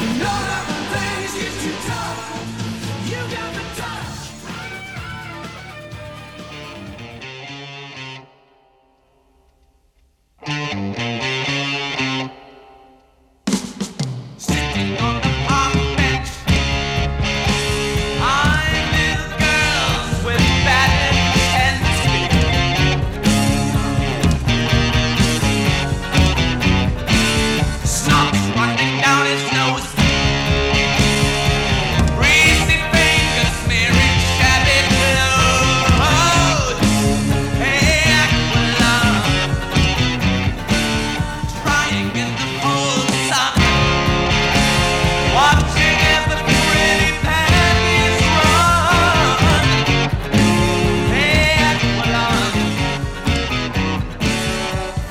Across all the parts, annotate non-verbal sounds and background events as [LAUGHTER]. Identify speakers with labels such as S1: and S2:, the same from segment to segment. S1: You know that the things get too tough. You got the touch. Sitting on the park bench, I knew girls with bad intents. Snot running down his nose, greasy fingers smearing shabby clothes. Hey, Aquila, trying in the cold sun. Watching as the pretty panties run. Hey, Aqualung.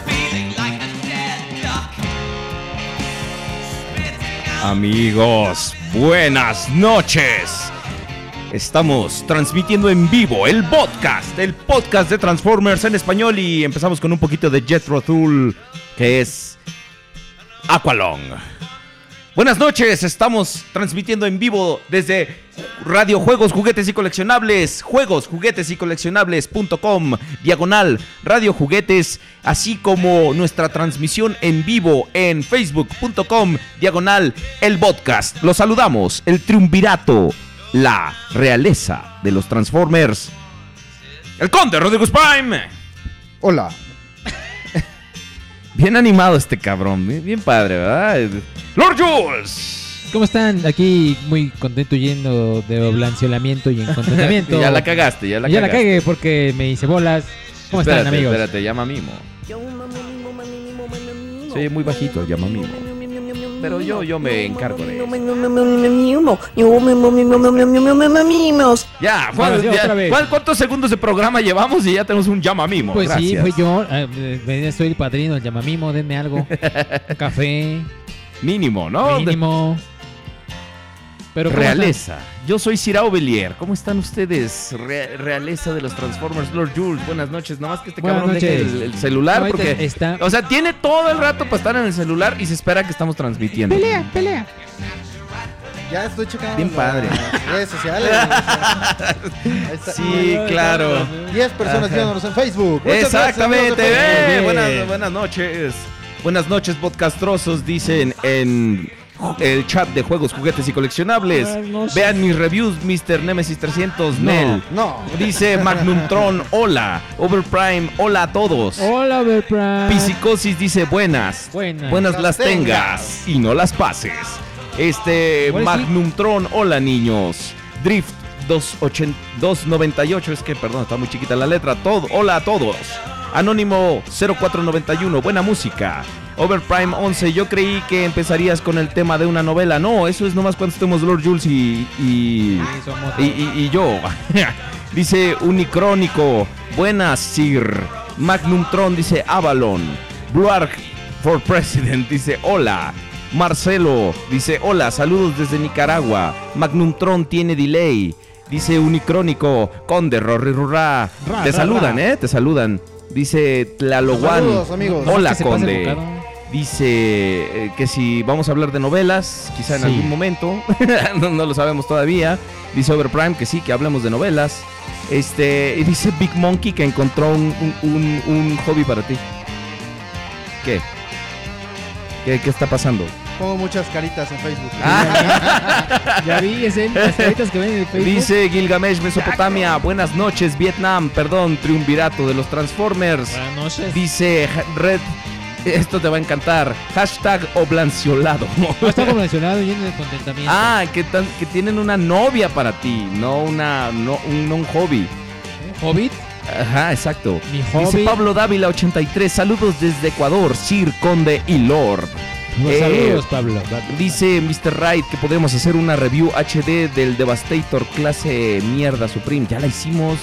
S1: Feeling like a dead duck. Spitting out
S2: Amigos, buenas noches. Estamos transmitiendo en vivo el podcast, el podcast de Transformers en español y empezamos con un poquito de Jethro Tull, que es Aqualong. Buenas noches, estamos transmitiendo en vivo desde Radio Juegos, Juguetes y Coleccionables, Juegos, Juguetes y Coleccionables.com, diagonal, Radio Juguetes, así como nuestra transmisión en vivo en Facebook.com, diagonal, el podcast. Los saludamos, el triunvirato, la realeza de los Transformers. El conde Rodrigo Prime.
S3: Hola.
S2: Bien animado este cabrón, bien, bien padre, ¿verdad? Lord Jules.
S4: ¿Cómo están? Aquí muy contento yendo de oblanciolamiento
S2: [LAUGHS]
S4: y encontentamiento.
S2: ya la cagaste, ya la
S4: Ya la
S2: cagaste.
S4: cagué porque me hice bolas. ¿Cómo
S2: espérate,
S4: están, amigos?
S2: Espérate, llama Mimo. Se oye muy bajito, llama Mimo. Pero yo, yo me encargo de eso.
S5: Mimos.
S2: Ya,
S4: Bueno,
S2: ¿cuál,
S4: ya,
S2: ya-
S4: otra vez.
S2: ¿cuál- ¿cuántos segundos de programa llevamos y ya tenemos un llama Mimo?
S4: Pues sí,
S2: Gracias.
S4: fue yo. eh, eh, Soy el padrino, el llamamimo, denme
S2: [LAUGHS]
S4: algo. Un café,
S2: Mínimo, ¿no?
S4: mínimo. Pero ¿cómo
S2: Realeza. Yo soy Cirao Belier. ¿Cómo están ustedes? Re- realeza de los Transformers, Lord Jules. Buenas noches. Nada más que este
S4: Buenas
S2: cabrón deje
S4: noches.
S2: el, el celular
S4: No, ahorita
S2: porque.
S4: está-
S2: O sea, tiene todo el rato para estar en el celular y se espera que estamos transmitiendo.
S3: Ya estoy checando.
S2: Bien padre.
S3: las Redes sociales. Ahí está.
S2: Sí, claro.
S3: 10 personas
S2: Ajá.
S3: viéndonos en Facebook. Muchas
S2: Exactamente.
S3: gracias, amigos de
S2: eh,
S3: Facebook.
S2: buenas, buenas noches. Buenas noches, podcastrosos, dicen en ju- el chat de juegos, juguetes y coleccionables. Vean mis reviews, Mr. Nemesis 300, Nel.
S3: No.
S2: Dice Magnum Tron, hola. Overprime, hola a todos.
S4: están? Hola, Verpra.
S2: Psicosis dice buenas.
S4: Buenas.
S2: las tengas y no las pases. Este
S4: Ahora sí.
S2: Magnum Tron, hola niños. Drift 28 298, es que perdón, está muy chiquita la letra. Todo, hola a todos. Anónimo 0491, buena música. Overprime 11, yo creí que empezarías con el tema de una novela. No, eso es nomás cuando estemos Lord Jules y- y
S4: Sí, somos-
S2: y, y- y yo. [LAUGHS] dice Unicrónico. Buenas, Sir. Magnum Tron dice Avalon. Bluarg for President dice hola. Marcelo dice hola, saludos desde Nicaragua. Magnum Tron tiene delay. Dice Unicrónico. Conde, Rorri, Rurra. Te saludan, ¿eh? Te saludan. Dice Tlaloguan.
S6: Saludos, amigos.
S2: Hola,
S7: Es que se pasa el
S2: Conde.
S7: bocado.
S2: Dice eh, que si vamos a hablar de novelas, quizá en
S7: Sí.
S2: algún momento. [LAUGHS] no, no lo sabemos todavía. Dice Overprime que sí, que hablemos de novelas. Este, y dice Big Monkey que encontró un, un- un- un hobby para ti. ¿Qué? ¿Qué, qué está pasando?
S6: Pongo muchas caritas en Facebook.
S2: Ah.
S6: [LAUGHS]
S7: Ya vi, es él. Las caritas que ven en el Facebook.
S2: Dice Gilgamesh, Mesopotamia. Buenas noches, Vietnam. Perdón, triunvirato de los Transformers.
S7: Buenas noches.
S2: Dice ja- Red, esto te va a encantar. Hashtag oblanciolado.
S7: No está convencionado lleno de contentamiento.
S2: ah, que, tan- que tienen una novia para ti, no una no un, no un hobby.
S7: Hobbit,
S2: Ajá, exacto.
S7: mi
S2: Dice
S7: hobby.
S2: Pablo Dávila 83, saludos desde Ecuador, Sir Conde y Lord.
S7: Los
S2: eh,
S7: saludos, Pablo.
S2: Dice Mr. Wright que podemos hacer una review HD del Devastator clase mierda Supreme. Ya la hicimos.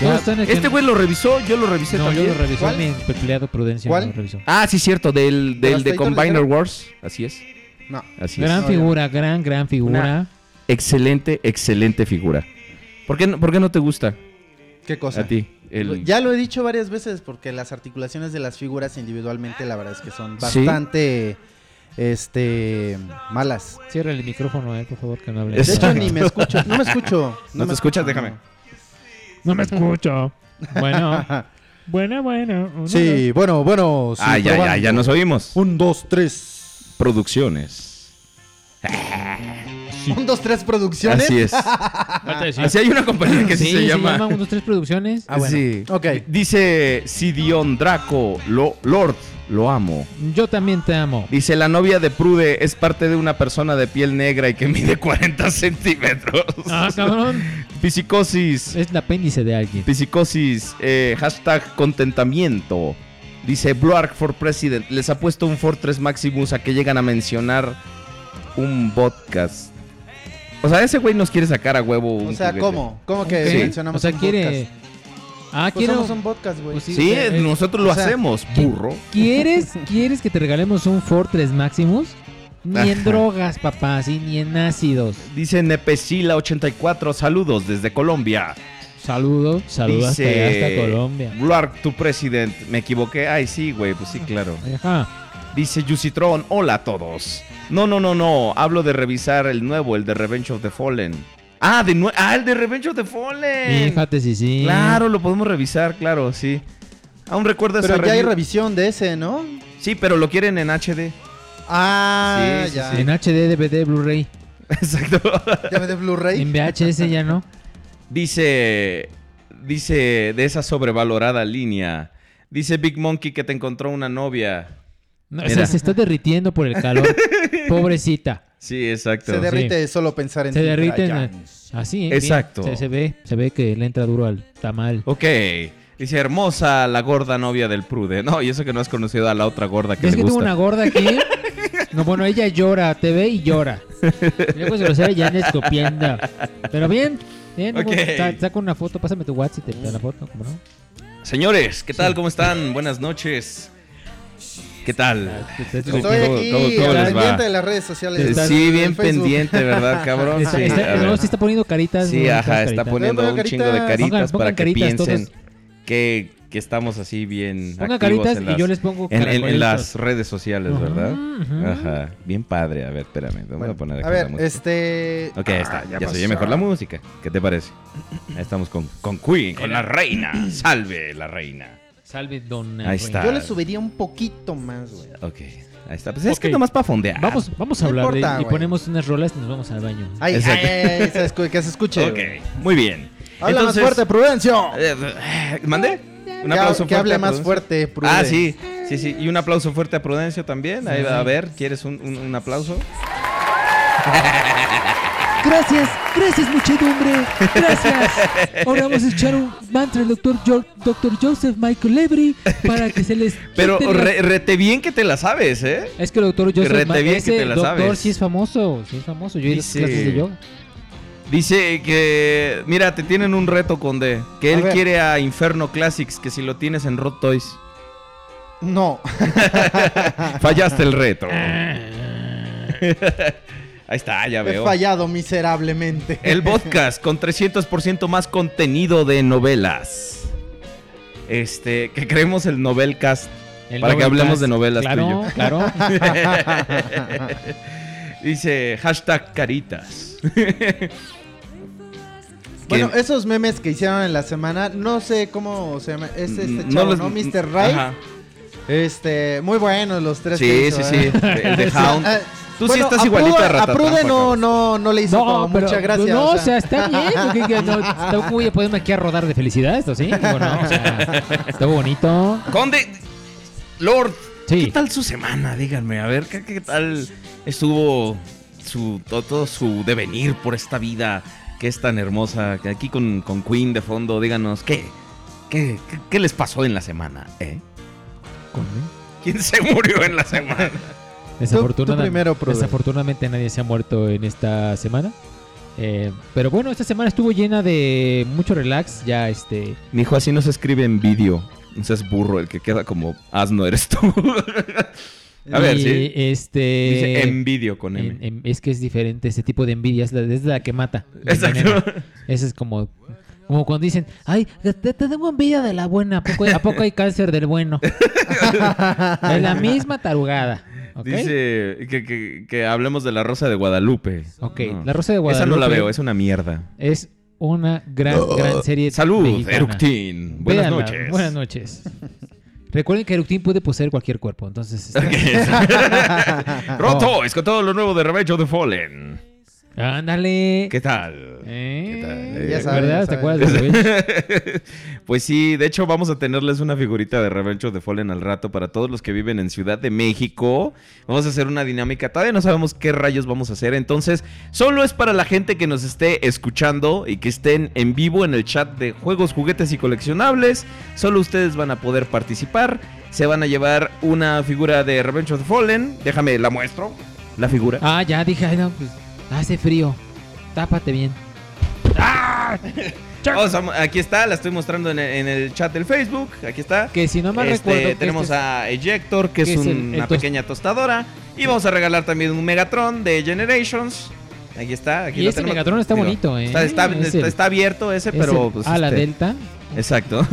S7: No,
S2: Ya-
S7: está en el
S2: este
S7: que-
S2: güey lo revisó, yo lo revisé
S7: No,
S2: también.
S7: yo lo revisé.
S6: ¿Cuál?
S7: Mi empleado Prudencia
S6: ¿Cuál?
S7: lo revisó.
S2: Ah, sí, cierto, del, del de
S6: Devastator,
S2: Combiner
S6: dijeron.
S2: Wars. Así es.
S6: No.
S2: Así es.
S7: Gran
S6: No, ya.
S7: figura, gran, gran figura.
S2: Excelente, excelente figura. ¿Por qué, no- por qué no te gusta
S6: ¿Qué cosa?
S2: a ti? el-
S6: Ya lo he dicho varias veces porque las articulaciones de las figuras individualmente la verdad es que son bastante este malas.
S7: Cierra el micrófono, eh, por favor, que no hable.
S6: De hecho
S2: Exacto.
S6: ni me escucho,
S2: [LAUGHS]
S6: no me escucho.
S2: ¿No te
S6: me
S2: escuchas?
S6: escucho.
S2: Déjame.
S7: No me escucho.
S3: [LAUGHS]
S7: Bueno, bueno, bueno. uno,
S6: Sí, bueno, bueno. sí,
S2: ah, ya, ya,
S6: probando.
S2: ya nos oímos.
S6: Un, dos, tres.
S2: Producciones.
S6: Un, dos, tres producciones.
S2: Así es.
S7: dos. Falta decir.
S2: Así hay una compañía que sí, se, llama.
S7: 1, 2, 3 Producciones.
S6: Ah, bueno.
S2: Sí.
S6: Ok.
S2: Dice Sidion Draco, lo, Lord, lo amo.
S7: Yo también te amo.
S2: Dice, la novia de Prude es parte de una persona de piel negra y que mide 40 centímetros.
S7: Ah, cabrón.
S2: [LAUGHS] Psicosis.
S7: Es el apéndice de alguien.
S2: Psicosis, eh, hashtag contentamiento. Dice Bloark for President. Les ha puesto un Fortress Maximus a que llegan a mencionar un podcast. O sea, ese güey nos quiere sacar a huevo un
S6: O sea,
S2: juguete.
S6: ¿cómo? ¿Cómo que
S7: Ok.
S6: mencionamos
S7: O sea,
S6: un
S7: quiere.
S6: podcast?
S7: Ah,
S6: Pues
S7: quiero.
S6: somos un podcast, güey.
S7: Pues sí,
S2: Sí,
S7: eh,
S2: nosotros lo
S6: o sea,
S2: hacemos, burro.
S7: ¿Quieres, ¿Quieres que te regalemos un Fortress Maximus? Ni en
S2: Ajá.
S7: drogas, papá, sí, ni en ácidos.
S2: Dice Nepesila84, saludos desde Colombia.
S7: Saludos, saludos hasta allá,
S2: Dice
S7: hasta Colombia. Ah,
S2: Bloark, tu president. Me equivoqué. Ay, sí, güey, pues sí, claro.
S7: Ajá.
S2: Dice Yusitron, hola a todos. No, no, no, no. Hablo de revisar el nuevo, el de Revenge of the Fallen. Ah, de nue- ah, el de Revenge of the Fallen.
S7: Fíjate si sí.
S2: Claro, lo podemos revisar, claro, sí. Aún recuerdo esa
S6: Pero ya hay
S2: review-
S6: revisión de ese, ¿no?
S2: Sí, pero lo quieren en HD.
S6: Ah,
S2: Sí, sí,
S6: ya.
S7: En HD, DVD, Blu-ray.
S2: Exacto.
S6: ¿Ya me de Blu-ray?
S7: En VHS ya no.
S2: Dice. Dice de esa sobrevalorada línea. Dice Big Monkey que te encontró una novia.
S7: No, este.
S2: Mira.
S7: se, se está derritiendo por el calor.
S2: [LAUGHS]
S7: Pobrecita.
S2: Sí, exacto.
S6: Se derrite de solo pensar en
S7: Se
S6: ti,
S7: derrite en-
S6: Brian.
S7: Así, ¿eh? Bien.
S2: Exacto.
S7: Se, se ve, se ve que le entra duro al tamal.
S2: Ok. Dice hermosa la gorda novia del Prude. No, y eso que no has conocido a la otra gorda que
S7: Es
S2: le
S7: que
S2: gusta.
S7: tengo una gorda [LAUGHS] aquí. No, bueno, ella llora, te ve y llora. Y Luego se lo sale pues, ya en escopienda. Pero bien, bien.
S2: Ok.
S7: luego sa- saca una foto, pásame tu WhatsApp y te da la foto, ¿cómo no?
S2: Señores, ¿qué tal? ¿Cómo están? Buenas noches. ¿Qué tal?
S7: Está-
S6: Estoy
S2: ¿Cómo-
S6: aquí
S2: cómo- cómo les va?
S6: pendiente de las redes sociales.
S2: Eh,
S7: Estás
S2: Sí,
S6: del
S2: bien
S6: Facebook.
S2: pendiente, ¿verdad, cabrón? Sí, a
S7: está-
S2: ver.
S7: No, sí está poniendo caritas.
S2: Sí,
S7: muy bonitas
S2: ajá, está
S7: caritas.
S2: poniendo
S6: Pongan
S2: un chingo de
S6: caritas.
S7: Pongan-
S2: caritas para
S7: pongan
S2: que
S7: caritas
S2: piensen
S7: todos.
S2: que, que estamos así bien
S7: Pongan
S2: activos
S7: caritas
S2: en
S7: y yo
S2: las-
S7: les pongo
S2: en- en- en
S7: caracolitos.
S2: las redes sociales,
S7: Ujú,
S2: ¿verdad?
S7: ujú.
S2: Ajá, bien padre. A ver, espérame, me voy
S6: Bueno,
S2: a poner aquí
S6: a
S2: la
S6: ver,
S2: música.
S6: este.
S2: Ok, ahí está.
S6: Ah,
S2: Ya, se
S6: pasó.
S2: oye mejor la música. ¿Qué te parece? Ahí estamos con, con Queen, con la reina. Salve la reina.
S7: Salve, dona.
S2: Ahí
S7: Reina.
S2: está.
S6: Yo le subiría un poquito más, güey.
S2: Ok, ahí está. Pues es que
S7: Ok.
S2: nomás para fondear.
S7: Vamos, vamos a
S6: No
S7: hablar de-
S6: importa,
S7: y
S6: güey.
S7: ponemos unas rolas y nos vamos al baño.
S6: Ay, ay,
S2: Exacto.
S6: ay, ay, se escu- que se escuche.
S2: Ok,
S6: güey.
S2: muy bien.
S6: Habla
S2: Entonces-
S6: más fuerte, Prudencio.
S2: Eh, eh, ¿Mandé? Un
S6: Que-
S2: aplauso
S6: Que hable
S2: a
S6: más
S2: Prudencio.
S6: fuerte, Prudencio.
S2: Ah, sí. Sí, sí. Y un aplauso fuerte a Prudencio también. Ahí va a ver. ¿Quieres un, un- un aplauso? [LAUGHS]
S7: Gracias, gracias muchedumbre, gracias. Ahora vamos a echar un mantra al doctor, Joseph Michael Every para que se les...
S2: [LAUGHS] Pero re- rete bien que te la sabes, ¿eh?
S7: Es que el doctor Joseph
S2: Rete
S7: Michael
S2: bien que
S7: ese
S2: te la
S7: doctor
S2: sabes.
S7: sí es famoso, sí es famoso. Yo he ido a sus
S2: Dice-
S7: clases de yoga.
S2: Dice que, mira, te tienen un reto, Conde. Que
S6: A
S2: él
S6: ver.
S2: quiere a Inferno Classics, que si lo tienes en Rot Toys.
S6: No.
S2: [LAUGHS] Fallaste
S6: [LAUGHS]
S2: el reto. Ahí está, ya
S6: Ah. He
S2: veo.
S6: fallado miserablemente.
S2: El podcast con 300% más contenido de novelas. este, que creemos el Novelcast.
S7: El
S2: Para que
S7: Nobel
S2: hablemos
S7: Cast.
S2: de novelas, tú y
S7: Claro,
S2: yo.
S7: claro.
S2: [LAUGHS] Dice hashtag caritas.
S3: Bueno,
S2: Que-
S3: esos memes que hicieron en la semana, no sé cómo se llama. Es este chavo, ¿no?
S2: Mm, los-
S3: Mr. Right.
S2: Ajá.
S3: Este, muy buenos los tres. que
S2: Sí,
S3: hizo,
S2: sí, sí.
S3: ¿eh? [LAUGHS]
S2: El de Hound.
S3: Ah,
S2: Tú sí
S3: bueno,
S2: estás
S3: a
S2: igualito
S3: Prude-
S2: a
S3: A
S2: Ratatán.
S3: Prude
S2: Juan
S3: no,
S2: Carlos.
S3: no, no le hizo como mucha gracia.
S7: pues No,
S3: o sea.
S7: está
S3: [LAUGHS]
S7: bien. porque que no, está muy bien, podemos aquí a rodar de felicidad esto, ¿sí? Digo, no, o sea, está bonito.
S2: [LAUGHS] Conde, Lord,
S7: Sí.
S2: ¿qué tal su semana? Díganme, a ver, ¿qué, qué tal estuvo su, to- todo su devenir por esta vida que es tan hermosa? Que Aquí con, con Queen de fondo, díganos, ¿qué, qué, qué, qué les pasó en la semana? eh? ¿Quién se murió en la semana?
S7: Desafortuna-
S3: tú primero, Prude.
S7: desafortunadamente nadie se ha muerto en esta semana. Eh, pero bueno, esta semana estuvo llena de mucho relax. Ya este.
S2: Mi hijo así no se escribe en vídeo. No seas burro, el que queda como asno eres tú. [LAUGHS] a ver,
S7: y,
S2: sí.
S7: Este.
S2: Dice en vídeo con M.
S7: en- en- es que es diferente ese tipo de envidia. Es la, es la que mata. la envenena.
S2: Exacto.
S7: Ese es como. Como cuando dicen, ay, te, te tengo envidia de la buena, ¿a poco, a poco hay cáncer del
S2: [LAUGHS]
S7: bueno? [LAUGHS] de la misma tarugada. ¿ok?
S2: Dice que, que- que hablemos de la Rosa de Guadalupe.
S7: Ok,
S2: No.
S7: La Rosa de Guadalupe.
S2: Esa no la veo, es una
S7: [LAUGHS]
S2: mierda. [LAUGHS]
S7: Es una gran, gran serie.
S2: Salud,
S7: mexicana.
S2: Eructin. Buenas
S7: Véanla,
S2: noches.
S7: Buenas noches. Recuerden que Eructin puede poseer cualquier cuerpo, entonces. Oh. este,
S2: [LAUGHS] Roto, es con todo lo nuevo de Rebecho de Fallen.
S7: Ándale.
S2: ¿Qué tal?
S7: Eh,
S2: tal?
S3: Ya
S7: ¿te
S3: saben,
S7: acuerdas?
S3: ya
S7: ¿Te
S3: saben.
S7: acuerdas [LAUGHS] de Revenge?
S2: [LAUGHS] Pues sí, de hecho vamos a tenerles una figurita de Rebecho de Fallen al rato para todos los que viven en Ciudad de México. Vamos a hacer una dinámica, todavía no sabemos qué rayos vamos a hacer, entonces solo es para la gente que nos esté escuchando y que estén en vivo en el chat de juegos, juguetes y coleccionables. Solo ustedes van a poder participar. Se van a llevar una figura de Revenge of the Fallen. Déjame, la muestro. La figura.
S7: Ah, ya dije, ay, no, pues, hace frío. Tápate bien.
S2: Oh, Sam- aquí está, la estoy mostrando en, en el chat del Facebook. Aquí está.
S7: Que si no me
S2: Este,
S7: recuerdo. que
S2: tenemos
S7: este es-
S2: a Ejector, que es,
S7: que es el-
S2: una
S7: el tos-
S2: pequeña tostadora. Y vamos a regalar también un Megatron de Generations. Aquí está. Aquí
S7: Y
S2: lo
S7: ese
S2: tenemos.
S7: Megatron está bonito, ¿eh?
S2: Está, está-
S7: Es
S2: está-
S7: el-
S2: está abierto ese,
S7: es
S2: pero.
S7: el-
S2: pues,
S7: ah, la
S2: este,
S7: Delta.
S2: Exacto.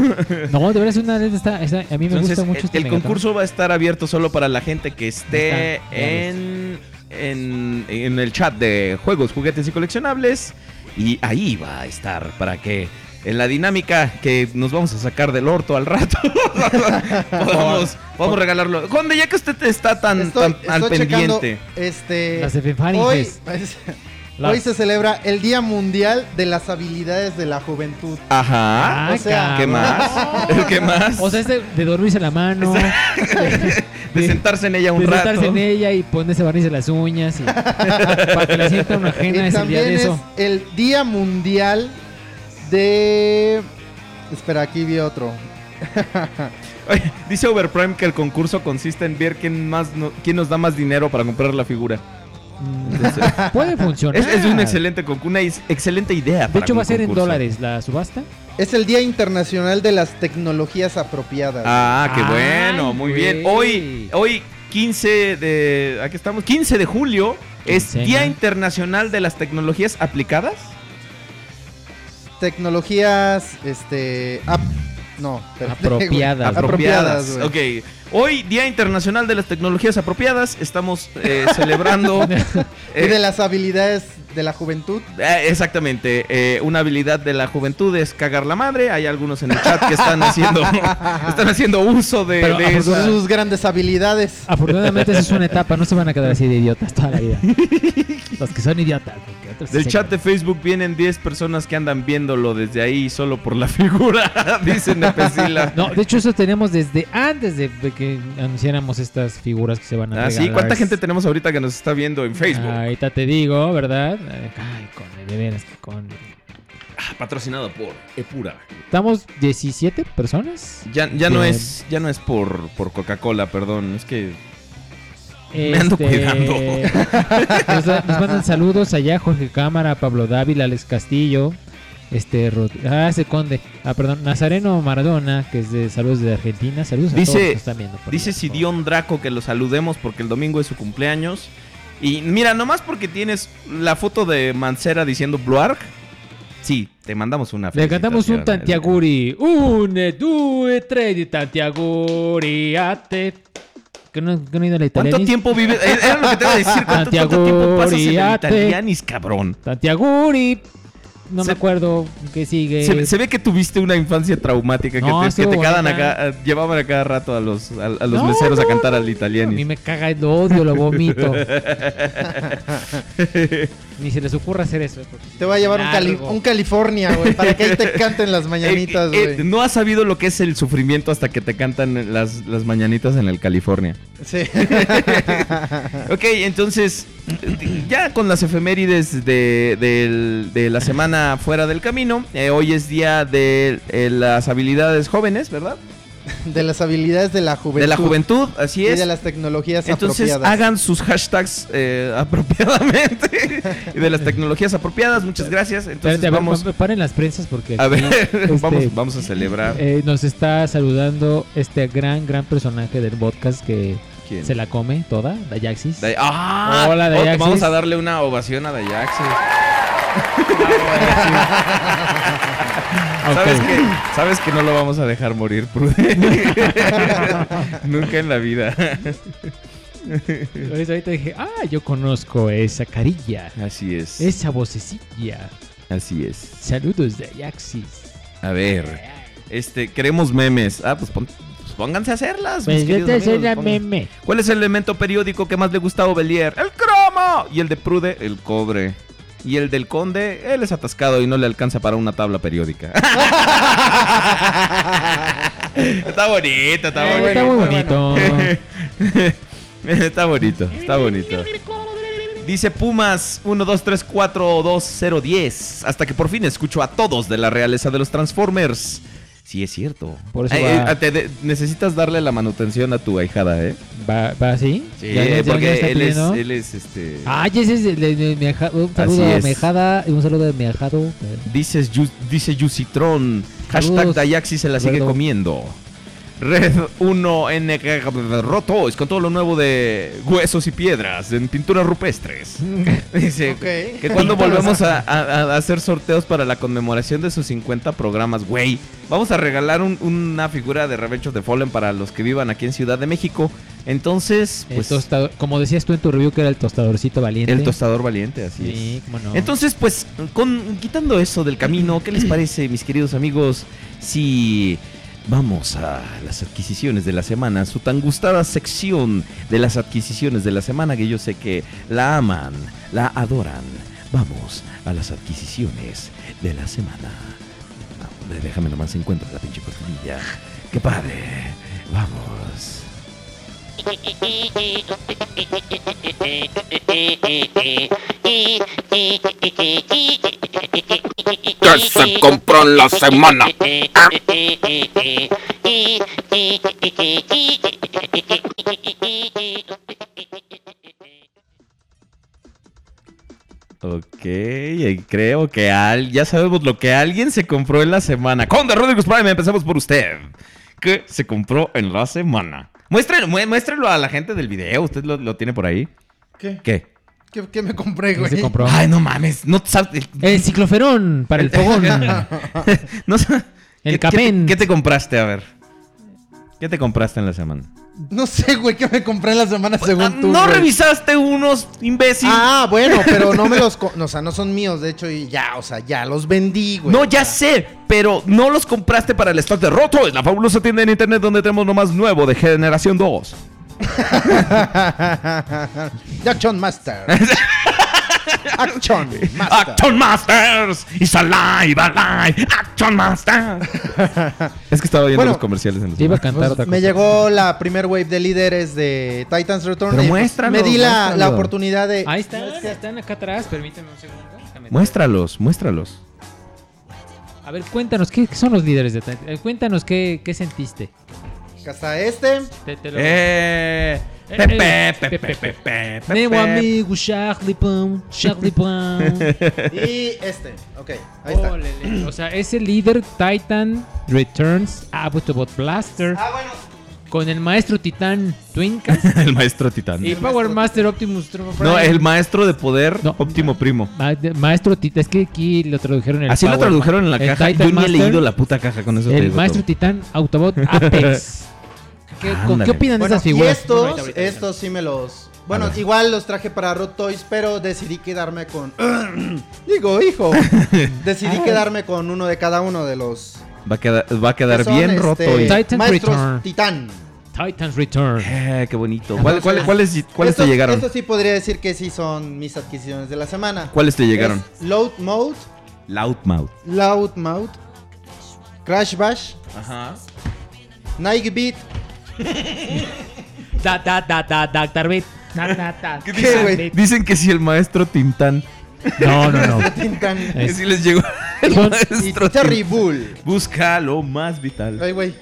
S7: No, de verdad es una Delta. está- está- a mí me
S2: Entonces,
S7: gusta mucho
S2: el,
S7: este
S2: el
S7: Megatron.
S2: concurso va a estar abierto solo para la gente que esté
S7: Ahí está, ya
S2: en, en, en el chat de juegos, juguetes y coleccionables. Y ahí va a estar para que en la dinámica que nos vamos a sacar del orto al rato, [LAUGHS] podamos, podamos regalarlo. Conde, ya que usted está tan,
S3: Estoy,
S2: tan al
S3: estoy checando,
S2: pendiente.
S3: este,
S7: Las epifanías.
S3: hoy, [LAUGHS] hoy se celebra el Día Mundial de las Habilidades de la Juventud. [LAUGHS]
S2: Ajá.
S7: Ah,
S3: o sea,
S7: cabrón.
S2: ¿Qué más? ¿Qué más?
S7: O sea, es de, de dormirse la mano.
S2: de sentarse en ella un
S7: de
S2: rato.
S7: sentarse en ella y ponerse barniz de las uñas y- [LAUGHS] para que la sienta una ajena
S3: Y
S7: es el día
S3: también
S7: de
S3: es
S7: eso.
S3: el Día Mundial de... Espera, aquí vi otro.
S2: Oye, dice Overprime que el concurso consiste en ver quién más no- quién nos da más dinero para comprar la figura.
S7: Mm, [LAUGHS] Puede funcionar.
S2: Es, es un excelente concurso, una is- excelente idea.
S7: De
S2: para
S7: hecho,
S2: un
S7: va a ser en
S2: concurso.
S7: dólares la subasta.
S3: Es el Día Internacional de las Tecnologías Apropiadas.
S2: Ah, qué
S7: Ay,
S2: bueno, muy bien. Hoy,
S7: güey.
S2: hoy 15 de. Aquí estamos, 15 de julio es
S7: Quincena.
S2: Día Internacional de las Tecnologías Aplicadas.
S3: Tecnologías, este... ap- no, espérate, [LAUGHS] güey.
S7: [LAUGHS] Apropiadas.
S3: Apropiadas, güey.
S2: ok. Hoy, Día Internacional de las Tecnologías Apropiadas, estamos eh,
S7: [LAUGHS]
S2: celebrando.
S3: Y de
S2: eh,
S3: las habilidades de la juventud.
S2: Eh, exactamente. eh, una habilidad de la juventud es cagar la madre. Hay algunos en el chat que están haciendo, están haciendo uso de,
S7: Pero
S2: de esa-
S3: Sus grandes habilidades.
S7: Afortunadamente, esa es una etapa. No se van a quedar así de idiotas toda la
S3: [LAUGHS]
S7: vida. Los que son idiotas. porque otros sí
S2: Del
S7: se
S2: chat de Facebook vienen 10 personas que andan viéndolo desde ahí solo por la [LAUGHS] figura, dice Nepesila.
S7: [LAUGHS] No, de hecho eso tenemos desde antes de de que anunciáramos estas figuras que se van a
S2: Ah, sí,
S7: regalar.
S2: ¿cuánta gente tenemos ahorita que nos está viendo
S7: Ah,
S2: en Facebook?
S7: Ahorita te digo, ¿verdad? Ay, con de veras que con.
S2: Ah, Patrocinado por Epura.
S7: Estamos 17 personas. Eh,
S2: Ya, ya no
S7: Bien.
S2: es, ya no es por, por Coca-Cola, perdón. Es que Me ando cuidando.
S7: Este, [LAUGHS] nos, da- nos mandan saludos allá Jorge Cámara, Pablo Dávila, Alex Castillo, este Rod- ah, ese conde, ah, perdón, Nazareno Maradona, que es de saludos de Argentina, saludos
S2: Dice-
S7: a todos los que están viendo. por
S2: Dice
S7: allá, por
S2: Sidión Draco que lo saludemos porque el domingo es su cumpleaños. Y mira, nomás porque tienes la foto de Mancera diciendo Bluarg, Sí, te mandamos una
S7: Le cantamos un
S2: felicitación.
S7: Tantiaguri. Une, due, tre di Tantiaguri. Ate. ¿Qué no, qué no he ido a la
S2: ¿Cuánto
S7: italianis?
S2: tiempo vives? Eh, Era lo que te iba a decir. ¿Cuánto, cuánto tiempo pasas en el
S7: Santiago,
S2: italianis, cabrón?
S7: Tantiaguri. No
S2: Se-
S7: me acuerdo qué sigue.
S2: Se, se ve que tuviste una infancia traumática que
S7: No,
S2: te, que
S7: estuvo
S2: te quedan
S7: bonita.
S2: acá, a- llevaban a cada rato a los, a, a los
S7: No,
S2: meseros a
S7: no,
S2: cantar
S7: no,
S2: al
S7: A mí
S2: italianis.
S7: me caga, lo odio, lo
S2: [LAUGHS]
S7: vomito. [LAUGHS] Ni se les ocurra hacer eso. eh, porque-
S3: Te va a llevar un, Cali-
S7: Largo.
S3: un California, güey, para que ahí te canten las mañanitas,
S2: [LAUGHS] Eh, eh,
S3: güey.
S2: no has sabido lo que es el sufrimiento hasta que te cantan las, las mañanitas en el California.
S3: Sí. [LAUGHS]
S2: Ok, entonces, ya con las efemérides de, del- de la semana fuera del camino, eh, hoy es día de eh, las habilidades jóvenes, ¿verdad?
S3: De las habilidades de la juventud.
S2: De la juventud, así
S3: Y
S2: es.
S3: de las tecnologías
S2: Entonces
S3: apropiadas.
S2: hagan sus hashtags eh, [LAUGHS] apropiadamente y de las tecnologías apropiadas. Muchas gracias. Entonces
S7: Espérate, a ver,
S2: vamos
S7: pa- paren las prensas porque
S2: a ver,
S7: este-
S2: [LAUGHS] vamos, vamos a celebrar.
S7: eh, nos está saludando este gran, gran personaje del podcast que
S2: ¿Quién?
S7: se la come toda, Dayaxis.
S2: Day- ¡Ah!
S7: Hola,
S2: Oh,
S7: Dayaxis.
S2: vamos a darle una ovación a Dayaxis.
S7: Ah, Ok.
S2: ¿Sabes, que, sabes que no lo vamos a dejar morir, Prude. [LAUGHS] Nunca en la vida.
S7: Ahorita, ahorita dije, ah, yo conozco esa carilla,
S2: Así es.
S7: esa vocecilla.
S2: Así es.
S7: Saludos de Ayaxis.
S2: A ver. Este, queremos memes. Ah, pues, pon- pues pónganse a hacerlas. mis
S7: Pues yo
S2: queridos
S7: te soy
S2: amigos,
S7: la
S2: pongan-
S7: meme.
S2: ¿Cuál es el elemento periódico que más le gusta a Ovelier? ¡El cromo! Y el de Prude, el cobre. Y el del conde, él es atascado y no le alcanza para una tabla periódica. [LAUGHS] está bonito, está
S7: Eh,
S2: bonito.
S7: está
S2: [LAUGHS]
S7: muy bonito.
S2: está bonito,
S7: [LAUGHS]
S2: está bonito. Dice Pumas 1, 2, 3, 4, 2, 0, 10. Hasta que por fin escucho a todos de la realeza de los Transformers. Sí, es cierto.
S7: Por eso
S2: Eh,
S7: va-
S2: eh, te- te- necesitas darle la manutención a tu ahijada, ¿eh?
S7: ¿Va, va así?
S2: Sí,
S7: ¿Ya- ya- ya
S2: porque
S7: me está
S2: él es,
S7: pidiendo?
S2: él es este.
S7: Ay, ese es el de, de mi aja- un saludo
S2: Así
S7: a
S2: es.
S7: mi ajada y un saludo de mi ajado. Eh,
S2: Dices Yu- dice Yusitron. Hashtag
S7: Saludos,
S2: Dayaxi se la sigue
S7: Alberto.
S2: comiendo. Red 1N roto es con todo lo nuevo de huesos y piedras en
S7: [LAUGHS]
S2: pinturas rupestres. Dice
S3: Ok.
S2: que cuando volvemos a, a- a hacer sorteos para la conmemoración de sus 50 programas, güey, vamos a regalar un- una figura de Revenge of the Fallen para los que vivan aquí en Ciudad de México. Entonces,
S7: el
S2: pues
S7: tostador- como decías tú en tu review que era el tostadorcito valiente.
S2: el tostador valiente, así es.
S7: Sí, cómo no.
S2: Entonces, pues, con, quitando eso del camino, ¿qué les parece, mis queridos amigos, si vamos a las adquisiciones de la semana, su tan gustada sección de las adquisiciones de la semana, que yo sé que la aman, la adoran? Vamos a las adquisiciones de la semana. Ah, Déjame nomás encuentro la pinche cortinilla. ¡Qué padre! Vamos.
S8: que se compró en la semana.
S2: Ok, y creo que al, ya sabemos lo que alguien se compró en la semana. Conde Rodríguez Prime, empezamos por usted. ¿Qué se compró en la semana? Muéstrelo, mué- muéstrelo a la gente del video. ¿Usted lo, lo tiene por ahí?
S3: ¿Qué?
S2: ¿Qué?
S3: ¿Qué, qué me compré,
S7: ¿Qué
S3: Eh, güey?
S7: se compró?
S2: Ay, no mames. No eh, sabes.
S7: El cicloferón para el fogón.
S2: [LAUGHS] no sa-
S7: El
S2: ¿Qué-
S7: capén.
S2: ¿qué, te- ¿Qué te compraste? A ver. ¿Qué te compraste en la semana?
S3: [LAUGHS] No sé, güey, qué me compré la semana
S2: Ah,
S3: según tú.
S2: ¿No
S3: güey.
S2: revisaste unos, imbécil?
S3: Ah,
S2: [LAUGHS]
S3: bueno, pero no me los. co- no, o sea, no son míos, de hecho, y ya, o sea, ya los
S2: [LAUGHS]
S3: vendí, güey.
S2: No, ya sé, pero no los compraste para el stock de Roto. Es la fabulosa tienda en internet donde tenemos lo más nuevo de Generación 2.
S3: Action Master.
S2: [LAUGHS]
S3: Action Master.
S2: Action Masters is alive, alive. Action Masters. es que estaba viendo
S3: Bueno,
S2: los comerciales en los
S7: Yo iba a cantar otra
S3: Pues, me
S7: cosa.
S3: llegó la primer wave de líderes de Titans Return.
S2: Pero
S3: y, pues,
S2: muéstralo,
S3: me di la,
S2: muéstralo.
S3: la oportunidad de.
S7: Ahí están, están acá atrás, permíteme un segundo. Déjame-
S2: Muéstralos, muéstralos.
S7: A ver, cuéntanos, ¿qué, qué son los líderes de Titan? Eh, Cuéntanos, ¿qué, qué sentiste?
S3: Hasta este.
S7: Te, te lo-
S2: Eh. Pepe, pepe, pepe, pepe,
S7: Meu
S2: pepe.
S7: amigo Charlie Brown, Charlie
S3: [LAUGHS]
S7: Brown.
S3: Y este. Ok, ahí está.
S7: Ólele. O sea, ese líder Titan Returns Autobot Blaster.
S3: Ah, bueno.
S7: con el maestro titán Twincas
S2: [LAUGHS] el maestro [LAUGHS] titán.
S7: y Power Master Optimus Turbo Prime.
S2: No, el maestro de poder
S7: No.
S2: óptimo primo.
S7: Ma- de- maestro titán, es que aquí lo tradujeron en
S2: Así lo
S7: Power
S2: tradujeron en la
S7: Ma- el
S2: caja.
S7: Titan
S2: Yo ni he
S7: Master,
S2: leído la puta caja con eso. te
S7: El
S2: digo
S7: maestro
S2: todo.
S7: titán
S2: [LAUGHS]
S7: Autobot Apex. ¿Qué, con-
S2: Ándale.
S7: ¿Qué opinan
S3: Bueno,
S7: de esas
S3: y
S7: figuras?
S3: estos,
S7: Ahorita, ahorita, ahorita.
S3: estos sí me los... Bueno,
S2: ver.
S3: igual los traje para Root Toys, pero decidí quedarme con... [CLEARS THROAT] Digo,
S2: [LAUGHS]
S3: hijo. decidí quedarme con uno de cada uno de los...
S2: Va a quedar, va a quedar
S3: que son,
S2: bien
S3: este,
S2: roto. y-
S7: Titan
S3: Maestros
S7: Return.
S3: Titán.
S7: Titans Return.
S2: Eh, qué bonito. ¿Cuál-
S3: Entonces,
S2: cuál- ¿Cuáles cuáles te
S3: Estos-
S2: llegaron?
S3: Estos sí podría decir que sí son mis adquisiciones de la semana.
S2: ¿Cuáles te llegaron?
S3: Es Loud Mode,
S2: Loudmouth.
S3: Loud Mode, Crash Bash,
S2: Ajá.
S3: Nike Beat.
S7: [LAUGHS] Da, da, da, da, da, Darbit. Da, da, da.
S3: [LAUGHS] ¿Qué, güey?
S2: Dicen que si el maestro Tintán.
S7: No, no, no.
S3: [LAUGHS] Tintán.
S2: Que
S7: Es-
S2: si les llegó el
S7: Son-
S3: Y
S2: maestro
S3: Terry
S2: Tintán.
S3: Bull.
S2: Busca lo más vital.
S3: Ay,
S2: [LAUGHS]
S3: güey.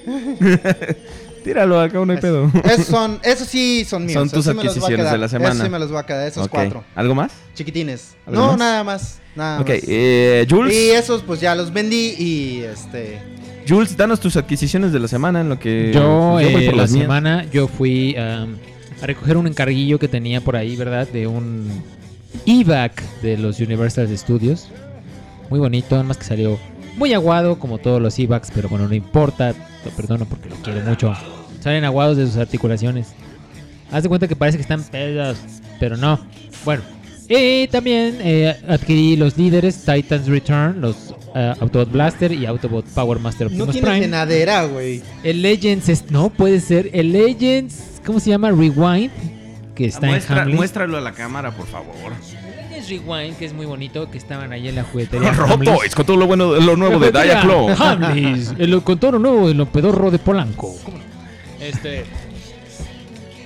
S2: Tíralo acá, no hay pedo.
S3: Esos son, esos sí son míos.
S2: Son
S3: esos
S2: tus
S3: sí me los voy a
S2: adquisiciones
S3: quedar,
S2: de la semana.
S3: Esos sí me los voy a quedar, esos
S2: Ok.
S3: cuatro.
S2: ¿Algo más?
S3: Chiquitines.
S2: ¿Algo
S3: No,
S2: más?
S3: nada más. Nada
S2: Ok,
S3: más.
S2: eh, Jules.
S3: Y esos pues ya los vendí y este...
S2: Jules, danos tus adquisiciones de la semana en lo que
S7: Yo,
S2: voy
S7: eh,
S2: por
S7: la
S2: las mías.
S7: semana, yo fui am, a recoger un encarguillo que tenía por ahí, ¿verdad? De un evac de los Universal Studios. Muy bonito, nada más que salió muy aguado, como todos los evacs, pero bueno, no importa. Lo perdono porque lo quiero mucho. Salen aguados de sus articulaciones. Haz de cuenta que parece que están pedos, pero no. Bueno, y también eh, adquirí los líderes Titans Return, los eh, Autobot Blaster y Autobot Power Master
S3: No
S7: Optimus
S3: tienes
S7: Prime.
S3: llenadera, güey.
S7: El Legends, es- no puede ser. El Legends, ¿cómo se llama? Rewind, que está en
S2: Muestra-
S7: Hamlin.
S2: muéstralo a la cámara, por favor.
S7: Legends Rewind, que es muy bonito, que estaban ahí en la
S2: [LAUGHS]
S7: juguetería.
S2: Roto, es con todo lo bueno, lo nuevo de
S7: [LAUGHS]
S2: Daya Claw.
S7: Hamlis, el contorno nuevo del pedorro de Polanco. ¿Cómo no? Este.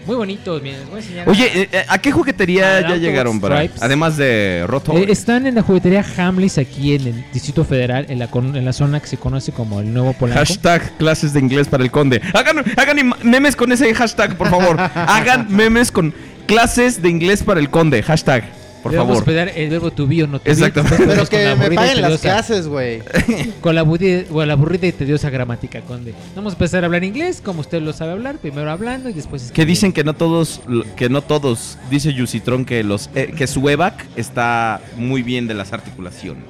S7: Muy bonito, miren, les voy a enseñar.
S2: Oye, eh, eh, ¿a qué
S7: Ah,
S2: juguetería ya
S7: Autobot
S2: llegaron para?
S7: Stripes.
S2: Además de Roto.
S7: Eh, están en la juguetería Hamlis aquí en el Distrito Federal, en la, con- en la zona que se conoce como el Nuevo Polanco.
S2: Hashtag clases de inglés para el conde. Hagan, hagan im- memes con ese hashtag, por favor. Hagan memes con clases de inglés para el conde. Hashtag, por
S7: Debemos
S2: favor.
S7: hospedar el verbo to be o no to be.
S2: Exactamente.
S3: Pero
S7: Entonces, con la
S3: que me
S7: aburrida y
S3: paguen las
S7: tediosa-
S3: clases, güey.
S7: [LAUGHS] Con la, aburrida, con la aburrida y tediosa gramática, Conde. Vamos a empezar a hablar inglés, como usted lo sabe hablar, primero hablando y después
S2: Que dicen que no todos, que no todos, dice Yusitron que los eh, que su EVAC está muy bien de las articulaciones.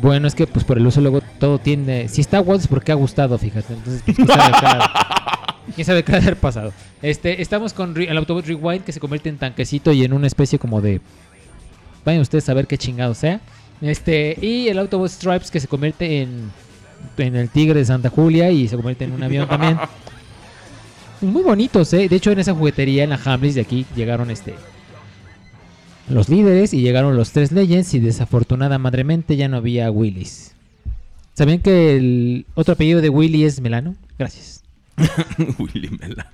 S7: Bueno, es que pues por el uso luego todo tiende... Si está Waltz, porque ha gustado, fíjate. Entonces, pues, quién sabe qué ha- quién sabe qué ha de haber pasado. Este, estamos con re- el Autobot Rewind, que se convierte en tanquecito y en una especie como de... Vayan ustedes a ver qué chingado sea. Este, y el Autobot Stripes, que se convierte en... En el Tigre de Santa Julia y se convierte en un avión también. Muy bonitos, ¿eh? De hecho, en esa juguetería, en la Hamlis de aquí, llegaron este los líderes y llegaron los tres Legends y desafortunada madremente ya no había Willis. ¿Sabían que el otro apellido de Willy es Melano? Gracias.
S2: [LAUGHS] Willy Mela.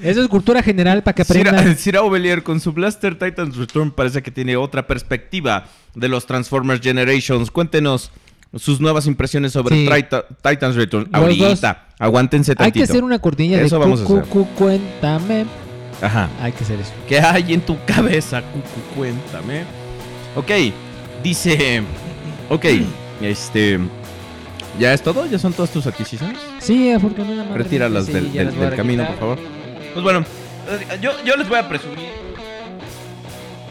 S7: Eso es cultura general para que aprendan.
S2: Cira, [LAUGHS] Cira Ovelier con su Blaster Titans Return parece que tiene otra perspectiva de los Transformers Generations. Cuéntenos sus nuevas impresiones sobre
S7: Sí.
S2: Trita- Titans Return.
S7: Los
S2: Ahorita, aguántense
S7: Hay que
S2: tantito.
S7: hacer una cortinilla de
S2: Eso vamos a
S7: cu,
S2: hacer.
S7: cu, cuéntame.
S2: Ajá.
S7: Hay que hacer eso.
S2: ¿Qué hay en tu cabeza, Cucu? Cuéntame. Ok, dice. Ok, este. ¿Ya es todo? ¿Ya son todas tus adquisiciones?
S7: Sí, afortunadamente.
S2: Retíralas
S7: sí,
S2: del,
S7: ya
S2: del-
S7: las voy a
S2: del camino, por
S7: retirar.
S2: favor. Pues bueno, yo, yo les voy a presumir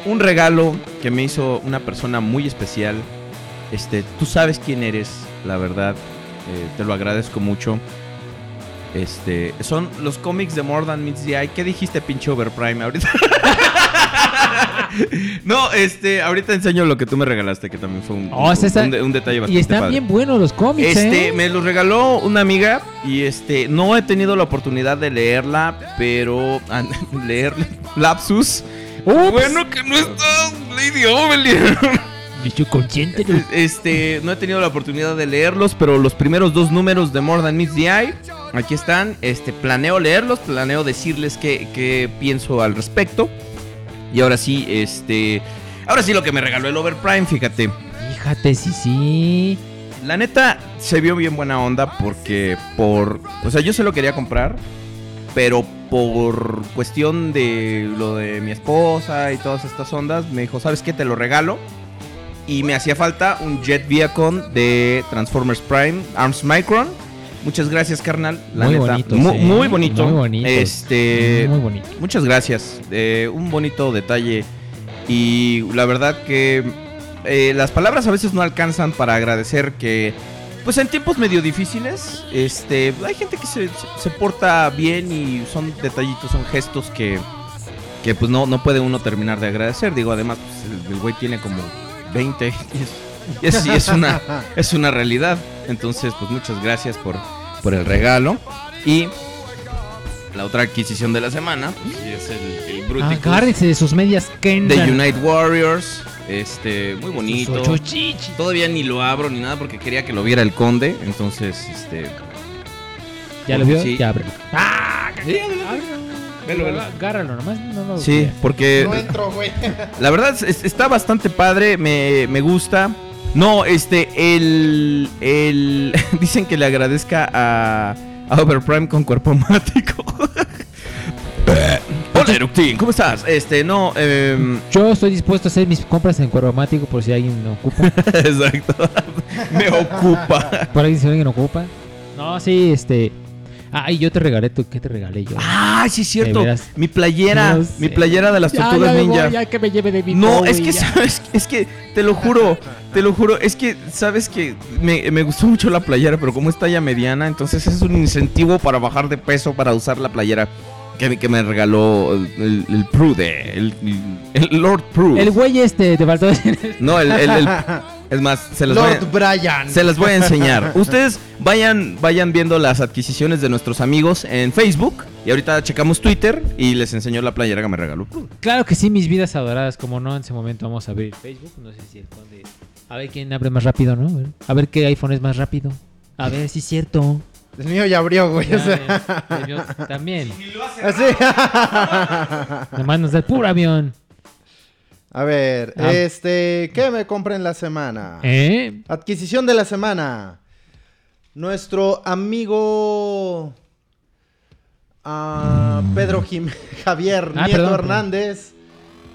S2: un regalo que me hizo una persona muy especial. Este, tú sabes quién eres, la verdad. eh, te lo agradezco mucho. Este, son los cómics de More Than Meets the Eye. ¿Qué dijiste, pinche Overprime, ahorita?
S7: [LAUGHS]
S2: no, este, ahorita enseño lo que tú me regalaste, que también fue un,
S7: Oh,
S2: un-
S7: César,
S2: un de- un detalle bastante
S7: Y están
S2: padre.
S7: bien buenos los cómics,
S2: Este,
S7: ¿eh?
S2: me lo regaló una amiga y este, no he tenido la oportunidad de leerla, pero [LAUGHS] ah, leer lapsus.
S7: Ups,
S2: Bueno que no estás, Lady Ovelier.
S7: bicho consciente, ¿no?
S2: [LAUGHS] Este, no he tenido la oportunidad de leerlos, pero los primeros dos números de More Than Meets the Eye, aquí están. Este, planeo leerlos, planeo decirles qué, qué pienso al respecto. Y ahora sí, este, ahora sí lo que me regaló el Overprime, fíjate.
S7: Fíjate, sí, sí.
S2: La neta se vio bien buena onda porque por, o sea, yo se lo quería comprar, pero por cuestión de lo de mi esposa y todas estas ondas, me dijo, "¿Sabes qué? Te lo regalo." Y me hacía falta un Jet Viacon de Transformers Prime Arms Micron Muchas gracias, carnal. La
S7: Muy
S2: neta,
S7: bonito,
S2: mu-
S7: sí.
S2: muy bonito.
S7: Muy bonito.
S2: Este,
S7: Muy bonito.
S2: Muchas gracias. eh, un bonito detalle. Y la verdad que eh, las palabras a veces no alcanzan para agradecer que, pues en tiempos medio difíciles, este, hay gente que se, se porta bien y son detallitos, son gestos que, que pues no, no puede uno terminar de agradecer. Digo, además, pues, el, el güey tiene como 20 y es, y es- y es una, es una realidad. Entonces, pues muchas gracias por, por el regalo. Y la otra adquisición de la semana pues, sí, es el, el Bruticus
S7: Agárrense de sus medias Kendall.
S2: de Unite Warriors. Este, muy bonito.
S7: Sus ocho chichis.
S2: Todavía ni lo abro ni nada porque quería que lo viera el conde. Entonces, este.
S7: ¿Ya lo vio?
S2: Sí.
S7: Ya Ah. ábrelo.
S2: Velo, velo.
S7: Agárralo nomás. No lo
S2: Sí, porque
S6: No entro, güey. [LAUGHS]
S2: la verdad es- es- está bastante padre, me, me gusta. No, este, el, el- [LAUGHS] Dicen que le agradezca a, a Overprime con cuerpo [LAUGHS] mático. Hola, Eructín, ¿cómo estás? Este, no, em,
S7: Yo estoy dispuesto a hacer mis compras en Cuervomático por si alguien no ocupa.
S2: [LAUGHS] exacto. [LAUGHS] me ocupa.
S7: por alguien si alguien no ocupa. No, sí, este. Ah, y yo te regalé, tú, ¿qué te regalé yo?
S2: Ah, sí, es cierto.
S7: De veras.
S2: Mi playera,
S7: No sé.
S2: mi playera de las tortugas ninja.
S7: que me lleve de mi
S2: No, es [LAUGHS] que sabes, es que te lo juro, te lo juro, es que sabes que me, me gustó mucho la playera, pero como es talla mediana, entonces es un incentivo para bajar de peso para usar la playera que, me- que me regaló el, el, el Prude, el, el Lord Prude.
S7: El güey este, te faltó decir.
S2: no, el, el- el- es más, se las voy a-
S6: Lord Brian.
S2: se las voy
S3: [LAUGHS]
S2: a
S6: [LAUGHS]
S2: enseñar. Ustedes vayan, vayan viendo las adquisiciones de nuestros amigos en Facebook y ahorita checamos Twitter y les enseño la playera que me regaló Prude.
S7: Claro que sí, mis vidas adoradas, como no, en ese momento vamos a abrir Facebook. No sé si el conde. A ver quién abre más rápido, ¿no? A ver- A ver qué iPhone es más rápido. A ver si
S6: [LAUGHS]
S7: es cierto.
S6: El mío ya abrió, güey.
S7: Ya,
S6: o sea,
S7: ya, el avión
S3: [LAUGHS]
S7: también.
S6: así.
S2: [LAUGHS]
S7: Nomás nos da el puro avión.
S6: A ver,
S7: Ah.
S6: este, ¿qué me compré en la semana?
S7: ¿Eh?
S6: Adquisición de la semana. Nuestro amigo ah, Pedro Jim- [LAUGHS] Javier
S7: Ah,
S6: Nieto
S7: perdón, perdón.
S6: Hernández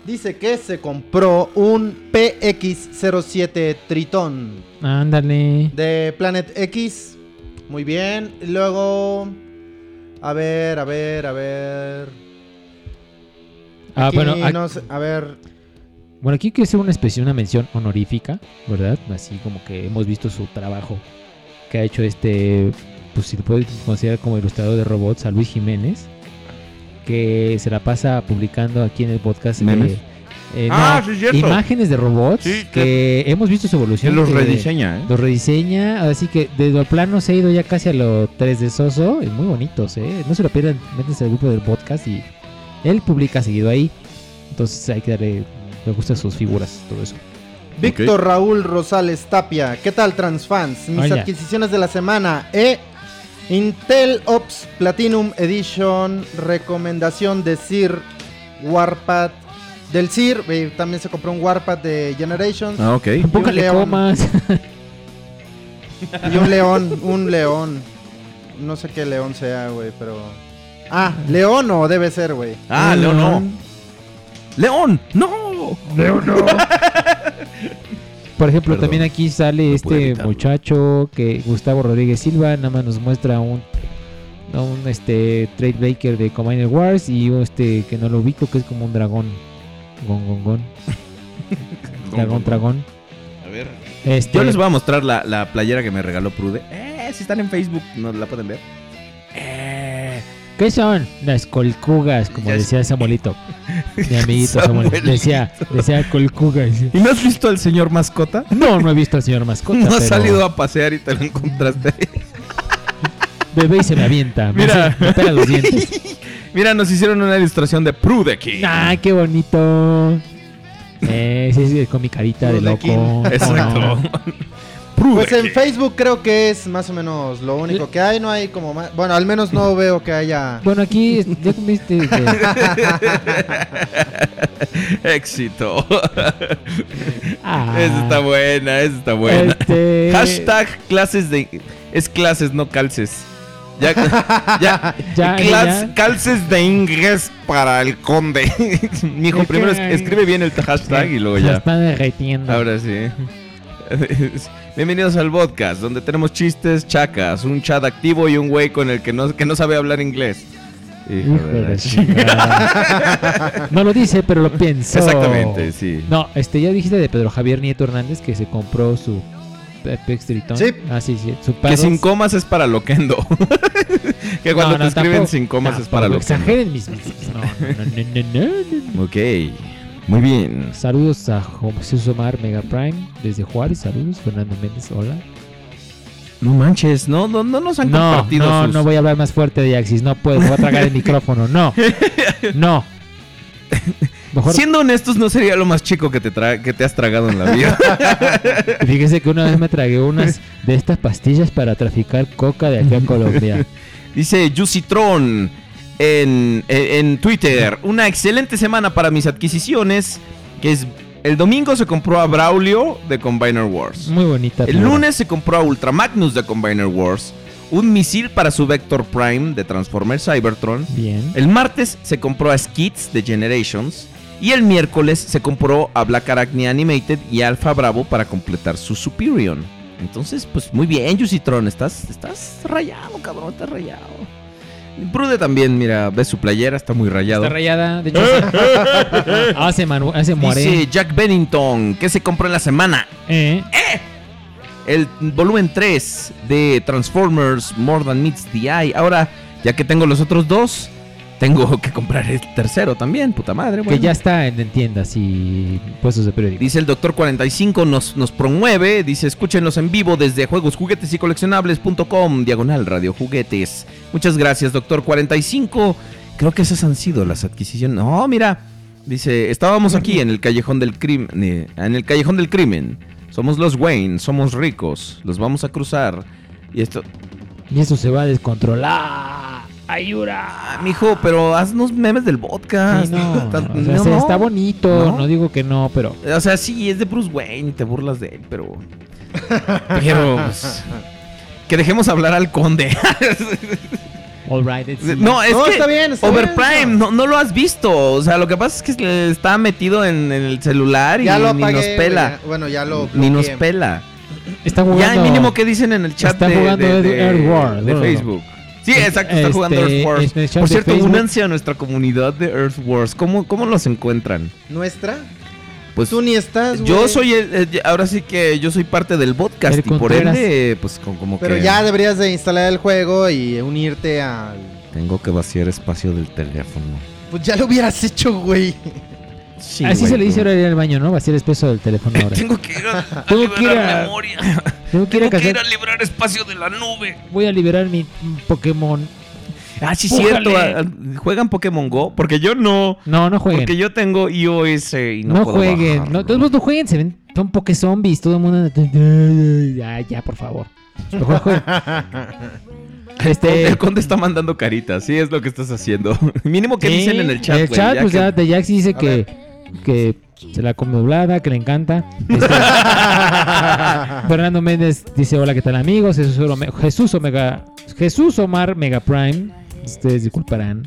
S6: dice que se compró un PX07 Tritón
S7: Ándale.
S6: de Planet X. Muy bien. Y Luego, a ver, a ver, a ver.
S7: Ah,
S6: Aquí
S7: bueno, ac-
S6: no sé- a ver.
S7: bueno, aquí quiero hacer una especie, una mención honorífica, ¿verdad? Así como que hemos visto su trabajo que ha hecho este, pues si lo puedes considerar como ilustrador de robots, a Luis Jiménez, que se la pasa publicando aquí en el podcast. de-
S2: ¿Memes?
S7: eh,
S2: Ah,
S7: no,
S2: sí, es cierto.
S7: Imágenes de robots
S2: Sí,
S7: que hemos visto su evolución. que-
S2: rediseña, ¿eh?
S7: Los rediseña, así que desde el plano se ha ido ya casi a lo 3 de Soso, y muy bonitos, ¿eh? No se lo pierdan, métanse al grupo del podcast y él publica seguido ahí. Entonces hay que darle me gusta a sus figuras, todo eso.
S6: Víctor Raúl Rosales Tapia, ¿qué tal Transfans? Mis
S7: Hola.
S6: adquisiciones de la semana. E Intel Ops Platinum Edition, recomendación de Sir Warpath. Del Sir, eh, también se compró un Warpath de Generations.
S2: Ah, ok.
S6: un
S7: Póngale
S6: león.
S7: comas.
S6: Y un león, un león. No sé qué león sea, güey, pero... Ah, león o debe ser, güey.
S2: Ah, León no. León, no.
S6: [LAUGHS]
S7: Por ejemplo,
S2: Perdón,
S7: también aquí sale
S2: no pude
S7: este
S2: evitarlo.
S7: muchacho que Gustavo Rodríguez Silva, nada más nos muestra un un este Trailbreaker de Commander Wars y un, este que no lo ubico que es como un dragón. Gon gon
S2: [LAUGHS]
S7: gon. dragón dragón.
S2: A ver.
S7: Este
S2: Yo les voy a mostrar la, la playera que me
S7: [LAUGHS]
S2: regaló Prude. Eh, si están en Facebook, ¿no la pueden ver?
S7: ¿Qué son? Las colcugas, como
S2: Ya sé.
S7: decía
S2: [LAUGHS]
S7: Samuelito. Mi amiguito Samuelito.
S2: Samuelito.
S7: Decía, decía colcugas.
S2: ¿Y no has visto al señor mascota?
S7: No, no he visto al señor mascota.
S2: [LAUGHS] No ha
S7: pero
S2: salido a pasear y te lo encontraste.
S7: Bebé y se me avienta. me
S2: Mira.
S7: hace- Me, pela los dientes.
S2: [LAUGHS] Mira, nos hicieron una ilustración de
S7: [LAUGHS]
S2: Prude aquí.
S7: ¡Ah, qué bonito! Eh, sí, sí, con mi carita de loco. ¿cómo
S2: Exacto.
S7: no?
S2: Prude
S6: Pues en
S2: King.
S6: Facebook creo que es más o menos lo único que hay, no hay como más... Bueno, al menos
S7: [LAUGHS]
S6: no veo que haya...
S7: Bueno, aquí es- ya
S6: [LAUGHS]
S7: comiste. eh,
S2: Éxito.
S7: ah,
S2: Esa está buena, esa está buena.
S7: este,
S2: Hashtag clases de. Es clases, no calces. Ya,
S7: [LAUGHS]
S2: ya,
S7: Ya,
S2: clas-
S7: ya.
S2: calces de inglés para el conde. [LAUGHS]
S7: Es
S2: Mijo,
S7: que-
S2: primero es- escribe bien el hashtag y luego
S7: Se
S2: ya.
S7: está derretiendo.
S2: Ahora sí. [LAUGHS] Bienvenidos al podcast, donde tenemos chistes, chacas, un chat activo y un güey con el que no, que no sabe hablar inglés. Hijo
S7: Hijo
S2: de
S7: de
S2: la
S7: la
S2: chingada.
S7: chingada. No lo dice, pero lo piensa.
S2: Exactamente, sí.
S7: No, este, ya dijiste de Pedro Javier Nieto Hernández que se compró su Apex Triton.
S6: Sí.
S7: Ah, sí, sí. Su
S2: Que
S7: Pados.
S2: sin comas es para loquendo. [LAUGHS] que cuando
S7: No,
S2: te
S7: no,
S2: escriben
S7: tampoco-
S2: sin comas es
S7: tampoco
S2: para loquendo.
S7: Exageren mis mis- No, no, no, no, no, no, no.
S2: Ok, muy bien.
S7: Saludos a José Omar Mega Prime desde Juárez. Saludos, Fernando Méndez. Hola.
S2: No manches, no, no, no nos han
S7: No,
S2: compartido
S7: no,
S2: sus...
S7: no voy a hablar más fuerte de Axis. No puedo, me voy a tragar
S2: [LAUGHS]
S7: el micrófono. No, no. Mejor
S2: Siendo honestos, no sería lo más chico que te, tra- que te has tragado en la vida.
S7: Fíjese que una vez me tragué unas de estas pastillas para traficar coca de aquí a Colombia.
S2: Dice Jusitron en, en, en Twitter. Una excelente semana para mis adquisiciones. Que es. El domingo se compró a Braulio de Combiner Wars.
S7: Muy bonita.
S2: El
S7: pero-
S2: lunes se compró a Ultramagnus de Combiner Wars. Un misil para su Vector Prime de Transformers Cybertron.
S7: Bien.
S2: El martes se compró a Skids de Generations. Y el miércoles se compró a Black Arachne Animated y Alpha Bravo para completar su Superior. Entonces, pues muy bien, Yusitron. Estás, estás rayado, cabrón. Estás rayado. Brude también, mira, ve su playera, está muy rayado.
S7: Está rayada. De hecho,
S2: [LAUGHS]
S7: hace- hace, manu- hace muere.
S2: Dice Jack Bennington, ¿qué se compró en la semana?
S7: Eh,
S2: el volumen 3 de Transformers More Than Meets the Eye. Ahora, ya que tengo los otros dos, tengo [LAUGHS] que comprar el tercero también, puta madre.
S7: que
S2: bueno.
S7: ya está en, en tiendas y puestos de periódico.
S2: Dice el Doctor 45, nos, nos promueve, dice, escúchenos en vivo desde juegos, juguetes y coleccionables.com, diagonal radio juguetes. Muchas gracias, Doctor 45. Creo que esas han sido las adquisiciones. No, mira, dice, estábamos aquí en el callejón del crimen, eh, en el callejón del crimen. Somos los Wayne, somos ricos, los vamos a cruzar. Y esto,
S7: Y eso se va a descontrolar. ¡Ayura!
S2: Ah, mijo, pero haznos memes del podcast.
S7: Sí,
S2: [LAUGHS]
S7: no,
S2: Tan-
S7: o sea,
S2: no,
S7: se-
S2: no.
S7: Está bonito.
S2: No.
S7: ¿No? digo que no, pero.
S2: O sea, sí, es de Bruce Wayne y te burlas de él, pero. Pero. pues, que dejemos hablar al conde.
S7: [LAUGHS] All right, it's-
S2: no, es
S6: No,
S2: que.
S6: está bien, está
S2: Overprime,
S6: bien.
S2: no, no lo has visto. O sea, lo que pasa es que le está metido en, en el celular y
S6: Ya lo
S2: ni
S6: apagué,
S2: nos
S6: güey,
S2: pela.
S6: ya- bueno, ya lo
S2: Ni nos
S6: bloqueé.
S2: pela.
S7: Está
S2: Ya,
S7: jugando.
S2: mínimo que dicen en el chat
S7: Está
S2: de, de-
S7: jugando
S2: de,
S7: Earth Wars,
S2: de
S7: ¿no?
S2: Facebook. Sí, exacto, está
S7: Este,
S2: jugando Earth Wars.
S7: en el chat
S2: Por
S7: de
S2: cierto,
S7: Facebook.
S2: únanse a nuestra comunidad de Earth Wars. ¿Cómo, cómo los encuentran?
S6: ¿Nuestra?
S2: Pues
S6: Tú ni estás, güey.
S2: Yo soy el, el- ahora sí que yo soy parte del podcast
S7: El
S2: y por
S7: Contreras.
S2: ende, pues con- como
S6: Pero
S2: que
S6: ya deberías de instalar el juego y unirte al...
S2: tengo que vaciar espacio del teléfono.
S6: Pues ya lo hubieras hecho, güey.
S2: Sí,
S7: Así
S2: güey,
S7: se le dice
S2: pero-
S7: ahora ir al baño, ¿no? Vaciar el peso del teléfono ahora.
S8: Tengo que ir a, a
S7: [LAUGHS] Tengo que ir
S8: liberar
S7: a-
S8: memoria.
S7: Tengo que ir
S8: Tengo que
S7: a cazar-
S8: ir a liberar espacio de la nube.
S6: [LAUGHS]
S7: Voy a liberar mi mm, Pokémon.
S2: Ah, sí
S7: Pújale.
S2: cierto, ah, ah, juegan Pokémon Go porque yo no,
S7: No, no jueguen.
S2: porque yo tengo iOS y no,
S7: no
S2: puedo
S7: jueguen.
S2: bajarlo.
S7: No, todos no jueguen. Se ven, son Pokézombies. Todo el mundo. Ya, ya, por favor. Mejor
S2: [LAUGHS]
S7: jueguen.
S2: El
S7: Este.
S2: conde está mandando caritas, sí es lo que estás haciendo. [LAUGHS] Mínimo que
S7: sí,
S2: dicen en el chat,
S7: el
S2: güey,
S7: chat,
S2: ya
S7: pues
S2: que-
S7: ya, de Jax dice
S6: A
S2: [LAUGHS]
S7: que, que se la come doblada, que le encanta. Este, [LAUGHS] Fernando Méndez dice: Hola, ¿qué tal, amigos? Jesús Ome- Jesús Omega. Jesús Omar Mega Prime. Ustedes disculparán.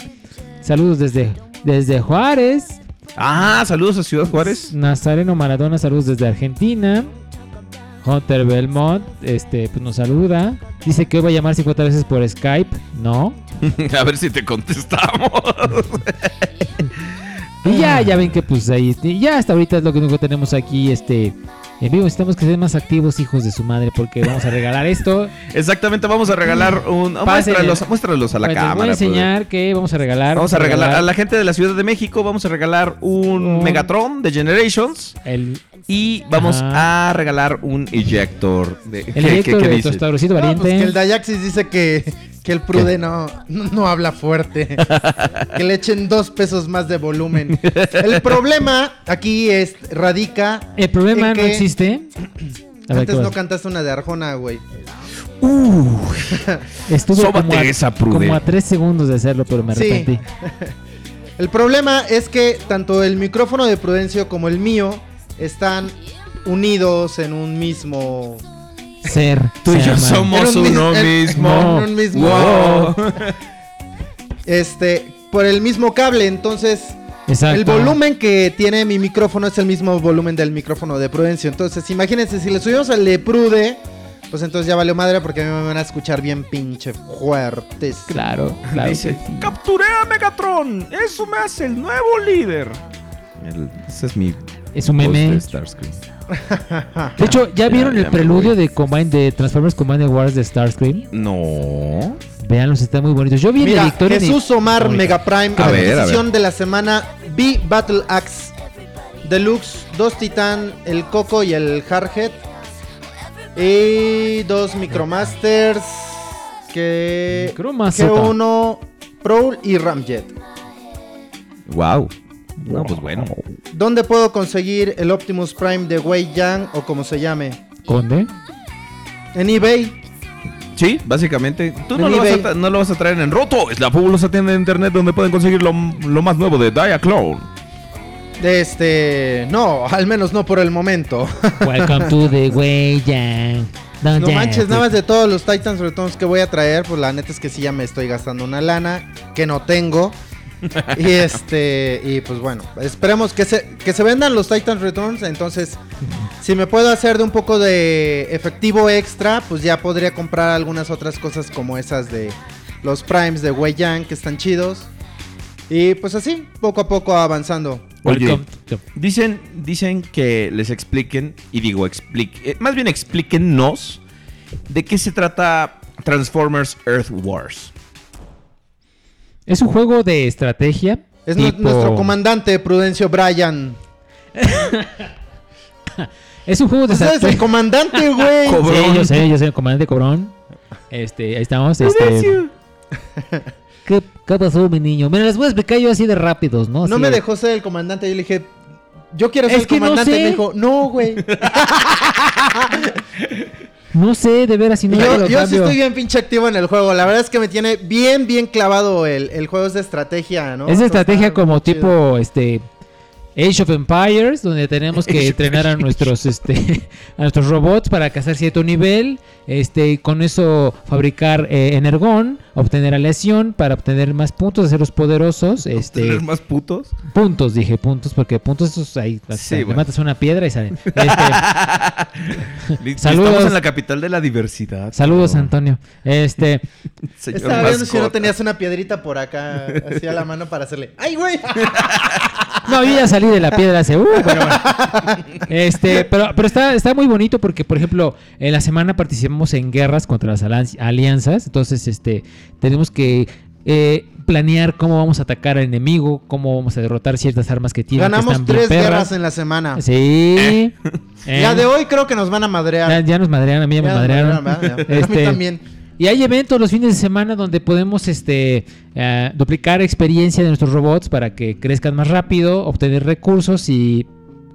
S7: Saludos desde, desde Juárez.
S2: Ah, saludos a Ciudad Juárez.
S7: Nazareno Maradona, saludos desde Argentina. Hunter Belmont, este, pues nos saluda. Dice que hoy va a llamar 50 veces por Skype. No.
S2: a ver si te contestamos.
S7: [LAUGHS] Y ya, ya ven que pues ahí, y ya hasta ahorita es lo que único que tenemos aquí, este, en vivo. Necesitamos que sean más activos, hijos de su madre, porque vamos a
S6: [LAUGHS]
S7: regalar esto.
S2: Exactamente, vamos a regalar un. ah,
S7: Pásenle.
S2: Muéstralos, muéstralos a la
S7: Pues, les voy a
S2: cámara. brother.
S7: enseñar que vamos a regalar.
S2: Vamos a regalar a la gente de la Ciudad de México, vamos a regalar un
S7: Un-
S2: Megatron de Generations
S7: el,
S2: y vamos
S7: Ajá.
S2: a regalar un ejector. De,
S7: el director de Tostadorcito
S6: No, pues
S7: Valiente.
S6: que el Dayaxis dice que, que el Prude no, no, no habla
S7: [LAUGHS]
S6: fuerte. que le echen dos pesos más de volumen. El problema aquí es, radica.
S7: el problema
S6: en
S7: no
S6: que
S7: existe. A ver, ¿qué
S6: Antes
S7: vas?
S6: no cantaste una de Arjona, güey.
S7: Estuve
S2: Sóbate
S7: como a,
S2: esa, Prude.
S7: como a tres segundos de hacerlo, pero me
S6: Sí.
S7: arrepentí.
S6: [LAUGHS] El problema es que tanto el micrófono de Prudencio como el mío están unidos en un mismo.
S7: Ser.
S2: Tú y
S7: ser
S2: yo
S7: humano.
S2: somos
S6: Era un mis-
S2: uno
S6: era-
S2: mismo.
S6: era [LAUGHS] un mismo.
S2: Wow.
S6: Este, por el mismo cable. Entonces,
S7: Exacto.
S6: El volumen que tiene mi micrófono es el mismo volumen del micrófono de Prudencio. Entonces, imagínense, si le subimos al de Prude, pues entonces ya valió madre porque a mí me van a escuchar bien pinche fuertes.
S7: Claro, claro.
S2: Dice,
S7: que sí.
S2: capturé a Megatron, eso me hace el nuevo líder. El- ese es mi
S7: Es un
S2: post
S7: meme.
S2: de Starscream.
S7: De hecho, ¿ya
S2: Ya,
S7: vieron
S2: ya
S7: el
S2: me
S7: preludio
S2: voy.
S7: de Combine de Transformers Combine Wars de Starscream?
S2: No.
S7: Veanlos, están muy bonitos. Yo vi el
S6: Mira,
S7: editor en-
S6: Jesús Omar
S7: Oiga.
S6: Mega Prime,
S2: A ver, a
S6: adquisición de la semana B Battle Axe Deluxe, dos Titán, el Coco y el Hardhead. Y dos Micromasters que
S7: Micromastota.
S6: G1 Prowl y Ramjet.
S2: Wow. No, pues bueno.
S6: ¿Dónde puedo conseguir el Optimus Prime de Wei Yang o como se llame?
S7: Conde.
S6: En eBay.
S2: Sí, básicamente. Tú no
S6: En
S2: lo, vas a
S6: eBay.
S2: tra- no lo vas a traer en roto. Es la fabulosa tienda de internet donde pueden conseguir lo, lo más nuevo de Diaclone.
S6: Este. No, al menos no por el momento.
S7: Welcome to the way, ya.
S6: No manches, nada más de todos los Titans Returns que voy a traer, pues la neta es que sí ya me estoy gastando una lana que no
S7: [LAUGHS]
S6: tengo. y este, y pues bueno, esperemos que se, que se vendan los Titans Returns. Entonces, si me puedo hacer de un poco de efectivo extra, pues ya podría comprar algunas otras cosas como esas de los Primes de Wei Yang que están chidos. Y pues así, poco a poco avanzando.
S7: Welcome. to-
S2: Dicen, dicen que les expliquen, y digo explique, eh, más bien explíquennos de qué se trata Transformers
S7: [LAUGHS]
S2: Earth Wars.
S7: Es un juego de estrategia.
S6: Es nu-
S7: tipo-
S6: nuestro comandante Prudencio Bryan.
S7: [LAUGHS] Es un juego de
S6: Tú sabes, el
S7: estrategia.
S6: comandante,
S7: Ah, [LAUGHS]
S6: güey.
S7: Sí, yo sé, yo sé, comandante Cobrón. Este, ahí estamos. Este... ¿Qué, qué pasó, mi niño? Mira, les voy a explicar yo así de rápidos, ¿no?
S6: No
S7: Así
S6: me
S7: de-
S6: dejó ser el comandante. Yo le dije, yo quiero ser
S7: Es
S6: el
S7: que no
S6: comandante.
S7: sé.
S6: Me dijo, no,
S7: [LAUGHS]
S6: güey.
S7: No sé, de veras, si no
S6: Y
S7: te
S6: yo
S7: lo
S6: yo sí
S7: cambio.
S6: estoy bien pinche activo en el juego. La verdad es que me tiene bien, bien clavado el, el juego. Es de estrategia, ¿no?
S7: Es de estrategia
S6: Está muy
S7: como
S6: chido.
S7: tipo, este... Age of Empires, donde tenemos
S2: [LAUGHS]
S7: que entrenar a nuestros, este, [LAUGHS] a nuestros robots para cazar cierto nivel, este, y con eso fabricar eh, energón, obtener aleación para obtener más puntos, hacerlos poderosos, este,
S2: ¿Tener más putos?
S7: Puntos, dije puntos, porque puntos esos ahí. o
S2: Sí,
S7: sea, le
S2: bueno.
S7: matas una piedra y
S2: [LAUGHS]
S7: salen. Este, Saludos.
S2: Estamos en la capital de la diversidad.
S7: saludos,
S2: Perdón,
S7: Antonio. Este,
S2: [LAUGHS] señor
S6: Estaba viendo si no
S2: mascota.
S6: tenías una piedrita por acá, así a la mano para hacerle. ¡Ay,
S7: [LAUGHS]
S6: güey!
S7: no, yo ya salí de la piedra hace. uh, pero bueno. Este, pero, pero está, está muy bonito porque, por ejemplo, en la semana participamos en guerras contra las alan- alianzas. Entonces, este, tenemos que eh, planear cómo vamos a atacar al enemigo, cómo vamos a derrotar ciertas armas que tienen. que
S6: Ganamos
S7: están bien
S6: tres
S7: perras.
S6: guerras en la semana.
S7: Sí.
S6: La
S7: Eh,
S6: de hoy creo que nos van a madrear.
S7: ya, ya nos madrearon, a mí ya, me
S6: Ya nos
S7: madrearon.
S6: madrearon, ¿verdad? A
S7: Este,
S6: mí también.
S7: Y hay eventos los fines de semana donde podemos este, eh, duplicar experiencia de nuestros robots para que crezcan más rápido, obtener recursos y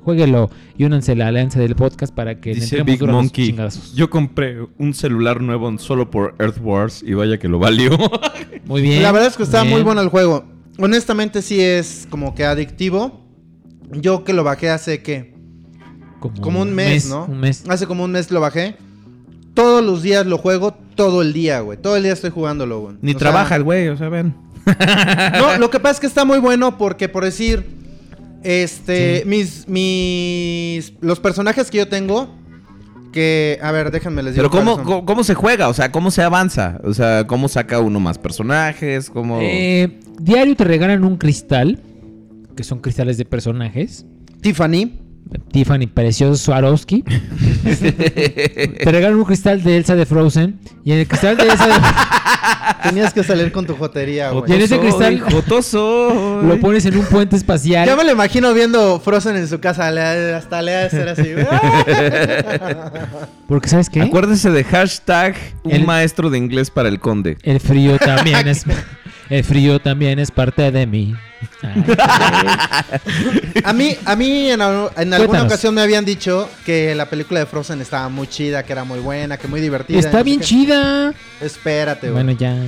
S7: jueguelo y únanse a la alianza del podcast para que le
S2: Dice
S7: entremos
S2: Big
S7: duro a los
S2: Monkey.
S7: chingadazos.
S2: Yo compré un celular nuevo solo por Earth Wars y vaya que lo valió.
S7: Muy bien.
S6: La verdad es que está muy
S7: bien.
S6: bueno el juego. Honestamente, sí es como que adictivo. Yo que lo bajé hace que. Como un mes, ¿no?
S7: Un mes.
S6: Hace como un mes lo bajé. Todos los días lo juego, todo el día, güey. Todo el día estoy jugándolo, güey.
S2: Ni
S6: O sea,
S2: trabaja el güey, o sea, ven.
S6: [LAUGHS] no, lo que pasa es que está muy bueno porque, por decir, este, mis, mis, los personajes que yo tengo, que, a ver, déjenme les digo.
S2: Pero ¿cómo,
S6: cuáles son.
S2: cómo- cómo se juega? O sea, ¿cómo se avanza? O sea, ¿cómo saca uno más personajes? ¿Cómo...?
S7: Eh, diario te regalan un cristal, que son cristales de personajes.
S6: Tiffany.
S7: Tiffany
S6: [LAUGHS]
S7: Precioso Swarovski. te regalan un cristal de Elsa de Frozen. Y en el cristal de Elsa de
S6: [LAUGHS] Tenías que salir con tu
S7: [LAUGHS]
S6: jotería,
S7: Y en
S6: güey.
S7: ese cristal-
S2: Jotoso.
S7: [LAUGHS] lo pones en un puente espacial.
S6: Ya me lo imagino viendo Frozen en su casa, le- hasta le ha de ser así.
S7: [LAUGHS]
S2: [LAUGHS]
S7: Porque ¿sabes qué?
S2: Acuérdese de hashtag un
S7: El-
S2: maestro de inglés para el conde.
S7: El frío también es [LAUGHS] el frío también es parte de mí.
S6: [LAUGHS]
S7: Ay,
S6: A mí, a mí en, al- en alguna
S7: Cuéntanos.
S6: ocasión me habían dicho que la película de Frozen estaba muy chida, que era muy buena, que muy divertida.
S7: está bien
S6: chido.
S7: chida.
S6: Espérate, güey.
S7: Bueno, ya, ya.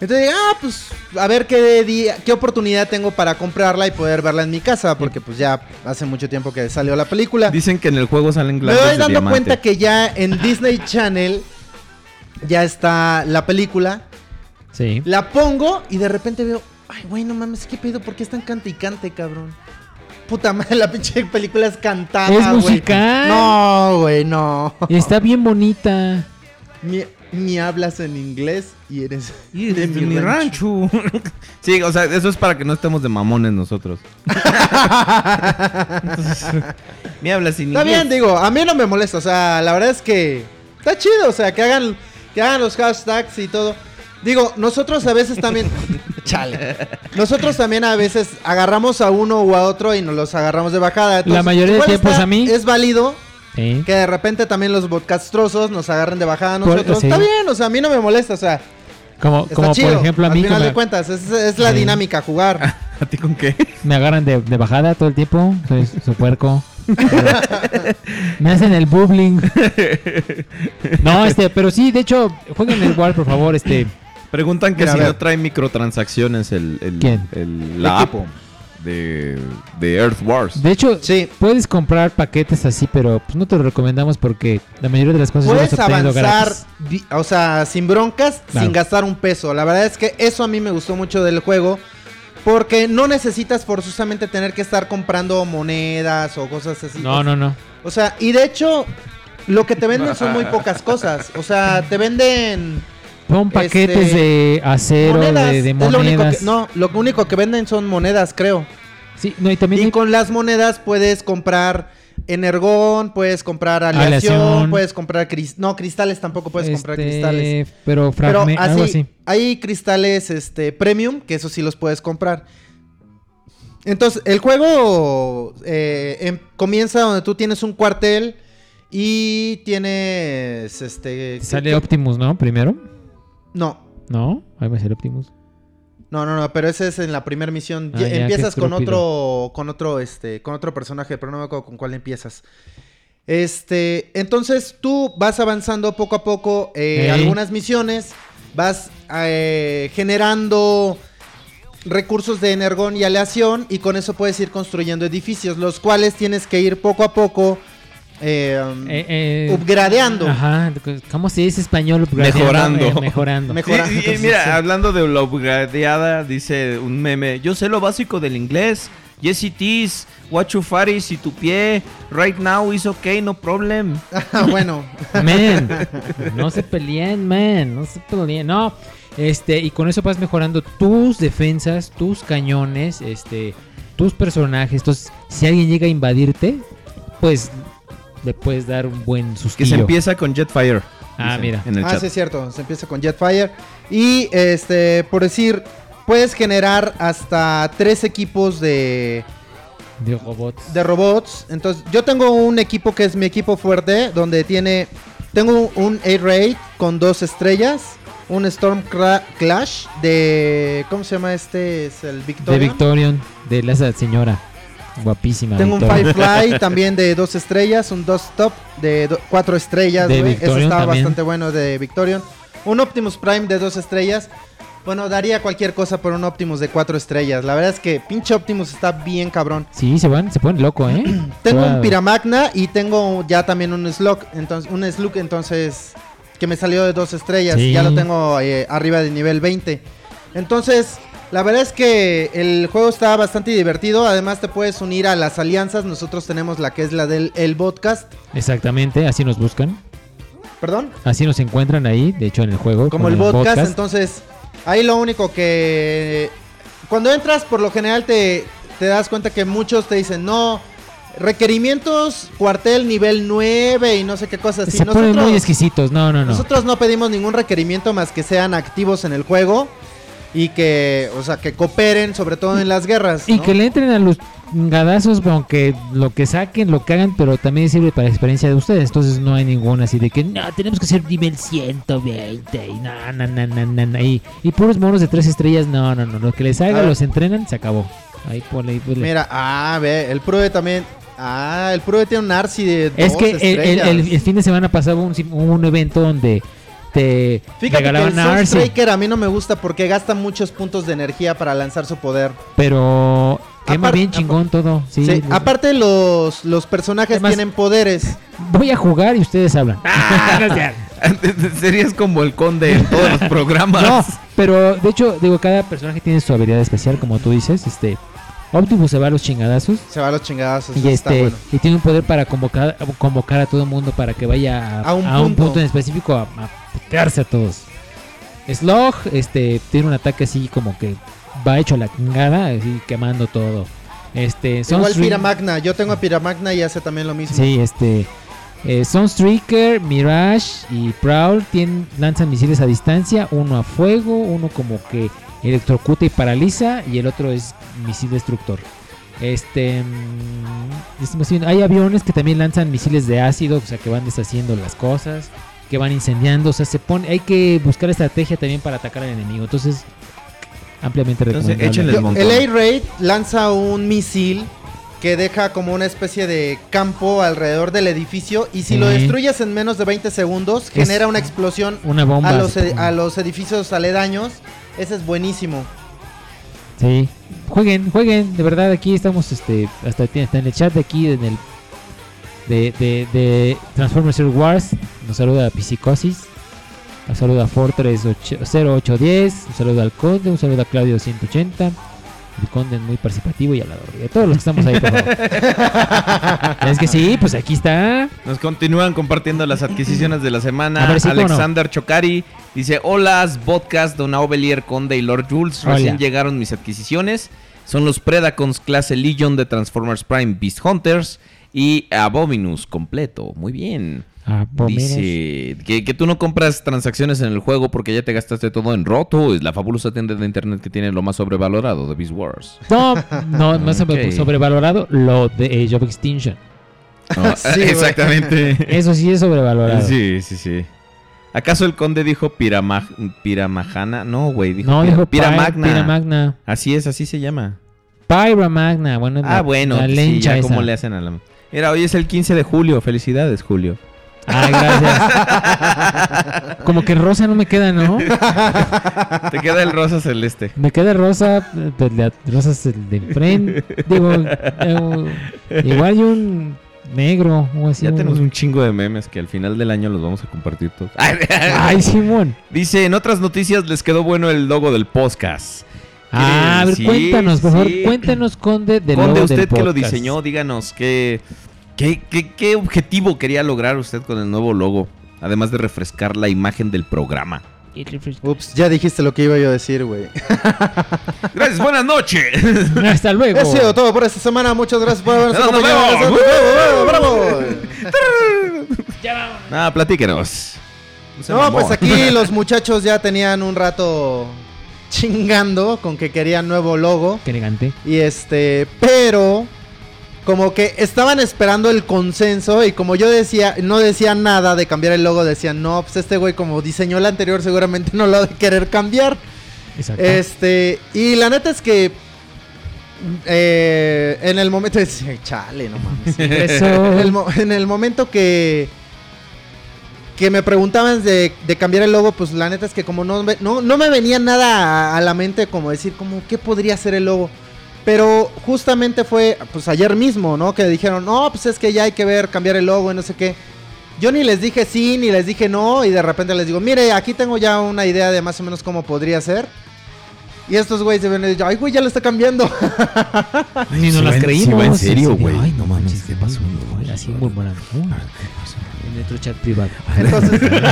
S6: Entonces dije, ah, pues a ver qué día, qué oportunidad tengo para comprarla y poder verla en mi casa, porque pues ya hace mucho tiempo que salió la película.
S2: [LAUGHS] Dicen que en el juego salen
S6: Me
S2: glandes
S6: voy
S2: de
S6: dando
S2: diamante.
S6: cuenta que ya en Disney Channel ya está la película.
S7: Sí.
S6: La pongo y de repente veo, ah, Ay, güey, no mames, ¿qué pedo? ¿Por qué es tan cante y cante, cabrón? Puta madre, [LAUGHS] la pinche película es cantada,
S7: Es
S6: güey.
S7: musical.
S6: Ah, No, güey, no.
S7: Y está bien bonita.
S6: Ni, ni hablas en inglés y eres de mi rancho.
S2: rancho.
S6: [LAUGHS]
S2: sí, o sea, eso es para que no estemos de mamones nosotros. Me hablas sin
S6: Está bien, digo, a mí no me molesta, o sea, la verdad es que está chido, o sea, que hagan, que hagan los hashtags y todo. Digo, nosotros a veces también, chale, nosotros también a veces agarramos a uno o a otro y nos los agarramos de bajada. Entonces,
S7: mayoría de
S6: igual
S7: tiempos a mí-
S6: Es válido
S7: Sí.
S6: que de repente también los podcastrosos nos agarren de bajada a
S7: Por-
S6: nosotros.
S7: sí.
S6: Está bien, o sea, a mí no me molesta, o sea,
S7: Como,
S6: está
S7: como
S6: chido.
S7: por ejemplo a
S6: Al
S7: mí que
S6: final
S7: me,
S6: de cuentas, es, es la
S7: Sí.
S6: dinámica jugar.
S2: ¿A ti con qué?
S7: [LAUGHS] me agarran de, de bajada todo el tiempo. Soy
S6: [LAUGHS]
S7: su puerco. me hacen el bubbling. No, este, pero sí, de hecho, jueguen el War, por favor, este.
S2: Preguntan que
S6: Mira,
S2: si
S6: a ver.
S2: no trae microtransacciones el, el,
S7: ¿Quién?
S2: el- la app de, de Earth Wars.
S7: De hecho,
S6: Sí.
S7: puedes comprar paquetes así, pero pues, no te lo recomendamos porque la mayoría de las cosas las
S6: Puedes
S7: obteniendo
S6: avanzar,
S7: gratis.
S6: di- o sea, sin broncas,
S7: Claro.
S6: sin gastar un peso. La verdad es que eso a mí me gustó mucho del juego. Porque no necesitas forzosamente tener que estar comprando monedas o cosas así.
S7: No, no, no.
S6: O sea, y de hecho, lo que te venden
S7: [LAUGHS]
S6: son muy pocas cosas. O sea, te venden
S7: Son paquetes
S6: Este,
S7: de acero,
S6: monedas.
S7: de, de
S6: es lo único
S7: monedas.
S6: que- no, lo único que venden son monedas, creo.
S7: Sí, no, y
S6: Y
S7: también
S6: con las monedas puedes comprar energón, puedes comprar aleación,
S7: Aleación. Este,
S6: puedes comprar cris- no cristales tampoco puedes comprar cristales.
S7: Pero,
S6: Pero
S7: fragme-
S6: así,
S7: algo así.
S6: hay cristales este premium que eso sí los puedes comprar. Entonces, el juego eh, em- comienza donde tú tienes un cuartel y tienes este
S7: Sale Optimus, ¿no? Primero.
S6: No.
S7: No, ahí me sale Optimus.
S6: No, no, no, pero ese es en la primera misión.
S7: Ah,
S6: Ya-
S7: ya, qué
S6: empiezas con
S7: estúpido.
S6: otro, con otro, este, con otro personaje, pero no me acuerdo con cuál empiezas. Este, entonces tú vas avanzando poco a poco eh,
S7: Ey.
S6: algunas misiones, vas eh, generando recursos de energón y aleación y con eso puedes ir construyendo edificios, los cuales tienes que ir poco a poco eh,
S7: Eh, eh,
S6: upgradeando.
S7: Ajá, ¿cómo se dice español? Upgradeando,
S2: Mejorando.
S7: eh, mejorando.
S6: Mejor-
S2: Sí,
S6: Mejorando,
S2: y- y mira, hablando de la upgradeada, dice un meme. Yo sé lo básico del inglés. Yes it is. What you far is, y tu pie. Right now is okay, no
S6: [LAUGHS]
S2: problem.
S6: Ah, bueno,
S7: Man, no se peleen, man, no se peleen, no. Este, y con eso vas mejorando tus defensas, tus cañones, este, tus personajes. Entonces, si alguien llega a invadirte, pues le puedes dar un buen
S2: Que
S7: sustillo.
S2: se empieza con Jetfire.
S7: Ah,
S2: dicen
S7: mira.
S2: En el
S6: ah,
S2: chat.
S6: sí, es cierto. Se empieza con Jetfire. Y este, por decir, puedes generar hasta tres equipos de,
S7: De robots.
S6: de robots. Entonces, yo tengo un equipo que es mi equipo fuerte, donde tiene. Tengo un A-Raid con dos estrellas. Un Storm Cra- Clash de. ¿Cómo se llama este? Es el
S7: De
S6: Victoria.
S7: Victorion, de la esa señora. Guapísima.
S6: Tengo un
S7: Victorion. [LAUGHS]
S6: Firefly también de dos estrellas, un Dust Top de do- cuatro estrellas,
S7: De
S6: güey. Eso
S7: Victorion
S6: estaba
S7: también.
S6: bastante bueno de Victorion. Un Optimus Prime de dos estrellas. Bueno, daría cualquier cosa por un Optimus de cuatro estrellas. La verdad es que pinche Optimus está bien cabrón.
S7: Sí, se van, se ponen loco, ¿eh?
S6: [CLEARS THROAT] Tengo
S7: Wow.
S6: un Piramagna y tengo ya también un Slug, entonces un Slug entonces que me salió de dos estrellas,
S7: Sí.
S6: ya lo tengo eh, arriba de nivel 20. Entonces, la verdad es que el juego está bastante divertido, además te puedes unir a las alianzas, nosotros tenemos la que es la del el podcast,
S7: Exactamente, así nos buscan.
S6: perdón,
S7: Así nos encuentran ahí, de hecho en el juego.
S6: como
S7: con
S6: el, podcast,
S7: podcast.
S6: entonces ahí lo único que cuando entras por lo general te, te das cuenta que muchos te dicen no requerimientos cuartel nivel 9 y no sé qué cosas así
S7: se ponen muy exquisitos, no, no, no.
S6: nosotros no pedimos ningún requerimiento más que sean activos en el juego y que o sea que cooperen sobre todo en las guerras
S7: Y
S6: ¿no?
S7: que le entren a los gadazos, aunque lo que saquen, lo que hagan, pero también sirve para la experiencia de ustedes. Entonces no hay ninguna así de que, no, tenemos que ser nivel 120 y no, no, no, no, no, no", Y, y puros monos de tres estrellas, no, no, no. Lo que les
S6: A
S7: haga,
S6: ver.
S7: los entrenan, se acabó. Ahí ponle, ahí ponle.
S6: mira ah ve el prue también ah el prue tiene un arsi de
S7: es
S6: dos
S7: que el, el-
S6: estrellas.
S7: el- el fin de semana pasado hubo un, sim- hubo un evento donde te
S6: Fíjate que el
S7: regalaban a Arce,
S6: Sunstriker a mí no me gusta porque gasta muchos puntos de energía para lanzar su poder.
S7: pero quema
S6: Aparte-
S7: bien chingón todo. Sí,
S6: Sí,
S7: lo-
S6: Aparte los, los personajes
S7: Además-
S6: tienen poderes. Ah,
S2: [LAUGHS]
S7: voy a jugar y ustedes hablan.
S2: Serías como el conde en todos
S7: [LAUGHS]
S2: los programas.
S7: No, pero de hecho, digo, cada personaje tiene su habilidad especial, como tú dices. Este, Optimus se va a los chingadazos.
S6: Se va a los chingados.
S7: Y, este, y tiene un poder para convocar, convocar a todo el mundo para que vaya a,
S6: A un
S7: a un
S6: punto.
S7: punto en específico a, a putearse a todos. Slog este, tiene un ataque así como que va hecho a la chingada, así quemando todo. Este,
S6: Igual
S7: Sunstreak-
S6: Piramagna. Yo tengo a Piramagna y hace también lo mismo.
S7: Sí, este. Eh, Sunstreaker, Mirage y Prowl tienen, lanzan misiles a distancia, uno a fuego, uno como que electrocuta y paraliza, y el otro es misil destructor. Este, mm, estamos viendo- hay aviones que también lanzan misiles de ácido, o sea que van deshaciendo las cosas, que van incendiando, o sea se pone, hay que buscar estrategia también para atacar al enemigo, entonces ampliamente
S2: Entonces,
S7: recomendable.
S2: échenle
S6: Yo-
S2: el montón.
S6: el A-Raid lanza un misil que deja como una especie de campo alrededor del edificio y si lo
S7: Sí.
S6: destruyes en menos de 20 segundos genera una explosión
S7: una bomba.
S6: a los,
S7: así
S6: ed- a los edificios aledaños. Ese es buenísimo.
S7: Sí. Jueguen, jueguen, de verdad aquí estamos este hasta tiene- está en el chat de aquí en el de, de, de Transformers Air Wars, nos saluda Psicosis, nos saluda Fortress 8- 0810, un saludo al Conde, un saludo a Claudio 180. El Conde es muy participativo y hablador. Y a todos los que estamos ahí, por favor.
S2: [LAUGHS]
S7: es que sí, pues aquí está.
S2: Nos continúan compartiendo las adquisiciones de la semana.
S7: A ver, ¿sí, cómo no?
S2: Alexander Chocari dice: Hola, podcast Don Aubelier, Conde y Lord Jules. Recién
S7: Hola.
S2: llegaron mis adquisiciones. Son los Predacons clase Legion de Transformers Prime Beast Hunters y Abominus completo. Muy bien.
S7: Ah, pues, miren.
S2: Dice que, que tú no compras transacciones en el juego porque ya te gastaste todo en roto. Es la fabulosa tienda de internet que tiene lo más sobrevalorado de Beast
S7: [LAUGHS]
S2: Wars.
S7: No, no, no es sobre-
S2: Ok.
S7: sobrevalorado lo de Age of Extinction.
S2: [LAUGHS]
S6: Sí, güey.
S2: exactamente.
S7: Eso sí es sobrevalorado.
S2: Sí, sí, sí. ¿Acaso el conde dijo piramaj piramajana? No, güey, dijo,
S7: no,
S2: pira-
S7: dijo
S2: piramagna.
S7: Pyra- Piramagna.
S2: Así es, así se llama.
S7: Pyramagna, bueno,
S2: Ah,
S7: la-
S2: bueno,
S7: la
S2: sí,
S7: lencha
S2: ya
S7: esa.
S2: como le hacen a [LAUGHS] la... Mira, hoy es el 15 de julio. Felicidades, Julio.
S7: Ah, gracias. [LAUGHS] como que rosa no me queda, ¿no?
S2: [LAUGHS] Te queda el rosa celeste.
S7: Me queda rosa, pues, la rosa es el de enfrente. Digo, eh, igual y un negro o así.
S2: Ya
S7: un-
S2: tenemos un chingo de memes que al final del año los vamos a compartir todos.
S7: Ay, Simón.
S2: Dice, en otras noticias les quedó bueno el logo del podcast.
S7: Ah, a ver,
S2: Sí,
S7: cuéntanos, por favor,
S2: sí.
S7: cuéntanos, Conde, del
S2: Conde,
S7: logo del
S2: usted que lo
S7: podcast.
S2: diseñó, díganos qué, qué, qué- qué objetivo quería lograr usted con el nuevo logo, además de refrescar la imagen del programa.
S6: Ups, ya dijiste lo que iba yo a decir, güey.
S2: Gracias,
S7: [LAUGHS]
S2: buenas noches.
S7: Hasta luego.
S6: Ha sido todo por esta semana. Muchas gracias por habernos
S2: Nos
S6: acompañado.
S2: vemos.
S6: ¡Bravo, bravo, bravo!
S2: Nada, platíquenos. se
S6: No,
S2: mamó.
S6: pues
S2: [LAUGHS]
S6: aquí los muchachos ya tenían un rato chingando con que querían nuevo logo.
S7: Qué elegante.
S6: Y este, pero como que estaban esperando el consenso y como yo decía, no decía nada de cambiar el logo, decían, no, pues este güey como diseñó el anterior seguramente no lo ha de querer cambiar.
S7: Exacto.
S6: Este, y la neta es que eh, en el momento, [LAUGHS] es- chale, no mames. En el,
S7: [LAUGHS] Eso.
S6: mo- en el momento que que me preguntaban de, de cambiar el logo, pues la neta es que como no me, no, no me venía nada a, a la mente como decir como qué podría ser el logo. Pero justamente fue pues ayer mismo, ¿no? Que dijeron, no, pues es que ya hay que ver, cambiar el logo y no sé qué. Yo ni les dije sí, ni les dije no, y de repente les digo, mire, aquí tengo ya una idea de más o menos cómo podría ser. Y estos güeyes se ven y dicen, ay, güey, ya lo está cambiando. [LAUGHS]
S7: Ni nos las creímos.
S2: va en
S7: Sí,
S2: serio,
S7: sí, de,
S2: güey.
S7: Ay, no
S2: No mames,
S7: manches,
S2: ¿qué
S7: no,
S2: pasó?
S7: güey, Así murmurando. ¿no? En nuestro chat [LAUGHS] privado.
S6: Entonces, pero,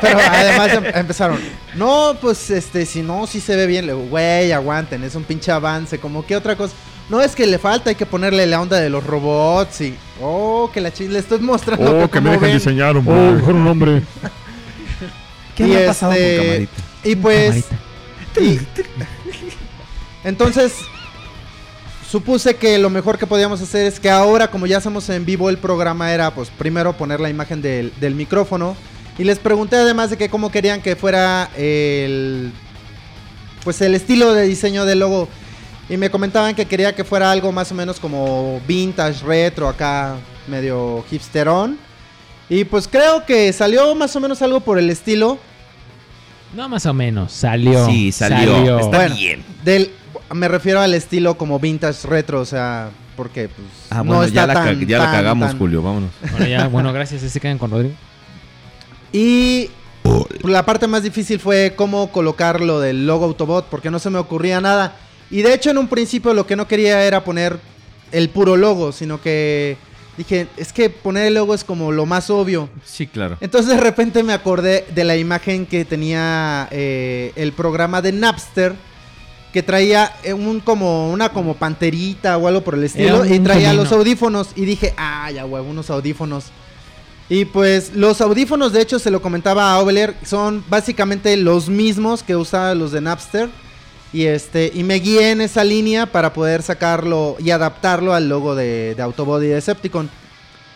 S6: pero además em- empezaron. No, pues este, si no, si se ve bien. Le digo, güey, aguanten, es un pinche avance. Como que otra cosa. No, es que le falta, hay que ponerle la onda de los robots y. Oh, que la chis, le estoy
S1: Oh,
S6: mostrando. Oh, que cómo ven.
S2: Oh, [LAUGHS] ¿Qué
S6: Y
S2: ha pasado con
S6: este,
S2: Camarita?
S6: Y pues.
S7: Camarita.
S6: y- [LAUGHS] entonces. Supuse que lo mejor que podíamos hacer es que ahora, como ya hacemos en vivo el programa, era pues primero poner la imagen del, del micrófono. Y les pregunté además de que cómo querían que fuera el. Pues el estilo de diseño del logo. Y me comentaban que quería que fuera algo más o menos como vintage, retro, acá medio hipsterón. Y pues creo que salió más o menos algo por el estilo.
S7: No, más o menos. Salió.
S2: Sí, salió. Está
S6: Bueno.
S2: bien.
S6: Del, me refiero al estilo como vintage retro, o sea, porque pues
S2: Ah,
S6: no
S2: bueno, ya,
S6: está
S2: la, ca-
S6: tan,
S2: ya la
S6: tan,
S2: cagamos,
S6: tan-
S2: Julio, vámonos.
S7: Bueno, ya, bueno, gracias. ahí Se quedan con Rodrigo.
S6: Y la parte más difícil fue cómo colocar lo del logo Autobot, porque no se me ocurría nada. Y de hecho en un principio lo que no quería era poner el puro logo, sino que dije, es que poner el logo es como lo más obvio.
S2: Sí, claro.
S6: Entonces de repente me acordé de la imagen que tenía eh, el programa de Napster. Que traía eh, un como una como panterita o algo por el estilo.
S7: un
S6: Y traía
S7: felino.
S6: los audífonos. Y dije, ah, ya huevo, unos audífonos. Y pues los audífonos, de hecho, se lo comentaba a Oveler, son básicamente los mismos que usaban los de Napster. Y este, y me guié en esa línea para poder sacarlo y adaptarlo al logo de, de Autobot y Decepticon.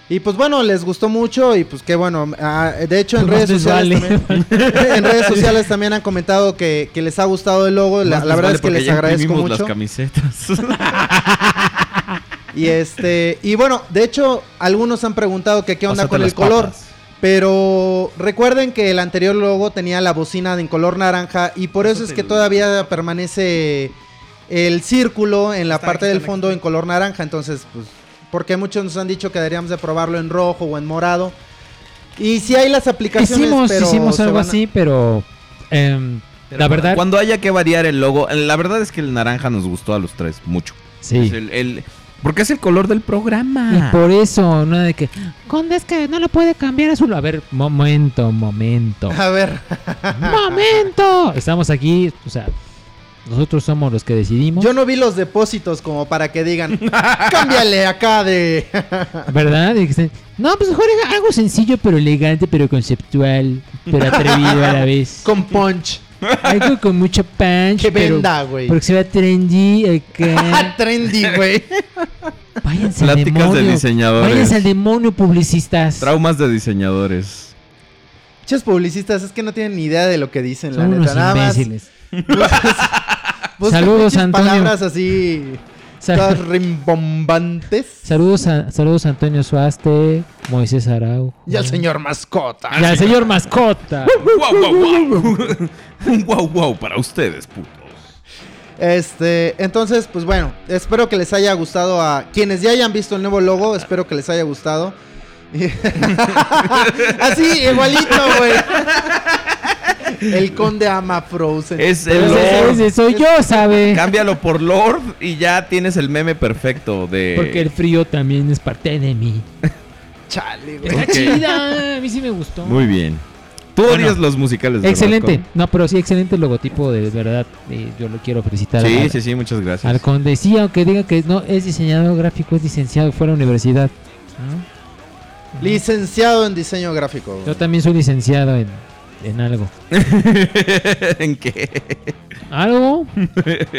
S6: Y pues bueno, les gustó mucho y pues qué bueno. Ah, de hecho, en
S7: Pues más
S6: redes,
S7: les
S6: sociales
S7: vale.
S6: también, [LAUGHS] en redes sociales también han comentado que, que les ha gustado el logo. La,
S2: Más
S6: la verdad
S2: les vale
S6: es que
S2: porque
S6: les
S2: ya
S6: agradezco
S2: imprimimos
S6: mucho.
S2: las camisetas.
S6: Y este, y bueno, de hecho, algunos han preguntado que qué onda
S2: Pásate
S6: con el
S2: las
S6: color.
S2: papas.
S6: Pero recuerden que el anterior logo tenía la bocina en color naranja y por eso es que todavía permanece el círculo en la parte del fondo en color naranja. Entonces, pues, porque muchos nos han dicho que deberíamos de probarlo en rojo o en morado. Y si hay las aplicaciones,
S7: Hicimos,
S6: pero
S7: hicimos
S6: se
S7: algo
S6: van a-
S7: así, pero, em, la verdad,
S2: Cuando haya que variar el logo, eh, la verdad es que el naranja nos gustó a los tres mucho.
S7: sí.
S2: Es el- el- porque es el color del
S7: Y pues-
S2: programa.
S7: por eso, no de que, Conde, es que no lo puede cambiar a azul. A ver, momento, momento.
S6: A ver,
S7: [LAUGHS] ¡Momento! Estamos aquí, o sea, nosotros somos los que decidimos,
S6: yo no vi los depósitos como para que
S7: [LAUGHS]
S6: digan, cámbiale acá de...
S7: ¿verdad? Y dicen, no, pues mejor haga algo sencillo, pero elegante, pero conceptual, pero atrevido
S6: [LAUGHS]
S7: a la vez.
S6: con punch,
S7: Algo con mucho punch,
S6: que
S7: pero,
S6: venda, güey.
S7: pero que se vea trendy acá.
S6: [LAUGHS] Trendy, güey.
S7: [LAUGHS] Váyanse al
S2: Pláticas de
S7: demonio.
S2: diseñadores.
S7: Váyanse al demonio, publicistas.
S2: Traumas de diseñadores.
S6: Muchos publicistas es que no tienen ni idea de lo que dicen, la
S7: Son unos
S6: neta. Nada más [LAUGHS]
S7: imbéciles.
S6: buscan
S7: Saludos,
S6: pinches
S7: Antonio.
S6: palabras así,
S7: Sal-
S6: todas rimbombantes.
S7: saludos, a, saludos a Antonio Suaste, Moisés Arau.
S6: [LAUGHS] Y al
S2: [LAUGHS]
S6: señor mascota.
S2: Ah,
S7: Y al señor mascota.
S2: ¡Guau, guau, guau! Un guau, guau para ustedes, putos.
S6: Este, entonces, pues bueno, espero que les haya gustado a quienes ya hayan visto el nuevo logo, espero que les haya gustado. [LAUGHS] así, igualito, güey. El conde ama Frozen.
S2: Es el
S7: Ese-
S2: Lord.
S7: ese soy yo, ¿sabe?
S2: Cámbialo por Lord y ya tienes el meme perfecto de.
S7: Porque el frío también es parte de mí.
S6: Chale, güey.
S7: Está
S2: Ok.
S7: chida, a mí sí me gustó.
S2: Muy bien. Tú
S7: Bueno.
S2: odias los musicales. ¿verdad,
S7: Excelente,
S2: Con?
S7: no, pero sí, excelente el logotipo, de verdad. eh, yo lo quiero felicitar
S2: Sí,
S7: al,
S2: sí, sí, muchas
S7: al
S2: gracias.
S7: conde. Sí, aunque diga que no es diseñador gráfico, es licenciado, fue a la universidad. ¿no?
S6: Licenciado en diseño gráfico. güey.
S7: Yo también soy licenciado en, en
S2: [LAUGHS]
S7: algo.
S2: ¿En qué?
S7: ¿Algo?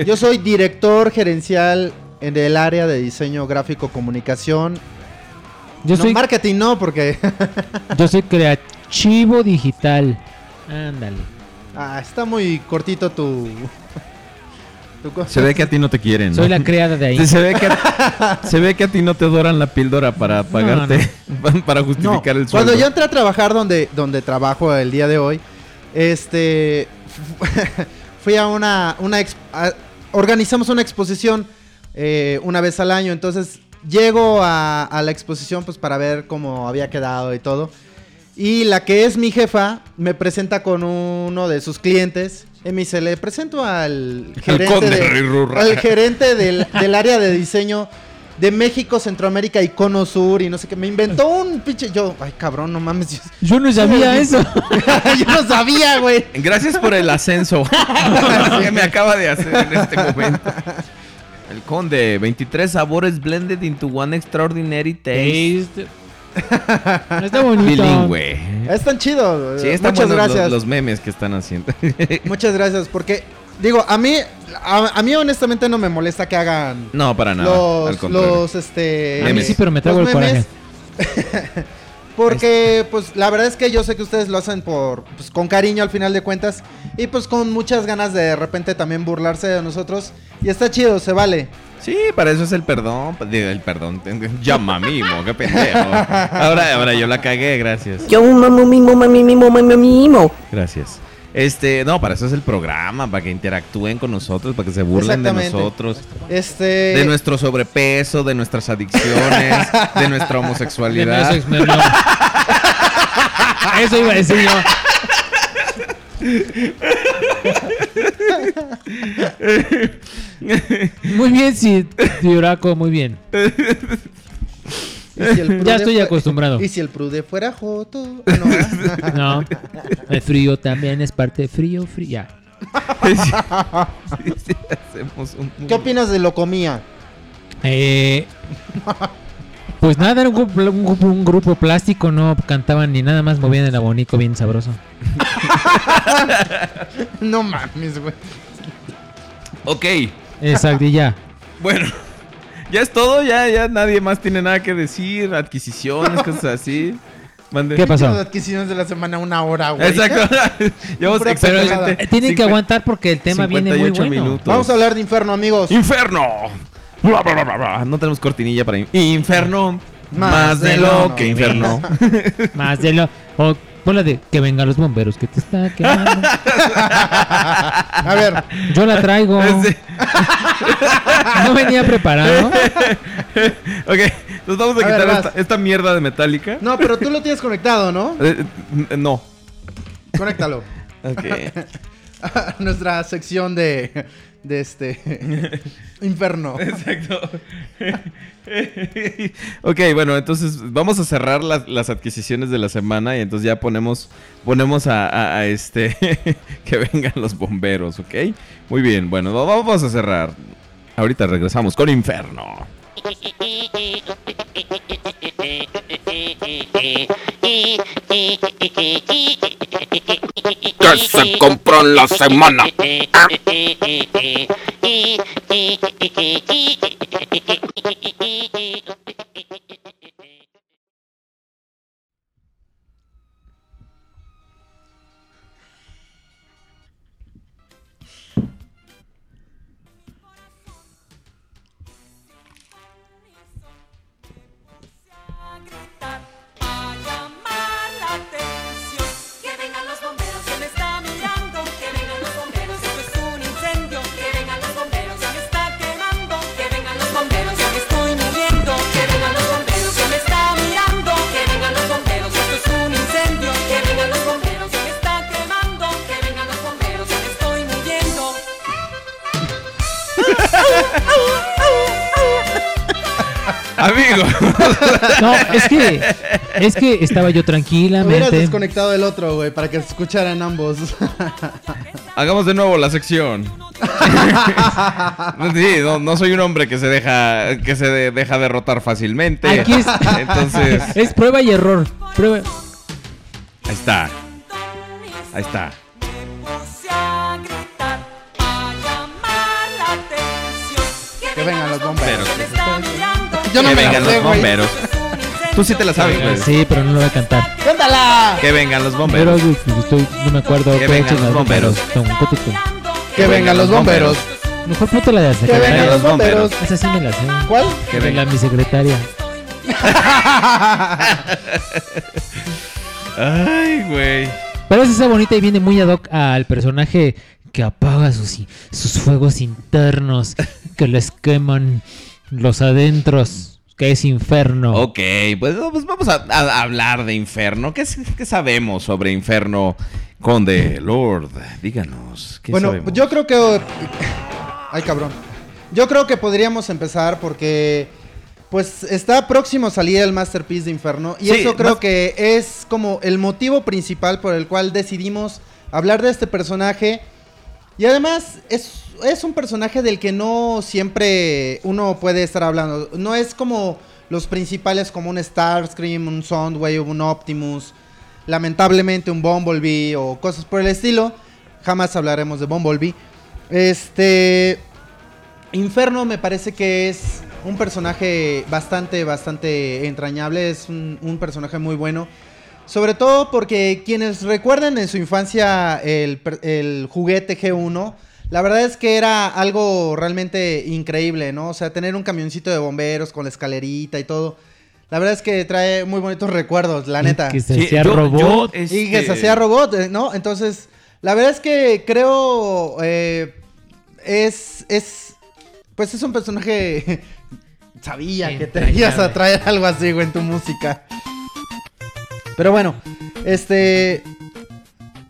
S6: Yo soy director gerencial en el área de diseño gráfico comunicación.
S7: Yo,
S6: no,
S7: soy,
S6: marketing no, porque
S7: yo soy creativo digital. [LAUGHS] Ándale.
S6: ah, está muy cortito tu, tu cosa.
S2: Se ve que a ti no te quieren. ¿no?
S7: Soy la creada de ahí.
S2: Sí, se, ve
S6: [LAUGHS]
S2: que a, se ve que a ti no te doran la píldora para pagarte, [LAUGHS] para
S6: No,
S2: justificar el sueldo.
S6: cuando yo entré a trabajar donde, donde trabajo el día de hoy, este [LAUGHS] fui a una, una ex- a- organizamos una exposición eh, una vez al año, entonces llego a, a la exposición pues para ver cómo había quedado y todo. Y la que es mi jefa me presenta con uno de sus clientes. Y me dice, le presento al gerente,
S2: conde
S6: de-
S2: Rirurra".
S6: al gerente del, del área de diseño de México, Centroamérica y Cono Sur y no sé qué. Me inventó un pinche... Yo, ay cabrón, no mames. Yo,
S7: Yo no sabía eso.
S6: [LAUGHS] yo no sabía, güey.
S2: Gracias por
S6: [LAUGHS]
S2: el ascenso que me acaba de hacer en este momento. El conde, 23 sabores blended into one extraordinary taste.
S7: Está bonito.
S2: Bilingüe.
S6: Están chidos.
S2: Sí, están
S6: Eh, Muchas
S2: buenos los-
S6: gracias.
S2: Los, memes que están haciendo. [LAUGHS]
S6: Muchas gracias porque... Digo, a mí, a, a mí honestamente no me molesta que hagan
S2: No, para nada. al
S6: los,
S2: contrario.
S6: los, este...
S7: A mí
S2: Memes.
S7: sí, pero me trago el
S6: los memes.
S7: coraje.
S6: [LAUGHS] Porque, pues, la verdad es que yo sé que ustedes lo hacen por, pues, con cariño al final de cuentas. Y pues con muchas ganas de de repente también burlarse de nosotros. Y está chido, se vale.
S2: Sí, para eso es el perdón. Digo, El perdón. [LAUGHS] Llama mimo, qué pendejo. Ahora, ahora yo la cagué, gracias.
S5: Yo mamo mimo, mami mimo, mami
S6: [LAUGHS]
S5: mimo.
S2: Gracias. Este, no, para eso es el programa, para que interactúen con nosotros, para que se burlen de
S6: Exactamente.
S2: nosotros,
S6: Este.
S2: de nuestro
S6: [LAUGHS]
S2: sobrepeso, de nuestras adicciones, de nuestra homosexualidad.
S7: Bienvenidos a X-Men, no. Eso iba a decir
S2: [LAUGHS]
S7: yo. Muy bien, Sid. Dioraco, muy
S2: [LAUGHS]
S7: bien.
S6: Y si el Prude
S7: Ya estoy
S6: fue-
S7: acostumbrado.
S6: Y si el Prude fuera
S7: [LAUGHS]
S6: Joto. Ah, no, ah.
S7: No. El frío también es parte de frío, frío.
S2: [LAUGHS]
S7: Ya.
S2: Hacemos un-
S6: ¿Qué opinas de Locomía?
S7: Eh, pues nada, era un grupo, un grupo- un grupo plástico, no cantaban ni nada más, movían el abonico bien sabroso.
S6: [LAUGHS] No mames, güey.
S2: Ok,
S7: Exacto, y ya.
S2: bueno. Ya es todo, ya, ya nadie más tiene nada que decir. Adquisiciones, cosas así. Mande.
S7: ¿Qué
S6: Las
S7: pasó?
S6: adquisiciones de la semana, una hora, güey.
S2: Exacto. Llevamos
S6: Pura
S7: Pero
S2: exactamente
S7: eh, tienen que
S2: cincu-
S7: aguantar porque el tema viene muy
S2: 58
S7: bueno.
S2: minutos.
S6: Vamos a hablar de Inferno, amigos.
S2: ¡Inferno! Bla, bla, bla, bla, bla. No tenemos cortinilla para in- Inferno. Más,
S6: Más
S2: de,
S6: de
S2: lo
S6: lo
S2: que Inferno.
S7: [LAUGHS] Más de lo. O pon la de que vengan los bomberos que te está quemando.
S6: A ver,
S7: Yo la traigo.
S2: Sí.
S7: No venía preparado.
S2: [LAUGHS] ok, nos vamos a,
S6: A ver,
S2: quitar
S6: vas.
S2: esta, esta mierda de Metallica.
S6: no, pero tú lo tienes conectado, ¿no?
S2: Eh, eh, no.
S6: Conéctalo. [LAUGHS]
S2: Ok.
S6: A Nuestra sección de. De este. [LAUGHS] Inferno.
S2: Exacto. [LAUGHS] ok, bueno, entonces vamos a cerrar las, las adquisiciones de la semana y entonces ya ponemos, ponemos a, a- a este [LAUGHS] que vengan los bomberos, ¿ok? Muy bien, bueno, va- vamos a cerrar. Ahorita regresamos con Inferno.
S8: ¿Qué se compró en la semana?
S1: A gritar, a llamar la atención. Que vengan los bomberos, se me está mirando. Que vengan los bomberos, esto es un incendio. Que vengan los bomberos, se me está quemando. Que vengan los bomberos, ya me estoy muriendo. Que vengan los bomberos, se me está mirando. Que vengan los bomberos, esto es un incendio. Que vengan los bomberos, se me está quemando. Que vengan los bomberos, ya me estoy muriendo.
S2: Amigo.
S7: [LAUGHS] No, es que. Es que estaba yo
S6: Hubieras
S7: tranquilamente.
S6: desconectado el otro, güey, para que se escucharan ambos. [LAUGHS]
S2: Hagamos de nuevo la sección. sí, no, no soy un hombre que se deja que se de- deja derrotar fácilmente.
S7: Aquí es.
S2: Entonces,
S7: Es prueba y error. Prueba.
S2: ahí está. Ahí está.
S1: puse a gritar, a llamar la atención.
S6: Que vengan los bomberos.
S1: que me está mirando.
S6: Yo no
S2: que
S6: me la
S2: vengan
S6: sé,
S2: los
S6: güey.
S2: bomberos. Tú sí te la sabes, güey.
S7: Sí, pero no lo voy a cantar.
S6: ¡Cántala!
S2: Que vengan los
S7: Pero
S2: bomberos.
S7: yo estoy, no me acuerdo.
S2: Que
S7: qué
S2: vengan
S7: chingados
S2: los bomberos.
S7: son. Cututum.
S6: Que vengan los bomberos.
S7: Mejor ponte la de la
S6: Que vengan
S2: vengan
S7: secretaria.
S6: los
S2: los
S6: bomberos.
S7: Esa sí me la sé.
S6: ¿Cuál?
S2: Que
S7: De la
S2: vengan.
S7: mi secretaria.
S2: Ay, güey.
S7: Pero es esa bonita y viene muy ad hoc al personaje que apaga sus, i- sus fuegos internos, que les queman los adentros, que es inferno.
S2: Ok, pues, no, pues vamos a, a hablar de Inferno. ¿Qué, es- qué sabemos sobre Inferno, Conde Lord? Díganos. ¿qué
S6: Bueno,
S2: sabemos?
S6: yo creo que. Ay, cabrón. Yo creo que podríamos empezar porque. Pues está próximo a salir el Masterpiece de Inferno. Y
S2: Sí,
S6: eso creo
S2: más-
S6: que es como el motivo principal por el cual decidimos hablar de este personaje. Y además, es, es un personaje del que no siempre uno puede estar hablando. No es como los principales, como un Starscream, un Soundwave, un Optimus, lamentablemente un Bumblebee o cosas por el estilo. Jamás hablaremos de Bumblebee. Este. Inferno me parece que es un personaje bastante, bastante entrañable. Es un, un personaje muy bueno. Sobre todo porque quienes recuerdan en su infancia el, per- el juguete G1, la verdad es que era algo realmente increíble, ¿no? O sea, tener un camioncito de bomberos con la escalerita y todo. La verdad es que trae muy bonitos recuerdos, la neta.
S7: Que se
S2: Sí,
S7: hacía
S2: yo- yo,
S7: robot.
S6: Y que
S2: este,
S6: se hacía robot, eh, ¿no? Entonces, la verdad es que creo. eh, es. Es. Pues es un personaje. [LAUGHS] Sabía que te
S7: Entrañable.
S6: ibas a traer algo así, güey, en tu música. Pero bueno, este.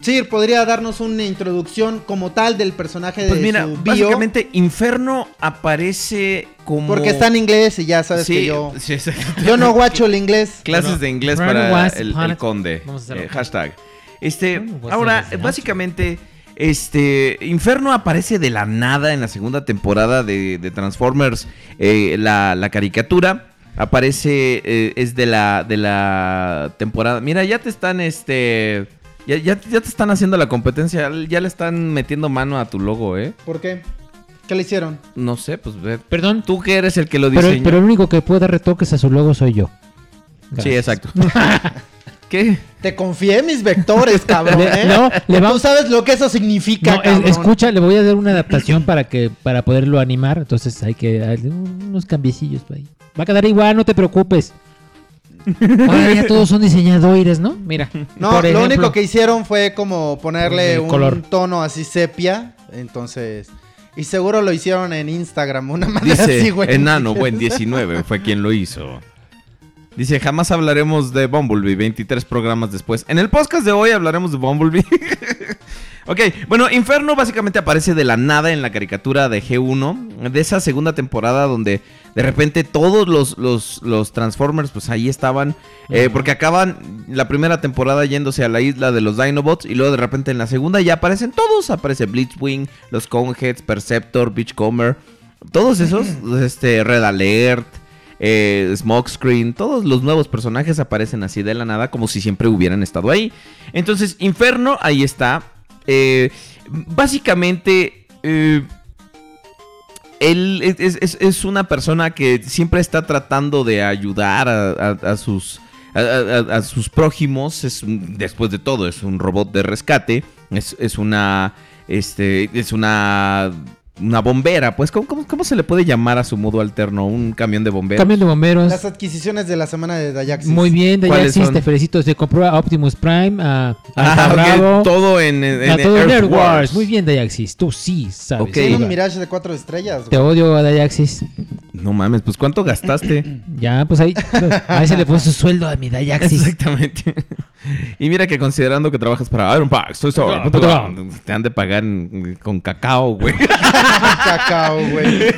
S6: Sir, podría darnos una introducción como tal del personaje
S2: Pues
S6: de
S2: mira,
S6: eh, su bio.
S2: básicamente Inferno aparece como...
S6: Porque está en inglés y ya sabes
S2: Sí,
S6: que yo.
S2: sí, exacto.
S6: Yo no guacho el inglés.
S2: Clases de inglés
S7: Run
S2: para
S7: was
S2: el,
S7: upon
S2: el
S7: a-
S2: conde.
S7: Vamos a hacerlo.
S2: Eh, hashtag. Este,
S7: Run was
S2: ahora,
S7: upon a-
S2: básicamente, este, Inferno aparece de la nada en la segunda temporada de, de Transformers, eh, la, la caricatura. Aparece, eh, es de la, de la temporada. Mira, ya te están, este, ya, ya, ya te están haciendo la competencia, ya le están metiendo mano a tu logo, ¿eh?
S6: ¿Por qué? ¿Qué le hicieron?
S2: No sé, pues ve.
S7: Perdón,
S2: Tú que eres el que lo
S7: pero,
S2: diseñó.
S7: pero el único que puede dar retoques a su logo soy yo.
S2: Sí,
S7: Gracias.
S2: exacto. [LAUGHS] ¿Qué?
S6: Te confié mis
S2: [LAUGHS]
S6: vectores, cabrón.
S7: Le-
S6: ¿eh?
S7: no, le
S6: Tú
S7: vamos-
S6: sabes lo que eso significa,
S7: No, es-
S6: cabrón.
S7: escucha, le voy a dar una adaptación para que para poderlo animar. Entonces hay que darle un- unos cambiecillos por ahí. Va a quedar igual, no te preocupes.
S6: [LAUGHS]
S7: Ahora ya todos son diseñadores, ¿no? Mira.
S6: No,
S7: por
S6: lo
S7: ejemplo,
S6: único que hicieron fue como ponerle
S7: El
S6: un
S7: color.
S6: tono así sepia. Entonces. Y seguro lo hicieron en Instagram, una manera
S2: Dice
S6: así, güey. [LAUGHS]
S2: Enano Buen 19 fue quien lo hizo. Dice, jamás hablaremos de Bumblebee, 23 programas después. En el podcast de hoy hablaremos de Bumblebee. [LAUGHS] ok, bueno, Inferno básicamente aparece de la nada en la caricatura de G1, de esa segunda temporada donde de repente todos los, los, los Transformers, pues ahí estaban, eh, porque acaban la primera temporada yéndose a la isla de los Dinobots y luego de repente en la segunda ya aparecen todos, aparece Blitzwing, los Coneheads, Perceptor, Beachcomber, todos esos, este, Red Alert, eh, Smokescreen, todos los nuevos personajes aparecen así de la nada, como si siempre hubieran estado ahí. Entonces, Inferno, ahí está. Eh, básicamente, eh, él es- es, es- es una persona que siempre está tratando de ayudar a, a- a sus... a- a- a- a sus prójimos, es un- después de todo, es un robot de rescate, es, es una. Este. Es una. Una bombera, pues, ¿cómo, cómo, cómo se le puede llamar a su modo alterno? Un camión de bomberos.
S7: Camión de bomberos.
S6: Las adquisiciones de la semana de Dayaxis.
S7: Muy bien, ya
S2: ¿Cuáles
S7: existe.
S2: son?
S7: Felicito. Se compró a Optimus Prime, a, a
S2: Ah, ok,
S7: Bravo,
S2: todo en, en-
S7: a
S2: en
S7: todo
S2: Earth
S7: Nerd Wars.
S2: Wars.
S7: Muy bien, Dayaxis. Tú sí sabes.
S2: Ok.
S6: Tiene un
S7: jugar.
S6: Mirage de cuatro estrellas,
S7: Te
S6: güey. [LAUGHS]
S7: odio, Dayaxis.
S2: No mames, pues ¿cuánto gastaste?
S7: [CLEARS THROAT] Ya, pues ahí, ahí se le puso su sueldo a mi Dayaxis.
S2: Exactamente. [LAUGHS] Y mira que considerando que trabajas para Iron Pack, soy solo. pues, Te han de pagar en- con cacao, güey. [LAUGHS]
S6: [LAUGHS] Cacao, güey.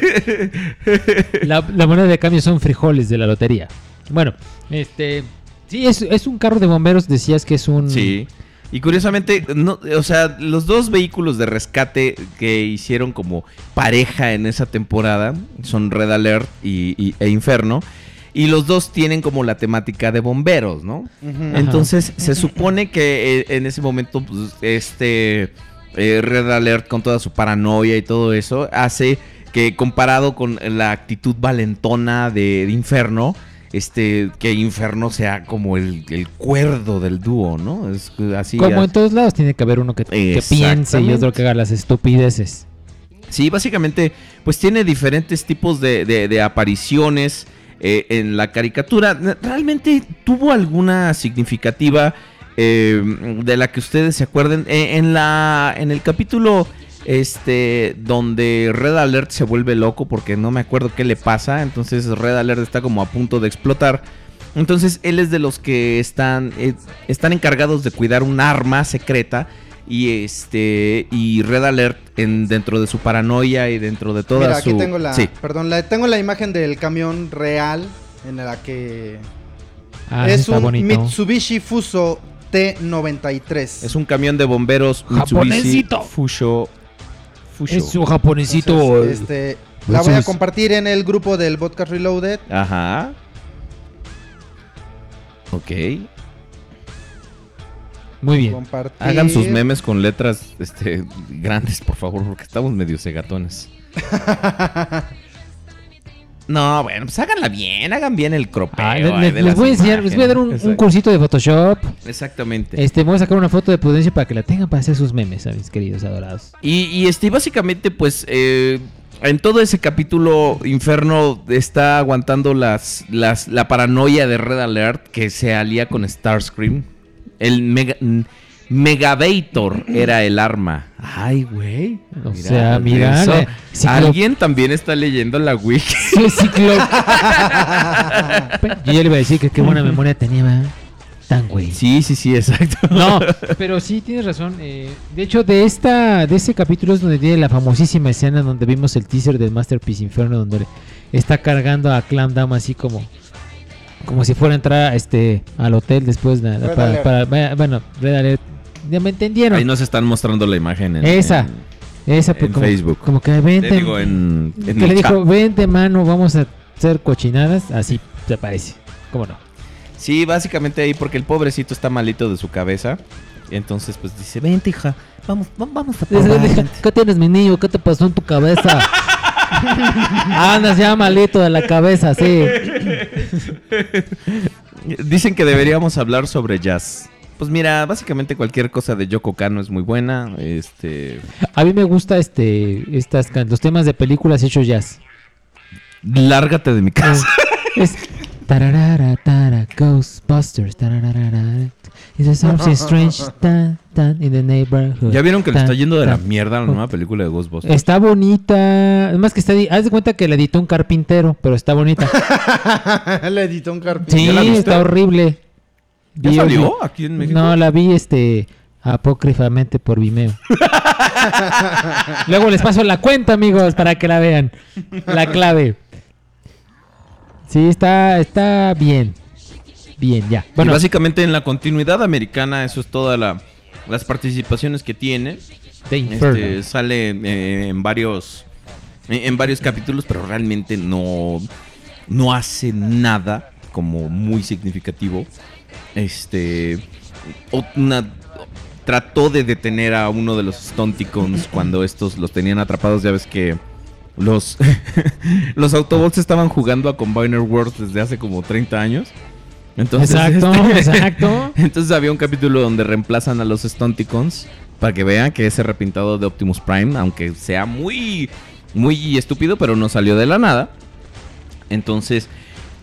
S7: La, la moneda de cambio son frijoles de la lotería. Bueno, este. Sí, es, es un carro de bomberos. Decías que es un.
S2: Sí. Y curiosamente, no, o sea, los dos vehículos de rescate que hicieron como pareja en esa temporada son Red Alert y, y- e Inferno. Y los dos tienen como la temática de bomberos, ¿no? Entonces, se supone que eh, en ese momento, pues, este eh, Red Alert con toda su paranoia y todo eso, hace que comparado con la actitud valentona de, de Inferno, este, que Inferno sea como el, el cuerdo del dúo, ¿no? Es así.
S7: Como
S2: a-
S7: en todos lados, tiene que haber uno que, que piense y otro que haga las estupideces.
S2: Sí, básicamente, pues tiene diferentes tipos de, de- de apariciones eh, en la caricatura. ¿Realmente tuvo alguna significativa eh, de la que ustedes se acuerden? Eh, en, la, en el capítulo este, donde Red Alert se vuelve loco porque no me acuerdo qué le pasa, entonces Red Alert está como a punto de explotar. Entonces él es de los que están, eh, están encargados de cuidar un arma secreta y este y Red Alert en, dentro de su paranoia y dentro de toda
S6: Mira,
S2: su
S6: aquí tengo la.
S2: sí
S6: Perdón, la, tengo la imagen del camión real en la que.
S7: Ah,
S6: es
S7: está
S6: un
S7: bonito.
S6: Mitsubishi Fuso T93.
S2: es un camión de bomberos Mitsubishi
S7: Japonesito.
S2: Fusho Fusho
S7: Es un japonesito.
S6: Entonces, este, la voy a
S7: Entonces-
S6: compartir en el grupo del Podcast Reloaded.
S2: ajá Ok.
S7: Muy bien.
S6: Compartir.
S2: Hagan sus memes con letras este, grandes, por favor, porque estamos medio cegatones. [LAUGHS] no, bueno, pues háganla bien, hagan bien el cropeo.
S7: Ah,
S2: ahí
S7: le-
S2: de
S7: les, les
S2: las
S7: voy a enseñar, les voy a dar un, un
S2: imágenes. Exact-
S7: cursito de Photoshop.
S2: Exactamente.
S7: Este, voy a sacar una foto de Prudencia para que la tengan para hacer sus memes, a mis queridos adorados.
S2: Y, y, este, básicamente, pues, eh, en todo ese capítulo, Inferno está aguantando las, las, la paranoia de Red Alert que se alía con Starscream. El mega, n- Megavator era el arma. Ay, güey.
S7: O sea, mira, eh.
S2: eso.
S7: le- ciclo-
S2: Alguien también está leyendo la
S7: [LAUGHS]
S2: wiki.
S7: Sí, sí, Clo- Yo ya le iba a decir que qué buena memoria tenía, ¿verdad? matan, güey.
S2: [LAUGHS] Sí, sí, sí, exacto.
S7: No, pero sí tienes razón. eh, de hecho, de esta, de ese capítulo es donde tiene la famosísima escena donde vimos el teaser del Masterpiece Inferno, donde le- está cargando a Clam Dam así como, como si fuera a entrar a este al hotel después de,
S6: Red
S7: para,
S6: Alert.
S7: para- vaya- bueno, Red Alert. Ya me entendieron.
S2: Ahí nos están mostrando la imagen en,
S7: Esa. Esa pues,
S2: en
S7: como,
S2: Facebook.
S7: como que
S2: en-
S7: vente,
S2: digo, en, en
S7: que
S2: el
S7: le
S2: chat.
S7: dijo, vente mano, vamos a hacer cochinadas, así te aparece. ¿Cómo no?
S2: Sí, básicamente ahí porque el pobrecito está malito de su cabeza. Y entonces pues dice, vente hija, vamos, va- vamos a probar, vente".
S7: ¿Qué tienes, mi niño? ¿Qué te pasó en tu
S2: [LAUGHS]
S7: cabeza? Andas ya malito de la cabeza, sí.
S2: Dicen que deberíamos hablar sobre jazz. Pues mira, básicamente cualquier cosa de Yoko Kano es muy buena. Este,
S7: A mí me gusta este, estas, can- los temas de películas hechos jazz.
S2: lárgate de mi casa.
S7: Es tararara, tara, Ghostbusters, tararara, it's something strange tan, tan, in the neighborhood.
S2: [LAUGHS] ¿Ya vieron que le
S7: tan,
S2: está yendo de la
S7: tan.
S2: mierda a la nueva película de Ghostbusters?
S7: Está bonita, además que está, di- haz de cuenta que la editó un carpintero, pero está
S2: [LAUGHS]
S7: bonita.
S6: [LAUGHS] Le editó un carpintero.
S7: Sí,
S2: ¿Ya la viste?
S7: está horrible.
S2: ¿Ya
S7: Vi-
S2: salió aquí en México?
S7: No, la vi este apócrifamente por
S2: [LAUGHS]
S7: Vimeo. Luego les paso la cuenta, amigos, para que la vean. La clave. Sí, está está bien. Bien, ya.
S2: Bueno,
S7: Bueno,
S2: básicamente en la continuidad americana, eso es toda la las participaciones que tiene.
S7: The Inferno.
S2: Este, sale eh, en varios en en varios capítulos, pero realmente no no hace nada como muy significativo. Este o- una- trató de detener a uno de los
S7: [LAUGHS]
S2: Stunticons cuando estos los tenían atrapados, ya ves que los [LAUGHS] los Autobots estaban jugando a Combiner Wars desde hace como 30 años. Entonces,
S7: exacto,
S2: este, [LAUGHS]
S7: exacto.
S2: entonces había un capítulo donde reemplazan a los Stunticons para que vean que ese repintado de Optimus Prime, aunque sea muy, muy estúpido, pero no salió de la nada. Entonces,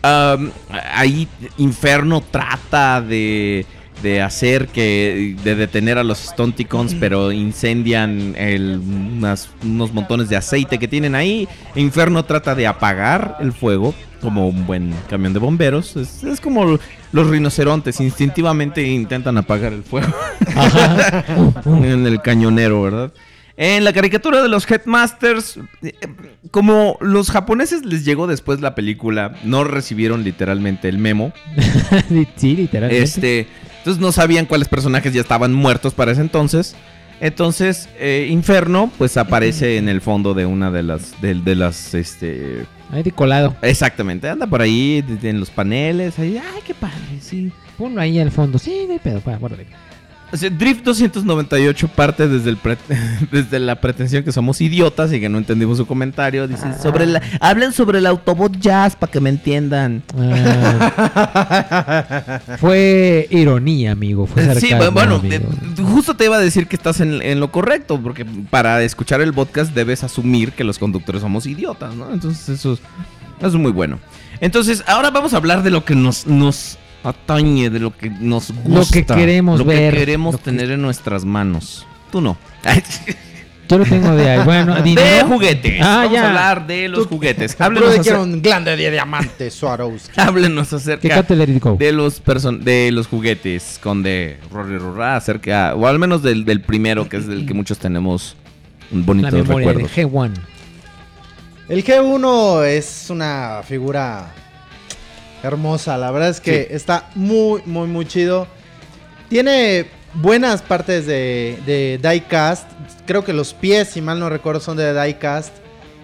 S2: am, ahí Inferno trata de, de hacer que, de detener a los Stunticons, pero incendian el- unas- unos montones de aceite que tienen ahí. Inferno trata de apagar el fuego como un buen camión de bomberos. Es, es como los rinocerontes, instintivamente intentan apagar el fuego [LAUGHS] en el cañonero, ¿verdad? En la caricatura de los Headmasters, eh, como los japoneses les llegó después la película, no recibieron literalmente el memo.
S7: [LAUGHS] sí, literalmente.
S2: Este, entonces no sabían cuáles personajes ya estaban muertos para ese entonces. Entonces, eh, Inferno, pues aparece en el fondo de una de las, de, de las, este,
S7: Ahí de colado.
S2: exactamente, anda por ahí de- de- en los paneles, ahí, ah, ay, qué padre, sí.
S7: Ponlo ahí al fondo. Sí, no hay pedo, pa,
S2: [LAUGHS]
S7: guárdale.
S2: O sea, Drift 298 parte desde, el pre- [LAUGHS] desde la pretensión que somos idiotas y que no entendimos su comentario. Dice,
S7: Ah.
S2: sobre la- hablen sobre el Autobot Jazz para que me entiendan.
S7: Ah. fue ironía, amigo. [LAUGHS] Fue
S2: Sí,
S7: sarcasmo,
S2: bueno,
S7: amigo.
S2: eh, justo te iba a decir que estás en, en lo correcto, porque para escuchar el podcast debes asumir que los conductores somos idiotas, ¿no? Entonces eso es, eso es muy bueno. Entonces, ahora vamos a hablar de lo que nos, nos atañe, de lo que nos gusta.
S7: Lo que queremos
S2: lo
S7: ver.
S2: que queremos
S7: Lo que-
S2: tener en nuestras manos. Tú no. [LAUGHS]
S7: Yo lo tengo de ahí. Bueno,
S2: Ah, de
S7: dinero.
S2: juguetes.
S7: Ah,
S2: vamos
S7: ya.
S2: a hablar de
S7: [LAUGHS]
S2: los
S6: [LAUGHS]
S2: juguetes.
S6: Pero
S2: Háblenos,
S6: de que era
S2: acer- [LAUGHS]
S6: un glande de diamante, Swarovski.
S2: háblenos
S7: Que
S2: acerca
S7: cante Let It Go.
S2: de los person- de los juguetes con de Rory Rorra acerca o al menos del, del primero que es del que muchos tenemos un [LAUGHS] bonito
S7: La memoria
S2: recuerdo.
S7: de G1.
S6: El G1 es una figura hermosa. La verdad es que está muy, muy, muy chido. Tiene buenas partes de, de diecast. Creo que los pies, si mal no recuerdo, son de diecast.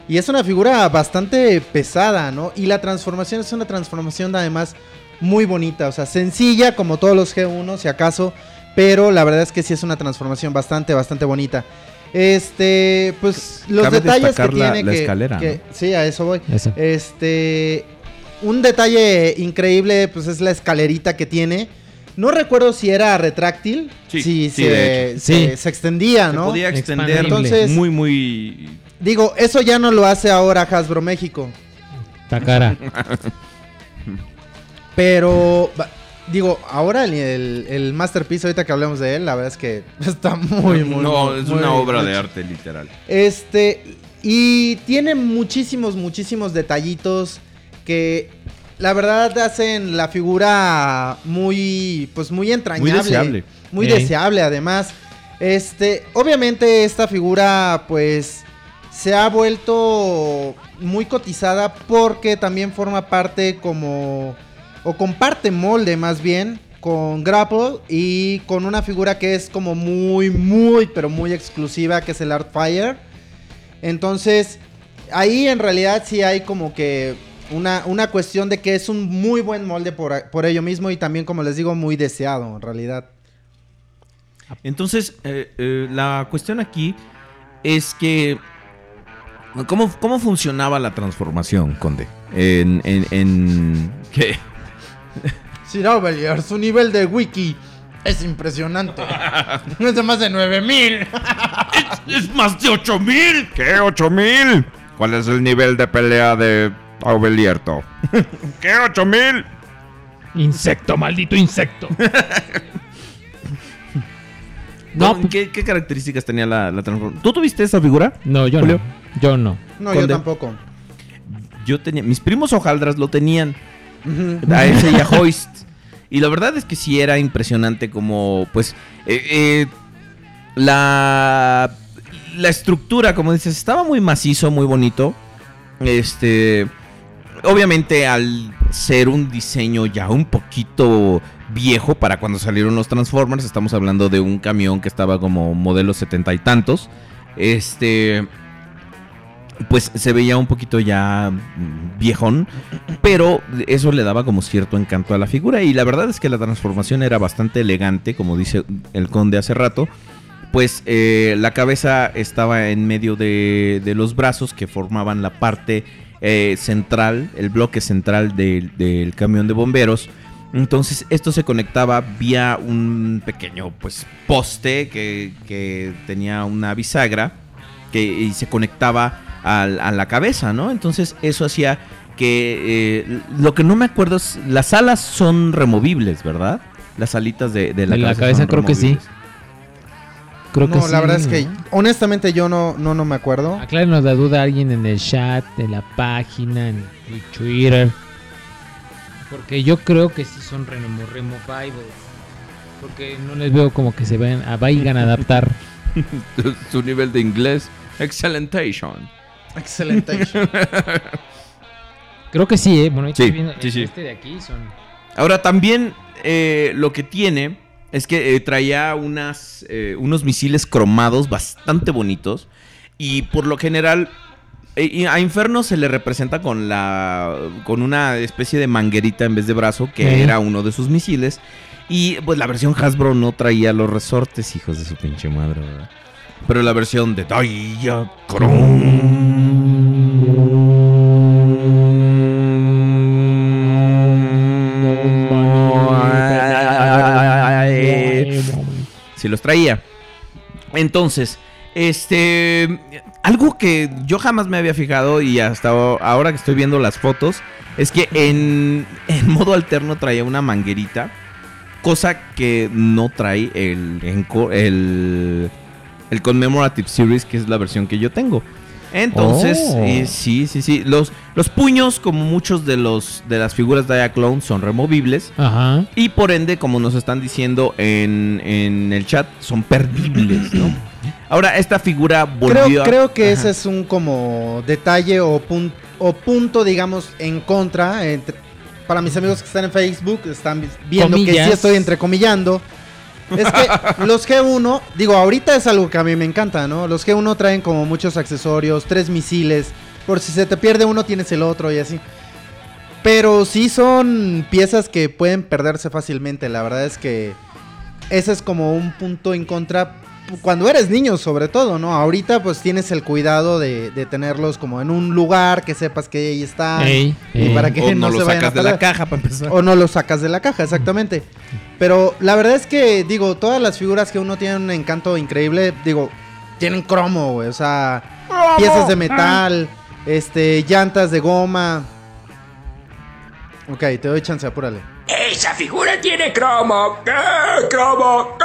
S6: Y es una figura bastante pesada, ¿no? Y la transformación es una transformación además muy bonita. O sea, sencilla como todos los G1, si acaso. Pero la verdad es que sí es una transformación bastante, bastante bonita. Este, pues los
S2: Cabe
S6: detalles que
S2: destacar la-
S6: tiene
S2: la
S6: que-
S2: escalera,
S6: que-
S2: ¿no?
S6: Sí, a eso voy.
S7: Eso.
S6: Este. Un detalle increíble, pues es la escalerita que tiene. No recuerdo si era retráctil.
S2: Sí,
S6: si
S2: sí, de
S6: se,
S7: hecho.
S6: se-
S7: Sí.
S6: se extendía, ¿no?
S2: podía
S7: extender
S2: extender
S7: Expandible.
S6: Entonces-
S2: muy muy
S6: Digo, eso ya no lo hace ahora Hasbro México.
S7: Ta cara.
S6: Pero. va- Digo, ahora el, el- el Masterpiece, ahorita que hablemos de él, la verdad es que [LAUGHS] está muy, muy.
S2: no,
S6: muy-
S2: es
S6: muy-
S2: una obra
S6: muy
S2: de arte literal.
S6: Este, y tiene muchísimos, muchísimos detallitos que la verdad hacen la figura muy, pues muy entrañable.
S2: Muy deseable.
S6: Muy
S7: Ey.
S6: deseable, además. Este, obviamente esta figura, pues, se ha vuelto muy cotizada porque también forma parte como, o comparte molde más bien, con Grapple y con una figura que es como muy, muy, pero muy exclusiva, que es el Artfire. Entonces, ahí en realidad sí hay como que una, una cuestión de que es un muy buen molde por, por ello mismo y también, como les digo, muy deseado en realidad.
S2: Entonces, eh, eh, la cuestión aquí es que. ¿Cómo, cómo funcionaba la transformación, Conde? En. en, en- ¿Qué?
S6: Sir Ovelier, su nivel de wiki es
S2: [LAUGHS]
S6: impresionante. No es de más de 9000.
S2: ¡Es más de 8000! ¿Qué 8000? ¿Cuál es el nivel de pelea de Aubelierto? ¿Qué 8000?
S7: Insecto, maldito insecto. no,
S2: No, ¿qué, qué características tenía la, la transformación? ¿Tú tuviste esa figura?
S7: no, yo
S2: Julio.
S7: no. Yo no.
S6: No, yo
S2: Conde.
S6: tampoco.
S2: Yo tenía. Mis primos hojaldras lo tenían.
S7: Mm.
S2: A ese y a Hoist. Y la verdad es que sí era impresionante como, pues, eh, eh, la, la estructura, como dices, estaba muy macizo, muy bonito. Este, obviamente al ser un diseño ya un poquito viejo para cuando salieron los Transformers, estamos hablando de un camión que estaba como modelo setenta y tantos. Este, pues se veía un poquito ya mm, viejón, pero eso le daba como cierto encanto a la figura y la verdad es que la transformación era bastante elegante, como dice el conde hace rato, pues eh, la cabeza estaba en medio de, de los brazos que formaban la parte eh, central, el bloque central del- del camión de bomberos. Entonces esto se conectaba vía un pequeño pues poste que, que tenía una bisagra que y se conectaba al- a la cabeza, ¿no? Entonces eso hacía que eh, lo que no me acuerdo es las alas son removibles, ¿verdad? Las alitas de, de la
S7: De la
S2: cabeza.
S7: cabeza
S2: son
S7: creo que sí.
S2: removibles.
S7: Creo que
S6: no, la
S7: sí,
S6: verdad es que
S7: ¿no?
S6: honestamente yo no, no, no me
S2: Ah,
S6: acuerdo.
S7: Aclárenos la duda a alguien en el chat, en la página, en el Twitter. Porque yo creo que sí son remo removables. Porque no les veo como que se vayan a, vayan a
S2: [LAUGHS]
S7: adaptar.
S9: [LAUGHS] Su nivel de inglés. Excelentation.
S6: Excelente.
S7: [LAUGHS] Creo que sí, ¿eh? Bueno, ahí
S2: Sí,
S7: estoy viendo,
S2: sí, sí.
S7: Este de aquí son...
S2: Ahora también eh, lo que tiene es que eh, traía unas, eh, unos misiles cromados bastante bonitos y por lo general eh, y a Inferno se le representa con la con una especie de manguerita en vez de brazo que
S7: Sí.
S2: era uno de sus misiles y pues la versión Hasbro no traía los resortes hijos de su pinche madre, ¿verdad? Pero la versión de Diacron si los traía. Entonces, este, algo que yo jamás me había fijado y hasta o- ahora que estoy viendo las fotos, es que en, en modo alterno traía una manguerita, cosa que no trae el, enco- el, el Commemorative Series, que es la versión que yo tengo. Entonces,
S7: Oh.
S2: eh, sí, sí, sí. Los, los puños, como muchos de, los, de las figuras de Clone, son removibles.
S7: Ajá.
S2: Y por ende, como nos están diciendo en, en el chat, son perdibles, ¿no? Ahora, esta figura volvió
S6: creo,
S2: a-
S6: creo que
S2: Ajá.
S6: ese es un como detalle o, pun- o punto, digamos, en contra. entre- para mis amigos que están en Facebook, están vi- viendo que
S7: Comillas.
S6: sí estoy entrecomillando. Es que los G1, digo, ahorita es algo que a mí me encanta, ¿no? Los G1 traen como muchos accesorios, tres misiles. Por si se te pierde uno, tienes el otro y así. Pero sí son piezas que pueden perderse fácilmente. La verdad es que ese es como un punto en contra cuando eres niño sobre todo, ¿no? Ahorita pues tienes el cuidado de, de tenerlos como en un lugar que sepas que ahí están.
S7: Ey,
S6: Y
S7: ey.
S6: para que
S2: O
S6: no,
S2: no,
S6: se
S2: lo
S6: vayan a
S2: sacas de la
S6: perder.
S2: caja para empezar.
S6: O no los sacas de la caja, exactamente. Pero la verdad es que, digo, todas las figuras que uno tiene un encanto increíble, digo, tienen cromo, güey. O sea, piezas de metal, este, llantas de goma. Ok, te doy chance, apúrale.
S8: Esa figura tiene cromo. ¡Eh, cromo!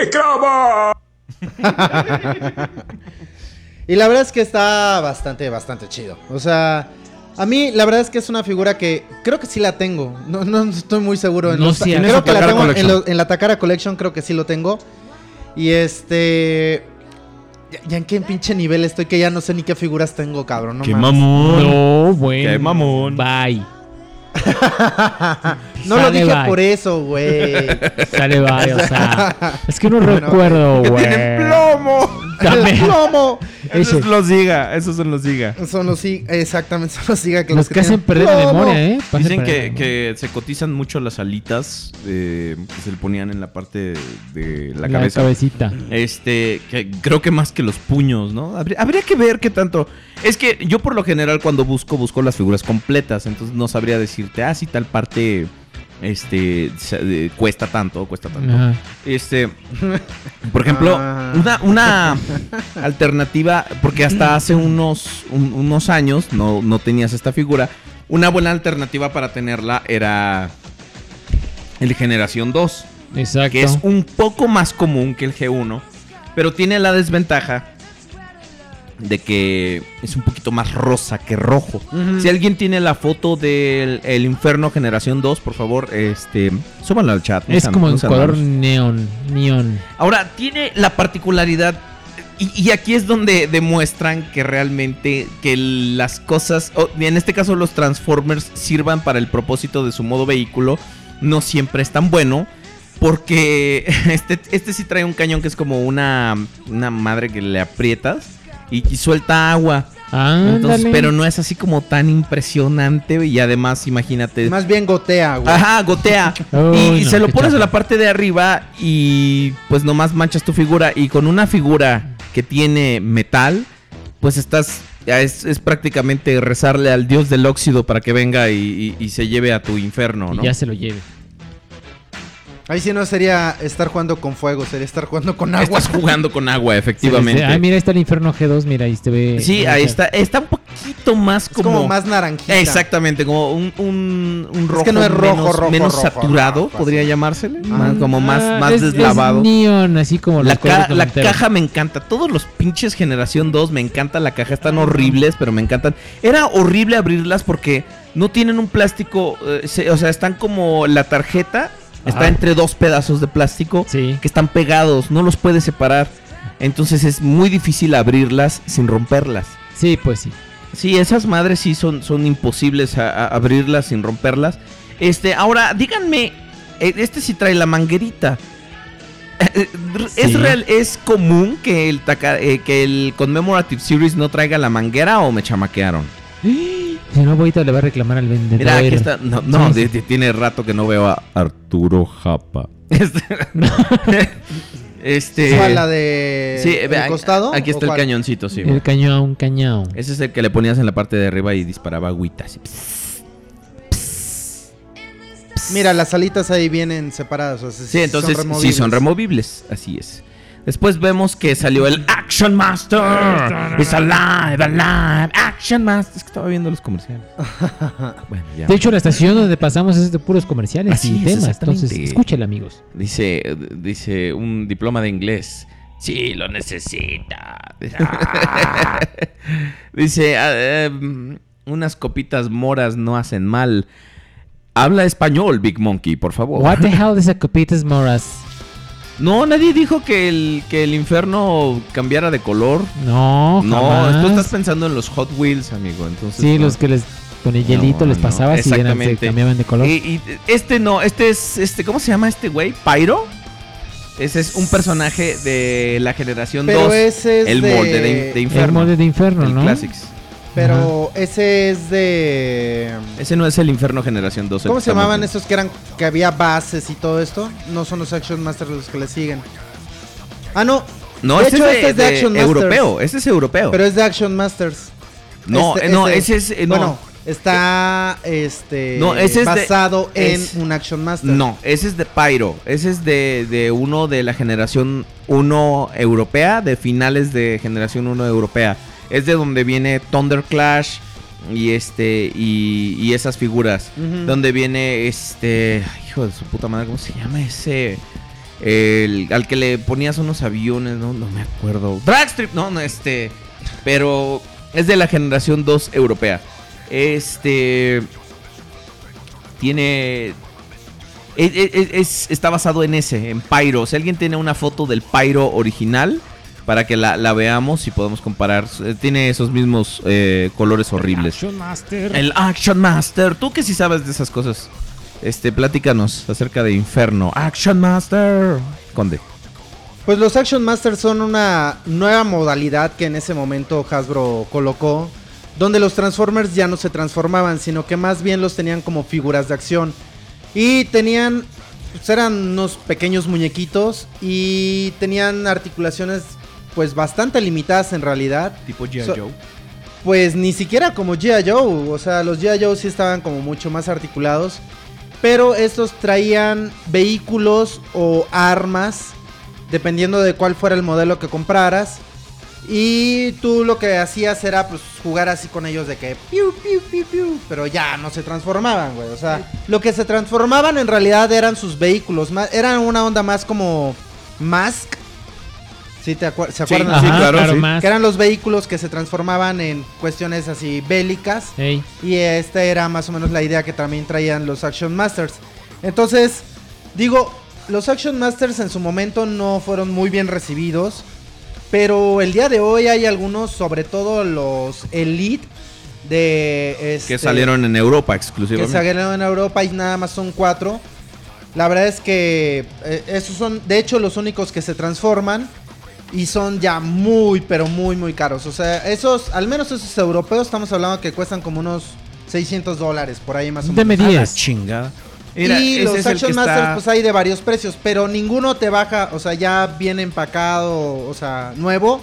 S8: ¡Eh, cromo!
S6: [LAUGHS] Y la verdad es que está bastante, bastante chido. O sea, A mí, la verdad es que es una figura que creo que sí la tengo. No, no estoy muy seguro. En
S7: No
S6: los-
S7: sé, en
S6: creo
S2: esa
S6: que la
S2: Takara
S6: tengo en,
S2: Collection.
S6: lo- en la Takara Collection, creo que sí lo tengo. Y este. Ya, ya en qué pinche nivel estoy que ya no sé ni qué figuras tengo, cabrón. No,
S2: ¡Qué
S6: mames.
S2: mamón!
S7: No, bueno.
S2: Qué mamón.
S7: Bye.
S6: No lo
S7: Sale,
S6: dije
S7: bye.
S6: por eso,
S7: [LAUGHS]
S6: güey.
S2: Eh.
S7: Sale bye, o
S2: [LAUGHS]
S7: sea. Es que no recuerdo,
S2: ¡Que
S7: güey.
S2: tienen plomo!
S6: ¡El
S7: También.
S6: plomo!
S2: Esos
S7: Ese.
S2: los diga, esos son los diga.
S6: Son los sí, exactamente, son los siga que
S7: Los que hacen
S6: tienen
S7: perder la
S6: plomo.
S7: memoria, ¿eh? Hacen
S2: Dicen
S7: perder la
S2: que, que se cotizan mucho las alitas eh, que se le ponían en la parte de la
S7: memoria. La
S2: cabeza.
S7: cabecita.
S2: Este, que creo que más que los puños, ¿no? Habría, habría que ver qué tanto. Es que yo por lo general cuando busco, busco las figuras completas. Entonces no sabría decirte, ah, si tal parte este sa- eh, cuesta tanto, cuesta tanto.
S7: Ajá.
S2: Este, [LAUGHS] por ejemplo,
S6: Ah.
S2: una, una alternativa, porque hasta hace unos, un- unos años no, no tenías esta figura, una buena alternativa para tenerla era el Generación 2,
S7: Exacto.
S2: que es un poco más común que el G1, pero tiene la desventaja de que es un poquito más rosa que rojo. Si alguien tiene la foto del el Inferno Generación 2, por favor, este, súbanla al chat. no
S7: Es
S2: sean-
S7: como
S2: no
S7: en
S2: sean
S7: color
S2: malos.
S7: neón. Neón.
S2: Ahora, tiene la particularidad, y, y aquí es donde demuestran que realmente que las cosas, o en este caso los Transformers, sirvan para el propósito de su modo vehículo, no siempre es tan bueno. Porque [LAUGHS] este, este sí trae un cañón que es como una, una madre que le aprietas y, y suelta agua. Entonces,
S7: Ándale.
S2: pero no es así como tan impresionante. Y además, imagínate.
S6: Más bien gotea, güey.
S2: Ajá, gotea.
S7: Uy,
S2: y y
S7: no,
S2: se lo
S7: qué
S2: pones en
S7: chafa.
S2: la parte de arriba y pues nomás manchas tu figura. Y con una figura que tiene metal, pues estás... ya Es, es prácticamente rezarle al dios del óxido para que venga y, y- y se lleve a tu infierno,
S7: Y
S2: ¿no?
S7: ya se lo lleve.
S6: Ahí sí no sería estar jugando con fuego, sería estar jugando con agua. [LAUGHS]
S2: Estás jugando con agua,
S7: Ah,
S2: efectivamente.
S7: mira, ahí está el Inferno G2. Mira, ahí se ve.
S2: Sí, ahí está. eh, Está un poquito más
S6: Es como,
S2: como...
S6: más naranjita.
S2: Exactamente, como un, un, un rojo
S6: que no es rojo,
S2: menos,
S6: rojo,
S2: menos
S6: rojo,
S2: saturado,
S6: rojo, así.
S2: podría llamársele.
S6: Ah.
S2: Más- como más,
S7: Ah,
S2: más
S7: es-
S2: deslavado.
S7: Es neón, así como
S2: La,
S7: los colores
S2: ca- la
S7: noventeros.
S2: caja me encanta. Todos los pinches Generación 2 me encanta. La caja están horribles, pero me encantan. Era horrible abrirlas porque no tienen un plástico. eh, se- o sea, están como la tarjeta. Está
S7: Ajá.
S2: entre dos pedazos de plástico
S7: Sí.
S2: que están pegados. No los puedes separar. Entonces es muy difícil abrirlas sin romperlas.
S7: Sí, pues sí.
S2: Sí, esas madres sí son, son imposibles a- a abrirlas sin romperlas. Este, ahora, díganme, eh, este sí trae la manguerita. ¿Es
S7: Sí.
S2: real, es común que el, Taka- eh, que el Commemorative Series no traiga la manguera o me chamaquearon?
S7: Si no, ahorita le va a reclamar al vendedor.
S2: Mira, aquí está. No, no,
S7: Sí, sí.
S2: de- de- tiene rato que no veo a
S7: [LAUGHS]
S2: Arturo Japa. Este.
S6: ¿Es
S2: este
S6: la de
S2: sí,
S6: el
S2: vean,
S6: costado?
S2: Aquí está
S6: ¿O
S2: el
S6: cuál?
S2: cañoncito, sí.
S7: El cañón, cañón.
S2: Ese es el que le ponías en la parte de arriba y disparaba agüitas.
S6: Mira, las alitas ahí vienen separadas. o sea,
S2: Sí, entonces sí
S6: removibles.
S2: son removibles, así es. Después vemos que salió el Action Master. It's alive,
S7: Ah,
S2: alive, Action Master. Es que estaba viendo los comerciales. [LAUGHS] Bueno, ya.
S7: De hecho, la estación donde pasamos es de puros comerciales
S2: Así
S7: y
S2: es,
S7: temas.
S2: exactamente.
S7: Entonces, escúchela, amigos.
S2: Dice, dice un diploma de inglés. Sí, lo necesita. Ah. [LAUGHS] dice, ah, em, unas copitas moras no hacen mal. Habla español, Big Monkey, por favor.
S7: What the hell is a copitas moras?
S2: No, nadie dijo que el, que el infierno cambiara de color.
S7: No,
S2: No,
S7: jamás.
S2: tú estás pensando en los Hot Wheels, amigo. Entonces,
S7: Sí,
S2: no.
S7: los que les con el hielito
S2: No,
S7: les
S2: no,
S7: pasabas y eran, se
S2: exactamente.
S7: cambiaban de color.
S2: Y, y este no, este es este ¿cómo se llama este güey? Pyro. Ese es un personaje de la generación
S6: Pero
S2: 2.
S6: ese es
S2: el
S6: de-
S2: molde de, de
S7: el
S2: Inferno.
S7: molde de Inferno,
S2: el
S7: ¿no?
S2: Classics.
S6: Pero ese es de.
S2: Ese no es el Inferno generación 2. el
S6: ¿Cómo
S2: que
S6: se
S2: estamos
S6: llamaban
S2: viendo.
S6: esos que eran que había bases y todo esto? No son los Action Masters los que le siguen. Ah, no.
S2: No,
S6: De
S2: ese
S6: hecho,
S2: es de,
S6: este es de
S2: de
S6: Action Masters.
S2: europeo, ese es europeo.
S6: Pero es de Action Masters.
S2: no,
S6: Este-
S2: eh, no,
S6: este-
S2: ese es eh, no.
S6: Bueno, está este
S2: No, ese es de-
S6: basado en
S2: es-
S6: un Action Master.
S2: No, ese es de Pyro. Ese es de, de uno de la generación 1 europea, de finales de generación 1 europea. Es de donde viene Thunder Clash y este y, y esas figuras.
S6: Ujú.
S2: Donde viene este, ay, hijo de su puta madre, ¿cómo se llama ese? El, al que le ponías unos aviones, no, no me acuerdo. Dragstrip, no, no, este. Pero es de la generación 2 europea. Este. Tiene. e- e- e- es- está basado en ese, en Pyro. Si alguien tiene una foto del Pyro original, para que la, la veamos y podamos comparar. Eh, Tiene esos mismos eh, colores horribles. El Action Master. Tú que sí sabes de esas cosas. Este, platícanos acerca de Inferno. Action Master. Conde.
S6: Pues los Action Masters son una nueva modalidad que en ese momento Hasbro colocó, donde los Transformers ya no se transformaban, sino que más bien los tenían como figuras de acción. Y tenían, pues eran unos pequeños muñequitos y tenían articulaciones pues bastante limitadas en realidad.
S2: Tipo
S6: G.I. So- Joe. Pues ni siquiera como G.I. Joe, o sea, los G.I. Joe sí estaban como mucho más articulados, pero estos traían vehículos o armas, dependiendo de cuál fuera el modelo que compraras, y tú lo que hacías era pues jugar así con ellos de que piu, piu, piu, piu, pero ya no se transformaban, güey, o sea, lo que se transformaban en realidad eran sus vehículos, más, eran una onda más como Mask, ¿sí te acuer- ¿se acuerdan?
S2: sí,
S7: Ajá,
S2: claro, sí.
S7: más.
S6: que eran los vehículos que se transformaban en cuestiones así bélicas
S7: Ey,
S6: y esta era más o menos la idea que también traían los Action Masters. Entonces, digo, los Action Masters en su momento no fueron muy bien recibidos, pero el día de hoy hay algunos, sobre todo los Elite de
S2: Que
S6: este,
S2: salieron en Europa
S6: que
S2: exclusivamente.
S6: salieron en Europa y nada más son cuatro. La verdad es que eh, esos son, de hecho, los únicos que se transforman y son ya muy, pero muy, muy caros. O sea, esos, al menos esos europeos, estamos hablando que cuestan como unos 600 dólares por ahí más o menos.
S7: deme 10.
S2: chingada.
S6: y los Action Masters, pues hay de varios precios, pero ninguno te baja, o sea, ya bien empacado, o sea, nuevo.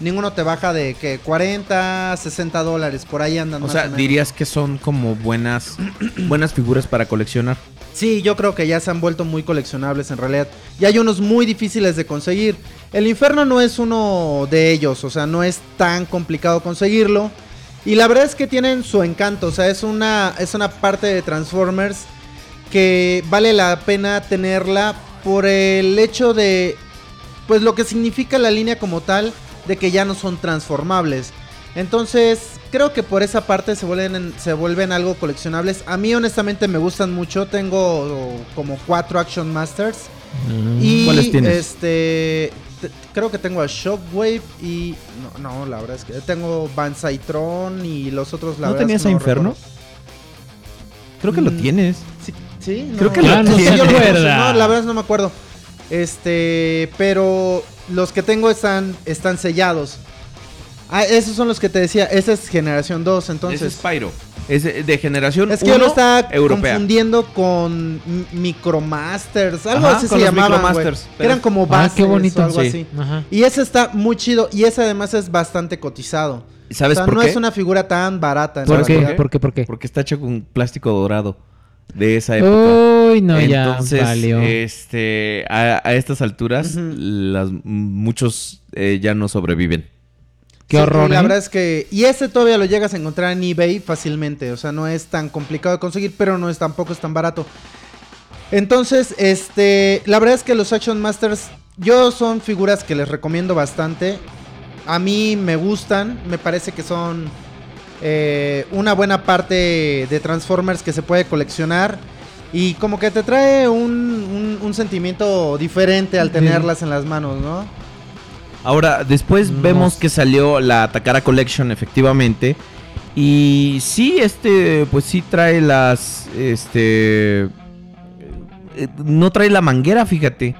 S6: Ninguno te baja de que 40, 60 dólares, por ahí andan.
S2: O
S6: más
S2: sea,
S6: menos.
S2: dirías que son como buenas, [CLEARS THROAT] buenas figuras para coleccionar.
S6: Sí, yo creo que ya se han vuelto muy coleccionables en realidad. Y hay unos muy difíciles de conseguir. El Inferno no es uno de ellos, o sea, no es tan complicado conseguirlo. Y la verdad es que tienen su encanto, o sea, es una, es una parte de Transformers que vale la pena tenerla por el hecho de, pues lo que significa la línea como tal, de que ya no son transformables. Entonces, creo que por esa parte se vuelven, se vuelven algo coleccionables. A mí honestamente me gustan mucho, tengo como cuatro Action Masters.
S2: pues,
S1: Mm,
S6: Y
S2: Mm, ¿Cuáles tienes?
S6: Este, te- creo que tengo a Shockwave y... No, no, la verdad es que tengo Banzai Tron y los otros... La
S2: ¿No
S6: verdad es
S2: tenías
S6: que
S2: a Inferno?
S6: recuerdo.
S2: Creo que lo
S6: Mm.
S2: tienes.
S6: Sí, sí,
S2: Creo que
S7: Ya
S6: la,
S7: lo no tiene. se acuerda.
S6: no, la verdad no me acuerdo. Este, pero los que tengo están, están sellados. Ah, esos son los que te decía, esa es generación 2, entonces.
S2: Ese es Pyro. Es de- de generación
S6: Es que yo
S2: uno
S6: lo estaba
S2: europea.
S6: confundiendo con M- Micromasters, algo
S2: Ajá,
S6: así se
S2: con los
S6: llamaban, güey,
S2: Micromasters,
S6: que
S2: pero-
S6: eran como
S7: Ah,
S6: bases
S7: qué bonito.
S6: o algo
S2: Sí.
S6: así.
S7: Ajá.
S6: Y ese está muy chido y ese además es bastante cotizado. O
S2: ¿Sabes
S6: sea,
S2: por
S6: no
S2: qué?
S6: es una figura tan barata. en
S7: ¿Por
S2: ¿Sabes
S7: qué?
S6: realidad.
S7: ¿Por qué? ¿Por qué?
S2: Porque está hecho con plástico dorado de esa época.
S7: Uy, no,
S2: Entonces,
S7: ya valió.
S2: este, a, a estas alturas,
S6: Ujú.
S2: las, muchos eh, ya no sobreviven.
S7: Qué
S6: Sí,
S7: horror.
S6: La
S7: ¿eh?
S6: verdad es que. Y ese todavía lo llegas a encontrar en eBay fácilmente. O sea, no es tan complicado de conseguir, pero no es tampoco es tan barato. Entonces, este. La verdad es que los Action Masters. Yo son figuras que les recomiendo bastante. A mí me gustan. Me parece que son. eh, una buena parte de Transformers que se puede coleccionar. Y como que te trae un, un- un sentimiento diferente al tenerlas en las manos, ¿no?
S2: Ahora, después
S7: No
S2: vemos
S7: sé.
S2: que salió la Takara Collection, efectivamente. Y sí, este, pues sí trae las, este... eh, No trae la manguera, fíjate.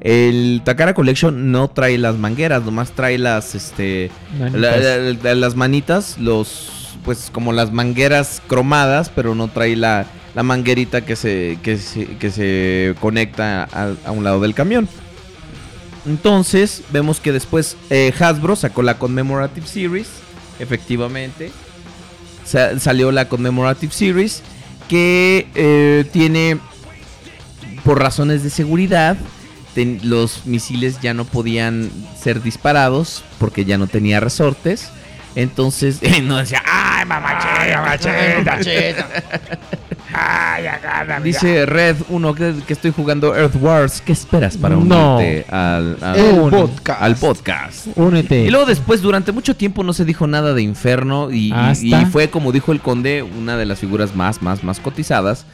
S2: El Takara Collection no trae las mangueras, nomás trae las, este...
S7: Manitas.
S2: la- la- la- las manitas, los... Pues como las mangueras cromadas, pero no trae la, la manguerita que se, que se, que se conecta a- a un lado del camión. Entonces, vemos que después eh, Hasbro sacó la
S1: [LAUGHS]
S2: Commemorative Series, efectivamente. Sa- salió la Commemorative Series que eh, tiene, por razones de seguridad, ten- los misiles ya no podían ser disparados porque ya no tenía resortes. [LAUGHS]
S1: [LAUGHS]
S2: Entonces, no decía, ¡ay, mamachita! ¡Ay, mamachita! Dice Red 1 que, que estoy jugando Earth Wars. ¿Qué esperas para
S7: No.
S2: unirte al, al-
S7: El
S2: al
S6: podcast.
S2: al podcast? Y
S7: Únete.
S2: luego después, durante mucho tiempo, no se dijo nada de Inferno. Y, y-
S7: Hasta-
S2: y fue, como dijo el conde, una de las figuras más, más, más cotizadas.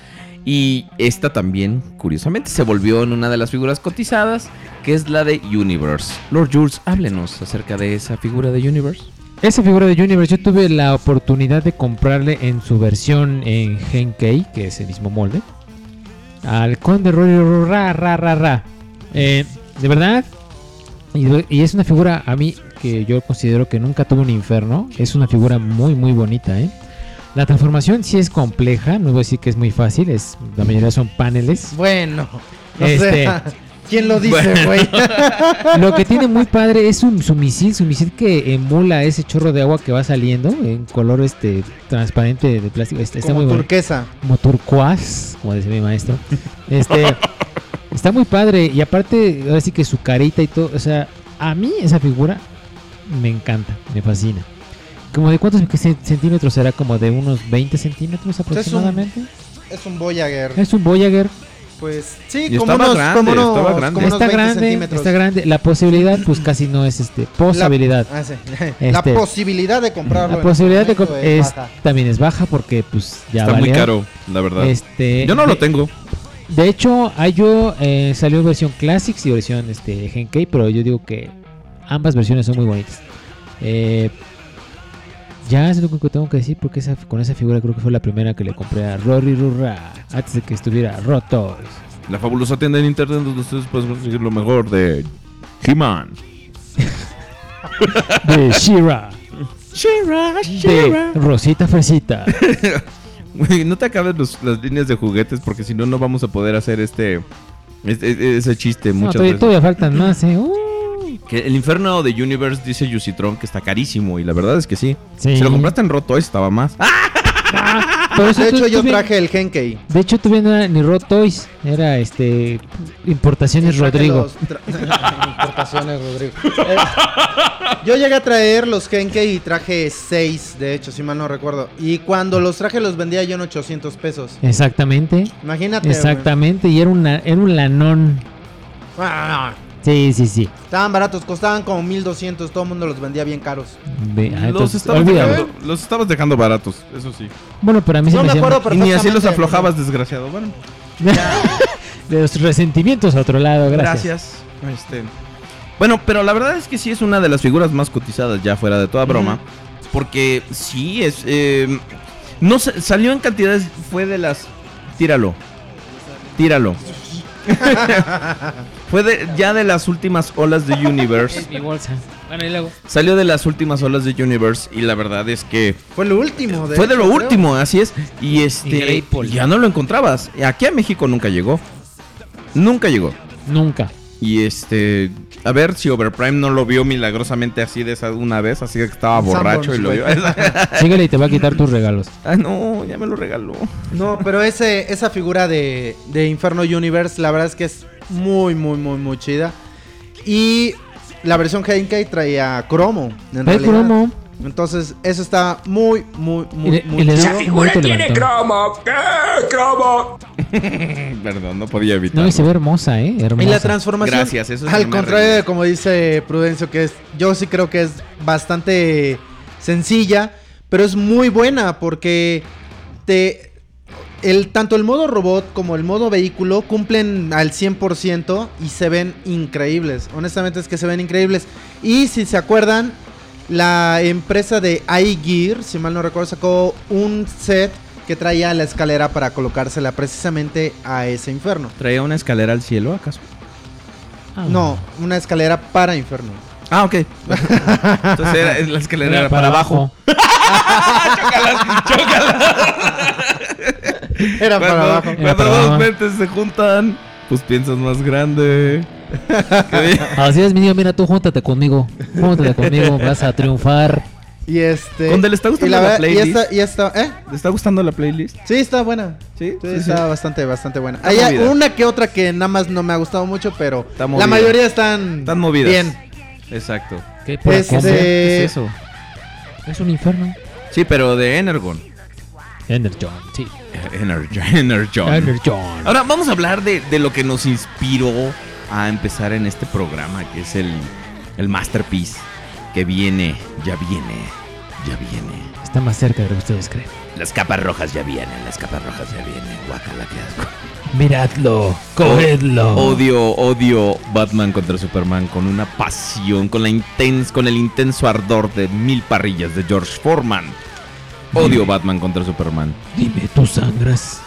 S2: Y esta también, curiosamente, se volvió en una de las figuras cotizadas, que es la de Universe. Lord Jules, háblenos acerca de esa figura de Universe.
S7: Esa figura de Universe, yo tuve la oportunidad de comprarle en su versión en Genkei, que es el mismo molde, al Conde Rory Ra Ra Ra Ra. Eh, de verdad, y, y es una figura a mí que yo considero que nunca tuvo un inferno. Es una figura muy, muy bonita, ¿eh? La transformación sí es compleja, no voy a decir que es muy fácil, es, la mayoría son paneles.
S6: Bueno, no
S7: Este.
S6: sé. [LAUGHS] ¿Quién lo dice, güey? [LAUGHS]
S7: Lo que tiene muy padre es su, su misil, su misil que emula ese chorro de agua que va saliendo en color este transparente de plástico. Está, está muy
S6: Como
S7: bonito.
S6: turquesa.
S7: Como turquoise, como decía mi maestro.
S6: [LAUGHS]
S7: Este está muy padre y aparte ahora sí que su carita y todo, o sea, a mí esa figura me encanta, me fascina. Como de cuántos ce- centímetros será como de unos 20 centímetros
S6: Pues un-
S7: aproximadamente.
S6: Es un Voyager.
S7: Es un Voyager.
S6: Pues sí,
S2: Y
S6: como
S2: estaba
S6: unos,
S2: grande,
S6: como unos,
S2: estaba grande.
S6: como unos
S7: está
S6: 20
S7: grande,
S6: centímetros.
S7: está grande. La posibilidad, pues casi no es este posibilidad.
S6: La, ah, sí. [LAUGHS] La
S7: Este.
S6: posibilidad de comprarlo.
S7: La
S6: en
S7: posibilidad de
S6: este
S7: comp-
S6: momento
S7: es,
S6: baja.
S7: también es baja porque pues ya
S2: Está muy
S7: valieron.
S2: caro, la verdad.
S7: Este,
S2: Yo no lo
S7: de-
S2: tengo.
S7: De hecho, hay yo eh, salió versión Classics y versión este Genkei, pero yo digo que ambas versiones son muy bonitas. Eh, ya es lo único que tengo que decir porque esa, con esa figura creo que fue la primera que le compré a Rory Rurra antes de que estuviera roto.
S2: La fabulosa tienda en internet donde ustedes pueden conseguir lo mejor de He-Man.
S7: De Shira.
S1: [LAUGHS]
S7: De Rosita Fresita.
S2: [LAUGHS] Güey, no te acabes los- las líneas de juguetes porque si no, no vamos a poder hacer este, este- ese chiste
S7: No,
S2: muchas
S7: todavía,
S2: veces.
S7: todavía faltan más, ¿eh? Uh,
S2: Que el infierno de Universe dice Yusitron que está carísimo y la verdad es que sí.
S7: sí.
S2: Si lo compraste en Roto estaba más. ¡Ah!
S7: Por eso
S6: De
S7: tú-
S6: hecho, yo
S7: tú bien-
S6: traje el Genkei.
S7: De hecho, tuve no era ni Rot Toys, era este Importaciones
S6: Traje
S7: Rodrigo.
S6: los tra- [LAUGHS] Importaciones, Rodrigo. Eh, yo llegué a traer los Genkei y traje 6, de hecho, si mal no recuerdo. Y cuando los traje los vendía yo en 800 pesos.
S7: Exactamente,
S6: Imagínate. güey.
S7: exactamente, y era una, era un lanón.
S6: Ah,
S7: Sí, sí, sí.
S6: Estaban baratos, costaban como 1200, todo el mundo los vendía bien caros.
S7: Ve- ah,
S2: los,
S7: entonces,
S2: estabas
S7: olvídalo.
S2: dejando, los estabas dejando baratos, eso sí.
S7: Bueno, pero a mí se
S6: No
S7: me,
S6: me
S7: hacían-
S6: acuerdo, pero
S2: Y ni así los
S6: justamente-
S2: aflojabas, desgraciado. Bueno,
S7: [LAUGHS] de los resentimientos a otro lado, gracias.
S2: gracias. Este, Bueno, pero la verdad es que sí es una de las figuras más cotizadas ya fuera de toda broma. Porque sí es... eh, no sé, salió en cantidades, fue de las... Tíralo. Tíralo. fue de- ya de las últimas olas de
S6: [LAUGHS]
S2: Universe.
S7: Es [LAUGHS] mi bolsa. Bueno, y luego.
S2: Salió de las últimas olas de Universe y la verdad es que
S6: Fue lo último.
S2: fue de
S6: hecho,
S2: lo
S6: creo.
S2: último, así es. Y este
S7: Increíble.
S2: ya no lo encontrabas. Aquí a México nunca llegó. Nunca llegó.
S7: Nunca.
S2: Y este, a ver si Overprime no lo vio milagrosamente así de esa una vez, así que estaba Ah, borracho y
S6: [LAUGHS]
S2: lo vio.
S7: Síguele y te va a quitar tus regalos.
S2: ah, no, ya me lo regaló.
S6: No, pero ese, esa figura de, de Inferno Universe, la verdad es que es muy, muy, muy, muy chida. Y la versión Henkei traía cromo, en
S7: Trae
S6: realidad.
S7: cromo.
S6: Entonces, eso está muy, muy,
S7: Y
S6: muy,
S7: le,
S6: muy
S7: y le
S8: Esa
S7: da un
S8: figura
S7: bonito
S8: tiene
S7: levantón.
S8: cromo. ¿Qué? Cromo.
S2: [LAUGHS] Perdón, no podía evitarlo.
S7: No, y se ve hermosa, ¿eh? Hermosa.
S6: Y la transformación.
S2: Gracias, eso es lo
S6: Al
S2: que me
S6: contrario
S2: arregló.
S6: de como dice Prudencio, que es. Yo sí creo que es bastante sencilla. Pero es muy buena. Porque te. El, tanto el modo robot como el modo vehículo cumplen al 100% y se ven increíbles. Honestamente es que se ven increíbles. Y si se acuerdan, la empresa de iGear, si mal no recuerdo, sacó un set que traía la escalera para colocársela precisamente a ese infierno.
S2: ¿Traía una escalera al cielo acaso?
S7: Ah.
S6: No, una escalera para infierno.
S2: Ah, ok. Entonces era, la escalera
S7: Era
S2: era para, abajo.
S6: Era para abajo.
S2: Cuando
S7: Era para
S2: dos
S7: abajo.
S2: mentes se juntan, pues piensas
S6: [LAUGHS]
S2: más grande.
S7: Así es, mi niño, mira tú, júntate conmigo. Júntate conmigo, vas a triunfar.
S6: Y este.
S2: Conde, ¿le está
S6: y
S2: gustando la
S6: verdad-
S2: playlist?
S6: Y esta, y esta, ¿eh?
S2: ¿Te está gustando la playlist?
S6: Sí, está buena.
S2: Sí,
S6: Sí,
S2: sí,
S6: está
S2: sí.
S6: bastante, bastante buena.
S2: Está
S6: Hay
S2: movida.
S6: una que otra que nada más no me ha gustado mucho, pero
S2: Está movida.
S6: la mayoría están,
S2: Están movidas.
S6: bien.
S2: Exacto.
S7: ¿Qué por
S6: Este,
S7: acá?
S2: ¿Qué es eso?
S7: Es un infierno.
S2: Sí, pero de Energon.
S7: Energon, sí.
S2: Energ- [LAUGHS] Energon.
S7: Energon.
S2: Ahora vamos a hablar de, de lo que nos inspiró a empezar en este programa, que es el, el masterpiece que viene, ya viene, ya viene.
S7: Está más cerca de lo que ustedes creen.
S2: Las capas rojas ya vienen, las capas rojas ya vienen. Guacala, qué asco. [LAUGHS]
S7: Miradlo, Oh, cogedlo.
S2: Odio, odio Batman contra Superman con una pasión, con, la intens, con el intenso ardor de mil parrillas de George Foreman. Odio Batman contra Superman.
S7: Dime, tú sangras.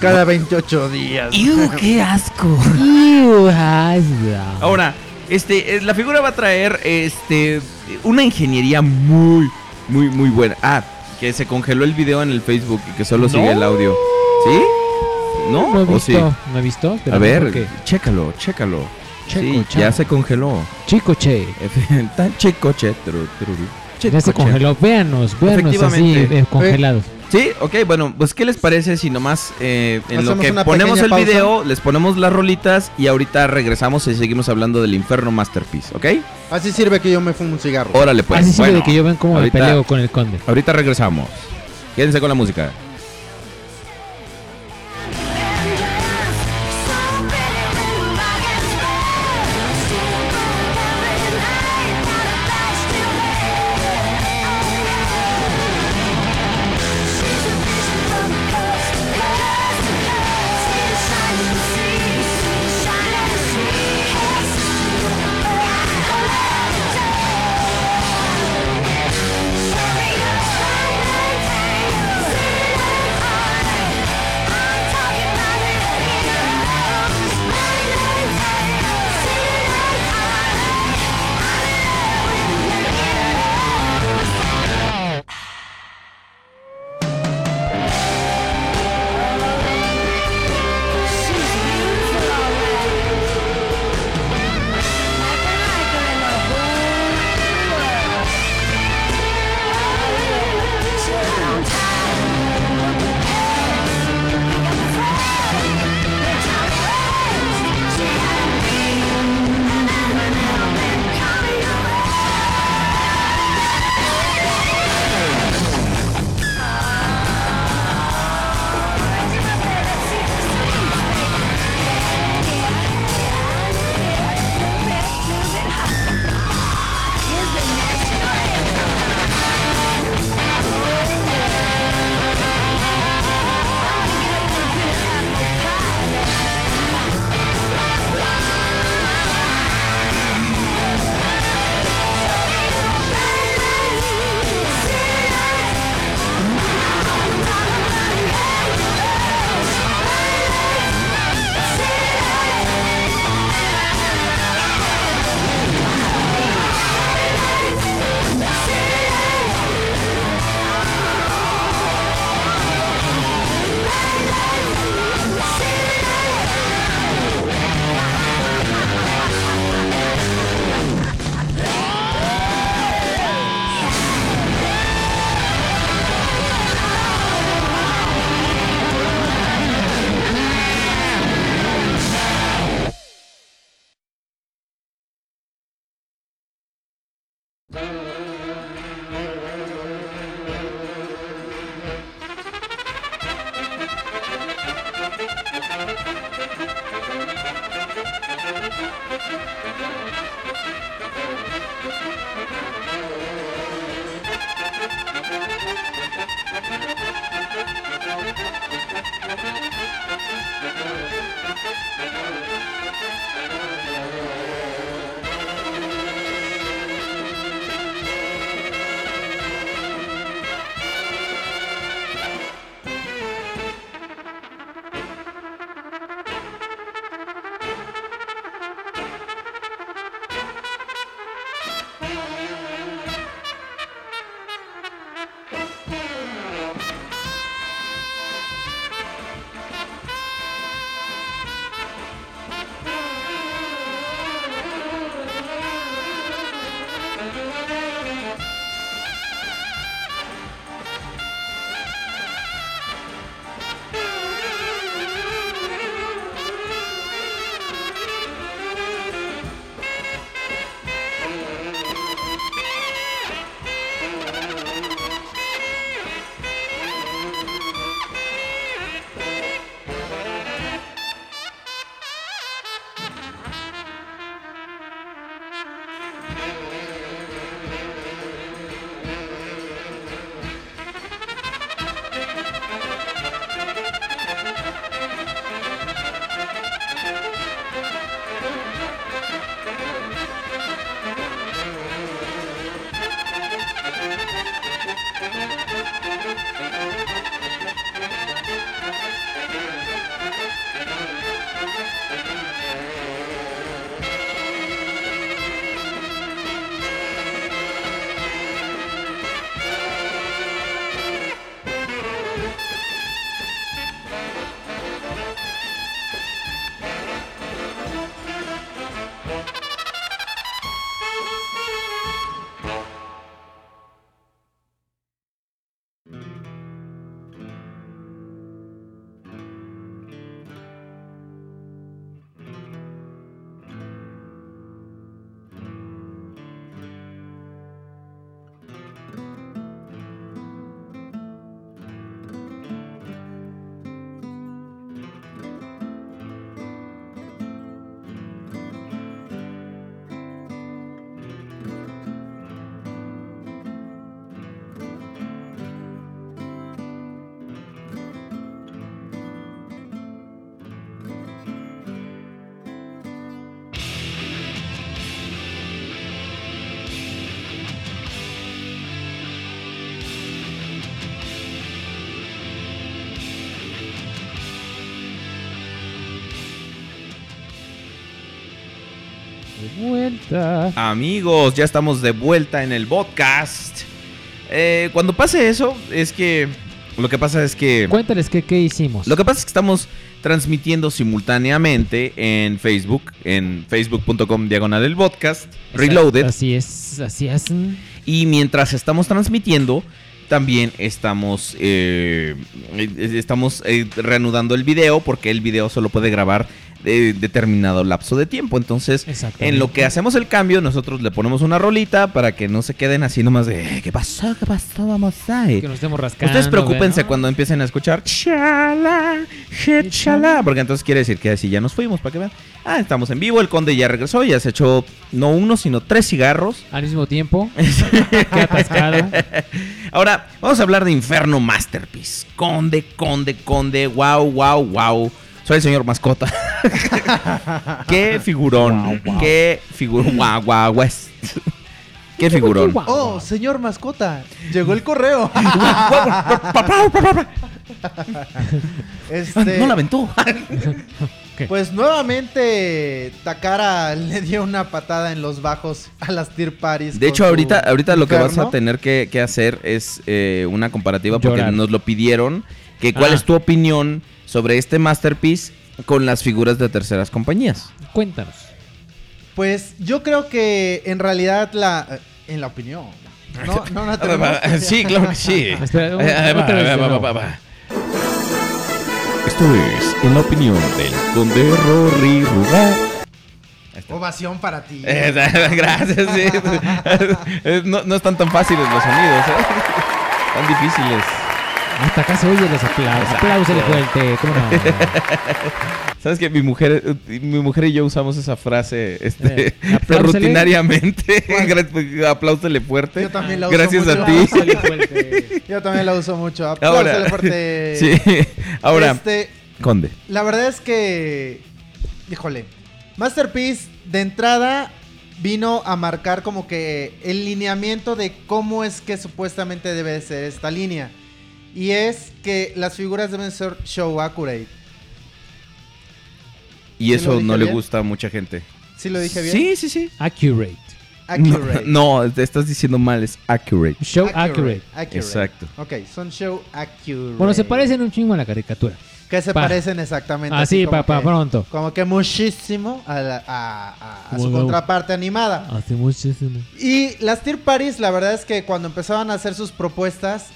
S6: Cada 28 días.
S7: ¡Ew, qué asco! ¡Ew, asco!
S2: Ahora, este, eh, la figura va a traer este, una ingeniería muy, muy, muy buena. Ah, que se congeló el video en el Facebook y que solo sigue el audio. ¿Sí? ¿No?
S7: ¿No he
S2: ¿O Oh, sí?
S7: visto? ¿No he visto?
S2: A
S7: Espérame,
S2: ver,
S7: porque-
S2: chécalo, chécalo.
S7: Checo,
S2: sí, ya
S7: chao.
S2: se congeló.
S7: Chico, che.
S2: [LAUGHS] Tan checo, che, tru, tru, tru.
S7: Ya se
S2: Checo, che.
S7: congeló. Véanos, véanos así,
S2: Efectivamente.
S7: eh, congelados.
S2: Sí, ok, bueno, pues ¿qué les parece si nomás eh, en lo
S6: Hacemos
S2: que
S6: una
S2: ponemos
S6: pequeña
S2: el
S6: pausa?
S2: video, les ponemos las rolitas y ahorita regresamos y seguimos hablando del Inferno Masterpiece, ¿ok?
S6: Así sirve que yo me fumo un cigarro.
S2: Órale pues.
S7: así sirve
S2: bueno,
S7: de que yo vean cómo
S2: ahorita-
S7: me peleo con el conde.
S2: Ahorita regresamos. Quédense con la música.
S10: Thank you.
S7: vuelta.
S2: Amigos, ya estamos de vuelta en el podcast. Eh, cuando pase eso, es que. Lo que pasa es que.
S7: Cuéntales que, qué hicimos.
S2: Lo que pasa es que estamos transmitiendo simultáneamente en Facebook, en facebook.com diagonal el podcast, Reloaded.
S7: Así es, así es.
S2: Y mientras estamos transmitiendo, también estamos, eh, estamos eh, reanudando el video porque el video solo puede grabar eh, determinado lapso de tiempo. Entonces,
S7: Exacto.
S2: en lo que hacemos el cambio, nosotros le ponemos una rolita para que no se queden así nomás de "Eh, ¿qué pasó? ¿Qué pasó? Vamos a
S7: Que nos estemos rascando.
S2: Ustedes preocupense
S7: ¿verdad?
S2: cuando empiecen a escuchar chala, je, chala, porque entonces quiere decir que así ya nos fuimos, para que vean. Ah, estamos en vivo, el conde ya regresó, ya se echó no uno, sino tres cigarros.
S7: Al mismo tiempo. Qué atascado.
S2: Ahora, vamos a hablar de Inferno Masterpiece. Conde, conde, conde, wow, wow, wow. Soy el señor mascota. qué figurón, qué figurón, guau, guau, guau. Qué figurón.
S6: Oh, señor mascota, llegó el
S2: [LAUGHS]
S6: correo.
S2: Ah,
S6: [LAUGHS] Este,
S2: No la aventó.
S6: [LAUGHS] Pues nuevamente Takara le dio una patada en los bajos a las Tier Paris.
S2: De
S6: con
S2: hecho,
S6: su
S2: ahorita, ahorita lo que vas
S6: inferno.
S2: a tener que, que hacer es eh, una comparativa porque
S7: Llorar.
S2: nos lo pidieron. Que ¿Cuál
S7: Ah.
S2: es tu opinión sobre este masterpiece con las figuras de terceras compañías?
S7: Cuéntanos.
S6: Pues yo creo que en realidad la... eh, En la opinión. No, no,
S2: [LAUGHS]
S6: no tenemos-
S2: Ah, sí, claro
S6: [LAUGHS]
S2: que sí.
S7: Espera, un-
S2: Eh, eh, va,
S7: otra vez
S2: va,
S7: de
S2: va,
S7: nuevo.
S2: va, va. Esto es En la opinión del Conde Rory Rugal.
S6: Ovación para ti.
S2: Eh, [LAUGHS] Gracias, [LAUGHS]
S6: [LAUGHS]
S2: sí. Eh, No, no están tan fáciles los sonidos, ¿eh? Tan difíciles.
S7: Hasta acá se oye los aplausos.
S2: Exacto.
S7: Apláusele fuerte. ¿Cómo no?
S2: [LAUGHS] ¿Sabes que mi mujer, eh, mi mujer y yo usamos esa frase este,
S7: Eh, apláusele.
S6: [LAUGHS]
S2: rutinariamente? [LAUGHS] Gra- Apláusele fuerte.
S6: Yo también la uso
S2: Gracias
S6: mucho.
S2: a ti. [LAUGHS]
S7: Apláusele fuerte.
S6: Yo también la uso mucho.
S2: Ahora.
S6: Apláusele fuerte.
S2: [LAUGHS] Sí. Ahora,
S6: Este,
S2: Conde.
S6: La verdad es que. Híjole. Masterpiece, de entrada, vino a marcar como que el lineamiento de cómo es que supuestamente debe de ser esta línea. Y es que las figuras deben ser show accurate.
S2: Y
S6: ¿Sí lo
S2: eso
S6: dije
S2: no le
S6: bien?
S2: gusta a mucha gente.
S6: ¿Sí lo dije bien?
S2: Sí, sí, sí.
S7: Accurate.
S6: Accurate.
S2: No, no, te estás diciendo mal, es accurate.
S7: Show accurate.
S6: accurate.
S2: Exacto.
S6: Ok, son show accurate.
S7: Bueno, se parecen un chingo a la caricatura.
S6: Que se
S7: pa.
S6: parecen exactamente.
S7: Así,
S6: como
S7: pa- pa
S6: que-
S7: pronto.
S6: Como que muchísimo a, la- a- a- a su
S7: Wow.
S6: contraparte animada.
S7: Hace muchísimo.
S6: Y las Tier Paris, la verdad es que cuando empezaban a hacer sus propuestas,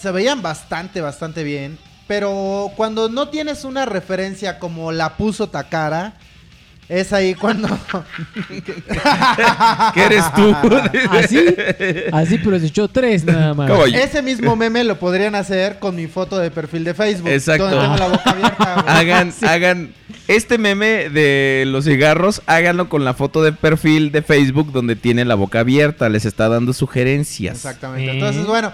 S6: se veían bastante, bastante bien. Pero cuando no tienes una referencia como la puso Takara, es ahí cuando.
S2: [LAUGHS]
S6: [LAUGHS]
S2: [LAUGHS] ¿Qué eres tú?
S7: [LAUGHS] Así, así, pero se echó tres nada más.
S2: [LAUGHS] Caballo.
S6: Ese
S7: [LAUGHS]
S6: mismo meme lo podrían hacer con mi foto de perfil de Facebook.
S2: Exacto.
S6: Donde tengo la boca
S2: [LAUGHS]
S6: abierta. güey.
S2: Hagan, hagan este meme de los cigarros, háganlo con la foto de perfil de Facebook donde tiene la boca abierta, les está dando sugerencias.
S6: Exactamente.
S7: Eh.
S6: Entonces, bueno,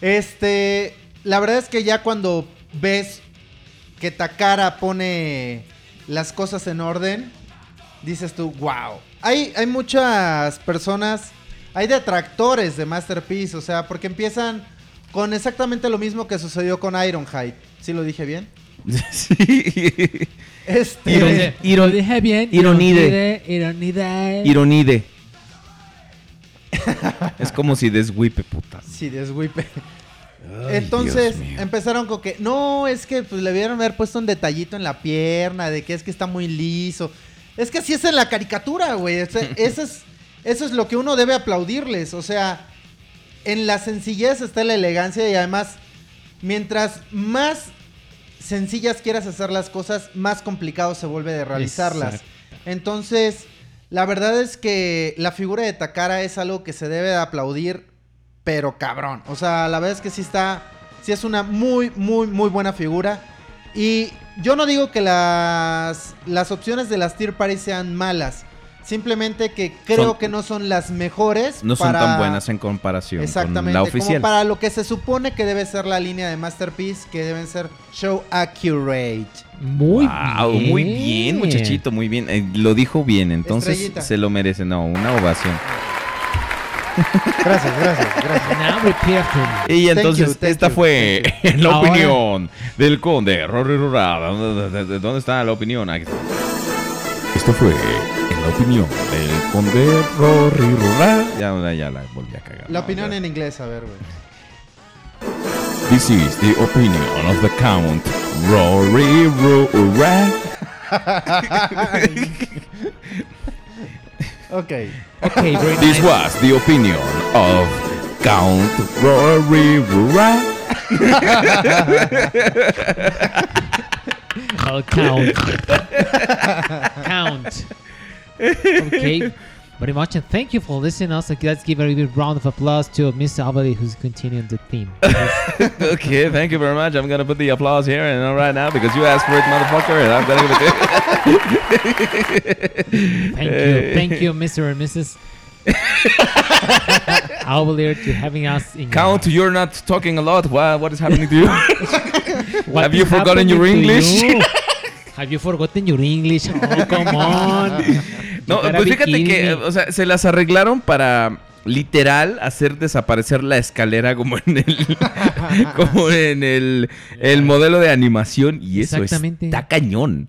S6: este, la verdad es que ya cuando ves que Takara pone las cosas en orden, dices tú, wow. Hay, hay muchas personas, hay detractores de Masterpiece, o sea, porque empiezan con exactamente lo mismo que sucedió con Ironhide. ¿Sí lo dije
S7: [LAUGHS]
S6: bien?
S2: Sí.
S6: Este,
S7: Iron- Lo dije bien.
S2: Ironide.
S7: Ironide.
S2: Ironide. [LAUGHS] es como si deswipe, puta.
S6: [LAUGHS] Sí, deswipe. Entonces empezaron con que no, es que pues, le debieron haber puesto un detallito en la pierna, de que es que está muy liso. Es que así es en la caricatura, güey. O sea, eso, es, eso es lo que uno debe aplaudirles. O sea, en la sencillez está la elegancia y además, mientras más sencillas quieras hacer las cosas, más complicado se vuelve de realizarlas.
S7: Exacto.
S6: Entonces, la verdad es que la figura de Takara es algo que se debe de aplaudir, pero cabrón. O sea, la verdad es que sí está, sí es una muy, muy, muy buena figura. Y yo no digo que las, las opciones de las Tier Paris sean malas. Simplemente que creo
S2: Son-
S6: que no son las mejores.
S2: No son
S6: para-
S2: tan buenas en comparación con
S6: Exactamente,
S2: la oficial.
S6: como para lo que se supone que debe ser la línea de Masterpiece, que deben ser show accurate.
S7: Muy
S2: Guau,
S7: bien.
S2: Ah, muy bien, muchachito, muy bien. Eh, lo dijo bien, entonces
S6: Estrellita.
S2: se lo merece. No, una ovación.
S6: Gracias,
S7: [LAUGHS]
S6: gracias, gracias.
S7: Now prepare for me.
S2: Y
S6: Thank
S2: entonces,
S6: you, thank
S2: esta
S6: you,
S2: fue [LAUGHS] la
S7: Ahora-
S2: opinión del conde Rory Rural. ¿Dónde- ¿Dónde dónde está la opinión? Aquí está. Esto fue en La opinión del conde Rory Rural. Ya, ya, ya la volví a cagar.
S6: La
S2: No,
S6: opinión
S2: ya.
S6: en inglés, a ver, güey.
S2: This is the opinion of the count Rory Rural.
S6: Ok.
S7: Ok, very
S2: This
S7: nice.
S2: was the opinion of Count Rory Rural. [LAUGHS]
S7: Oh,
S2: [LAUGHS]
S7: count. count. Okay. Very much, and thank you for listening. Also, let's give a big round of applause to Miss Avali, who's continuing the theme.
S2: Okay, thank you very much. I'm gonna put the applause here and not right now because you asked for it, motherfucker, and I'm gonna give it to
S7: Thank you, thank you, Mr. and Mrs. Avalier, to having us in. your
S2: Count,
S7: house.
S2: you're not talking a lot. Why, what is happening to you?
S7: [LAUGHS] What
S2: have you
S7: is happening
S2: forgotten your
S7: to
S2: English?
S7: you? Have you forgotten your
S2: [LAUGHS]
S7: English? Oh, come on. You
S2: No, pues
S7: gotta be
S2: fíjate
S7: kidding
S2: que,
S7: me.
S2: o sea, se las arreglaron para literal hacer desaparecer la escalera como
S7: [LAUGHS]
S2: en el como en el, el modelo de animación y eso
S7: Exactamente.
S2: está cañón.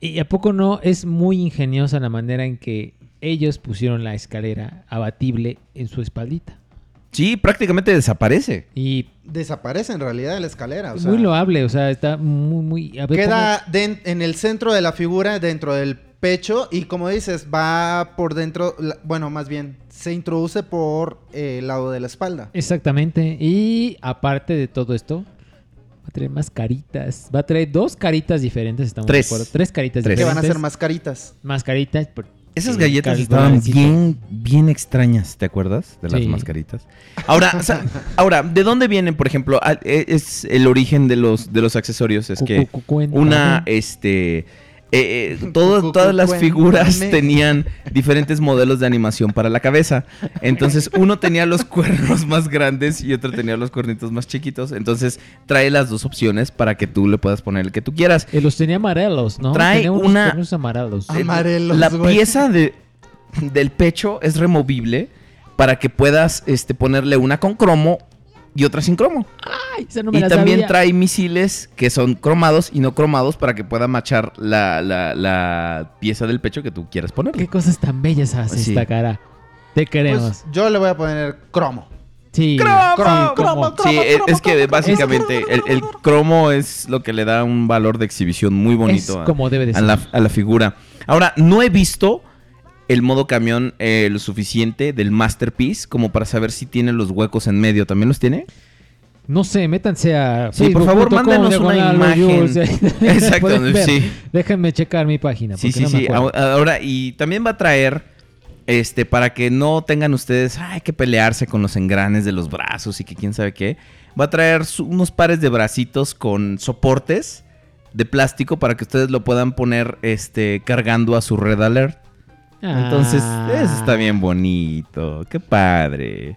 S7: ¿Y a poco no es muy ingeniosa la manera en que ellos pusieron la escalera abatible en su espaldita?
S2: Sí, prácticamente desaparece.
S7: Y
S6: Desaparece en realidad de la escalera. O sea,
S7: muy loable, o sea, está muy, muy... a ver,
S6: queda den- en el centro de la figura, dentro del pecho, y como dices, va por dentro, la- bueno, más bien, se introduce por eh, el lado de la espalda.
S7: pongan- Exactamente. Y aparte de todo esto, va a traer más caritas. Va a traer dos caritas diferentes, estamos
S2: Tres.
S7: de acuerdo. Tres caritas
S2: Tres.
S6: Que
S7: diferentes.
S6: van a ser mascaritas.
S7: Más caritas. por-
S2: Esas
S7: sí,
S2: galletas
S7: cal-
S2: estaban
S7: balancito.
S2: bien, bien extrañas, ¿te acuerdas? De las
S7: Sí.
S2: mascaritas. Ahora, o
S7: [LAUGHS]
S2: sea, ahora, ¿de dónde vienen, por ejemplo? Ah, eh, Es el origen de los, de los accesorios. Es
S7: Cu-
S2: que
S7: cu- cu- cuenta.
S2: una, este, eh, eh,
S6: Cu- cu-
S2: todas, todas las
S6: cuéntame.
S2: figuras tenían diferentes modelos de animación para la cabeza. Entonces, uno
S7: [LAUGHS]
S2: tenía los cuernos más grandes y otro tenía los cuernitos más chiquitos. Entonces, trae las dos opciones para que tú le puedas poner el que tú quieras.
S7: Eh, los tenía amarelos, ¿no?
S2: Trae
S7: Tenía unos
S2: una-
S7: cuernos amarelos.
S6: Ah, Amarelos,
S2: la
S6: güey.
S2: pieza de, del pecho es removible para que puedas este, ponerle una con cromo y otra sin cromo.
S7: Ay, esa no Ah, me
S2: y
S7: la
S2: también
S7: sabía.
S2: trae misiles que son cromados y no cromados para que pueda machar la, la- la pieza del pecho que tú quieras
S7: Qué
S2: ponerle.
S7: cosas tan bellas hace
S2: Sí.
S7: esta cara. Te queremos.
S6: Pues, yo le voy a poner cromo.
S7: sí.
S2: ¡Cromo!
S7: sí, como-
S2: Sí, e, es, es que básicamente el, el cromo es lo que le da un valor de exhibición muy bonito
S7: Es
S2: a-
S7: como debe de
S2: a
S7: ser.
S2: la, a la figura. Ahora, no he visto el modo camión eh, lo suficiente del Masterpiece como para saber si tiene los huecos en medio. ¿También los tiene?
S7: No sé, métanse a.
S2: Sí, por favor,
S7: facebook.com,
S2: mándenos una
S7: diagonal reviews. [LAUGHS]
S2: imagen.
S7: Ahí
S2: Exacto,
S7: pueden ver.
S2: sí.
S7: Déjenme checar mi página.
S2: Sí,
S7: Porque
S2: sí,
S7: no me
S2: sí.
S7: acuerdo.
S2: Ahora- Ahora, y también va a traer, este, para que no tengan ustedes, "Ay, hay que pelearse con los engranes de los brazos y que quién sabe qué. Va a traer su- unos pares de bracitos con soportes de plástico para que ustedes lo puedan poner, este, cargando a su red alert.
S7: Ah.
S2: Entonces, eso está bien bonito. Qué padre.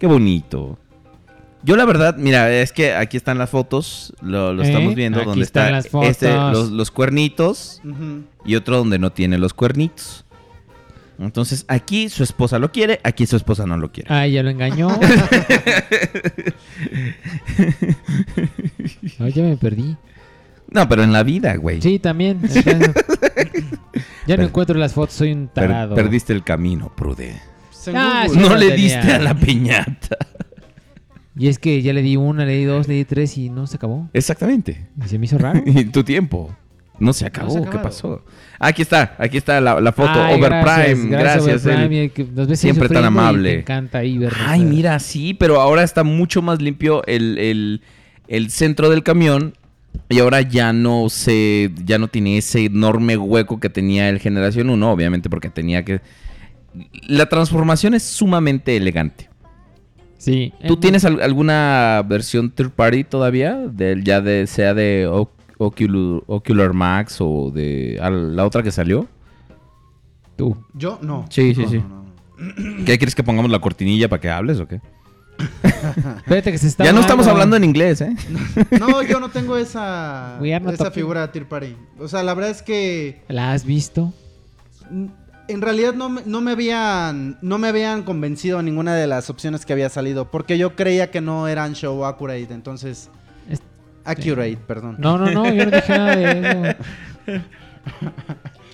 S2: Qué bonito. Yo la verdad, mira, es que aquí están las fotos, lo, lo
S7: Eh,
S2: estamos viendo,
S7: aquí
S2: donde
S7: están
S2: están
S7: las fotos.
S2: los, los cuernitos
S6: Ujú.
S2: y otro donde no tiene los cuernitos. Entonces, aquí su esposa lo quiere, aquí su esposa no lo quiere.
S7: Ay, ya lo
S2: [LAUGHS]
S7: engañó. [LAUGHS] Ay, ya me perdí.
S2: No, pero en la vida, güey.
S7: Sí, también.
S2: [LAUGHS]
S7: entonces- ya no
S2: Per-
S7: encuentro las fotos, soy un
S2: Per-
S7: tarado.
S2: perdiste el camino, Prude.
S6: Según
S7: Ah,
S6: Google.
S7: sí.
S2: no
S7: lo
S2: le
S7: tenía.
S2: diste a la piñata.
S7: Y es que ya le di una, le di dos, le di tres y no se acabó.
S2: Exactamente.
S7: Y se me hizo raro.
S2: [LAUGHS] Y tu tiempo. No se acabó, ¿qué
S7: acabado.
S2: pasó? Aquí está, aquí está la, la foto.
S7: Ay,
S2: Overprime, gracias. el-
S7: Overprime, y eh, que nos ves ahí
S2: siempre tan
S7: sufriendo y Eh.
S2: amable. Ah.
S7: te encanta ahí vernos,
S2: Ay,
S7: ¿verdad?
S2: mira, sí, pero ahora está mucho más limpio el, el- el centro del camión. Y ahora ya no se. ya no tiene ese enorme hueco que tenía el Generación 1, obviamente, porque tenía que. La transformación es sumamente elegante.
S7: Sí.
S2: ¿Tú
S7: Eh,
S2: tienes al- alguna versión third party todavía? Del, ya de, sea de Oc- Oculu- Ocular Max o de a la otra que salió.
S7: Tú.
S6: Yo no.
S2: Sí, sí,
S6: No,
S2: sí.
S6: no, no, no.
S2: ¿Qué quieres que pongamos la cortinilla para que hables o qué?
S7: [LAUGHS] Espérate que se está
S2: Ya no estamos hablando en
S7: [LAUGHS]
S2: inglés, ¿eh?
S6: No, yo no tengo esa,
S7: We are not
S6: esa
S7: talking.
S6: figura Tir Party. O sea, la verdad es que
S7: ¿La has visto?
S6: mm, en realidad no, me- no me habían no me habían convencido ninguna de las opciones que había salido. Porque yo creía que no eran show accurate. Entonces.
S7: Es-
S6: [LAUGHS] Accurate, perdón. [LAUGHS]
S7: No, no, no, yo no dije nada de eso.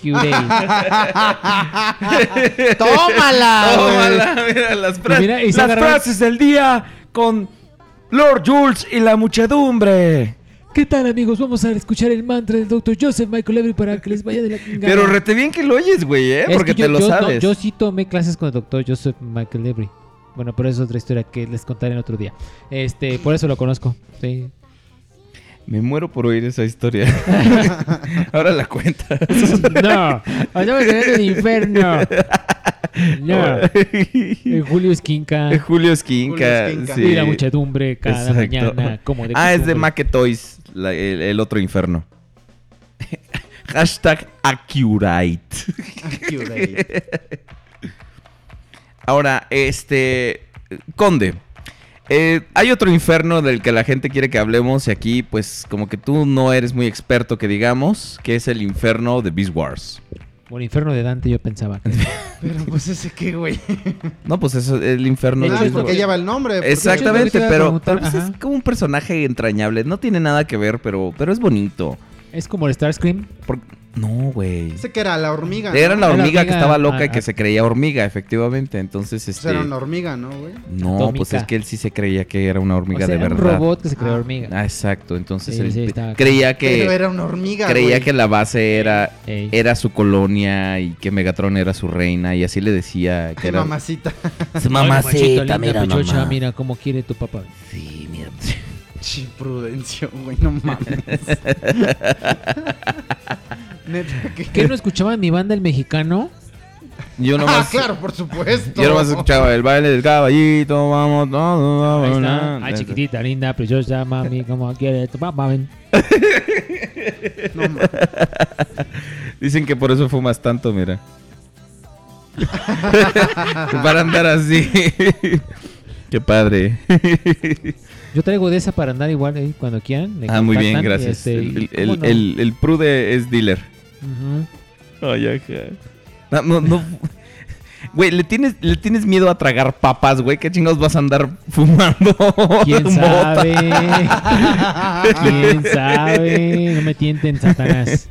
S7: Curey.
S6: ¡Tómala! güey!
S2: [LAUGHS] Tómala, mira, las, fra-
S7: mira, y se
S2: las
S7: agarró-
S2: frases del día con Lord Jules y la muchedumbre.
S4: ¿Qué tal, amigos? Vamos a escuchar el mantra del Dr. Joseph Michael Every para que les vaya de la chingada.
S2: Pero rete bien que lo oyes, güey, ¿eh?
S7: Es que
S2: Porque
S7: yo-
S2: te lo
S7: yo no-
S2: sabes.
S7: yo sí tomé clases con el doctor Joseph McElvery. Bueno, pero eso es otra historia que les contaré en otro día. Este, por eso lo conozco. Sí.
S2: Me muero por oír esa historia.
S7: [LAUGHS]
S2: [LAUGHS] Ahora la cuenta.
S7: No, andamos en el
S2: [LAUGHS]
S7: infierno. No. El Julio Esquinca.
S2: Oh. Eh, Julio Esquinca.
S6: Julio Esquinca.
S2: sí.
S7: Y la muchedumbre cada
S2: Exacto.
S7: mañana. Como de
S2: ah, es de
S7: costumbre.
S2: Maquetoys, la- el, el otro infierno. [LAUGHS] Hashtag Accurate.
S6: Accurate.
S2: Ahora, este. Conde. eh, hay otro infierno del que la gente quiere que hablemos y aquí, pues, como que tú no eres muy experto, que digamos, que es el infierno de Beast Wars.
S7: Como el infierno de Dante, yo pensaba. que-
S6: [LAUGHS] Pero pues ese qué, güey.
S2: No, pues eso es el infierno
S7: De
S2: de
S7: hecho,
S6: Ah,
S2: Beast
S7: es lo
S6: porque
S2: Wars.
S6: lleva el nombre. porque-
S2: Exactamente,
S7: Yo te iba a
S2: pero,
S7: preguntar,
S2: pero, pues,
S7: ajá.
S2: es como un personaje entrañable. No tiene nada que ver, pero, pero es bonito.
S7: Es como el Starscream.
S2: Por- No, güey.
S6: Ese que era la hormiga. ¿no?
S2: Era la
S7: Era
S2: hormiga que
S7: hormiga,
S2: estaba loca y
S7: ah,
S2: que
S7: ah.
S2: se creía hormiga, efectivamente. Entonces,
S6: Pues
S2: este...
S6: era una hormiga, ¿no, güey?
S2: No, pues
S7: Atómica.
S2: es que él sí se creía que era una
S7: O
S2: hormiga
S7: sea,
S2: de verdad.
S7: un robot que se creó
S6: Ah.
S7: hormiga.
S2: Ah, exacto. Entonces
S7: Sí,
S2: él
S7: sí,
S2: pe-
S7: estaba-
S2: creía que
S6: Pero era una hormiga.
S2: creía
S6: güey.
S2: que la base era
S7: Ey.
S2: era su colonia y que Megatron era su reina y así le decía
S6: Ay,
S2: que era [LAUGHS]
S6: mamacita.
S2: Su
S7: Ay, guachito,
S2: mamacita,
S7: linda
S2: mira
S7: pechocha,
S2: nomás.
S7: mira cómo quiere tu papá.
S2: Sí, mira.
S6: Chi, Prudencio, güey, no mames.
S2: [LAUGHS]
S6: Neta, que-
S7: ¿Qué no escuchaban mi banda el mexicano?
S2: Yo
S6: Ah,
S7: pues.
S2: nomás
S6: claro, por supuesto.
S2: yo nomás escuchaba el baile del caballito, vamos, no,
S7: Ahí
S2: vamos,
S7: está.
S2: no.
S7: Ay, chiquitita, linda, preciosa, mami, como quiere tu papá.
S2: [LAUGHS]
S7: ven.
S6: No mames.
S2: Dicen que por eso fumas tanto, mira. [LAUGHS] para andar
S6: [LAUGHS]
S2: así. Qué padre.
S7: Yo traigo de esa para andar igual ahí cuando quieran. me
S2: ah, muy bien,
S7: contactan,
S2: gracias.
S7: este,
S2: el,
S7: y-
S2: el-
S7: ¿cómo no?
S2: el- el prude es dealer.
S7: Ujú.
S2: Ay, ajá. No, no, no. [LAUGHS] Güey, ¿le tienes, le tienes miedo a tragar papas, güey. ¿Qué chingados vas a andar fumando?
S7: ¿Quién
S2: [LAUGHS] mota?
S7: sabe?
S6: [LAUGHS]
S7: [LAUGHS]
S2: Ah,
S7: ¿Quién sabe? No me tienten,
S2: [LAUGHS]
S7: Satanás.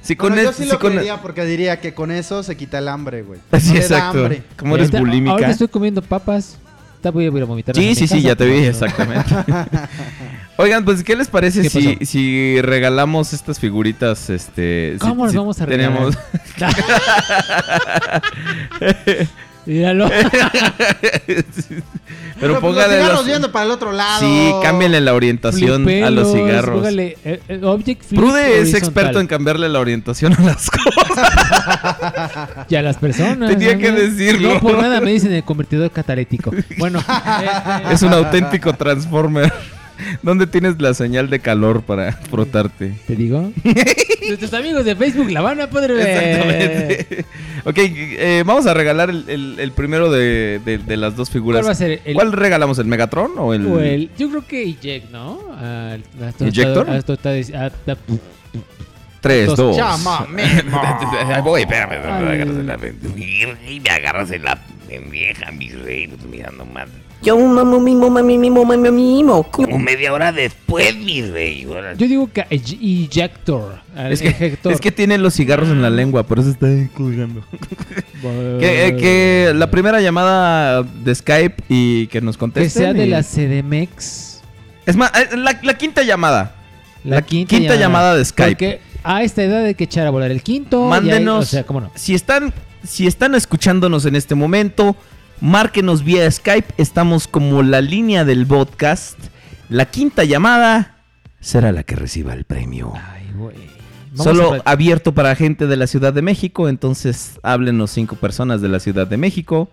S2: Si con
S6: Bueno, yo
S2: es-
S6: sí
S2: si
S6: lo
S2: con- e-
S6: creería porque diría que con eso se quita el hambre, güey.
S2: [LAUGHS] Sí,
S6: No le da
S2: exacto.
S6: hambre.
S2: Como ah, eres
S7: Ahorita- Ahorita
S2: bulímica.
S7: estoy comiendo papas. Ahorita voy a ir a vomitar. a mi
S2: Sí, sí, sí,
S7: casa,
S2: ya te
S7: pero
S2: vi,
S7: no. [LAUGHS]
S2: exactamente. Oigan, pues, ¿qué les parece
S7: ¿Qué
S2: si,
S7: pasó?
S2: si regalamos estas figuritas? Este, si-
S7: ¿Cómo las
S2: si
S7: vamos a regalar?
S2: tenemos-
S7: [LAUGHS] Míralo.
S2: [LAUGHS] Pero
S6: Pero pues,
S2: póngale
S6: los cigarros
S2: los-
S6: viendo para el otro lado.
S2: Sí, cámbienle la orientación a los
S7: Flipelos,
S2: cigarros.
S7: póngale, eh, eh, object flip
S2: Prude es
S7: horizontal.
S2: experto en cambiarle la orientación a las cosas.
S7: Y a las personas.
S2: Tenía
S7: ¿no?
S2: que decirlo.
S7: No, por nada me dicen el convertidor catalético.
S2: [LAUGHS]
S7: Bueno, eh, eh, [LAUGHS]
S2: Es un auténtico transformer. [LAUGHS] ¿Dónde tienes la señal de calor para frotarte?
S7: ¿te digo? Nuestros amigos de Facebook la van a poder ver.
S2: Exactamente. [LAUGHS] ok, eh, vamos a regalar el, el- el primero de, de- de las dos figuras.
S7: ¿Cuál va a ser? ¿El,
S2: ¿Cuál regalamos? ¿El Megatron o el...?
S7: o el- yo creo que Eject, ¿no? Ah, las tostadas-
S2: ¿Ejector?
S7: las tostadas- ah, ta-
S2: 3,
S7: Dos.
S2: 2...
S6: Ya, mame.
S2: [LAUGHS]
S10: Ahí voy, espérame. me
S7: Ay.
S10: agarras en la- Y me agarras en la vieja, mi rey. pues, Mira nomás.
S5: Yo mamo, mimo, mami, mimo, mami, mimo.
S10: Como media hora después, mi rey. ahora sí.
S7: Yo digo que eh, Ej- Ejector. al
S2: Es que,
S7: Ejector.
S2: es que tiene los cigarros en la lengua, por eso está ahí colgando. Que, eh, que la primera llamada de Skype y que nos
S7: Que
S2: contesten.
S7: sea de
S2: y-
S7: la CDMX.
S2: Es más, eh, la, la quinta llamada.
S7: La,
S2: La
S7: quinta,
S2: quinta llamada de Skype.
S7: Porque a esta edad hay que echar a volar el quinto. y ahí-
S2: Mándenos.
S7: o sea, cómo no.
S2: Si están, si están escuchándonos en este momento, márquenos vía Skype. Estamos como la línea del podcast. La quinta llamada será la que reciba el premio.
S7: Ay, güey. Vamos
S2: Solo
S7: a-
S2: abierto para gente de la Ciudad de México. Entonces, háblenos cinco personas de la Ciudad de México.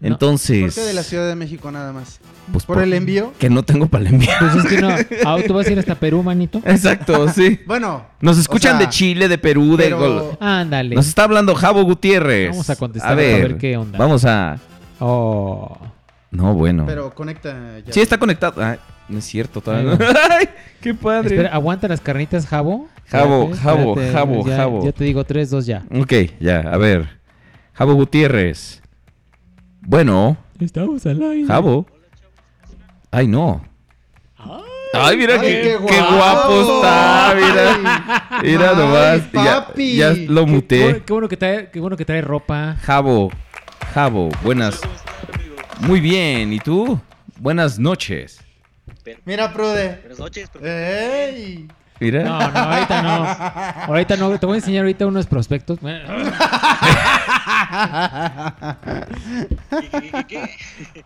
S7: No.
S2: Entonces.
S6: ¿Por qué de la Ciudad de México nada más?
S2: pues,
S6: ¿Por el envío? Ah,
S2: Que no tengo para el envío.
S7: Pues es
S2: [LAUGHS]
S7: que no. Auto vas a ir hasta Perú, manito. [LAUGHS]
S2: Exacto, sí.
S6: Bueno.
S2: Nos
S6: o
S2: escuchan
S6: sea,
S2: de Chile, de Perú, de
S6: pero-
S7: Ándale.
S2: Nos está hablando Javo Gutiérrez.
S7: Vamos a contestar, a ver qué onda.
S2: Vamos a.
S7: Oh.
S2: No, bueno.
S6: Pero conecta ya.
S2: Sí, está conectado. Ay, no es cierto, todavía
S7: Ahí
S2: no. Ay, qué padre.
S7: Espera, aguanta las carnitas, Jabo.
S2: Jabo,
S7: Espérate,
S2: Jabo,
S7: espérate,
S2: Jabo,
S7: ya,
S2: Jabo.
S7: Ya te digo tres, dos ya.
S2: [LAUGHS] Ok, ya, a ver. Javo Gutiérrez. Bueno,
S4: Estamos al aire.
S2: Javo. Ay, no. Ay, mira
S6: Ay,
S2: qué,
S6: qué
S2: qué guapo.
S6: guapo.
S2: está, mira.
S6: Ay.
S2: Mira
S6: Ay,
S2: nomás. y ya-
S6: papi.
S2: Ya, lo
S7: Qué bueno,
S2: muté.
S7: qué bueno que trae, qué bueno que trae ropa.
S2: Jabo, Jabo, buenas. Muy bien, ¿y tú? Buenas noches.
S6: Mira, Prude.
S11: Buenas noches.
S6: ¡Ey!
S2: Mira.
S7: No, no,
S5: [LAUGHS]
S7: ahorita no. Ahorita no. Te voy a enseñar ahorita unos
S2: [LAUGHS]
S7: prospectos.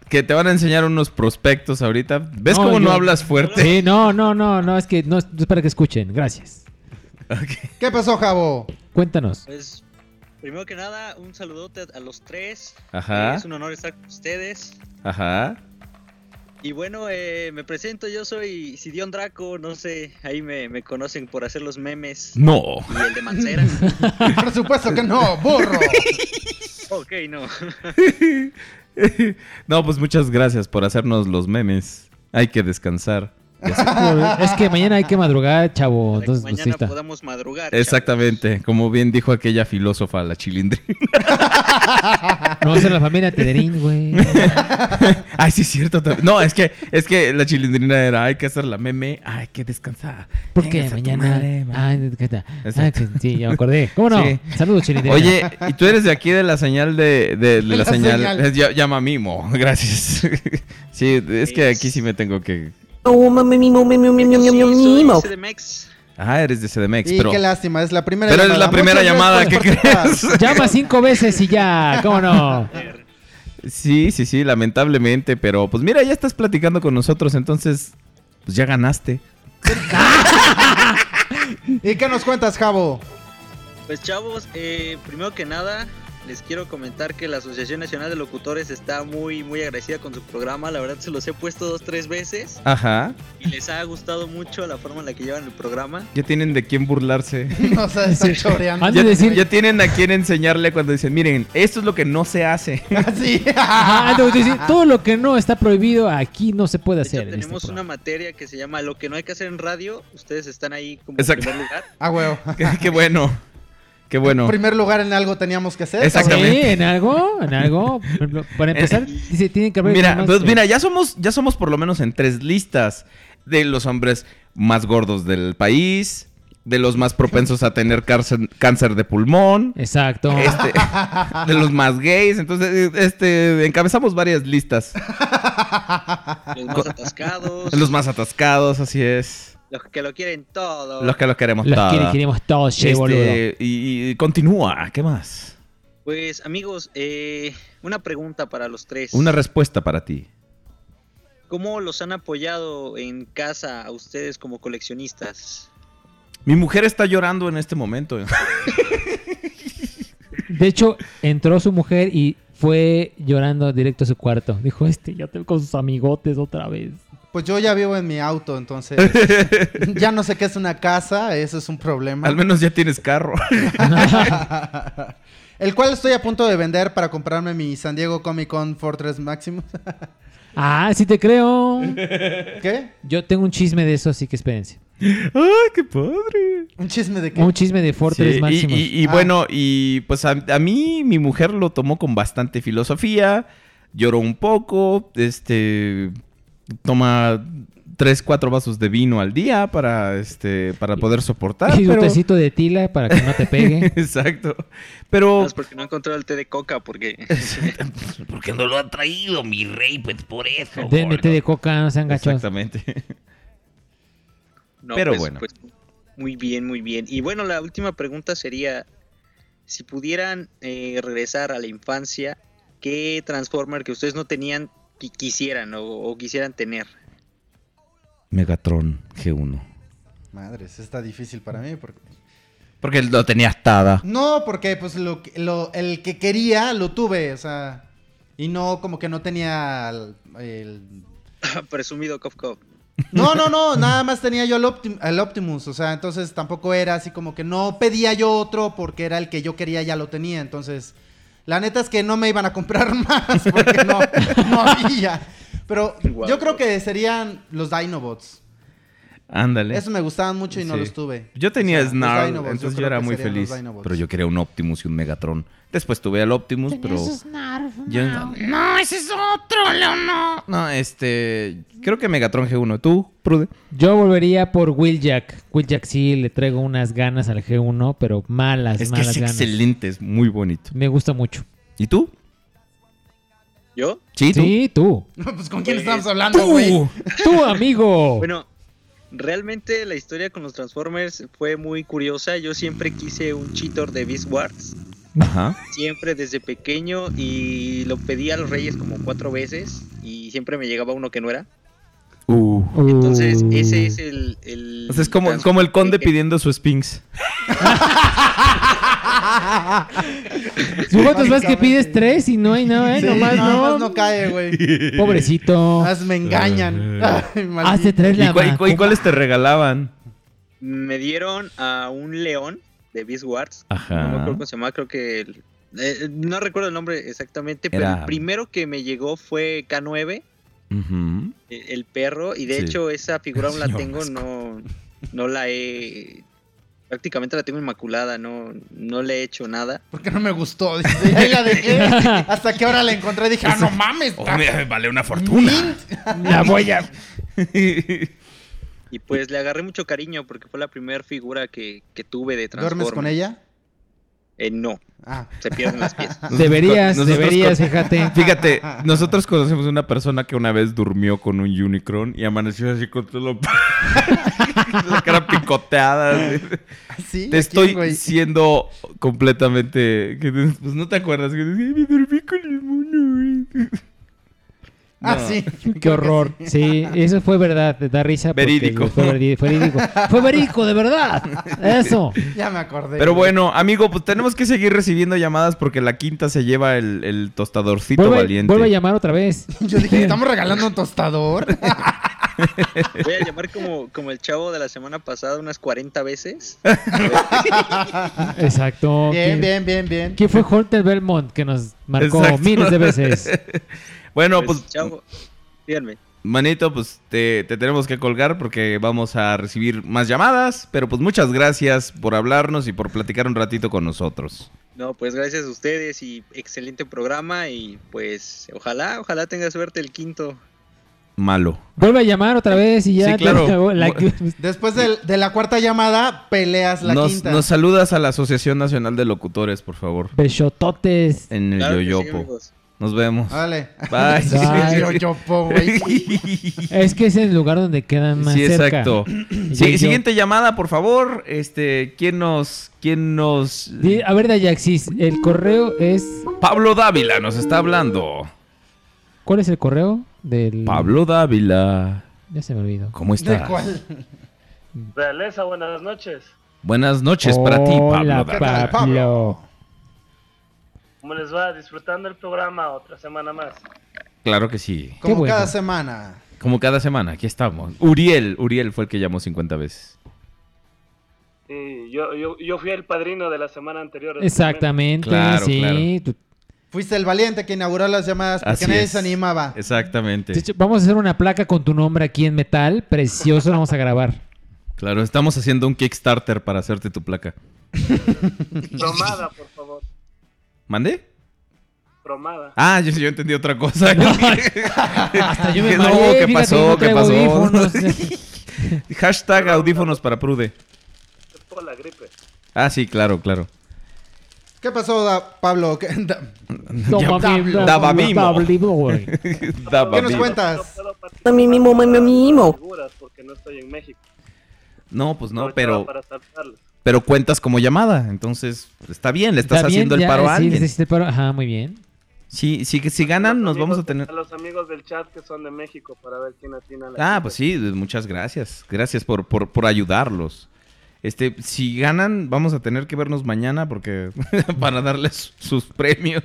S2: Que te van a enseñar unos prospectos ahorita. ¿Ves cómo no
S7: yo-
S2: hablas fuerte?
S7: Sí, no, no, no, no, es que no es es para que escuchen. Gracias.
S6: ¿Qué pasó, Jabo?
S7: Cuéntanos.
S11: Pues, primero que nada, un saludote a los tres.
S2: Ajá.
S11: Eh, Es un honor estar con ustedes.
S2: Ajá. [LAUGHS]
S11: Y bueno, eh, me presento, yo soy Sidión Draco, no sé, ahí me, me conocen por hacer los memes.
S2: No.
S11: Y el de Mancera.
S6: [LAUGHS] Por supuesto que no, burro.
S11: ok,
S6: [LAUGHS]
S11: no.
S2: No, pues muchas gracias por hacernos los memes. Hay que descansar.
S7: Es que mañana hay que madrugar, chavo. Entonces, pues, sí
S11: Mañana
S7: está.
S11: podamos madrugar.
S2: Exactamente, como bien dijo aquella filósofa, la chilindrina.
S7: [LAUGHS] No, esa es la familia Tederín, güey.
S2: [LAUGHS] Ay, sí, es cierto. tam- No, es que, es que la chilindrina era, hay que hacer la meme, hay que descansar.
S7: Porque
S2: Vengas a tu
S7: mañana.
S2: madre, ma-
S7: Ah, ¿qué tal? Ah,
S2: Exacto.
S7: que- sí, ya me acordé. ¿Cómo no?
S2: Sí.
S7: Saludos, Chilindrina.
S2: Oye, ¿y tú eres de aquí de la señal de, de- de la,
S6: La
S2: señal?
S6: señal.
S2: Es- ya- llama mimo, [LAUGHS] gracias. sí, es que aquí sí me tengo que...
S5: No, Oh, mami, mimo, mami, mami, mami, mami,
S11: Soy
S5: mimo.
S11: CDMX.
S2: Ah, eres de CDMX,
S6: Y
S2: pero...
S6: qué lástima, es la primera
S2: Pero eres la primera
S6: Muchas
S2: llamada, ¿qué
S6: gracias por
S2: crees?
S7: Llama
S2: [LAUGHS]
S7: cinco veces y ya. ¿Cómo no?
S2: Sí, sí, sí, lamentablemente, pero pues mira, ya estás platicando con nosotros, entonces pues ya ganaste.
S6: participar. ¿Y qué nos cuentas, Jabo?
S11: Pues chavos, eh, primero que nada les quiero comentar que la Asociación Nacional de Locutores está muy muy agradecida con su programa. La verdad se los he puesto dos tres veces
S2: Ajá,
S11: y les ha gustado mucho la forma en la que llevan el programa.
S2: ya tienen de quién burlarse.
S6: O sea,
S2: [LAUGHS]
S6: están [LAUGHS] choreando.
S7: Han
S2: Ya,
S7: de decir.
S2: ya tienen a quién enseñarle cuando dicen, miren, esto es lo que no se hace.
S6: Así.
S7: Ajá, han de decir, todo lo que no está prohibido aquí no se puede
S11: De hecho,
S7: hacer. en este
S11: tenemos una
S7: programa.
S11: materia que se llama Lo que no hay que hacer en radio. Ustedes están ahí como
S2: Exacto.
S11: en primer lugar.
S6: Ah, huevo.
S2: qué, [LAUGHS] qué bueno, qué bueno.
S6: Primer lugar en algo teníamos que hacer.
S2: Exacto.
S7: Sí,
S2: Exactamente.
S7: [LAUGHS] en algo, en algo. Por ejemplo, Para empezar, dice, tienen que haber.
S2: Eh, Mira,
S7: temas
S2: pues
S7: que-
S2: mira, ya somos, ya somos por lo menos en tres listas de los hombres más gordos del país, de los más propensos a tener cárcel- cáncer de pulmón.
S7: Exacto. [LAUGHS]
S2: [LAUGHS] Este, de los más gays. Entonces, este, encabezamos varias listas.
S11: Los más atascados,
S2: [LAUGHS] Los más atascados, así es.
S11: los que lo quieren todo.
S2: Los que los queremos
S7: Los
S2: todas.
S7: quiere- queremos todos, che,
S2: Este,
S7: boludo.
S2: y, y continúa, ¿qué más?
S11: Pues amigos, eh, una pregunta para los tres.
S2: Una respuesta para ti.
S11: ¿Cómo los han apoyado en casa a ustedes como coleccionistas?
S2: Mi mujer está llorando en este momento.
S7: De hecho, entró su mujer y fue llorando directo a su cuarto. Dijo, este, ya tengo con sus amigotes otra vez.
S6: Pues yo ya vivo en mi auto,
S2: [LAUGHS]
S6: entonces. ya no sé qué es una casa, eso es un problema.
S2: Al menos ya tienes carro.
S6: [LAUGHS] El cual estoy a punto de vender para comprarme mi San Diego Comic Con Fortress Maximus.
S7: Ah, sí te creo.
S6: ¿Qué?
S7: Yo tengo un chisme de eso, así que espérense.
S2: ¡Ay, ¡Ah, qué padre!
S6: ¿Un chisme de qué?
S7: Un chisme de Fortress
S2: Sí, y
S7: Maximus.
S2: y- y
S6: Ah.
S2: bueno, y pues a, a mí mi mujer lo tomó con bastante filosofía, lloró un poco, este toma tres, cuatro vasos de vino al día para este para poder soportar.
S7: Y un
S2: pero-
S7: tecito de tila para que no
S2: [LAUGHS]
S7: te pegue.
S2: Exacto. Pero
S11: Más porque no he encontrado el té de coca,
S10: [LAUGHS]
S11: porque
S10: Porque no lo ha traído, mi rey, pues por eso.
S7: Denme té
S10: gordo.
S7: de coca, no sean gachos.
S2: exactamente.
S11: no,
S2: Pero
S11: pues-
S2: bueno.
S11: pues, muy bien, muy bien. Y bueno, la última pregunta sería, si pudieran eh, regresar a la infancia, ¿qué Transformer que ustedes no tenían que quisieran o, o quisieran tener? [LAUGHS]
S2: Megatron G1.
S6: Madres, está difícil para mí. Porque...
S2: Porque lo tenía atada.
S6: No, porque pues lo, que- lo- el que quería lo tuve, o sea. Y no, como que no tenía el. el-
S11: Presumido Cof Cof.
S6: No, no, no, nada más tenía yo el, Optim- el Optimus, o sea, entonces tampoco era así como que no pedía yo otro porque era el que yo quería, ya lo tenía, entonces. La neta es que no me iban a comprar [LAUGHS] más porque no, no había. Pero
S11: Guau.
S6: yo creo que serían los Dinobots.
S2: Ándale.
S3: Esos me gustaban mucho y no
S2: Sí.
S3: los tuve.
S2: Yo tenía
S3: O sea, los
S2: Snarl,
S3: Dinobots, yo
S2: entonces yo,
S3: creo
S2: era
S3: que
S2: muy
S3: serían los
S2: feliz.
S3: Dinobots.
S2: Pero yo quería un Optimus y un Megatron. Después tuve al Optimus, pero. yo-
S1: No, ese es otro, Leonor.
S2: No, este. Creo que Megatron G1. ¿Tú, Prude?
S7: Yo volvería por Wheeljack. Wheeljack sí le traigo unas ganas al G1, pero malas,
S2: Es que
S7: malas
S2: es
S7: ganas.
S2: excelente, es muy bonito.
S7: Me gusta mucho. [LAUGHS]
S2: ¿Y tú?
S11: ¿Yo?
S2: Sí, tú.
S7: Sí, tú.
S3: pues con quién
S11: Pues,
S3: estamos hablando, güey.
S7: Tú,
S3: [LAUGHS]
S11: [LAUGHS]
S7: tú, amigo.
S11: Bueno, realmente la historia con los Transformers fue muy curiosa. Yo siempre quise un cheater de Beast Wars,
S2: Ajá.
S11: siempre desde pequeño, y lo pedí a los Reyes como cuatro veces, y siempre me llegaba uno que no era.
S2: Uh.
S11: Entonces, ese es el. el
S2: Entonces, es como,
S11: trans-
S2: como
S11: [LAUGHS]
S2: el conde
S11: que-
S2: pidiendo su Sphinx.
S7: Su voto es más que pides tres y no hay nada, ¿eh?
S3: Sí,
S7: nomás
S3: nada
S7: no.
S3: más no cae, güey.
S7: Pobrecito.
S3: Más me
S2: [LAUGHS]
S3: engañan. Ay, maldito.
S7: Hazte tres
S2: ¿Y,
S7: la
S2: cuál- y
S7: ma-
S2: cuál- y cuáles te regalaban?
S11: Me dieron a un león de Beast Wars.
S2: Ajá.
S11: No me acuerdo cómo se llamaba, creo que. el- eh, no recuerdo el nombre exactamente, pero
S2: Era-
S11: el primero que me llegó fue K9.
S2: Ujú.
S11: el el perro y de
S2: Sí.
S11: hecho esa figura
S2: [LAUGHS]
S11: aún la
S2: Señor
S11: tengo
S2: Vasco.
S11: no no la he prácticamente la tengo inmaculada no no le he hecho nada
S3: Porque no me
S6: [LAUGHS]
S3: gustó. Dice, y ahí la
S7: [LAUGHS]
S3: dejé. Hasta que ahora la encontré y dije, ah, no mames.
S2: Oh,
S3: ta-
S6: [LAUGHS]
S2: mira, [LAUGHS] vale una fortuna.
S7: La voy a.
S11: y pues le agarré mucho cariño porque fue la primera figura que, que tuve de Transformers
S3: ¿Duermes con ella?
S11: Eh, no
S3: Ah.
S11: se pierden las piezas
S7: [LAUGHS] Deberías,
S2: Nosotros con-
S7: deberías, fíjate.
S2: [LAUGHS] Fíjate, nosotros conocemos una persona que una vez durmió con un Unicron y amaneció así con todo lo- [LAUGHS] la cara picoteada. así.
S3: Sí.
S2: Te
S3: ¿a
S2: estoy
S3: quién, güey?
S2: siendo completamente. que dices, Pues no te acuerdas. Que dices, "Ay, me dormí con el mono. güey".
S3: Ah,
S2: No.
S3: sí.
S7: Qué horror. Sí, eso fue verdad. Da risa. porque
S2: Verídico.
S7: Fue verdi-
S3: [LAUGHS]
S7: fue verídico. Fue verídico, de verdad. Eso.
S3: Ya me acordé.
S2: [LAUGHS] Pero
S3: güey.
S2: bueno, amigo, pues tenemos que seguir recibiendo llamadas porque la quinta se lleva el, el tostadorcito
S7: Vuelve,
S2: valiente.
S7: vuelve a llamar otra vez.
S3: Yo dije, ¿estamos regalando un tostador?
S11: voy a llamar como como el chavo de la semana pasada unas 40
S2: [LAUGHS]
S11: veces
S7: Exacto.
S3: bien,
S7: ¿Quién-
S3: bien, bien, bien.
S7: ¿Quién fue Hunter Belmont que nos marcó
S2: Exacto.
S7: miles de
S2: [LAUGHS]
S7: veces?
S2: bueno,
S11: Pues,
S2: pues,
S11: chavo díganme
S2: manito, pues te, te tenemos que colgar porque vamos a recibir más llamadas. Pero pues muchas gracias por hablarnos y por platicar un ratito con nosotros.
S11: no pues gracias a ustedes y excelente programa y pues ojalá ojalá tenga suerte el quinto
S2: Malo.
S7: Vuelve a llamar otra vez y ya
S2: Sí, claro.
S7: te acabó la-
S3: Después del- de, la cuarta llamada, peleas la
S2: Nos,
S3: quinta.
S2: nos saludas a la Asociación Nacional de Locutores, por favor.
S7: Besototes.
S2: En el
S11: Claro que sí,
S2: Yoyopo.
S11: amigos.
S2: Nos vemos.
S3: Vale.
S2: Bye.
S7: [LAUGHS]
S3: [LAUGHS]
S7: Bye.
S3: Yo, yo, po,
S2: [LAUGHS]
S3: güey.
S7: Es que es el lugar donde quedan más
S2: Sí,
S7: cerca.
S2: exacto.
S7: Y
S2: Sí,
S7: yo-
S2: siguiente llamada, por favor. Este, ¿quién nos, quién nos?
S7: Di- A ver, Dayaxis, el correo es...
S2: Pablo Dávila nos está hablando.
S7: ¿Cuál es el correo del...?
S2: Pablo Dávila,
S7: Ya se me olvidó.
S2: ¿cómo
S3: ¿De
S2: estás?
S3: cuál?
S12: Realeza, buenas noches.
S2: Buenas noches para ti, Pablo
S7: Hola,
S2: Dávila.
S3: tal,
S7: Pablo.
S12: ¿Cómo les va? Disfrutando el programa otra semana más.
S2: Claro que sí.
S3: Como
S7: bueno.
S3: cada semana.
S2: Como cada semana, aquí estamos. Uriel, Uriel fue el que llamó 50 veces.
S12: Sí, yo, yo, yo fui el padrino de la semana anterior. [LAUGHS]
S7: Exactamente,
S2: Claro,
S7: sí.
S2: claro.
S7: Tú-
S3: Fuiste el valiente que inauguró las llamadas porque
S2: Así
S3: nadie
S2: es.
S3: se animaba.
S2: Exactamente.
S7: de hecho, Vamos a hacer una placa con tu nombre aquí en metal. Precioso, lo vamos a grabar.
S2: Claro, estamos haciendo un Kickstarter para hacerte
S7: [LAUGHS]
S2: tu placa.
S12: Promada, por favor.
S2: ¿Mandé?
S12: Promada.
S2: Ah, yo, yo entendí otra
S7: [LAUGHS]
S2: cosa. [LAUGHS]
S7: Hasta yo me
S2: Que no,
S7: mareé,
S2: ¿qué
S7: fíjate,
S2: pasó?
S7: no
S2: ¿Qué
S7: traigo
S2: pasó?
S7: audífonos.
S2: [LAUGHS] Hashtag audífonos para Prude.
S12: Es por la gripe.
S2: Ah, sí, claro, claro.
S3: ¿Qué pasó, da- Pablo?
S6: [LAUGHS]
S3: ¿Qué, da-
S7: Toma mi- toma
S2: Dababimo.
S7: mi Dababimo, güey.
S2: [LAUGHS] Daba
S3: ¿Qué nos
S2: vida.
S3: cuentas?
S12: No puedo participar
S5: Mi mimo,
S12: en las
S5: mi mimo.
S12: figuras Porque no estoy en México.
S2: [LAUGHS] No, pues no,
S12: Aprovechaba
S2: pero,
S12: Para saludarles.
S2: pero cuentas como llamada. Entonces, pues, está bien, le estás
S7: Está bien,
S2: haciendo el
S7: ya,
S2: paro
S7: sí,
S2: a
S7: les
S2: alguien.
S7: hiciste el paro. Ajá, muy bien.
S2: Sí, sí, que si
S12: A
S2: ganan,
S12: los
S2: nos Pues vamos a
S12: amigos-
S2: tener.
S12: A los amigos del chat que son de México para ver quién atina la
S2: Ah,
S12: gripe.
S2: pues sí, muchas gracias. Gracias por, por, por ayudarlos. Este, si ganan, vamos a tener que vernos mañana porque [LAUGHS] para darles sus premios.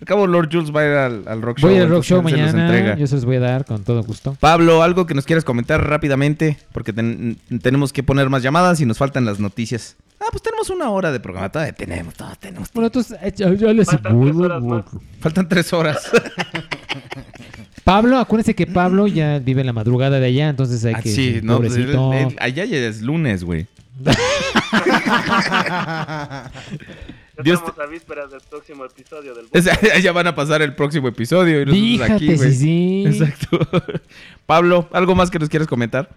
S2: Al cabo, Lord Jules va a ir al, al rock show.
S7: Voy al rock
S2: entonces
S7: show
S2: él se los
S7: mañana.
S2: entrega.
S7: Yo se los voy a dar con todo gusto.
S2: Pablo, algo que nos quieras comentar rápidamente, porque ten- tenemos que poner más llamadas y nos faltan las noticias. Ah, pues tenemos una hora de programa. Todavía tenemos, todavía tenemos.
S7: Bueno, entonces, eh, yo, yo les
S2: Faltan tres horas.
S7: [LAUGHS] Pablo, acuérdense que Pablo ya vive en la madrugada de allá, entonces hay
S2: Ah,
S7: que.
S2: sí, no, pues, el-
S7: pobrecito.
S2: el- allá ya es
S7: [LAUGHS]
S2: lunes, güey. Dios
S12: Estamos a vísperas del próximo episodio del
S2: Es- [LAUGHS] ya van a pasar el próximo episodio y nosotros
S7: Fíjate,
S2: aquí, güey.
S7: sí, sí.
S2: Exacto. [LAUGHS] Pablo, ¿algo más que nos quieres comentar?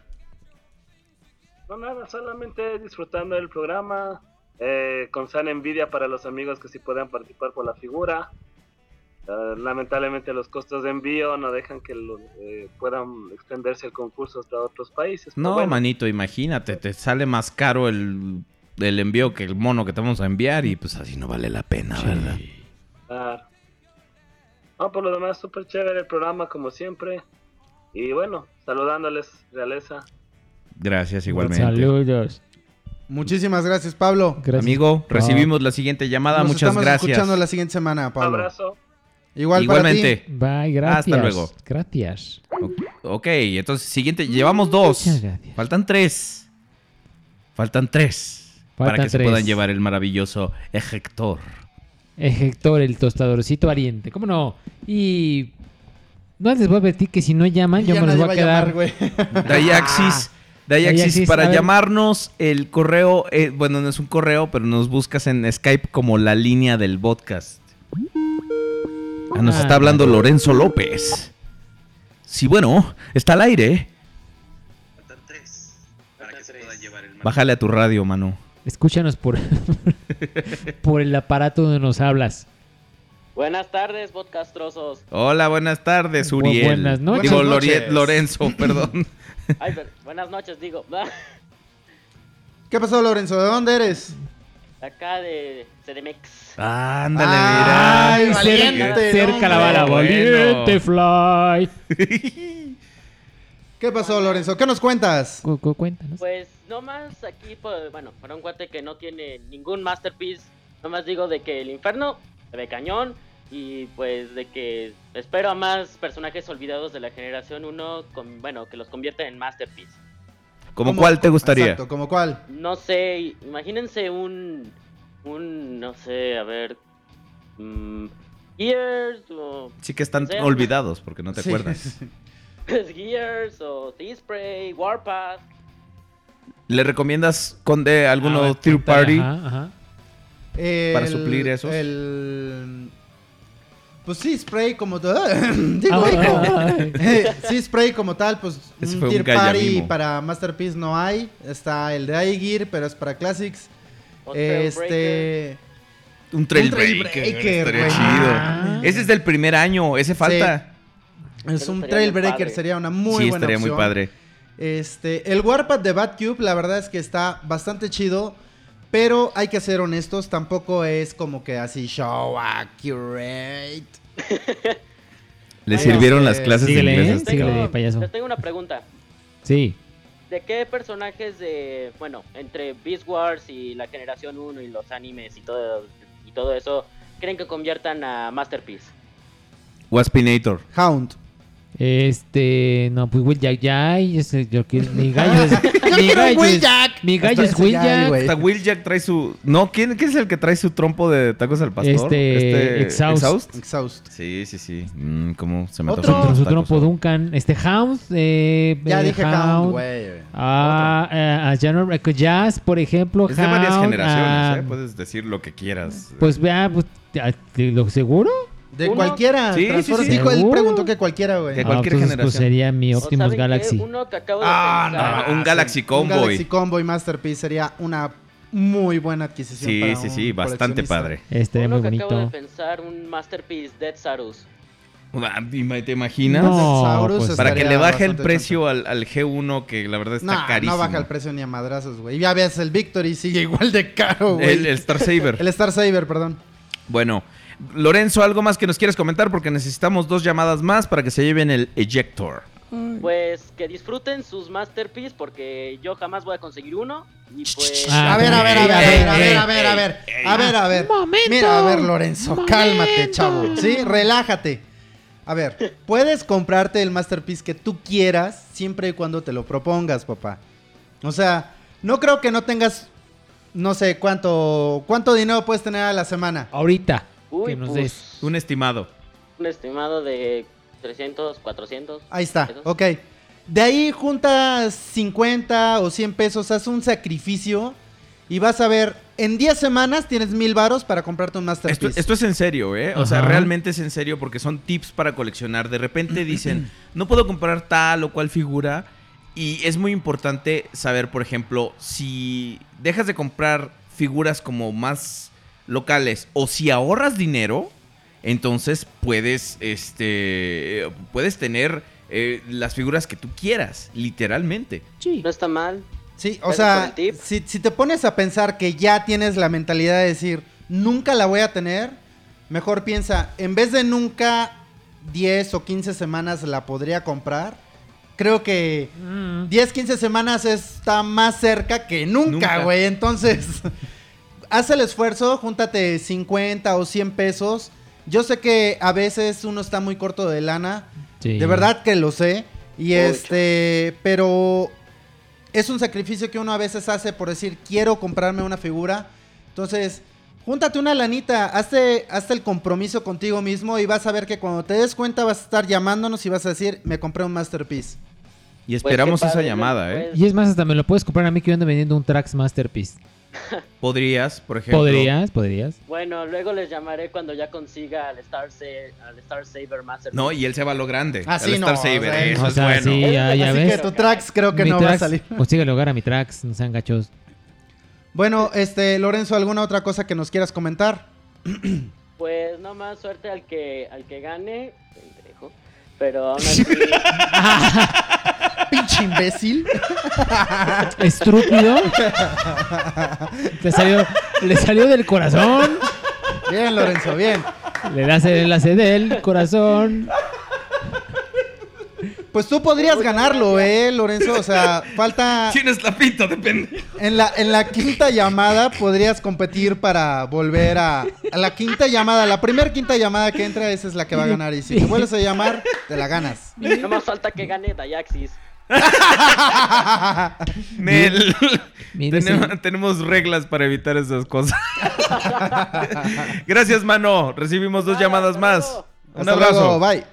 S12: No, nada, solamente disfrutando del programa, eh, con sana envidia para los amigos que sí puedan participar por la figura. Eh, lamentablemente los costos de envío no dejan que lo- eh, puedan extenderse el concurso hasta otros países. pero
S2: No,
S12: bueno,
S2: manito, imagínate, te sale más caro el, el envío que el mono que te vamos a enviar y pues así no vale la pena, ¿verdad?
S12: claro. No, por lo demás, súper chévere el programa como siempre. Y bueno, saludándoles, realeza.
S2: Gracias igualmente.
S7: Saludos.
S6: Muchísimas gracias, Pablo.
S2: Amigo, recibimos la siguiente llamada,
S6: Nos
S2: muchas
S6: estamos
S2: gracias.
S6: escuchando la siguiente semana, Pablo.
S12: abrazo.
S6: Igual
S2: Igualmente.
S6: para ti.
S7: Bye, gracias.
S2: Hasta luego.
S7: Gracias.
S2: Ok, entonces siguiente, llevamos dos.
S7: Mm, Muchas gracias.
S2: Faltan tres. Faltan tres. para
S7: Faltan
S2: que se
S7: tres.
S2: puedan llevar el maravilloso ejector.
S7: Eh, Héctor, el tostadorcito ariente. ¿Cómo no? Y. No les voy a advertir que si no llaman, yo
S6: Ya
S7: me los
S6: nadie
S7: voy a
S6: va a llamar,
S7: quedar.
S6: güey.
S2: Dayaxis. Dayaxis,
S7: Dayaxis, Ah, a
S2: para
S7: ver.
S2: llamarnos el correo, eh, bueno, no es un correo, pero nos buscas en Skype como la línea del podcast. Ah, nos
S7: Ah,
S2: está hablando Lorenzo López. Sí, bueno, está al aire. Bájale a tu radio, mano.
S7: Escúchanos por, [LAUGHS] por el aparato donde nos hablas.
S13: Buenas tardes, podcastrosos.
S2: Hola, buenas tardes,
S7: Bu-
S2: Uriel.
S7: buenas noches.
S2: Digo,
S7: Buenas noches. [LAUGHS]
S2: Loriet- Lorenzo, perdón.
S13: Ay, pero, buenas noches, digo. [LAUGHS]
S6: ¿Qué pasó, Lorenzo? ¿De dónde eres?
S13: Acá de CDMX.
S2: Ándale, mira.
S7: Ah, Ay, cer- cerca la bala. Valiente
S2: [LAUGHS]
S7: fly.
S6: ¿Qué pasó, Lorenzo? ¿Qué nos cuentas?
S7: cuéntanos.
S13: Pues nomás aquí, pues, bueno, para un cuate que no tiene ningún masterpiece, nomás digo de que el infierno se ve cañón y pues de que espero a más personajes olvidados de la generación 1, con, bueno, que los convierta en masterpiece.
S2: ¿Cómo cuál te gustaría?
S6: Exacto, ¿como cuál?
S13: No sé, imagínense un, un, no sé, a ver, mm, pues Gears o...
S2: Sí que están
S13: no sé, [LAUGHS]
S2: olvidados porque no te
S13: Sí.
S7: [LAUGHS]
S2: acuerdas.
S13: Gears o Seaspray, Warpath.
S2: ¿Le recomiendas Conde alguno
S7: Ah,
S2: third party? Para
S6: El-
S2: suplir esos.
S6: El... Pues sí, spray como [LAUGHS] tal.
S2: Ah,
S6: [LAUGHS] sí, spray como tal, pues
S2: Ese
S6: un
S2: fue un
S6: tier party
S2: gallamimo.
S6: para Masterpiece no hay. Está el de iGear, pero es para Classics.
S13: O
S6: Este.
S2: Un
S6: Trailbreaker,
S2: Trailbreaker.
S6: güey.
S2: Estaría
S6: Ah.
S2: chido. Ese es del primer año, ese falta.
S6: Es
S13: estaría
S6: un
S13: muy
S6: Trailbreaker,
S13: padre.
S6: sería una muy
S2: sí,
S6: buena
S2: estaría
S6: opción.
S2: muy padre.
S6: Este, el Warpath de Batcube, la verdad es que está bastante chido. Pero hay que ser honestos, tampoco es como que así show
S13: [LAUGHS]
S6: accurate.
S2: Le
S6: Bueno,
S2: sirvieron
S6: eh,
S2: las clases
S7: síguele,
S2: de
S7: ¿eh?
S2: inglés. a este
S7: Síguele,
S2: cabrón.
S7: payaso.
S13: Les tengo una pregunta.
S7: Sí.
S13: ¿De qué personajes de, bueno, entre Beast Wars y la generación 1 y los animes y todo, y todo eso, creen que conviertan a Masterpiece?
S2: Waspinator.
S6: Hound.
S7: Este, no, pues Will Jack ya, ay, ese, yo quiero- mi
S6: [LAUGHS]
S7: gallo es, mi
S6: quiero un
S7: gallo
S6: Will
S7: es-
S6: Jack.
S7: mi gallo
S2: Hasta-
S7: es Will Jack,
S2: Hasta Will Jack trae su. No, ¿quién, quién es el que trae su trompo de tacos al pastor?
S7: Este, Exhaust.
S6: Exhaust.
S2: Sí, sí, sí. Mm, ¿Cómo se me
S7: otro,
S2: antojan los
S7: su
S2: tacos?
S7: trompo Duncan, este Hound, eh,
S6: Ya
S7: eh,
S6: dije Hound, güey.
S7: ah, eh, a General Record Jazz, por ejemplo,
S2: Es de varias
S7: Hound,
S2: generaciones,
S7: ah,
S2: ¿eh? Puedes decir lo que quieras.
S7: Pues vea, pues, ah, ¿te- ¿lo seguro?
S6: De cualquiera.
S2: Sí, sí,
S6: Transformers,
S2: sí.
S6: dijo, él
S2: Seguro.
S6: preguntó que cualquiera, güey.
S2: De cualquier
S7: entonces, pues,
S2: generación.
S7: sería mi Optimus Galaxy.
S13: Uno que acabo de
S2: Ah, no, un Galaxy
S6: Un
S2: Convoy.
S6: Galaxy Comboy Masterpiece sería una muy buena adquisición.
S2: Sí,
S6: para
S2: sí,
S6: un
S2: sí, bastante
S6: coleccionista.
S2: padre.
S7: Este,
S13: Uno
S7: muy
S13: que acabo de
S7: bonito.
S13: pensar, un Masterpiece, Dead Sarus.
S2: Ah, dime, ¿Te imaginas?
S7: No, Saurus pues-
S2: para que le
S6: estaría
S2: baje el
S6: bastante
S2: precio al, al G1, que la verdad está
S6: Nah,
S2: carísimo.
S6: No baja el precio ni a madrazos, güey. Ya ves, el Victory sigue igual de caro, güey.
S2: El- el Star Saber.
S6: el Star Saber, perdón.
S2: Bueno, Lorenzo, ¿algo más que nos quieres comentar? Porque necesitamos dos llamadas más para que se lleven el ejector.
S13: Pues que disfruten sus Masterpiece porque yo jamás voy a conseguir uno. Y pues...
S7: Ah,
S6: A ver, a ver, a ver, a ver, a ver, a ver, a ver. A ver, a ver. Mira, a ver, Lorenzo, cálmate, chavo. Sí, relájate. A ver, puedes comprarte el Masterpiece que tú quieras siempre y cuando te lo propongas, papá. O sea, no creo que no tengas no sé cuánto cuánto dinero puedes tener a la semana.
S7: Ahorita.
S13: Uy,
S7: que nos
S13: pues.
S7: des.
S2: Un estimado.
S13: Un estimado de 300, 400.
S6: Ahí está,
S13: pesos.
S6: ok. De ahí juntas 50 o 100 pesos, haz un sacrificio y vas a ver, en 10 semanas tienes mil varos para comprarte un
S2: Esto,
S6: Masterpiece.
S2: esto es en serio, ¿eh? O sea,
S6: Ajá.
S2: realmente es en serio porque son tips para coleccionar. De repente dicen, no puedo comprar tal o cual figura. Y es muy importante saber, por ejemplo, si dejas de comprar figuras como más locales o si ahorras dinero, entonces puedes, este, puedes tener eh, las figuras que tú quieras, literalmente.
S13: No está mal.
S6: Sí, o
S13: Gracias
S6: sea, si, si te pones a pensar que ya tienes la mentalidad de decir, nunca la voy a tener, mejor piensa, en vez de nunca 10 o 15 semanas la podría comprar, creo que 10, 15 semanas está más cerca que nunca,
S14: Nunca.
S6: güey. Entonces, [LAUGHS] haz el esfuerzo, júntate 50 o 100 pesos. Yo sé que a veces uno está muy corto de lana.
S7: Sí.
S6: De verdad que lo sé. Y
S14: Mucho.
S6: este, pero es un sacrificio que uno a veces hace por decir, quiero comprarme una figura. Entonces, júntate una lanita, hazte, hazte el compromiso contigo mismo y vas a ver que cuando te des cuenta vas a estar llamándonos y vas a decir, me compré un Masterpiece.
S2: Y
S13: Pues,
S2: esperamos
S13: qué
S2: esa
S13: padre, pues.
S2: llamada, ¿eh?
S7: Y es más, hasta me lo puedes comprar a mí que yo ando vendiendo un Trax Masterpiece.
S2: Podrías, por ejemplo.
S7: Podrías, pues. podrías.
S13: Bueno, luego les llamaré cuando ya consiga al Star, Sa- al Star Saber Master.
S2: No, y él se va a lo grande.
S6: Ah, sí,
S2: al
S6: no,
S2: Star Saber,
S6: o sea,
S2: eso
S7: o sea,
S2: es bueno.
S7: sí, ya, ya
S6: Así
S7: ves.
S6: que tu Trax creo que
S7: Mi
S6: no va a
S7: Trax,
S6: salir.
S7: Consíguele hogar a mi Trax, no sean gachos.
S6: Bueno, este, Lorenzo, ¿alguna otra cosa que nos quieras
S2: [LAUGHS]
S6: comentar?
S13: Pues no más suerte al que al que gane, pendejo. Pero aún
S6: [LAUGHS]
S13: así,
S6: Pinche imbécil. [LAUGHS]
S7: Estúpido. Le salió, le salió del corazón.
S6: Bien, Lorenzo, bien.
S7: Le das el enlace del corazón.
S6: Pues tú podrías ganarlo, ¿eh, Lorenzo? O sea, falta...
S2: Tienes la pinta de pendejo.
S6: En la, en la quinta llamada podrías competir para volver a, a la quinta llamada. La primera quinta llamada que entra, esa es la que va a ganar. Y si te vuelves a llamar, te la ganas.
S13: no más falta que gane
S6: [LAUGHS]
S13: Dayaxis.
S2: Nel,
S7: Mire,
S2: tenemos, tenemos reglas para evitar esas cosas. [LAUGHS] Gracias, mano. Recibimos dos llamadas más. Un
S6: Hasta luego,
S2: abrazo.
S6: bye.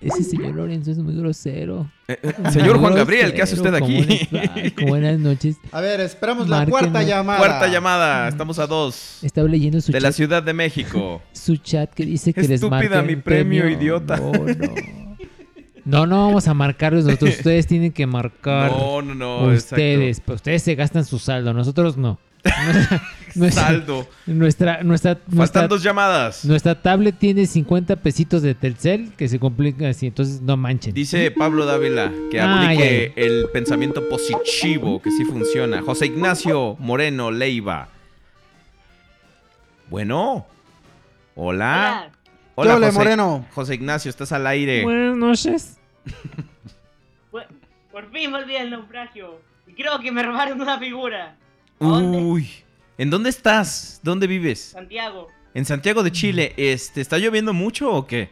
S7: Ese señor Lorenzo es muy grosero.
S2: Eh, eh, señor Juan Gabriel, ¿qué hace usted
S7: Grosero,
S2: aquí?
S7: ¿cómo
S2: [LAUGHS]
S7: les va? Buenas noches.
S6: A ver, esperamos la
S7: Márquenos.
S6: cuarta llamada.
S2: Cuarta llamada. Estamos a dos.
S7: Estaba leyendo su
S2: De la
S7: chat,
S2: Ciudad de México.
S7: su chat que dice que les
S2: Estúpida
S7: marquen
S2: mi premio,
S7: premio.
S2: idiota.
S7: No, no. No, no vamos a marcarlos
S2: [LAUGHS]
S7: nosotros. Ustedes tienen que marcar.
S2: No, no, no,
S7: Ustedes. Pues ustedes se gastan su saldo. Nosotros
S2: [LAUGHS]
S7: no. Nuestra- nuestra-
S2: Saldo.
S7: Nuestra, nuestra, nuestra,
S2: Faltan dos llamadas.
S7: nuestra tablet tiene 50 pesitos de Telcel que se complica así. Entonces no manchen.
S2: Dice Pablo Dávila que
S7: Ay,
S2: aplique el pensamiento positivo, que sí funciona. José Ignacio Moreno Leiva. Bueno. Hola.
S6: Hola. ¿Qué ole,
S2: José-
S6: Moreno?
S2: José Ignacio, estás al aire.
S7: Buenas noches.
S1: Por fin volví al naufragio. Y creo que me robaron una figura.
S2: Uy. ¿En dónde estás? ¿Dónde vives?
S1: Santiago.
S2: En Santiago de Chile. Este, ¿Está lloviendo mucho o qué?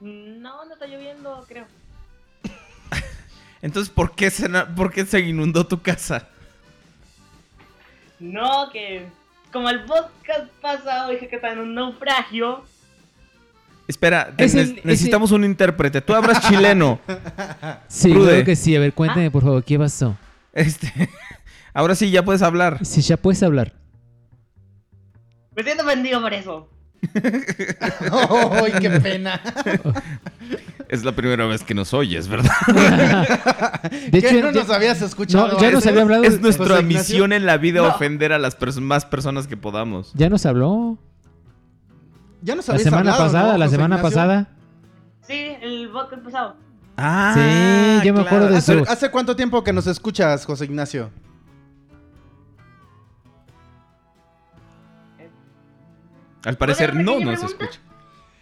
S1: No, no está lloviendo, creo.
S2: Entonces, ¿por qué se, na- por qué se inundó tu casa?
S1: No, que como el podcast pasado dije que está en un naufragio.
S2: Espera,
S7: Es
S2: ne-
S7: el- es
S2: necesitamos un intérprete. Tú hablas chileno.
S7: Sí,
S2: Prude.
S7: creo que sí. A ver, cuéntame por favor, ¿qué pasó?
S2: Este, [LAUGHS] ahora sí, ya puedes
S7: [LAUGHS]
S2: hablar.
S7: Si ya puedes hablar.
S1: Me siento ofendido por eso.
S6: ¡Ay, qué pena!
S2: Es la primera vez que nos oyes, ¿verdad?
S7: [LAUGHS] De
S6: ¿Qué,
S7: hecho,
S6: no
S7: ya-
S6: nos habías escuchado
S7: no, ya
S6: antes?
S7: nos había hablado.
S2: Es nuestra
S6: José Ignacio.
S2: misión en la vida
S6: No.
S2: ofender a las pers- más personas que podamos.
S7: Ya nos habló.
S6: Ya nos
S7: La
S6: habías
S7: semana
S6: hablado,
S7: pasada,
S6: ¿no,
S7: la
S6: José
S7: semana
S6: Ignacio?
S7: pasada.
S1: Sí, el podcast pasado.
S2: Ah,
S7: Sí, yo me acuerdo de
S6: ¿Hace,
S7: su.
S6: hace cuánto tiempo que nos escuchas, José Ignacio?
S2: Al parecer
S1: ¿Puedo
S2: no
S1: repetir mi
S2: nos
S1: pregunta?
S2: escucha.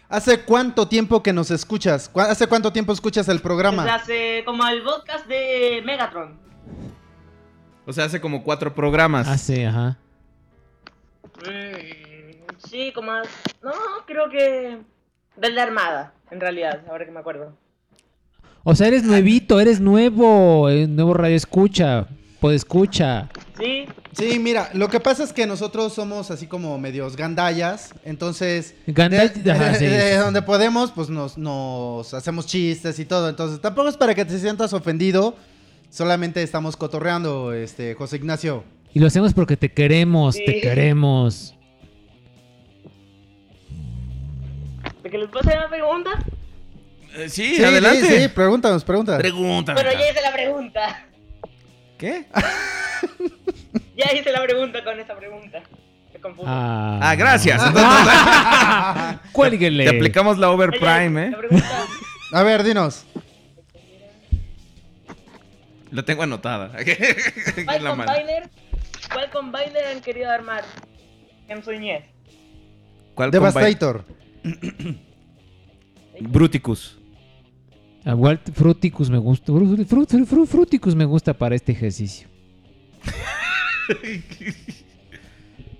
S6: ¿Hace cuánto tiempo que nos escuchas? ¿Cu- ¿Hace cuánto tiempo escuchas el
S1: Desde
S6: programa?
S1: hace como el podcast de Megatron.
S2: O sea, hace como cuatro programas.
S7: Ah, sí, ajá.
S1: Mm, sí, como... as- No, creo que... Del de Armada, en realidad, ahora que me acuerdo.
S7: O sea, eres nuevito, eres nuevo. eh, Nuevo radio escucha. Pues escucha.
S13: Sí.
S6: Sí, mira, lo que pasa es que nosotros somos así como medios gandallas, entonces
S7: Gandall-
S6: de,
S7: ajá,
S6: de-
S7: sí.
S6: de donde podemos, pues nos, nos hacemos chistes y todo, entonces tampoco es para que te sientas ofendido, solamente estamos cotorreando, este José Ignacio.
S7: Y lo hacemos porque te queremos, te
S13: Sí.
S7: queremos.
S13: ¿De que les puedo hacer una pregunta?
S2: Eh, sí, adelante.
S6: Sí, sí, pregúntanos, pregúntanos.
S2: Pregúntame.
S13: Bueno, ya hice la pregunta.
S1: [LAUGHS]
S2: ¿Qué?
S13: Ya hice la pregunta con esa pregunta. Me confundo.
S7: Ah,
S2: Ah, gracias.
S6: Ah.
S7: [LAUGHS] Cuélguenle.
S2: Te aplicamos la overprime, ¿eh?
S13: La pregunta.
S6: A ver, dinos.
S2: La tengo anotada. [LAUGHS] En
S13: ¿Cuál
S2: la mano.
S13: combiner, ¿Cuál combiner han querido armar en su niñez?
S2: ¿Cuál
S6: Devastator.
S2: combine? Bruticus.
S7: A Ah, Walt Fruticus me gusta. Fru- fru- fru- fru- fruticus me gusta para este ejercicio.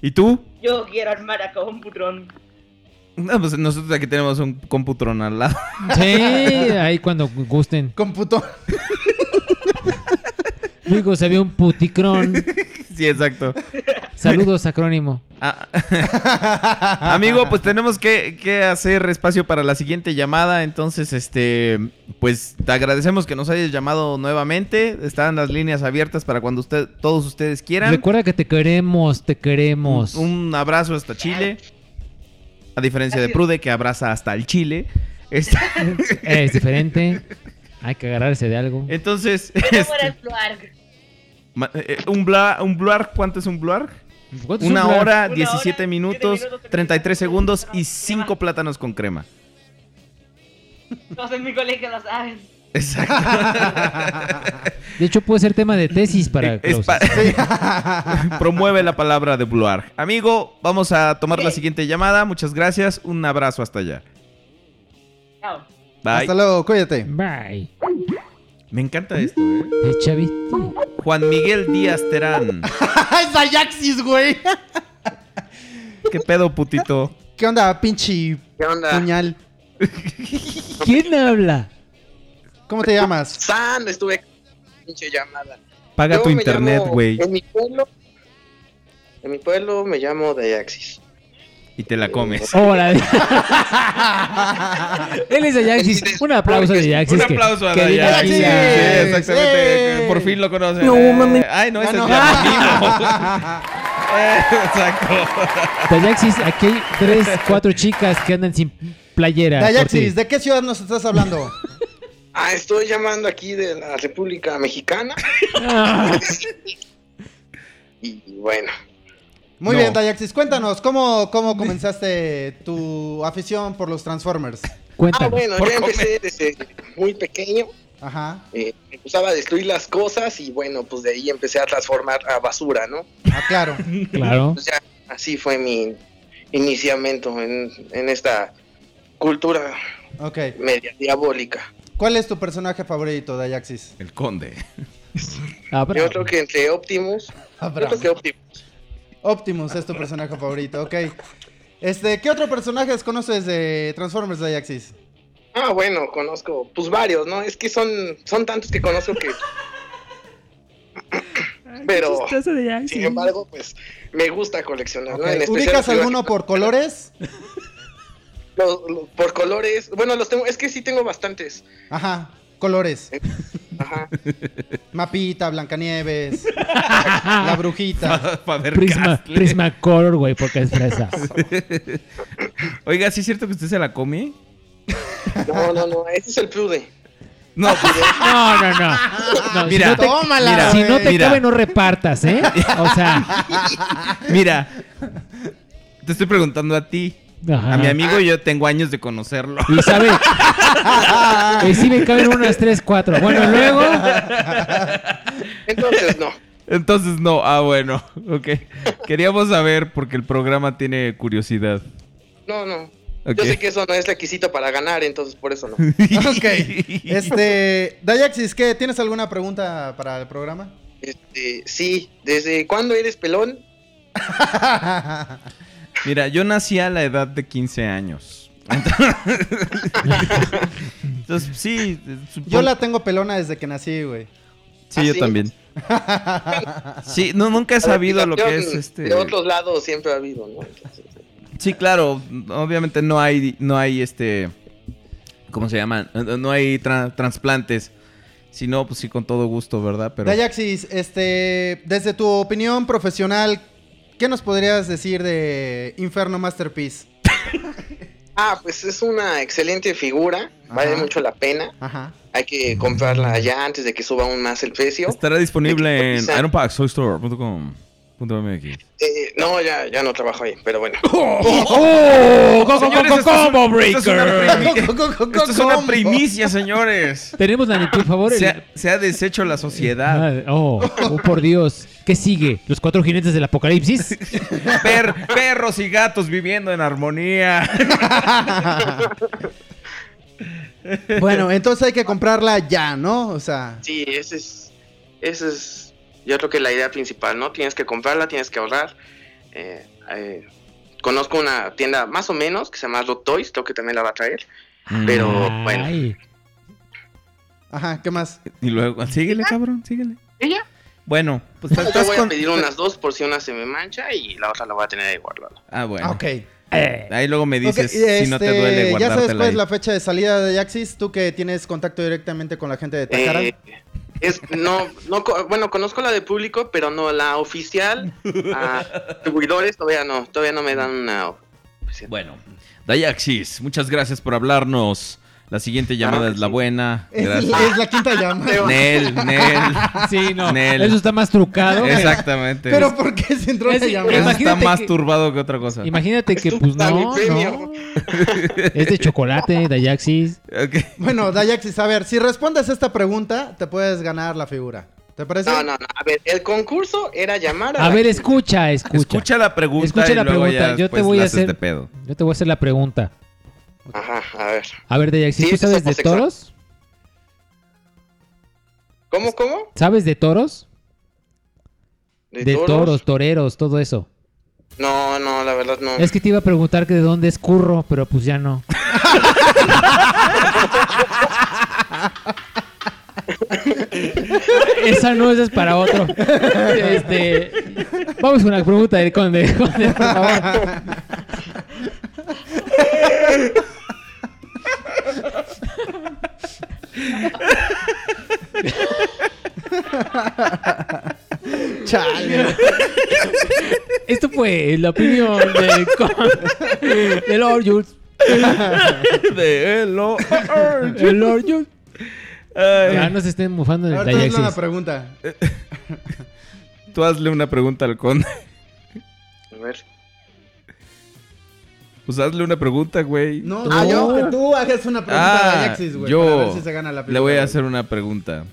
S2: ¿Y tú?
S13: Yo quiero armar a Computron.
S2: No, pues nosotros aquí tenemos un computron al lado.
S7: Sí, ahí cuando gusten.
S6: Computón.
S7: Digo, se ve un
S6: [LAUGHS]
S7: puticrón.
S2: Sí, exacto.
S7: Saludos, acrónimo.
S2: Ah. Amigo, pues tenemos que, que hacer espacio para la siguiente llamada. Entonces, este, pues te agradecemos que nos hayas llamado nuevamente. Están las líneas abiertas para cuando usted, todos ustedes quieran.
S7: Recuerda que te queremos, te queremos.
S2: Un abrazo hasta Chile. A diferencia de Prude, que abraza hasta el Chile. Este-
S7: [LAUGHS] Es diferente. Hay que agarrarse de algo.
S2: Entonces,
S13: Yo
S2: este,
S13: fuera el Fluarg.
S2: ma- eh, un, bla, un bluarg, ¿cuánto es un bluarg?
S7: ¿Cuánto es
S2: Una
S7: un plan?
S2: hora,
S13: Una
S2: 17
S13: hora,
S2: minutos,
S13: 17 minutos,
S2: 33 segundos y 5 plátanos con crema.
S13: Todos en mi colegio lo saben.
S2: Exacto.
S7: De hecho, puede ser tema de tesis para
S2: Eh, Es
S7: Klaus.
S2: pa- [LAUGHS] Promueve la palabra de Bluar. Amigo, vamos a tomar la siguiente llamada. Muchas gracias. Un abrazo hasta allá.
S13: Chao.
S2: Bye.
S6: Hasta luego, cuídate.
S7: Bye.
S2: Me encanta esto, ¿eh?
S7: Eh, Chavi.
S2: Juan Miguel Díaz Terán.
S6: [LAUGHS] es Ajaxis, güey.
S2: ¿Qué pedo, putito?
S6: ¿Qué onda, pinche
S15: ¿Qué onda?
S6: puñal?
S7: [LAUGHS] ¿Quién habla?
S6: ¿Cómo te
S14: [LAUGHS]
S6: llamas?
S14: San, estuve pinche llamada.
S2: Paga
S14: Yo
S2: tu
S14: me
S2: internet,
S14: llamo-
S2: güey.
S14: En mi pueblo, en mi pueblo me llamo
S2: [LAUGHS]
S14: Dayaxis.
S2: Y te la comes.
S7: Órale. Oh, [LAUGHS]
S14: Ah,
S7: Él es Ayaxis. Un aplauso de Ayaxis.
S2: Un
S7: que-
S2: aplauso a
S7: que viva
S2: Dayaxis.
S7: aquí
S2: Sí,
S7: a-
S2: exactamente. Por fin lo conocen.
S14: No,
S2: Eh,
S14: mami.
S2: Ay, no, ese
S6: no.
S2: es
S6: [LAUGHS] Ah.
S2: Yamamino. Eh, Exacto.
S7: Dayaxis, aquí hay tres, cuatro chicas que andan sin playera.
S6: Dayaxis,
S7: por ti.
S6: ¿de qué ciudad nos estás hablando?
S14: Ah, estoy llamando aquí de la República
S2: [LAUGHS]
S14: Mexicana. y bueno,
S6: Muy
S2: No.
S6: bien, Dayaxis, cuéntanos, ¿cómo, ¿cómo comenzaste tu afición por los Transformers?
S14: ah,
S7: Cuéntanos.
S14: bueno,
S2: Por
S14: yo empecé desde muy pequeño.
S6: Ajá.
S14: eh, me gustaba destruir las cosas y bueno, pues de ahí empecé a transformar a basura, ¿no?
S6: Ah, claro.
S7: [LAUGHS] Claro.
S14: Pues ya, así fue mi iniciamiento en, en esta cultura
S6: Ok.
S14: media diabólica.
S6: ¿Cuál es tu personaje favorito, Dayaxis?
S2: El conde.
S7: Ah, bravo.
S14: Yo creo que entre Optimus,
S6: Ah,
S14: yo
S6: bravo.
S14: creo que Optimus.
S6: Optimus es tu personaje favorito, ok. Este, ¿qué otro personaje conoces de Transformers, Dayaxis?
S14: Ah, bueno, conozco, pues varios, ¿no? Es que son, son tantos que
S6: [LAUGHS]
S14: conozco que... Pero, sin embargo, pues me gusta coleccionar, ¿no? En
S6: Ok,
S14: especial
S6: ¿Ubicas
S14: los
S6: alguno
S14: [LAUGHS]
S6: por colores?
S14: los- los- por colores. Bueno, los tengo, es que sí tengo bastantes.
S6: Ajá, colores.
S14: Eh, Ajá.
S6: Mapita,
S14: [LAUGHS]
S6: Blancanieves, la brujita.
S2: [LAUGHS] Faber
S7: Prisma,
S2: Castell.
S7: Prisma Color, güey, porque es
S2: [LAUGHS]
S7: fresa.
S2: Oiga, ¿sí es cierto que usted se la come?
S14: No, no, no, ese es el Prude.
S2: No, pues,
S7: [LAUGHS] No, no, no. No,
S2: Mira,
S7: si no te,
S6: Ah, tómala,
S7: mira, si no te
S2: mira.
S7: cabe, no repartas, ¿eh? O sea,
S2: Mira, te estoy preguntando a ti.
S7: Ajá.
S2: A mi amigo yo tengo años de conocerlo.
S7: y sabe.
S6: Ah,
S7: Y sí me caben unas tres, cuatro. Bueno,
S6: [LAUGHS]
S7: luego.
S14: Entonces, no.
S2: [LAUGHS] Entonces no, ah bueno, ok. Queríamos saber porque el programa tiene curiosidad.
S14: No, no.
S2: Ok.
S14: Yo sé que eso no es requisito para ganar, entonces
S6: [LAUGHS]
S14: por eso no.
S6: Ok. Este, Dayaxis, ¿qué? ¿Tienes alguna pregunta para el programa?
S14: Este, sí, ¿desde cuándo
S6: [LAUGHS]
S14: eres pelón?
S2: Mira, yo nací a la edad de 15 años. Entonces, sí, supongo-
S6: Yo la tengo pelona desde que nací, güey.
S2: sí, yo
S14: ¿Ah, sí?
S2: también.
S14: [LAUGHS]
S2: Sí, no, nunca he sabido lo que es este.
S14: De otros lados siempre ha habido, ¿no? Entonces,
S2: Sí, claro, obviamente no hay, no hay este, ¿cómo se llaman? No hay tra- trasplantes. Si no, pues sí, con todo gusto, ¿verdad? Pero
S3: Dayaxis, este, desde tu opinión profesional, ¿qué nos podrías decir de Inferno Masterpiece?
S14: Ah, pues es una excelente figura, vale
S3: Ajá.
S14: mucho la pena.
S7: [LAUGHS]
S3: Ajá.
S14: Hay que comprarla ya antes de que suba aún más el precio.
S2: estará disponible en
S14: Exacto.
S2: ironpacksoystore.com.mx.
S14: Eh, no, ya, ya no trabajo ahí, pero
S2: [LAUGHS]
S14: bueno.
S2: ¡Oh!
S7: co- co- co- combo
S2: Esto es una
S7: breaker.
S2: primi- esto es una primicia, señores.
S7: Tenemos la neta, por favor. el-
S2: Se ha, se ha deshecho
S7: [LAUGHS]
S2: la sociedad.
S7: Ah, oh, oh, por Dios. ¿Qué sigue? ¿Los cuatro jinetes del apocalipsis?
S2: Per- perros y gatos viviendo en armonía.
S3: Bueno, entonces hay que comprarla ya, ¿no? O sea,
S14: Sí, ese es, ese es, yo creo que la idea principal, ¿no? Tienes que comprarla, tienes que ahorrar. Eh, eh, conozco una tienda más o menos que se llama Dot Toys, creo que también la va a traer. Pero bueno,
S7: Ay.
S3: ajá, ¿qué más?
S2: Y luego, síguele, cabrón, síguele.
S14: ella.
S2: Bueno, pues
S3: Ah.
S2: estás
S14: Yo voy a
S2: con-
S14: pedir unas dos por si una se me mancha y la otra la voy a tener ahí guardada.
S2: Ah, bueno. Eh.
S3: Ah, ok.
S2: Ahí luego me dices
S3: Ok, y
S2: si no te
S3: este,
S2: duele
S3: Ya sabes
S2: guardártela
S3: cuál es
S2: ahí.
S3: la fecha de salida de Dayaxis, tú que tienes contacto directamente con la gente de Takara. [LAUGHS]
S14: Eh, es, no, no, co- bueno, conozco la de público, pero no la oficial. A
S3: [LAUGHS]
S14: distribuidores todavía no, todavía no me dan una.
S2: Bueno, Dayaxis, muchas gracias por hablarnos. La siguiente llamada es la buena.
S3: Ah, es,
S2: Gracias.
S3: es la quinta llamada.
S2: [LAUGHS] Nel, Nel.
S7: Sí, no.
S2: Nel.
S7: Eso está más trucado. que-
S2: Exactamente.
S3: Pero ¿por qué se entró
S7: Es-
S3: la
S2: Eso
S3: llamada?
S2: está
S7: Imagínate
S2: más
S7: que-
S14: [LAUGHS]
S2: turbado que otra cosa.
S7: Imagínate que, pues
S14: Estúpida, mi
S7: no,
S14: premio.
S3: [LAUGHS]
S7: no. Es de chocolate, Dayaxis.
S2: Ok.
S3: Bueno, Dayaxis, a ver, si respondes esta pregunta, te puedes ganar la figura. ¿Te parece?
S14: No, no, no. A ver, el concurso era llamar
S7: A
S14: a. la
S7: ver,
S14: gente.
S7: escucha, escucha.
S2: Escucha la pregunta.
S7: Escucha
S2: y
S7: la
S2: luego
S7: pregunta,
S2: ya
S7: yo te
S2: después
S7: voy
S2: la
S7: a
S2: haces
S7: hacer-
S2: de pedo.
S7: Yo te voy a hacer la pregunta.
S14: Ajá, a ver.
S7: A ver, Dayaxis,
S14: Sí, este
S7: ¿tú
S14: es
S7: sabes de
S14: homosexual.
S7: toros?
S14: ¿Cómo, cómo?
S7: ¿Sabes de toros? De toros, toreros, todo eso.
S14: No, no, la verdad no.
S7: Es que te iba a preguntar que de dónde es curro, pero pues ya no. [LAUGHS] Esa no, esa es para otro. [LAUGHS] Este, vamos con la pregunta del conde. Conde, por favor.
S3: [LAUGHS] Chale.
S7: [LAUGHS] Esto fue la opinión del conde. Del Lord [LAUGHS] Jules.
S2: De Elo.
S7: El Lord Jules.
S2: Ay,
S7: Ya nos estén mufando en
S3: A
S7: el
S3: ver, tú hazle una
S7: Dayaxis.
S3: pregunta.
S2: [LAUGHS] Tú hazle una pregunta al conde. [LAUGHS]
S14: A ver.
S2: Pues hazle una pregunta, güey.
S3: No,
S7: Tú.
S3: ah, yo, que tú hagas una pregunta a
S2: Ah,
S3: Dayaxis, güey. para
S2: yo
S3: ver si se gana la
S2: le voy
S3: figura,
S2: a hacer una pregunta.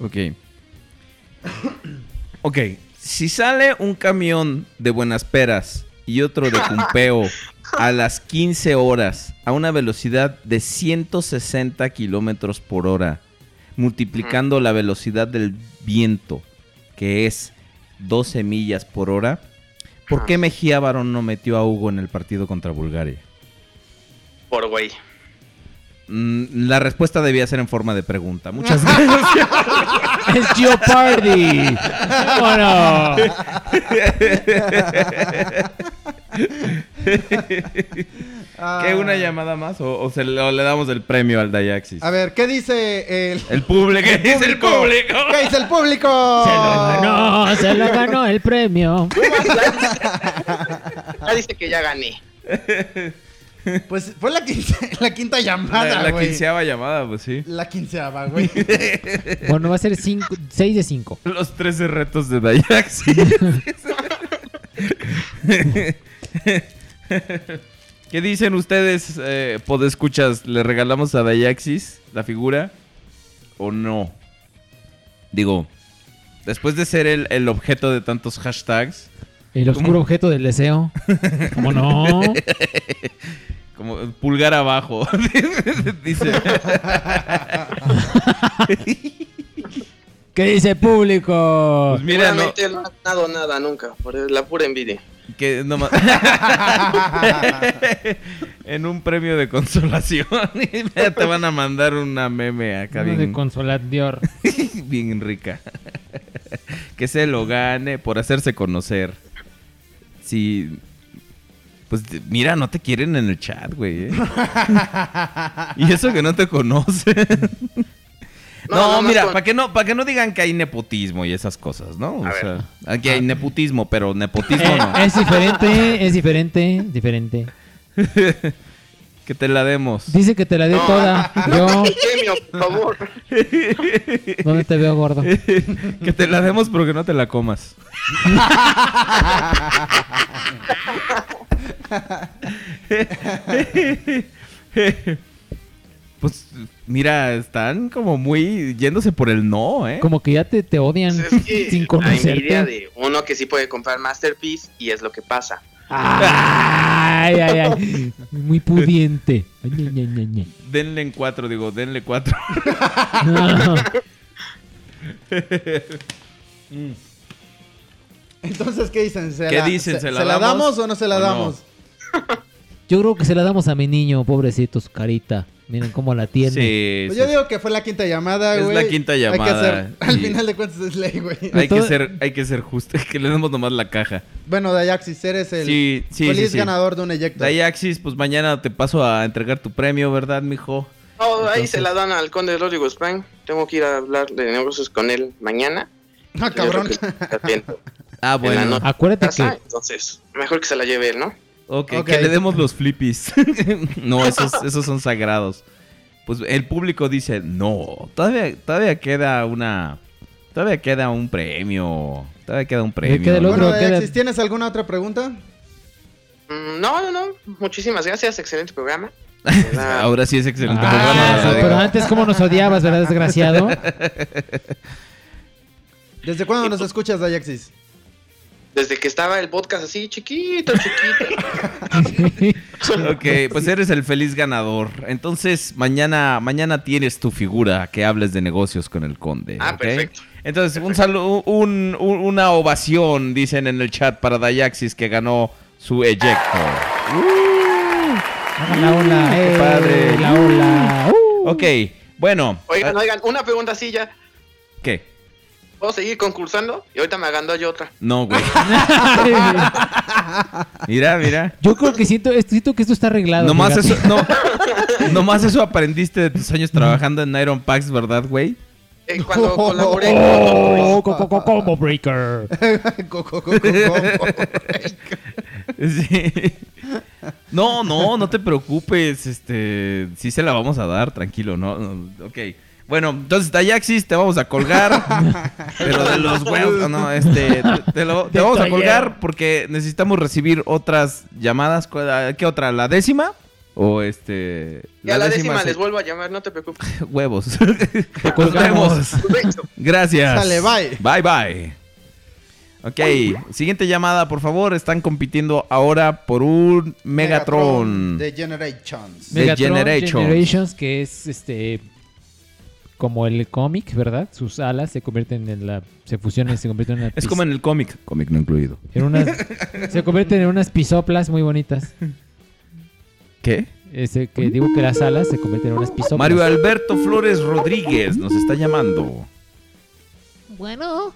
S2: Ok. Ok. Si sale un camión de Buenas Peras y otro de Cumpeo a las 15 horas a una velocidad de 160 kilómetros por hora, multiplicando la velocidad del viento, que es 12 millas por hora, ¿por qué Mejía Barón no metió a Hugo en el partido contra Bulgaria?
S14: Por güey.
S2: Mm, La respuesta debía ser en forma de pregunta. Muchas gracias.
S7: Es Geopardy. Bueno.
S3: Ah.
S2: ¿Qué? ¿Una llamada más? ¿O, o se le, o le damos el premio al Dayaxis?
S3: A ver, ¿qué dice el,
S2: El público. [LAUGHS] ¿Qué dice el público?
S3: ¿Qué dice el público?
S7: Se lo ganó, se lo
S3: [LAUGHS]
S7: ganó el premio.
S14: Ya dice que ya gané.
S3: [LAUGHS] Pues fue la, quince- la quinta [LAUGHS] llamada,
S2: La, la
S3: güey.
S2: quinceava llamada, pues sí.
S3: La quinceava,
S2: [LAUGHS]
S3: güey.
S7: Bueno, va a ser 6 de 5.
S2: Los 13 retos de [LAUGHS] Dayaxis. ¿Qué dicen ustedes, eh, podescuchas? ¿Le regalamos a Dayaxis la figura o no? Digo, después de ser el, el objeto de tantos hashtags,
S7: El oscuro
S2: ¿Cómo?
S7: objeto del deseo. ¿Cómo no?
S2: como eh, pulgar [LAUGHS] abajo, [LAUGHS]
S7: [LAUGHS]
S2: dice.
S7: ¿Qué dice el público?
S2: Pues mira, no,
S14: Seguramente no ha ganado nada nunca, por la pura envidia.
S2: que nomás- [LAUGHS] en un premio de consolación [LAUGHS] ya te van a mandar una meme acá
S7: Uno de
S2: [LAUGHS] bien,
S7: Consolat Dior.
S2: bien rica. [LAUGHS] que se lo gane por hacerse conocer. Si. Pues mira, no te quieren en el chat, güey. ¿eh? [LAUGHS] y eso que no te conocen.
S14: No,
S2: No,
S14: no, no,
S2: mira,
S14: con-
S2: para que no, para que no digan que hay nepotismo y esas cosas, ¿no? O sea, aquí
S14: Ah.
S2: hay nepotismo, pero nepotismo no.
S7: Eh, Es diferente, es diferente, es
S2: [LAUGHS]
S7: diferente.
S2: Que te la demos.
S7: Dice que te la dio
S14: No,
S2: [LAUGHS]
S7: toda. Yo,
S14: Premio, por favor.
S7: ¿dónde te veo gordo?
S2: que te la demos, pero que no te
S7: [LAUGHS]
S2: la comas. pues mira, están como muy yéndose por el no, ¿eh?
S7: Como que ya te, te odian
S14: Pues es que
S7: sin
S14: la envidia
S7: conocerte.
S14: de uno que [LAUGHS] sí puede comprar Masterpiece y es lo que pasa.
S7: Ay, ay, ay. Muy pudiente. Ay, ay, ay, ay, ay.
S2: Denle en cuatro, digo, denle cuatro.
S7: [LAUGHS] No.
S2: Mm.
S3: Entonces, ¿qué dicen? ¿Se
S2: ¿Qué
S3: la,
S2: dicen?
S3: Se, se la damos o no se la
S2: ¿O no?
S3: damos?
S7: Yo creo que se la damos a mi niño, pobrecito, su carita. Miren cómo la tiene.
S2: [LAUGHS] Sí,
S3: Pues
S2: sí,
S3: yo digo que fue la quinta llamada,
S2: Es
S3: güey.
S2: la quinta
S3: Hay que
S2: llamada,
S3: hacer, al
S2: y-
S3: final de cuentas es ley, güey.
S2: Hay que
S7: Todo-
S2: ser, hay que ser justo, [LAUGHS] que le demos nomás la caja.
S3: Bueno, Dayaxis, eres el
S2: Sí, sí,
S3: feliz
S2: sí, sí.
S3: ganador de un eyecto.
S2: Dayaxis, pues mañana te paso a entregar tu premio, ¿verdad, mijo?
S14: No, Oh, ahí
S2: Entonces-
S14: se la dan al conde Rodrigo Spain. Tengo que ir a hablar de negocios con él mañana.
S3: Ah, cabrón.
S14: Yo creo que está atento.
S2: Ah,
S14: En
S2: bueno.
S14: la noche.
S7: Acuérdate
S14: Casa,
S7: que
S14: Entonces, mejor que se la lleve él, ¿no?
S3: Eh,
S2: Ok,
S3: Ok.
S2: que le demos los flippies. [LAUGHS] no, esos, esos son sagrados. Pues el público dice, no, todavía, todavía queda una... Todavía queda un premio. Todavía queda un premio.
S7: queda el
S3: Bueno,
S7: otro, queda-
S3: Dayaxis, ¿tienes alguna otra pregunta?
S14: Mm, No, no, no. Muchísimas gracias. Excelente programa. De verdad,
S2: Ahora sí es excelente
S7: Ah,
S2: programa.
S7: sí,
S2: la
S7: pero
S2: digo.
S7: antes cómo nos odiabas, ¿verdad, desgraciado?
S3: ¿Desde cuándo nos escuchas, Dayaxis?
S14: Desde que estaba el podcast así, chiquito,
S3: [LAUGHS]
S14: chiquito.
S2: [LAUGHS] Ok, pues eres el feliz ganador. Entonces, mañana, mañana tienes tu figura que hables de negocios con el conde.
S14: Ah,
S2: ¿ok?
S14: perfecto.
S2: Entonces, un saludo, un- un- una ovación, dicen en el chat, para Dayaxis que ganó su eyecto. Uh.
S7: Hagan Ah. la ola.
S2: qué
S7: eh,
S2: padre.
S7: La ola. Uh.
S2: Ok, bueno.
S14: Oigan,
S2: ah,
S14: oigan, una pregunta así ya.
S2: ¿Qué?
S14: ¿Puedo seguir concursando? Y ahorita me agando yo otra.
S7: [LAUGHS]
S2: No, güey. Mira, mira.
S7: Yo creo que siento, esto- siento que esto está arreglado.
S2: Nomás
S7: fíjate.
S2: eso, no, nomás eso aprendiste de tus años trabajando en Iron Packs, ¿verdad, güey?
S14: Eh,
S7: [LAUGHS]
S14: cuando colaboré
S7: Oh, co- co- co- combo breaker.
S3: [LAUGHS] Co- co- co- co- co-
S2: Sí.
S3: [LAUGHS]
S2: No, no, no te preocupes, este, sí se la vamos a dar, tranquilo, ¿no? no, Ok. Bueno, entonces Dayaxis, te vamos a colgar. pero de los huevos, no, este, te, te lo- te
S7: Del
S2: vamos a
S7: taller.
S2: colgar porque necesitamos recibir otras llamadas. ¿Cu- a- ¿Qué otra? ¿La décima? O este.
S14: Y a la décima
S2: sí.
S14: les vuelvo a llamar, no te preocupes.
S2: Huevos. Nos
S7: colgamos.
S2: vemos. Gracias.
S3: Sale, bye.
S2: Bye, bye. Ok, siguiente llamada, por favor. Están compitiendo ahora por un Megatron.
S3: De Generations.
S2: Me-
S7: Megatron
S2: Generations.
S7: Generations, que es este como el cómic, ¿verdad? Sus alas se convierten en la se fusionan, se convierten en una
S2: Es
S7: pis-
S2: como en el cómic. Cómic no incluido.
S7: en unas se convierten en unas pisoplas muy bonitas.
S2: ¿Qué?
S7: Este que digo que las alas se convierten en unas pisoplas.
S2: Mario Alberto Flores Rodríguez nos está llamando.
S5: Bueno,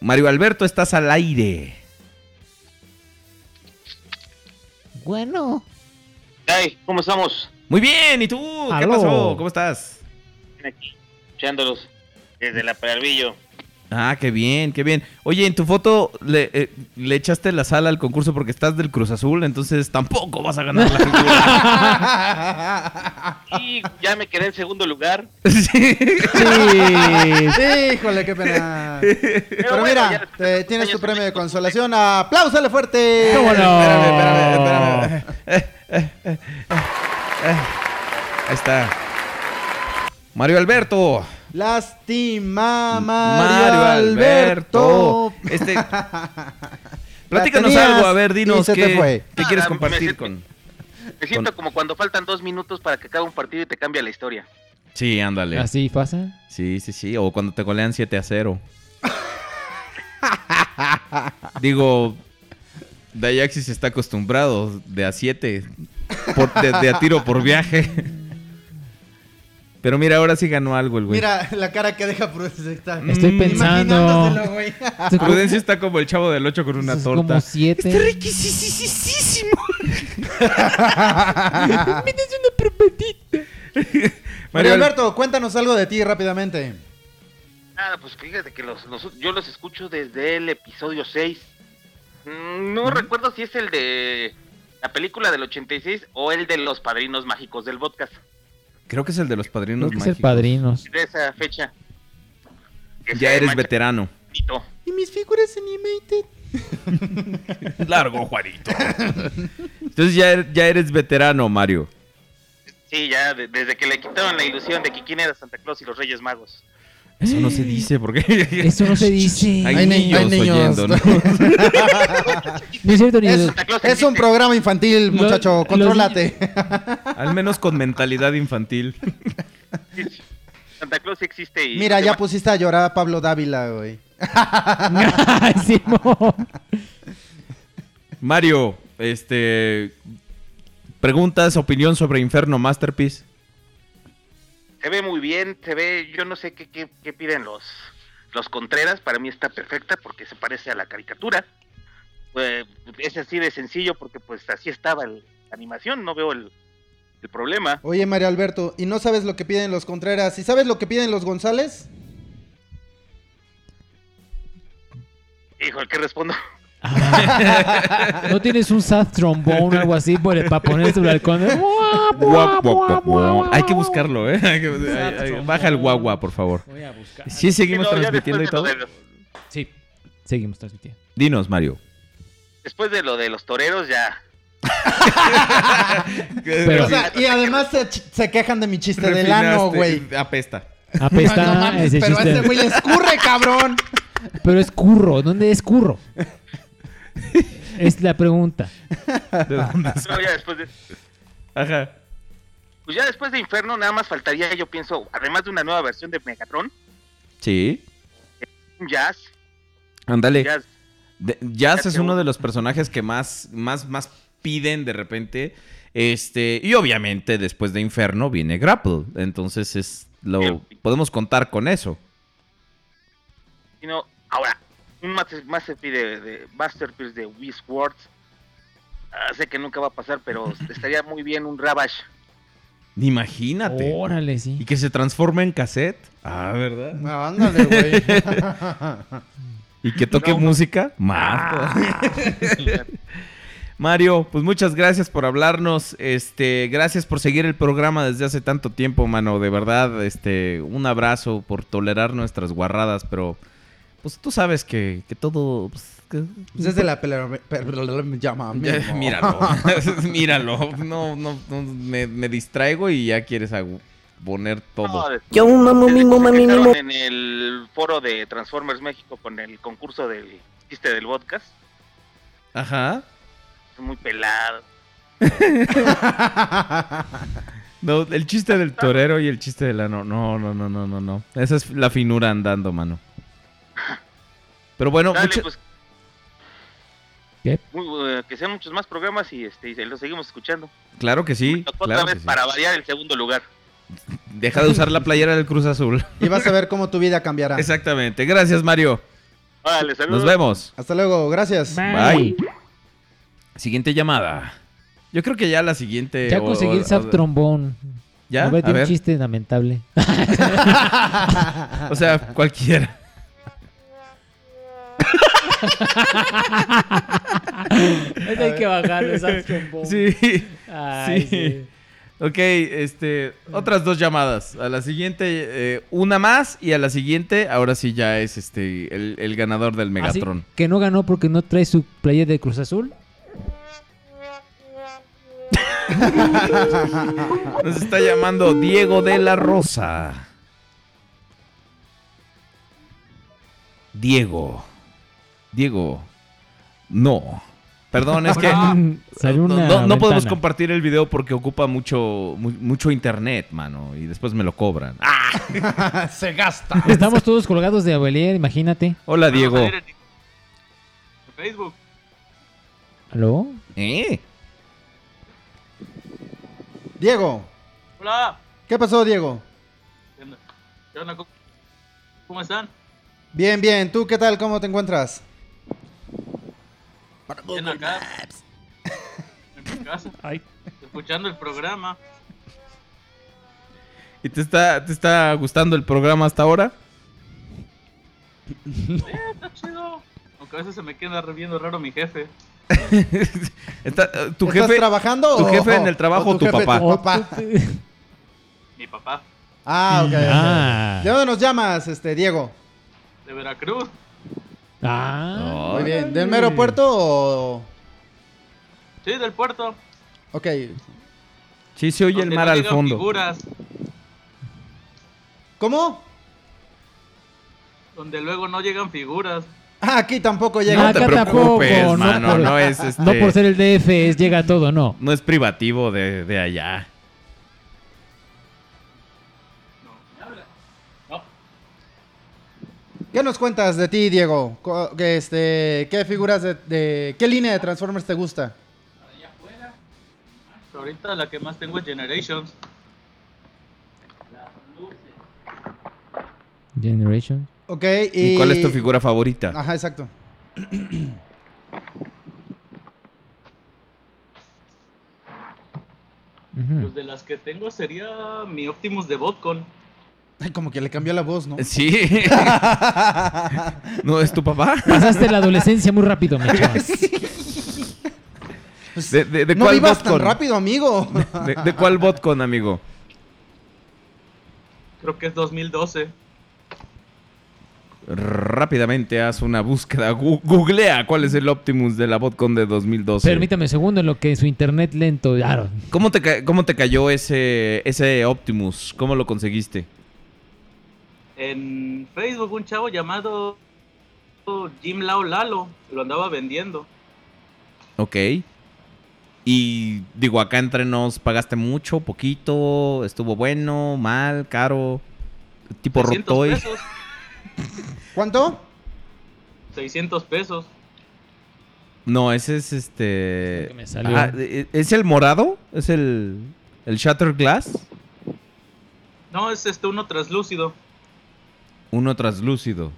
S2: Mario Alberto, estás al aire.
S5: bueno.
S16: Ay, ¿cómo estamos?
S2: Muy bien, ¿y tú? Uh, ¿Qué
S7: Aló.
S2: pasó? ¿Cómo estás?
S16: Aquí, escuchándolos desde la Peralvillo.
S2: Ah, qué bien, qué bien. Oye, en tu foto le, eh, le echaste la sala al concurso porque estás del Cruz Azul, entonces tampoco vas a ganar la figura.
S7: [LAUGHS]
S2: [LAUGHS]
S16: Y ya me quedé en segundo lugar. [LAUGHS]
S2: Sí.
S3: Híjole, qué pena. Pero,
S16: bueno,
S3: mira,
S16: ya-
S3: te- tienes tu premio de consolación. ¡Apláusale fuerte!
S7: ¿Cómo no?
S2: Espérame, espérame, espérame. Eh, eh, eh, eh. Ahí está. Mario Alberto.
S3: Lástima, Mario, Alberto.
S2: Este, platícanos
S3: tenías
S2: algo, a ver,
S3: y
S2: dinos
S3: se te fue.
S2: qué, qué quieres
S16: Nada, Ah, me
S2: compartir
S16: siento-
S2: con...
S16: Me siento como cuando faltan dos minutos para que acabe un partido y te cambia la historia.
S2: Sí, ándale.
S7: Así pasa.
S2: Sí, sí, sí. O cuando te golean 7 a
S3: [LAUGHS]
S2: 0. Digo, Dayaxis está acostumbrado de a 7. por- de, de a tiro por viaje. Pero mira, ahora sí ganó algo el güey.
S3: [LAUGHS] Mira la cara que deja Prudencio. Está Mm.
S7: Estoy pensando.
S3: imaginándoselo, güey.
S2: Prudencio está como el chavo del 8 con
S3: Pues
S2: una
S7: Es
S2: torta.
S7: como siete.
S2: Está
S1: riquisísimo.
S7: [LAUGHS] Me des una
S3: Mario
S2: Mario
S3: Alberto, cuéntanos algo de ti rápidamente.
S16: Nada, pues fíjate que los, los- yo los escucho desde el episodio 6. Mm, No recuerdo si es el de la película del 86 o el de los padrinos mágicos del podcast.
S2: Creo que es el de los padrinos
S7: Creo que es el
S2: mágicos.
S7: padrinos.
S16: De esa fecha.
S2: Ya eres veterano.
S16: Juanito.
S3: Y mis figuras animated. [LAUGHS]
S2: Largo, Juanito. Entonces ya, er- ya eres veterano, Mario.
S16: [LAUGHS] Sí, ya de- desde que le quitaron la ilusión de que quién era Santa Claus y los Reyes
S2: [LAUGHS]
S16: Magos.
S2: Eso no se dice porque...
S7: Eso no se dice.
S2: [LAUGHS] Hay,
S3: Hay ni-
S2: niños,
S3: hay niños.
S2: oyendo, ¿no?
S7: No es cierto, ni
S3: Es, es un programa infantil,
S7: Lo-
S3: muchacho.
S7: los
S3: Contrólate.
S2: Al menos con mentalidad infantil.
S16: Santa Claus sí existe
S3: [LAUGHS]
S16: y
S3: Mira, ya pusiste a llorar a Pablo Dávila,
S7: [LAUGHS]
S3: güey.
S2: Mario, este... Preguntas, opinión sobre Inferno Masterpiece.
S16: se ve muy bien, se ve, yo no sé qué, qué, qué piden los, los Contreras, para mí está perfecta porque se parece a la caricatura. Eh, es así de sencillo porque pues así estaba el- la animación, no veo el, el problema.
S3: Oye, Mario Alberto, ¿y no sabes lo que piden los Contreras? ¿Y sabes lo que piden los González?
S16: Híjole, ¿qué
S2: [LAUGHS]
S16: respondo?
S7: ¿No tienes un sad trombone o algo así por, para poner sobre el
S3: [LAUGHS]
S7: balcón?
S2: Guap, guap, guap, guap. Hay que buscarlo, ¿eh? Hay que- hay- hay- baja el guagua, por favor.
S7: Voy a buscar.
S2: Sí, seguimos
S16: Sí, no, ya
S2: transmitiendo y todo.
S16: después de lo de
S7: Sí, seguimos transmitiendo.
S2: Dinos, Mario.
S16: los- después de lo de los toreros
S2: [LAUGHS]
S16: ya.
S3: O sea, y además se, ch- se quejan de mi chiste del ano,
S2: Refinaste,
S3: güey.
S2: Apesta.
S7: Apesta
S3: No mames,
S7: ese
S3: pero a
S7: chiste.
S3: ese güey le escurre, cabrón.
S7: Pero es curro. ¿Dónde es curro? es la pregunta.
S2: ¿De dónde
S16: No, ya después de-
S2: Ajá.
S16: pues ya después de Inferno nada más faltaría, yo pienso, además de una nueva versión de Megatron,
S2: Sí.
S16: un jazz,
S2: Ándale.
S16: Jazz.
S2: De- Jazz es
S16: Jazz,
S2: uno
S16: según.
S2: de los personajes que más, más, más piden de repente. Este, y obviamente después de Inferno viene Grapple. Entonces es lo podemos contar con eso.
S16: sino ahora un master- masterpiece de, de masterpiece de Wiz Words. Ah, sé que nunca va a pasar,
S2: [LAUGHS]
S16: pero estaría muy bien un Ravage.
S2: Imagínate.
S7: Órale, sí.
S2: Y que se transforme en cassette. Ah, ¿verdad?
S3: No, ándale, güey.
S2: [LAUGHS] Y que toque música. Marta.
S7: [LAUGHS]
S2: Mario, pues muchas gracias por hablarnos. Este, gracias por seguir el programa desde hace tanto tiempo, mano. De verdad, este, un abrazo por tolerar nuestras guarradas, pero pues tú sabes que, que todo. Pues, que-
S3: Pues es de la pelea. per-
S6: [LAUGHS]
S3: per- Llama.
S2: [LAUGHS] Ya,
S3: mismo.
S2: míralo, [LAUGHS] míralo. No, no, no, me, me distraigo y ya quieres agu- poner todo.
S16: Yo un
S1: mamo, mimo, mami, mimo.
S16: En el foro de Transformers México con el concurso del chiste del podcast.
S2: Ajá.
S16: Muy
S2: [LAUGHS]
S16: pelado.
S2: No, el chiste del torero y el chiste del ano. No, no, no, no, no, no. Esa es la finura andando, mano. Pero bueno,
S16: Dale,
S2: mucha-
S16: pues.
S7: ¿Qué?
S16: Muy, eh, que sean muchos más programas y este y los seguimos escuchando.
S2: claro que sí.
S16: Otra
S2: claro
S16: vez
S2: que sí.
S16: para variar el segundo lugar.
S2: Deja de usar la playera del Cruz Azul.
S3: Y vas a ver cómo tu vida cambiará.
S2: Exactamente. Gracias, Mario.
S16: Órale, saludos.
S2: Nos vemos.
S3: Hasta luego, gracias.
S2: Bye. Siguiente llamada. Yo creo que ya la siguiente.
S7: Ya
S2: o-
S7: conseguí el
S2: o-
S7: sad trombone.
S2: ¿Ya?
S7: A ver,
S2: A
S7: tiene
S2: ver.
S7: un chiste lamentable.
S2: [LAUGHS] O sea, cualquiera.
S7: [LAUGHS] Ese hay que bajarlo, sad trombone.
S2: Sí.
S7: Ay,
S2: sí.
S7: sí.
S2: Ok, este, otras dos llamadas. A la siguiente, eh, una más y a la siguiente, ahora sí ya es este el, el ganador del
S7: Así
S2: Megatron.
S7: que no ganó porque no trae su player de Cruz Azul.
S2: [LAUGHS] Nos está llamando Diego de la Rosa. Diego. Diego. No. Perdón, es que no,
S7: Salió
S2: no-
S7: una
S2: no podemos
S7: ventana.
S2: compartir el video porque ocupa mucho, mu- mucho internet, mano, y después me lo cobran. ¡Ah! [LAUGHS]
S3: Se gasta.
S7: Estamos todos colgados de abelier, imagínate.
S2: Hola, Diego.
S17: Facebook.
S7: ¿Aló?
S2: ¿Eh?
S3: Diego,
S17: Hola.
S3: ¿qué pasó, Diego?
S13: ¿Qué onda? ¿Cómo- ¿Cómo están?
S6: Bien, bien. ¿Tú qué tal? ¿Cómo te encuentras?
S13: Bien acá. En mi casa. Escuchando el programa.
S2: ¿Y te está, te está gustando el programa hasta ahora?
S13: Eh, está chido. Aunque a veces se me queda viendo raro mi jefe.
S2: Está- eh, ¿Tu
S6: ¿Estás
S2: jefe
S6: trabajando
S2: ¿Tu
S6: o-
S2: jefe en
S6: o-
S2: el trabajo
S6: o
S2: o
S6: tu
S2: tu,
S6: jefe,
S2: papá?
S6: tu papá?
S2: Oh,
S13: Mi papá.
S6: Ah, ok. ok.
S2: Ah.
S6: ¿De dónde nos llamas, este, Diego?
S13: De Veracruz.
S7: Ah.
S6: Muy bien. ¿Del mero puerto o...?
S13: Sí, del puerto.
S6: Ok.
S2: Sí, se oye el
S13: donde
S2: mar
S13: no
S2: al
S13: llegan
S2: fondo.
S13: figuras.
S6: ¿Cómo?
S13: Donde luego no llegan figuras.
S6: Ah, aquí tampoco llega.
S2: No te preocupes, mano,
S7: por-
S2: no es, este-
S7: no por ser el DF, es llega todo, no.
S2: No es privativo de, de allá.
S6: ¿Qué nos cuentas de ti, Diego? Co- que, Este, ¿Qué figuras de, de- ¿Qué línea de Transformers te gusta?
S13: Ahorita la que más tengo es Generations.
S7: Generation.
S6: Ok,
S2: ¿Y
S6: y...
S2: cuál es tu figura favorita?
S6: Ajá, exacto. [CLEARS THROAT]
S13: Pues de las que tengo sería mi Optimus de Botcon.
S6: Ay, como que le cambió la voz, ¿no? [LAUGHS]
S2: Sí. [LAUGHS] ¿No es tu papá?
S7: Pasaste la adolescencia muy rápido, mi chaval.
S2: [LAUGHS] ¿De, de- de
S6: no
S2: cuál
S6: vivas tan
S2: botcon?
S6: rápido, amigo.
S2: ¿De, de cuál botcon, amigo?
S13: Creo que es 2012.
S2: Rápidamente haz una búsqueda. Gu- Googlea cuál es el Optimus de la botcon de 2012.
S7: Permítame un segundo en lo que su internet lento. Claro.
S2: ¿Cómo te, ca- cómo te cayó ese, ese Optimus? ¿Cómo lo conseguiste?
S13: En Facebook un chavo llamado Jim Lao Lalo lo andaba vendiendo.
S2: Ok. Y digo, acá entre nos, ¿pagaste mucho, poquito? ¿Estuvo bueno, mal, caro? Tipo
S13: 600
S2: Rotoy.
S13: pesos.
S6: ¿Cuánto?
S13: 600 pesos.
S2: No, ese es este.
S7: me salió.
S2: Ah, ¿e- ¿Es el morado? ¿Es el, el Shattered Glass?
S13: No, es este uno translúcido.
S2: Uno translúcido.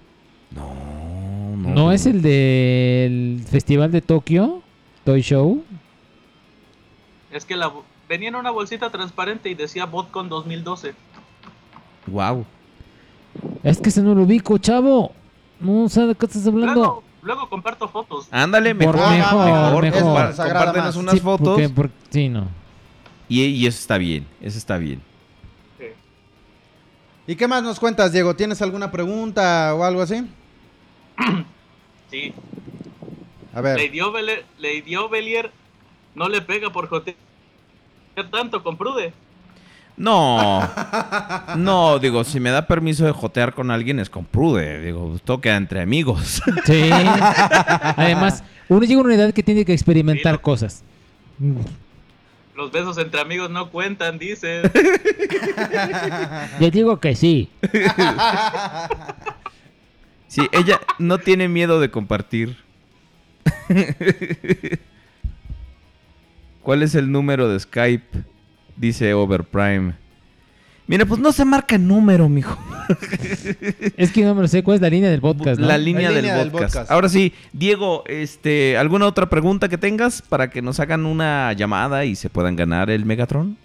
S2: No, no.
S7: ¿No es el del Festival de Tokio? Toy Show.
S13: Es que la bo- venía en una bolsita transparente y decía Botcon 2012.
S2: Wow.
S7: Es que se no lo ubico, chavo. No sé de qué estás hablando.
S13: Luego, luego comparto fotos.
S2: Ándale, mejor.
S7: Por mejor,
S2: mejor,
S7: mejor.
S2: compar-
S7: Nos agrada
S2: Compártenos
S7: más.
S2: unas
S7: Sí,
S2: fotos.
S7: porque- porque- sí, no.
S2: Y, y eso está bien. Eso está bien.
S6: ¿Y qué más nos cuentas, Diego? ¿Tienes alguna pregunta o algo así?
S13: Sí.
S6: A ver.
S13: Le dio, Bele- le dio Belier. No le pega por jotear tanto con Prude.
S2: No.
S7: [LAUGHS]
S2: No, digo, si me da permiso de jotear con alguien es con Prude. Digo, pues, todo queda entre amigos.
S7: Sí. [LAUGHS] Además, uno llega a una edad que tiene que experimentar cosas.
S13: Los besos entre amigos no cuentan,
S11: [LAUGHS]
S13: dice.
S7: Yo digo que sí.
S2: Sí, ella no tiene miedo de compartir. ¿Cuál es el número de Skype? Dice Overprime. Mira, pues no se marca número, mijo.
S7: [LAUGHS] Es que no me lo sé. ¿Cuál es la línea del podcast? Pues, no?
S2: La línea, del, podcast. Ahora sí, Diego, este, ¿alguna otra pregunta que tengas para que nos hagan una llamada y se puedan ganar el Megatron?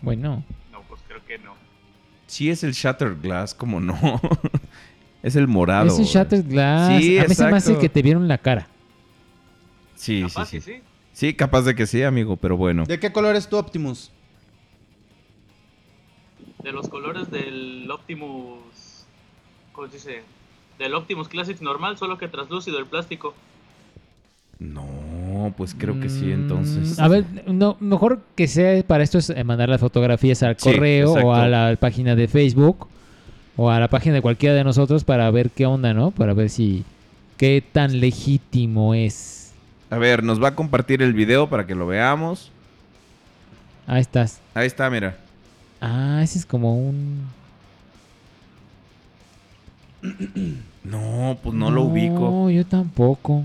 S7: Bueno.
S13: No, pues creo que no.
S2: Sí, es el Shattered Glass, como no. [LAUGHS] es el morado.
S7: Ese Shattered Glass.
S2: Sí,
S7: a mí se me hace
S2: exacto.
S7: que te vieron la cara.
S2: Sí, sí,
S13: Capaz
S2: sí,
S13: que
S2: sí.
S13: sí.
S2: capaz de que sí, amigo, pero bueno.
S6: ¿De qué color es tu Optimus?
S13: De los colores del Optimus. ¿Cómo se dice? Del Optimus Classic normal, solo que translúcido el plástico.
S2: No, pues creo que sí, entonces.
S7: A ver, no, mejor que sea para esto es eh, mandar las fotografías al
S2: Sí,
S7: correo
S2: exacto.
S7: o a la página de Facebook o a la página de cualquiera de nosotros para ver qué onda, ¿no? Para ver si qué tan legítimo es.
S2: A ver, nos va a compartir el video para que lo veamos.
S7: Ahí Ah, estás.
S2: Ahí está, mira.
S7: Ah, ese es como un
S2: No, pues no, lo ubico.
S7: No, yo tampoco.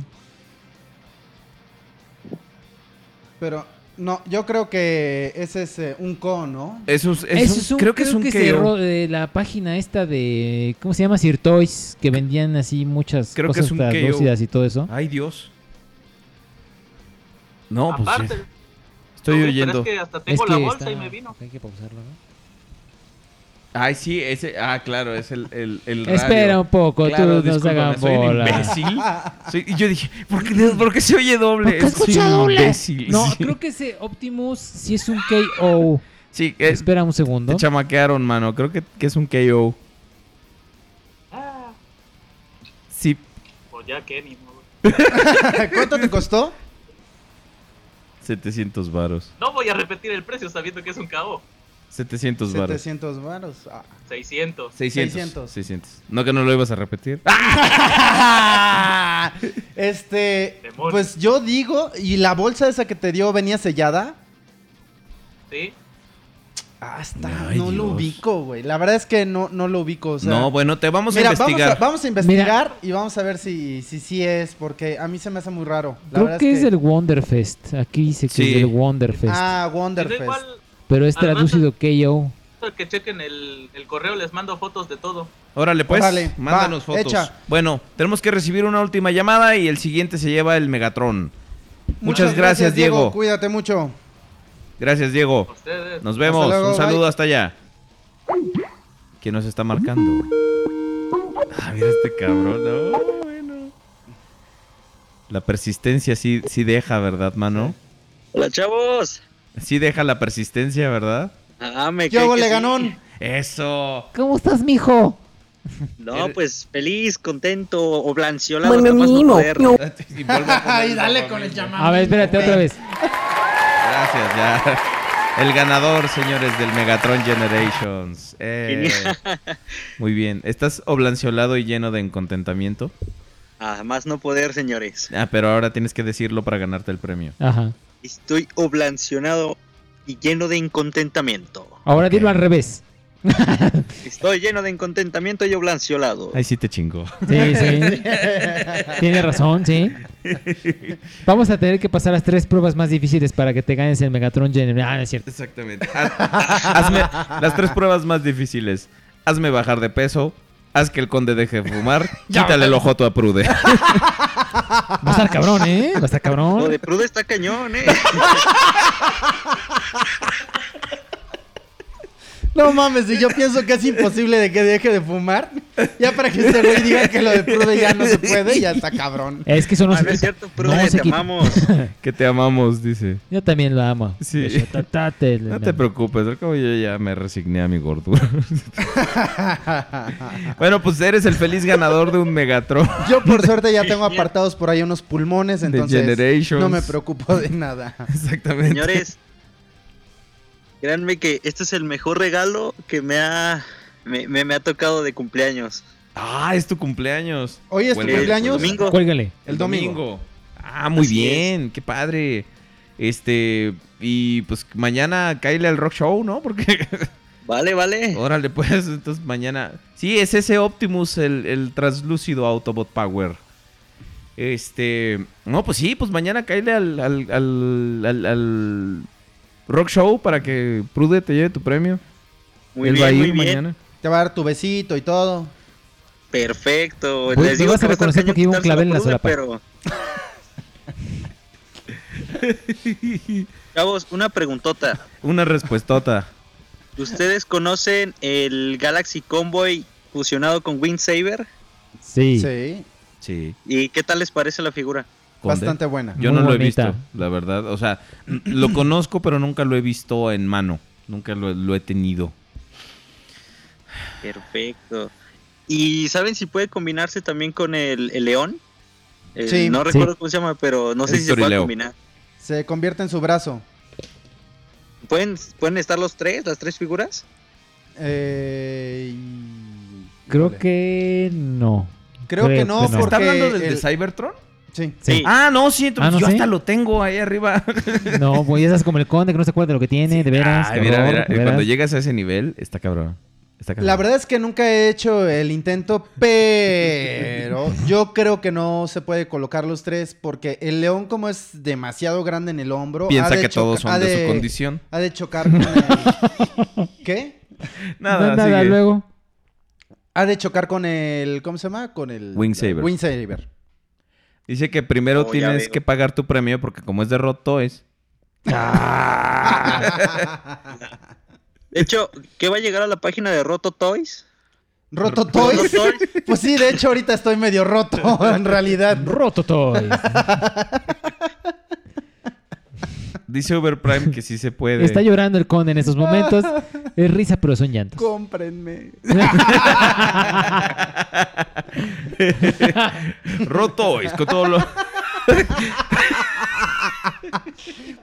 S6: Pero no, yo creo que ese es eh, un co, ¿no?
S2: Eso es, es
S7: Eso
S2: un- creo que es un KO.
S7: cerró de la página esta de ¿cómo se llama? Sir Toys que vendían así muchas
S2: Creo que Ah,
S7: cosas
S2: es un KO.
S7: traslúcidas y todo eso.
S2: Ay, Dios. No, pues
S12: Aparte,
S2: sí. Estoy
S12: no, pero
S2: oyendo.
S12: es que hasta tengo
S7: Es
S12: la
S7: que
S12: bolsa
S7: está-
S12: y me vino.
S7: Hay que pausarlo, ¿no?
S2: Ay, sí, ese. Ah, claro, es el. el, el radio.
S7: Espera un poco,
S2: Claro,
S7: tú no se
S2: discúlpame,
S7: hagan
S2: soy un
S7: bola.
S2: imbécil. Soy- y yo dije, ¿por qué, por qué se oye doble?
S7: ¿Por qué
S2: Soy
S7: escucha
S2: un
S7: doble?
S2: imbécil. [LAUGHS]
S7: No,
S2: Sí.
S7: creo que ese Optimus sí es un KO.
S2: Sí, eh,
S7: Espera un segundo.
S2: Te chamaquearon, mano. Creo que, que es un KO.
S13: Ah,
S2: Sí.
S12: Pues ya que ni modo.
S6: [LAUGHS]
S2: [LAUGHS]
S6: ¿Cuánto te costó?
S2: 700 varos.
S12: No voy a repetir el precio sabiendo que es un KO.
S2: 700 varos.
S6: 700 varos. Ah.
S12: 600.
S2: 600. 600. No que no lo ibas
S6: [LAUGHS]
S2: a repetir.
S6: Este, pues yo digo, ¿y la bolsa esa que te dio venía sellada?
S12: Sí.
S6: Ah,
S13: [LAUGHS]
S6: está, no lo ubico, güey. La verdad es que no, no lo ubico. o sea-
S2: No, bueno, te vamos a
S6: Mira,
S2: investigar.
S6: Vamos a, vamos a investigar y vamos a ver si, si sí es, porque a mí se me hace muy raro. La
S7: creo
S6: verdad
S7: que
S6: es
S7: es del Wonderfest. Aquí dice que
S2: Sí.
S7: es del Wonderfest.
S6: Ah, Wonderfest.
S7: pero es
S12: Además,
S7: traducido KO.
S12: Que chequen el, el correo, les mando fotos de todo.
S2: Órale, pues.
S6: Órale,
S2: mándanos
S6: va,
S2: fotos.
S6: echa.
S2: Bueno, tenemos que recibir una última llamada y el siguiente se lleva el Megatron. Muchas, gracias, Diego.
S6: Cuídate mucho.
S2: Gracias, Diego. Nos vemos.
S6: Hasta luego,
S2: Un saludo
S6: bye.
S2: hasta allá. ¿Quién nos está marcando? Ah, mira este cabrón. no, bueno. La persistencia sí, sí deja, ¿verdad, mano?
S11: Hola, chavos.
S2: Sí deja la persistencia, ¿verdad?
S11: Ah, me
S6: ¿Qué
S11: cae
S6: hago,
S11: que sí.
S6: Leganón?
S2: Eso.
S18: ¿Cómo estás, mijo?
S11: No, pues feliz, contento, oblanciolado hasta más no
S18: Bueno,
S11: poder.
S2: [LAUGHS] Y vuelvo a poner
S6: Ay,
S2: el
S6: dale
S2: Papá
S6: con el
S2: Memo.
S6: llamado.
S7: A ver, espérate otra vez.
S2: Gracias, ya. El ganador, señores, del Megatron Generations. Eh,
S11: Genial.
S2: muy bien. ¿Estás oblanciolado y lleno de encontentamiento?
S11: Ah, más no poder, señores.
S2: Ah, pero ahora tienes que decirlo para ganarte el premio.
S7: Ajá.
S11: Estoy oblancionado y lleno de incontentamiento.
S7: Ahora dilo al revés.
S11: Estoy lleno de incontentamiento y oblanciolado.
S2: Ahí sí te chingo.
S6: [LAUGHS]
S7: Sí, sí.
S2: [LAUGHS]
S7: Tiene razón, sí. Vamos a tener que pasar las tres pruebas más difíciles para que te ganes el Megatron General. Ah, no es cierto.
S2: Exactamente. Haz- hazme las tres pruebas más difíciles. Hazme bajar de peso. Haz que el conde deje de fumar. quítale el ojoto a Prude.
S7: Va a estar cabrón, ¿eh? Va a estar
S11: Lo
S7: cabrón.
S11: de Prude está cañón,
S2: [LAUGHS]
S11: eh.
S6: No mames, si yo pienso que es imposible de que deje de fumar, ya para que este güey diga que lo de Prude ya no se puede, ya está cabrón.
S7: Es que eso no
S11: Ah,
S7: se
S11: no es
S7: quita.
S11: cierto, Prude,
S7: No se
S11: te
S7: quita.
S11: amamos.
S2: que te amamos, dice.
S7: [LAUGHS] Yo también lo amo.
S2: Sí.
S7: Besototote,
S2: No
S7: mi
S2: te
S7: amor.
S2: preocupes, al cabo yo ya me resigné a mi gordura. bueno, pues eres el feliz ganador de un Megatron.
S6: [LAUGHS] Yo por suerte ya tengo apartados por ahí unos pulmones, entonces
S2: Generations.
S6: no me preocupo de nada.
S2: [LAUGHS] Exactamente.
S11: Señores, créanme que este es el mejor regalo que me ha, me, me- me ha tocado de cumpleaños.
S2: Ah, es tu cumpleaños.
S6: Hoy es tu
S2: Cuelga,
S6: cumpleaños.
S2: cuelga.
S11: Domingo.
S7: Cuélgale.
S2: El domingo. Ah, muy
S11: Así
S2: bien, qué padre. Este, y pues mañana caile al rock show, ¿no? Porque, [LAUGHS]
S11: Vale, vale.
S2: órale, pues, entonces mañana. Sí, es ese Optimus, el, el translúcido Autobot Power. Este, no, pues sí, pues mañana caile al, al, al, al- al rock show para que Prude te lleve tu premio.
S11: Muy
S2: Él
S11: bien,
S2: va a ir
S11: muy bien.
S2: mañana.
S6: Te va a dar tu besito y todo.
S11: Perfecto.
S7: Uy, me Pues, vas a
S11: que va a estar
S7: reconocer porque
S11: cañón
S7: llevo un clavel en la
S11: quitárselo a
S7: solapa.
S11: Prude, pero- [LAUGHS] Chavos, una preguntota.
S2: Una respuestota.
S11: ¿Ustedes conocen el Galaxy Convoy fusionado con Windsaber?
S7: Sí.
S6: Sí,
S2: Sí.
S11: ¿Y qué tal les parece la figura?
S2: Conde.
S6: bastante buena.
S2: Yo
S7: Muy
S2: no lo
S7: bonita.
S2: he visto, la verdad. O sea, lo conozco, pero nunca lo he visto en mano. Nunca lo, lo he tenido.
S11: Perfecto. ¿Y saben si puede combinarse también con el, el león? Eh,
S6: Sí.
S11: No
S6: Sí.
S11: recuerdo cómo se llama, pero no sé
S2: El
S11: si se puede
S2: torileo.
S11: combinar.
S6: Se convierte en su brazo.
S11: ¿Pueden, ¿Pueden estar los tres, las tres figuras?
S6: Eh, y-
S7: Creo
S6: híjole.
S7: que no.
S6: Creo que no,
S2: ¿Se
S6: porque
S2: está hablando del
S6: el-
S2: de Cybertron?
S6: Sí.
S7: Sí.
S2: Ah, no, sí, entonces
S7: Ah, ¿no
S2: yo
S7: sí?
S2: hasta lo tengo ahí arriba.
S7: No, pues ya estás como el conde que no se acuerda de lo que tiene, de veras.
S2: Ay, mira,
S7: cabrón,
S2: mira,
S7: de
S2: cuando
S7: veras.
S2: llegas a ese nivel, está cabrón. Está
S6: La verdad es que nunca he hecho el intento, pero
S2: [LAUGHS]
S6: yo creo que no se puede colocar los tres porque el león como es demasiado grande en el hombro,
S2: Piensa
S6: ha de
S2: que todos
S6: choca-
S2: son
S6: ha
S2: de su condición.
S6: Ha de chocar con
S2: [LAUGHS]
S6: el... ¿Qué?
S2: Nada, No, nada, sigue. luego.
S6: Ha de chocar con el ¿cómo se llama? Con el
S2: Wing Saber.
S6: Wing
S2: [LAUGHS]
S6: Saber.
S2: Dice que primero
S6: Oh, ya
S2: tienes
S6: veo.
S2: que pagar tu premio porque como es de Rod Toys.
S7: Ah.
S11: De hecho, ¿qué va a llegar a la página de Roto Toys?
S6: ¿Roto Toys? [LAUGHS] pues sí, de hecho ahorita estoy medio roto,
S2: [LAUGHS]
S6: en realidad.
S7: Roto Toys.
S2: [LAUGHS]
S7: pues
S2: Dice Uber Prime que sí se puede.
S7: Está llorando el conde en estos
S2: [LAUGHS]
S7: momentos. Es risa, pero son llantos.
S6: Cómprenme.
S7: [LAUGHS]
S2: Rotoys, con todo lo-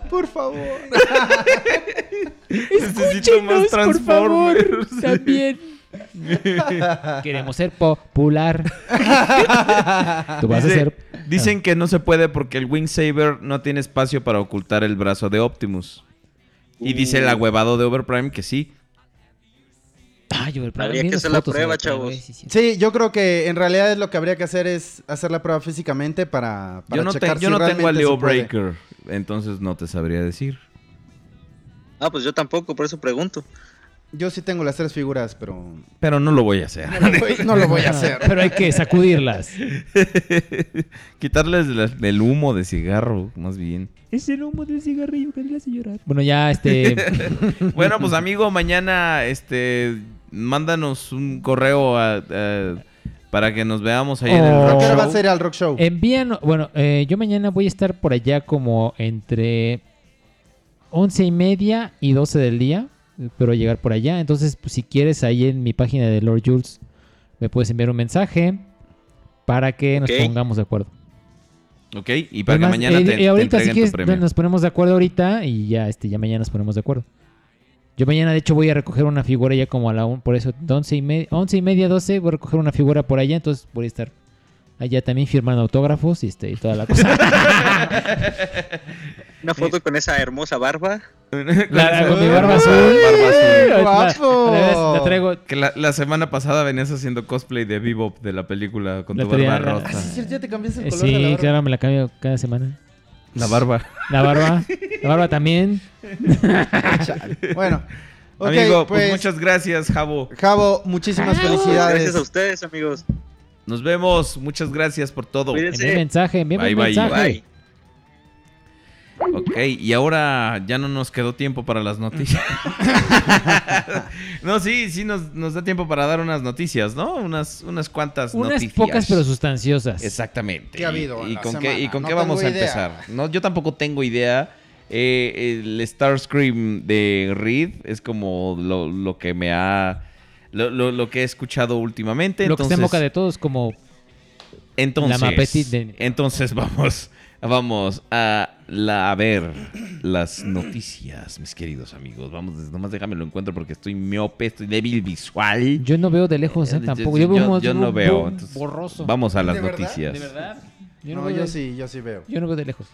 S6: Por favor.
S2: Necesito más
S7: por favor.
S2: Transformers.
S7: También. [LAUGHS] Queremos ser
S2: [LAUGHS]
S7: popular. Tú vas a Ah.
S2: Dice-
S7: ser.
S2: Dicen que no se puede porque el Wing Saber no tiene espacio para ocultar el brazo de Optimus. Y dice
S6: Uh.
S2: el agüevado de Overprime que sí.
S7: Ay, yo, el
S11: Habría que hacer la prueba, chavos.
S6: Sí, yo creo que en realidad lo que habría que hacer es hacer la prueba físicamente para, para
S2: Yo no, te-
S6: checar
S2: yo
S6: si
S2: no tengo a
S6: realmente
S2: Leo
S6: se puede.
S2: Breaker, entonces no te sabría decir.
S11: Ah, pues yo tampoco, por eso pregunto.
S6: Yo sí tengo las tres figuras, pero
S2: Pero no lo voy a hacer.
S6: No lo voy- no lo voy a hacer.
S7: Pero hay que sacudirlas.
S2: [LAUGHS] Quitarles la- el humo de cigarro, más bien.
S7: Es el humo del cigarrillo que le hace llorar. Bueno, ya este.
S2: [LAUGHS] bueno, pues amigo, mañana este mándanos un correo a- a- para que nos veamos ahí en el
S7: O-
S2: rock show.
S6: al rock show?
S7: Envían, Oh. bueno, eh, yo mañana voy a estar por allá como entre once y media y 12 del día. Espero llegar por allá. Entonces, pues, si quieres, ahí en mi página de Lord Jules me puedes enviar un mensaje para que
S2: Ok.
S7: nos pongamos de acuerdo.
S2: Ok, y para
S7: Además,
S2: que mañana
S7: eh,
S2: te,
S7: eh, ahorita
S2: te
S7: si
S2: entreguen
S7: quieres,
S2: tu premio.
S7: nos ponemos de acuerdo ahorita y ya este ya mañana nos ponemos de acuerdo. Yo mañana de hecho voy a recoger una figura ya como a la un, por eso 11 y media, 11 y media 12 voy a recoger una figura por allá, entonces voy a estar allá también firmando autógrafos y este y toda
S2: [LAUGHS]
S7: la cosa.
S11: Una foto con esa hermosa barba.
S7: La- con mi barba azul.
S2: Barba azul.
S7: guapo. La- la- la traigo-
S2: Que la, la semana pasada venías haciendo cosplay de Bebop de la película con
S7: La
S2: tu barba
S7: traía-
S2: rosa.
S6: Ah, sí, es cierto, ya te cambiaste el
S7: Eh,
S6: color
S7: sí,
S6: de la barba.
S7: claro, me la cambio cada semana.
S2: La barba.
S7: La barba. La barba también.
S6: [LAUGHS] Chale. Bueno. ok,
S2: Amigo, pues,
S6: pues,
S2: muchas gracias, Javo.
S6: Javo, muchísimas felicidades.
S11: Oh. Gracias a ustedes, amigos.
S2: Nos vemos. Muchas gracias por todo.
S11: Cuídense.
S7: Envíen mensaje, envíen
S2: Bye, bye,
S7: mensaje.
S2: bye. Ok, y ahora ya no nos quedó tiempo para
S7: [LAUGHS]
S2: las noticias. no, sí, sí nos, nos da tiempo para dar unas noticias, ¿no? Unas, unas cuantas
S7: Unas
S2: noticias.
S7: pocas pero sustancias.
S2: Exactamente.
S6: ¿Qué ha habido en
S2: ¿Y,
S6: la
S2: con
S6: semana?
S2: qué, y con
S6: No
S2: qué vamos
S6: tengo
S2: a
S6: idea.
S2: empezar? No, yo tampoco tengo idea. Eh, el Starscream de Reed es como lo, lo que me ha... Lo, lo- lo que he escuchado últimamente.
S7: Lo que está en
S2: entonces-
S7: boca de todos como
S2: entonces,
S7: La Mapeti de-
S2: entonces vamos, vamos a, la, a ver las noticias, mis queridos amigos. Vamos, des- nomás déjame lo encuentro porque estoy miope, estoy débil visual.
S7: yo no veo de lejos, ¿eh?
S2: Yo-
S7: tampoco.
S2: yo-
S7: Yo, veo
S2: yo-
S7: un-
S2: yo no
S7: un-
S2: veo,
S7: un
S2: entonces,
S7: borroso.
S2: vamos a las
S7: ¿De verdad?
S2: noticias.
S7: ¿De verdad? Yo no,
S6: No,
S7: veo
S6: yo
S7: de-
S6: sí, yo sí veo. [LAUGHS]
S7: Yo no veo de lejos.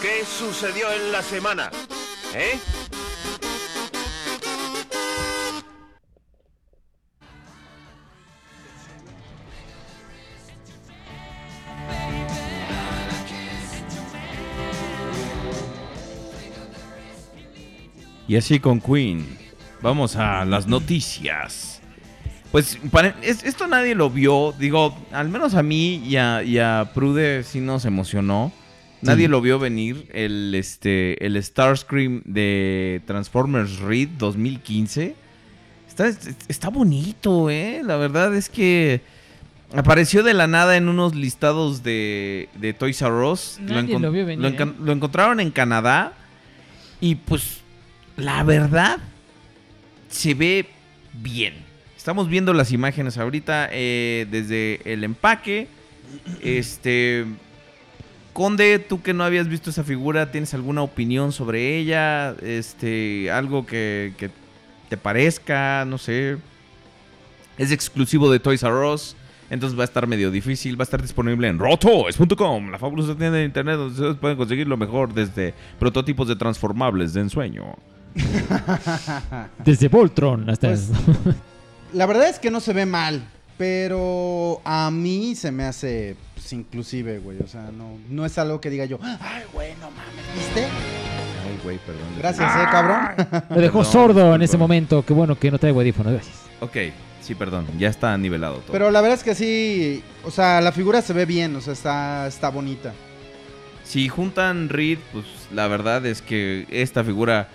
S1: ¿Qué sucedió en la semana? ¿Eh?
S2: Y así con Queen. Vamos a las noticias. Pues para- es- esto nadie lo vio. Digo, al menos a mí y a, y a Prude sí nos emocionó. Nadie lo vio venir. El, este, el Starscream de Transformers Reed 2015. Está, está bonito, ¿eh? La verdad es que apareció de la nada en unos listados de, de Toys R Us.
S7: Nadie
S2: encon-
S7: lo vio venir,
S2: encan-
S7: ¿eh?
S2: lo encontraron en Canadá. Y pues, la verdad, se ve bien. Estamos viendo las imágenes ahorita eh, desde el empaque. Este. Conde, tú que no habías visto esa figura, ¿tienes alguna opinión sobre ella? Este, algo que, que te parezca, no sé. Es exclusivo de Toys R Us. Entonces va a estar medio difícil. Va a estar disponible en rotoes.com, la fabulosa tienda de internet donde ustedes pueden conseguir lo mejor desde prototipos de transformables de ensueño.
S7: Desde Voltron hasta.
S3: Pues-
S7: [LAUGHS]
S3: La verdad es que no se ve mal, pero a mí se me hace pues, inclusive, güey. O sea, no, no es algo que diga yo, ay, güey, no mames, ¿viste?
S2: Ay, güey, perdón.
S3: Gracias, eh,
S6: [LAUGHS]
S3: cabrón.
S7: Lo dejó
S2: Perdón,
S7: sordo en
S2: disculpa.
S7: ese momento. Qué bueno que no traigo audífonos. Gracias.
S2: Ok, sí, perdón. Ya está nivelado todo.
S3: Pero la verdad es que sí, o sea, la figura se ve bien, o sea, está, está bonita.
S2: Si juntan Reed, pues la verdad es que esta figura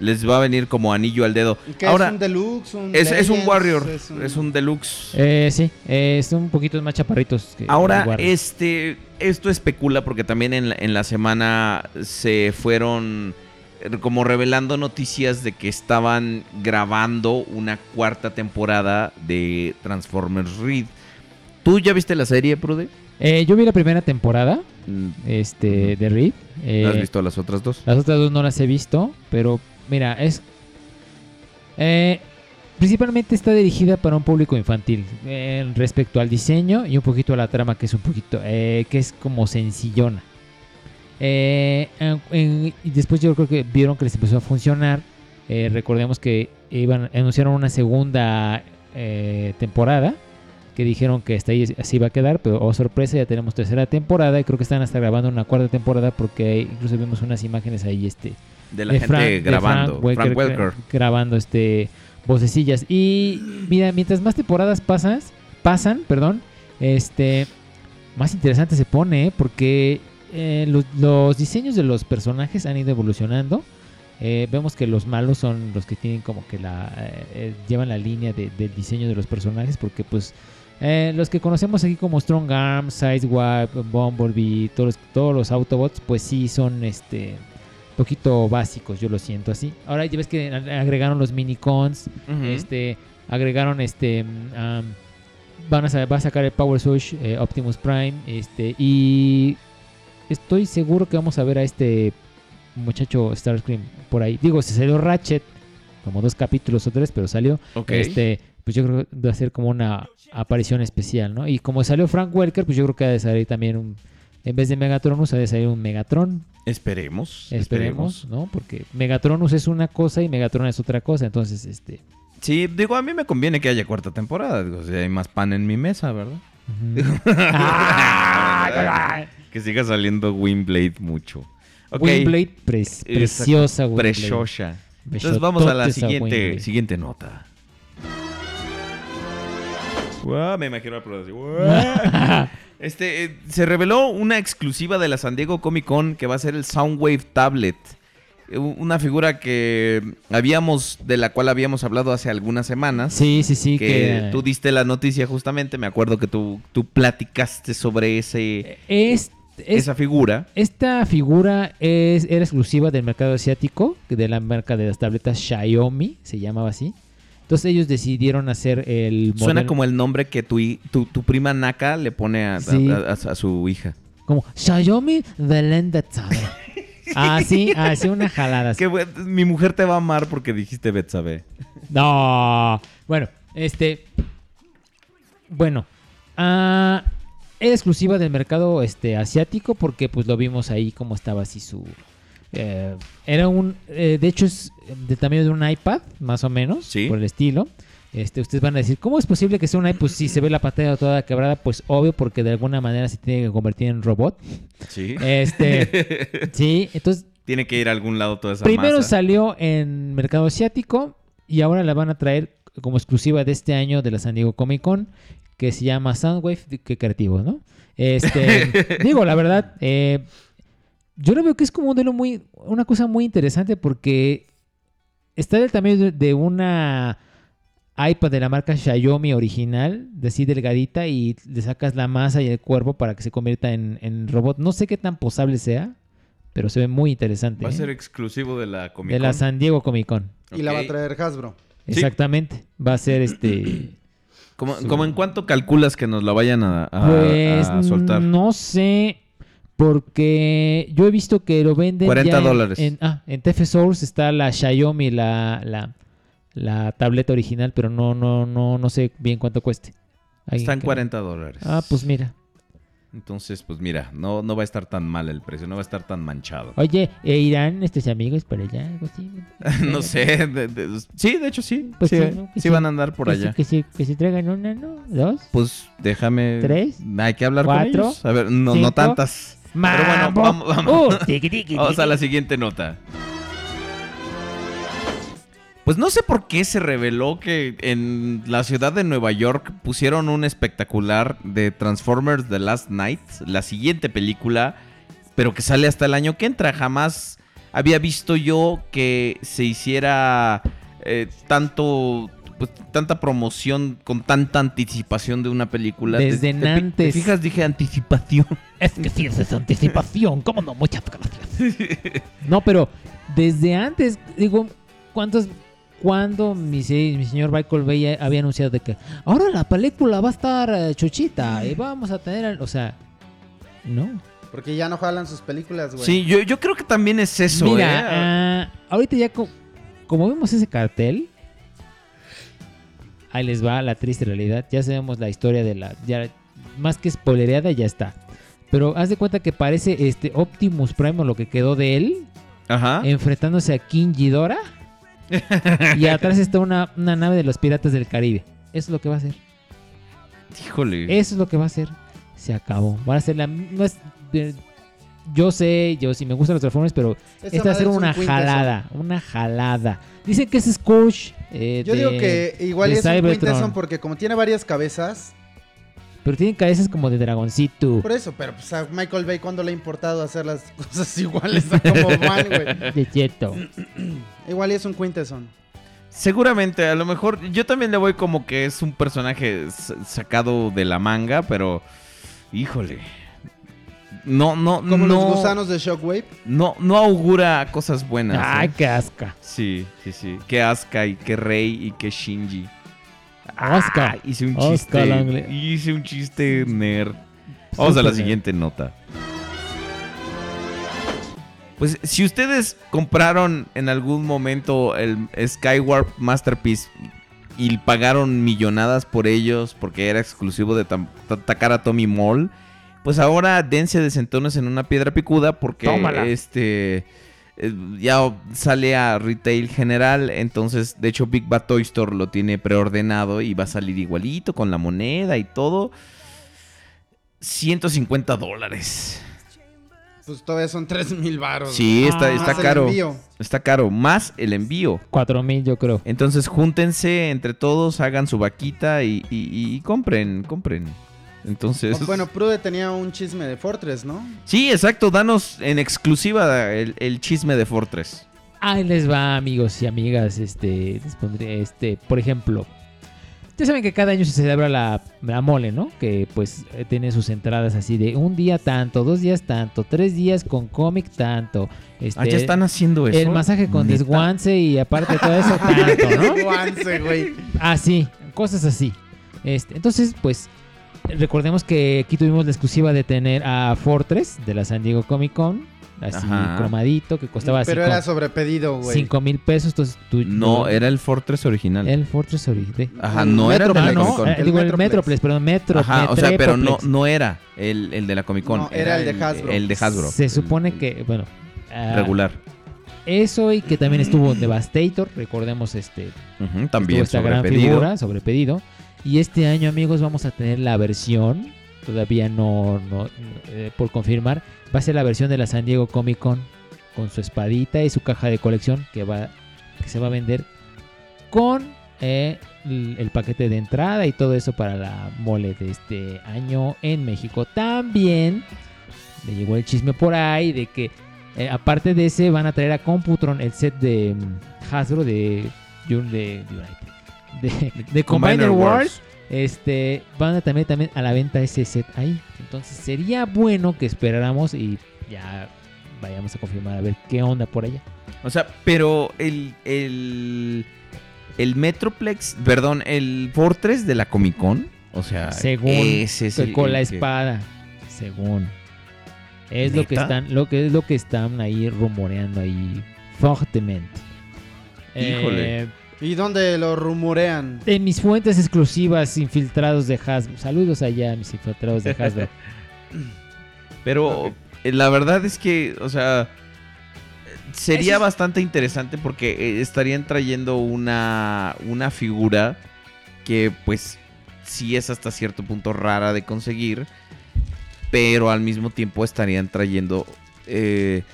S2: les va a venir como anillo al dedo.
S3: ¿Qué
S2: Ahora,
S3: es un deluxe? Un
S2: es, es un
S3: Legends?
S2: Warrior,
S3: Es un-
S2: deluxe.
S7: Eh, sí, eh, son un poquito más chaparritos. Que
S2: Ahora,
S7: Guarda.
S2: este, esto especula porque también en la, en la semana se fueron eh, como revelando noticias de que estaban grabando una cuarta temporada de Transformers Reed. ¿Tú ya viste la serie, Prude?
S7: Eh, yo vi la primera temporada
S2: Mm.
S7: este, de Reed. Eh,
S2: ¿No has visto las otras dos?
S7: Las otras dos no las he visto, pero mira, es. eh, principalmente está dirigida para un público infantil. eh, respecto al diseño y un poquito a la trama, que es un poquito. eh, que es como sencillona. Eh, en- en- y después yo creo que vieron que les empezó a funcionar. Eh, recordemos que iban, anunciaron una segunda eh, temporada. Que dijeron que hasta ahí así va a quedar, pero oh sorpresa, ya tenemos tercera temporada. Y creo que están hasta grabando una cuarta temporada porque incluso vimos unas imágenes ahí este,
S2: De la gente grabando, Frank Welker.
S7: grabando este vocecillas. Y mira, mientras más temporadas pasas, pasan, perdón, este más interesante se pone ¿eh? porque eh, los, los diseños de los personajes han ido evolucionando. Eh, vemos que los malos son los que tienen como que la eh, eh, llevan la línea de- del diseño de los personajes porque pues eh, los que conocemos aquí como Strong Arm, Sideswipe, Bumblebee, todos los, todos los Autobots pues sí son este poquito básicos, yo lo siento
S2: [LAUGHS]
S7: así. Ahora ya ves que a- agregaron los minicons,
S2: Ujú.
S7: este, agregaron este, mm, am, van a, sa- va a sacar el Power Switch eh, Optimus Prime, este, y estoy seguro que vamos a ver a este muchacho Starscream por ahí. Digo, se salió Ratchet, como dos capítulos o tres, pero salió.
S2: Ok.
S7: Este, pues yo creo que va a ser como una aparición especial, ¿no? Y como salió Frank Welker, pues yo creo que ha de salir también un, en vez de Megatronus, ha de salir un Megatron.
S2: Esperemos.
S7: Esperemos, ¿no? Porque Megatronus es una cosa y Megatron es otra cosa. Entonces, este.
S2: Sí, digo, a mí me conviene que haya cuarta temporada. Digo, si hay más pan en mi mesa, ¿verdad? que siga saliendo Windblade mucho. Ok.
S7: Windblade pres-
S2: Exacto.
S7: preciosa, Windblade.
S2: Preciosa. Entonces vamos a la
S7: Besototes a
S2: siguiente,
S7: Windblade.
S2: siguiente nota. Guau, me imagino
S7: [LAUGHS]
S2: la prueba así, guau. Este, eh, se reveló una exclusiva de la San Diego Comic Con que va a ser el Soundwave Tablet. Eh, u- Una figura que habíamos, de la cual habíamos hablado hace algunas semanas.
S7: Sí, sí, sí.
S2: Que,
S7: que-
S2: tú diste la noticia justamente, me acuerdo que tú, tú platicaste sobre ese,
S7: Es- es-
S2: esa figura.
S7: Esta figura es, era exclusiva del mercado asiático, que de la marca de las tabletas Xiaomi, se llamaba así. Entonces ellos decidieron hacer el modelo.
S2: Suena como el nombre que tu, hi- tu, tu prima Naka le pone a, a-
S7: Sí.
S2: a- a su hija.
S7: como Xiaomi Belenda Tablet.
S2: [LAUGHS]
S7: Así, así ah, una jalada. así.
S2: Que, güey, mi mujer te va a amar porque dijiste Betsabe.
S7: No. Bueno, este. Bueno. ah, era exclusiva del mercado este, asiático porque pues lo vimos ahí como estaba así su... eh, era un... eh, de hecho es del tamaño de un iPad, más o menos, por el estilo. Este, ustedes van a decir, ¿cómo es posible que sea un iPad? Pues si se ve la pantalla toda quebrada, pues obvio, porque de alguna manera se tiene que convertir en robot.
S2: Sí. [LAUGHS]
S7: Este, sí, entonces
S2: Tiene que ir a algún lado toda esa
S7: Primero
S2: masa.
S7: salió en mercado asiático y ahora la van a traer como exclusiva de este año de la San Diego Comic Con que se llama Soundwave, que creativo, ¿no?
S2: [LAUGHS]
S7: Este, digo, la verdad, eh, yo lo veo que es como un modelo muy, una cosa muy interesante porque está del tamaño de- de una iPad de la marca Xiaomi original, de así delgadita y le sacas la masa y el cuerpo para que se convierta en, en robot. No sé qué tan posable sea, pero se ve muy interesante.
S2: Va a
S7: ¿eh?
S2: ser exclusivo de la Comic
S7: De la San Diego Comic Con.
S3: Y la va a
S2: Ok.
S3: traer Hasbro.
S7: Exactamente. Va a ser este.
S2: ¿Cómo,
S7: su-
S2: cómo en cuánto calculas que nos la vayan a, a-
S7: pues
S2: a soltar?
S7: no sé. Porque yo he visto que lo venden.
S2: 40
S7: ya en-
S2: dólares.
S7: En, ah, en TF Source está la Xiaomi, la, la, la tableta original, pero no, no, no, no sé bien cuánto cueste.
S2: Está en 40 dólares.
S7: Ah, pues mira.
S2: Entonces, pues mira, no, no va a estar tan mal el precio, no va a estar tan manchado.
S7: Oye, ¿e ¿irán nuestros amigos para allá? Algo así?
S2: [LAUGHS] no sé. de- de- sí, de hecho sí.
S7: Pues
S2: sí,
S7: eh, sí,
S2: eh.
S7: ¿no? Que sí.
S2: Sí van a andar por
S7: que
S2: allá.
S7: Se, que, se, que se traigan una, ¿no? ¿Dos?
S2: Pues déjame.
S7: ¿Tres?
S2: Hay que hablar con
S7: ¿Cuatro?
S2: ellos. A ver, no, no
S7: ¿Cinco?
S2: tantas. Pero bueno,
S7: ¡Mambo!
S2: vamos, vamos.
S7: ¡Uh! Tiqui, tiqui,
S2: Vamos a la
S7: tiqui.
S2: siguiente nota. Pues no sé por qué se reveló que en la ciudad de Nueva York pusieron un espectacular de Transformers The Last Night, la siguiente película, pero que sale hasta el año que entra. Jamás había visto yo que se hiciera eh, tanto pues, tanta promoción con tanta anticipación de una película. Te-
S7: Desde
S2: te fi- te
S7: antes.
S2: fijas, dije anticipación.
S7: [LAUGHS] Es que sí, esa es anticipación. ¿Cómo no? Muchas gracias. No, pero desde antes, digo, ¿cuántos, cuando mi, se- mi señor Michael Bay eh, había anunciado de que ahora la película va a estar eh, chuchita y vamos a tener, al-", o sea, no.
S3: Porque ya no jalan sus películas, güey.
S2: Sí, yo, yo creo que también es eso,
S7: Mira,
S2: ¿eh?
S7: ah, ahorita ya co- como vemos ese cartel, ahí les va la triste realidad. Ya sabemos la historia de la, ya más que spoilereada ya está. Pero haz de cuenta que parece este Optimus Prime o lo que quedó de él,
S2: Ajá.
S7: enfrentándose a King
S2: [LAUGHS]
S7: Ghidorah. y atrás está una, una nave de los piratas del Caribe. Eso es lo que va a hacer.
S2: Híjole.
S7: Eso es lo que va a hacer. Se acabó. Va a ser la. no es- eh, yo sé, yo sí me gustan los Transformers, pero
S3: Esa
S7: esta va a ser
S3: madre es un
S7: una
S3: quinteso.
S7: jalada. Una jalada. Dicen que es Scourge. eh,
S3: Yo
S7: de-
S3: digo que igual
S7: de
S3: es un
S7: Cybertron,
S3: Quintesson porque como tiene varias cabezas,
S7: Pero tienen cabezas como de dragoncito.
S3: por eso, pero pues a Michael Bay cuando le ha importado hacer las [LAUGHS] cosas iguales a como van, güey.
S7: De cheto.
S3: [CLEARS THROAT] Igual y es un Quintesson.
S2: Seguramente, a lo mejor. Yo también le voy como que es un personaje sa- sacado de la manga, pero. Híjole. No, no,
S3: Como
S2: no.
S3: los gusanos de Shockwave.
S2: No, no augura cosas buenas.
S7: Ay,
S2: ¿eh?
S7: qué asca.
S2: Sí, sí, sí. Que Asuka y que Rey y que Shinji.
S7: Asuka.
S2: Ah, hice un
S7: Asuka
S2: chiste.
S7: Langley.
S2: Hice un chiste nerd. Vamos
S7: Pues
S2: a la
S7: Súper nerd.
S2: siguiente nota. Pues si ustedes compraron en algún momento el Skyward Masterpiece y pagaron millonadas por ellos porque era exclusivo de Tam- Ta- Takara Tommy Mall, pues ahora dense de sentones en una piedra picuda porque
S7: Tómala.
S2: este eh, ya sale a retail general, entonces de hecho Big Bad Toy Store lo tiene preordenado y va a salir igualito con la moneda y todo. 150 dólares.
S3: Pues todavía son 3 mil baros.
S2: Sí,
S3: güey.
S2: está, está
S3: Ah, Más el
S2: caro.
S3: envío.
S2: Está caro, más el envío.
S7: Cuatro mil, yo creo.
S2: Entonces, júntense entre todos, hagan su vaquita y, y- y compren, compren. Entonces,
S3: O, Bueno, Prude tenía un chisme de Fortress, ¿no?
S2: sí, exacto, danos en exclusiva el, el chisme de Fortress.
S7: Ahí les va, amigos y amigas. Este, les pondré, este, por ejemplo, ya saben que cada año se celebra la, la mole, ¿no? Que pues eh, tiene sus entradas así de un día tanto, dos días tanto, tres días con cómic tanto. Este,
S2: Ah, ¿ya están haciendo eso?
S7: El masaje con
S2: ¿Neta?
S7: desguance y aparte todo
S2: [LAUGHS]
S7: eso tanto, ¿no?
S3: Guance, güey.
S7: Así, cosas así. Este, entonces, pues, recordemos que aquí tuvimos la exclusiva de tener a Fortress de la San Diego Comic Con, así
S2: Ajá.
S7: cromadito, que costaba así
S3: Pero
S7: como
S3: era sobrepedido, güey.
S7: 5 mil pesos. Entonces, tú-
S2: No, era el Fortress original.
S7: el Fortress original.
S2: Ajá, no era el de la
S7: no,
S2: Comic Con.
S7: eh, digo, el Metroplex, perdón, Metro.
S2: Ajá, o sea, pero no,
S7: Metrepoplex.
S2: no era el, el de la Comic Con.
S3: No, era el de Hasbro.
S2: El de Hasbro.
S7: Se supone que, bueno. ah,
S2: Regular.
S7: Eso y que también estuvo Devastator, recordemos este.
S2: Ujú, también
S7: estuvo esta gran
S2: sobrepedido.
S7: figura, sobrepedido. Y este año, amigos, vamos a tener la versión, todavía no, no, eh, por confirmar, va a ser la versión de la San Diego Comic Con con su espadita y su caja de colección que va que se va a vender con eh, el, el paquete de entrada y todo eso para la mole de este año en México. También le llegó el chisme por ahí de que eh, aparte de ese van a traer a Computron el set de mm, Hasbro de Jun- de, de, de- de Combiner
S2: Combiner
S7: Wars.
S2: Wars.
S7: Este, van a también, también a la venta ese set ahí. Entonces sería bueno que esperáramos y ya vayamos a confirmar a ver qué onda por allá.
S2: O sea, pero el, el, el Metroplex, perdón, el Fortress de la Comic Con, o sea,
S7: Según
S2: ese es
S7: que
S2: el-
S7: con
S2: el
S7: la
S2: que-
S7: espada, según es lo que
S2: ¿Neta?
S7: están, lo que es lo que están ahí rumoreando ahí fuertemente.
S2: Híjole.
S7: Eh,
S3: ¿Y dónde lo rumorean?
S7: En mis fuentes exclusivas, infiltrados de Hasbro. Saludos allá, mis infiltrados de Hasbro.
S2: Pero eh, la verdad es que, o sea, sería bastante interesante porque eh, estarían trayendo una, una figura que pues sí es hasta cierto punto rara de conseguir, pero al mismo tiempo estarían trayendo... eh,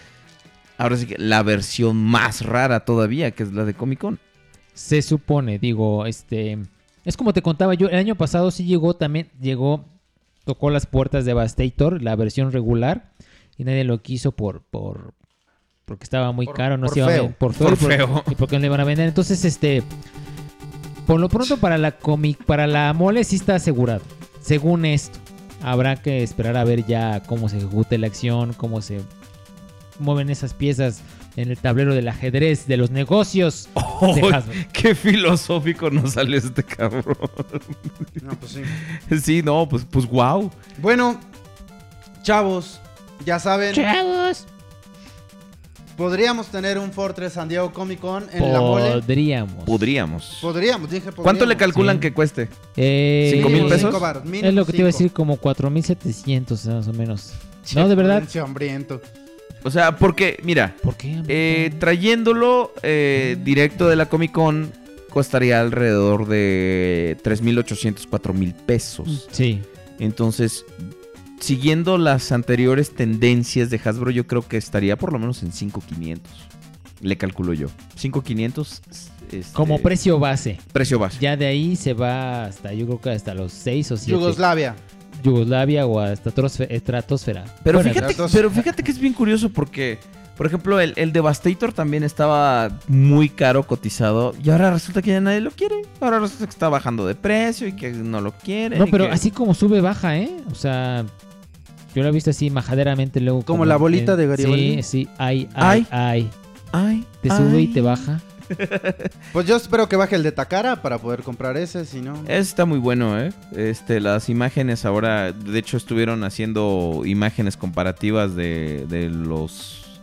S2: Ahora sí que la versión más rara todavía, que es la de Comic Con.
S7: Se supone, digo, este. Es como te contaba yo, el año pasado sí llegó también, llegó, tocó las puertas de Bastator, la versión regular, y nadie lo quiso por. por porque estaba muy caro, no
S2: por
S7: se iba
S2: feo.
S7: a ven- por feo, y
S2: Por feo.
S7: y porque no le iban a vender. Entonces, este. Por lo pronto, para la comic, para la mole sí está asegurado. Según esto, habrá que esperar a ver ya cómo se ejecute la acción, cómo se mueven esas piezas en el tablero del ajedrez de los negocios.
S2: [LAUGHS]
S7: de
S2: ¡Ay,
S7: Hasbro.
S2: qué filosófico nos sale este cabrón.
S3: No, pues sí.
S2: Sí, no, pues, pues wow.
S3: Bueno, chavos, ya saben.
S5: Chavos.
S3: Podríamos tener un Fortress San Diego Comic Con en la mole.
S7: Podríamos.
S2: Podríamos.
S3: Podríamos, dije.
S2: ¿Cuánto le
S3: podríamos.
S2: calculan
S7: Sí.
S2: que cueste?
S7: Eh,
S2: ¿Cinco mil
S7: sí,
S2: pesos?
S3: cinco varos, mínimo
S7: Es lo que te iba a
S3: cinco.
S7: decir, como 4700 más o menos. No, de verdad.
S3: Pinche hambriento.
S2: O sea, porque, mira, eh, trayéndolo eh, directo de la Comic Con costaría alrededor de 3.800, 4.000 pesos.
S7: Sí.
S2: Entonces, siguiendo las anteriores tendencias de Hasbro, yo creo que estaría por lo menos en 5.500. Le calculo yo. 5.500. este,
S7: Como precio base.
S2: Precio base.
S7: Ya de ahí se va hasta, yo creo que hasta los 6 o 7.
S3: Yugoslavia.
S7: Yugoslavia o hasta trosfe- estratosfera.
S2: Pero
S7: Bueno,
S2: fíjate,
S7: estratosfera.
S2: pero fíjate que es bien curioso porque, por ejemplo, el, el Devastator también estaba muy caro cotizado y ahora resulta que ya nadie lo quiere. Ahora resulta que está bajando de precio y que no lo quieren.
S7: No,
S2: y
S7: pero
S2: que-
S7: así como sube, baja, ¿eh? O sea, yo lo he visto así majaderamente luego.
S3: Como la bolita de Garibaldi.
S7: Sí, sí. Ay, ay, ay.
S2: Ay.
S7: Te sube
S3: ay.
S7: y te baja.
S3: Pues yo espero que baje el de Takara para poder comprar ese, si no.
S2: Ese Está muy bueno, ¿eh? Este, las imágenes ahora, de hecho, estuvieron haciendo imágenes comparativas de, de los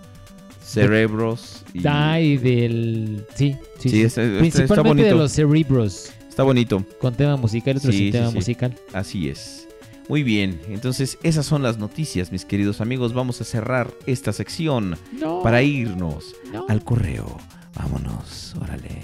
S2: cerebros. y-
S7: Ay, del. Sí, sí.
S2: Sí,
S7: sí.
S2: este- este
S7: Principalmente
S2: está bonito.
S7: de los cerebros.
S2: Está bonito.
S7: Con tema musical, otro sin tema musical.
S2: Así es. Muy bien, entonces esas son las noticias, mis queridos amigos. Vamos a cerrar esta sección
S7: No.
S2: para irnos al correo. Vámonos, órale.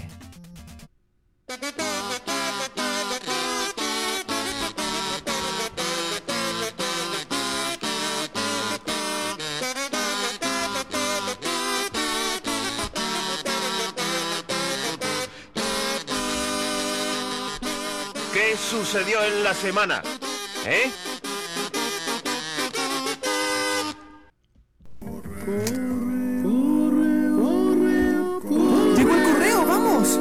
S19: ¿Qué sucedió en la semana? ¿Eh?
S1: Llegó el correo, vamos.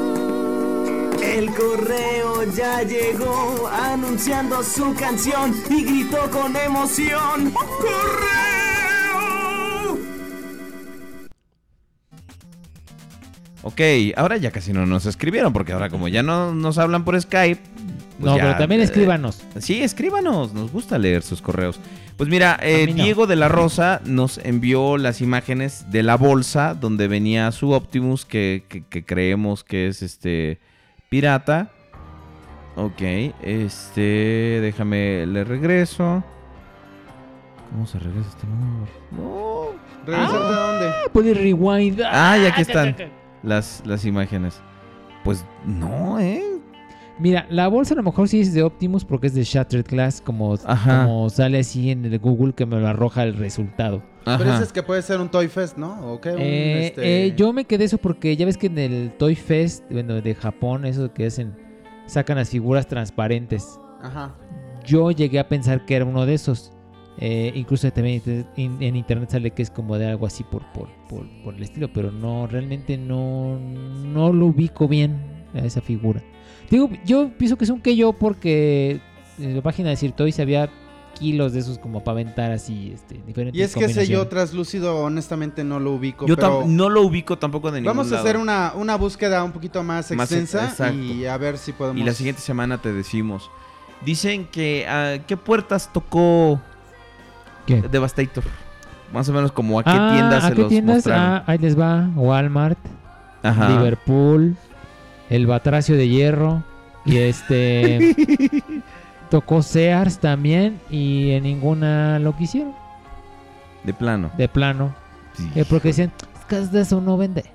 S1: El correo ya llegó anunciando su canción y gritó con emoción. ¡Correo!
S2: Ok, ahora ya casi no nos escribieron, porque ahora como ya no nos hablan por Skype. pues
S7: No,
S2: ya,
S7: pero también
S2: eh,
S7: escríbanos.
S2: Sí, escríbanos, nos gusta leer sus correos. Pues mira, eh,
S7: mí no.
S2: Diego de la Rosa nos envió las imágenes de la bolsa donde venía su Optimus, que, que- que creemos que es este pirata. Ok, este, déjame, le regreso. ¿Cómo se regresa este número?
S7: [LAUGHS]
S3: ¿Regresar de dónde?
S7: Ah, Puede rewind.
S2: Ah, ya aquí están las, las imágenes. Pues no, ¿eh?
S7: Mira, la bolsa a lo mejor sí es de Optimus porque es de Shattered Glass, como,
S2: Ajá.
S7: como sale así en el Google que me lo arroja el resultado.
S3: Pero ese es que puede ser un Toy Fest, ¿no? ¿O qué? Un,
S7: Eh,
S3: este,
S7: eh, yo me quedé eso porque ya ves que en el Toy Fest, bueno, de Japón, eso que hacen, sacan las figuras transparentes.
S3: Ajá.
S7: Yo llegué a pensar que era uno de esos. Eh, incluso también te- in- en internet sale que es como de algo así por, por, por, por el estilo, pero no, realmente no, no lo ubico bien a esa figura. Digo, yo pienso que es un que yo porque en la página de Sirtoy se había kilos de esos como para aventar así, este, diferentes
S3: Y es que ese yo
S7: combinaciones.
S3: traslúcido, honestamente no lo ubico.
S2: Yo
S3: pero
S2: tam- no lo ubico tampoco de ningún
S3: vamos a
S2: lado.
S3: hacer una, una búsqueda un poquito más
S2: Más
S3: extensa
S2: exacto.
S3: y a ver si podemos.
S2: Y la siguiente semana te decimos. Dicen que ah, qué puertas tocó
S7: ¿Qué?
S2: Devastator. Más o menos como a qué
S7: Ah,
S2: tiendas
S7: ¿a
S2: se
S7: qué Ah,
S2: los
S7: tiendas?
S2: mostraron.
S7: Ah, ahí les va. Walmart,
S2: Ajá.
S7: Liverpool, el Batracio de Hierro y
S2: [LAUGHS]
S7: este tocó Sears también y en ninguna lo quisieron.
S2: De plano.
S7: De plano. Eh, porque decían, "Es que de eso no vende.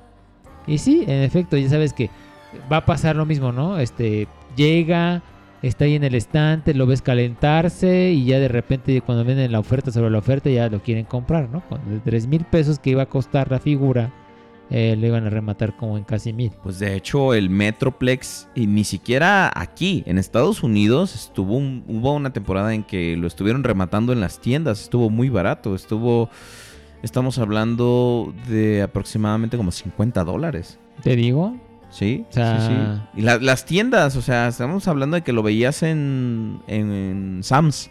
S7: Y sí, en efecto, ya sabes que va a pasar lo mismo, ¿no? Este llega, está ahí en el estante, lo ves calentarse y ya de repente cuando vienen la oferta sobre la oferta ya lo quieren comprar, ¿no? Cuando de 3 mil pesos que iba a costar la figura, eh, lo iban a rematar como en casi mil.
S2: Pues de hecho el Metroplex, y ni siquiera aquí, en Estados Unidos, estuvo un- hubo una temporada en que lo estuvieron rematando en las tiendas, estuvo muy barato, estuvo, estamos hablando de aproximadamente como 50 dólares.
S7: ¿Te digo?
S2: Sí,
S7: O sea-
S2: sí, sí. Y la- las tiendas, o sea, estamos hablando de que lo veías en, en, en Sam's.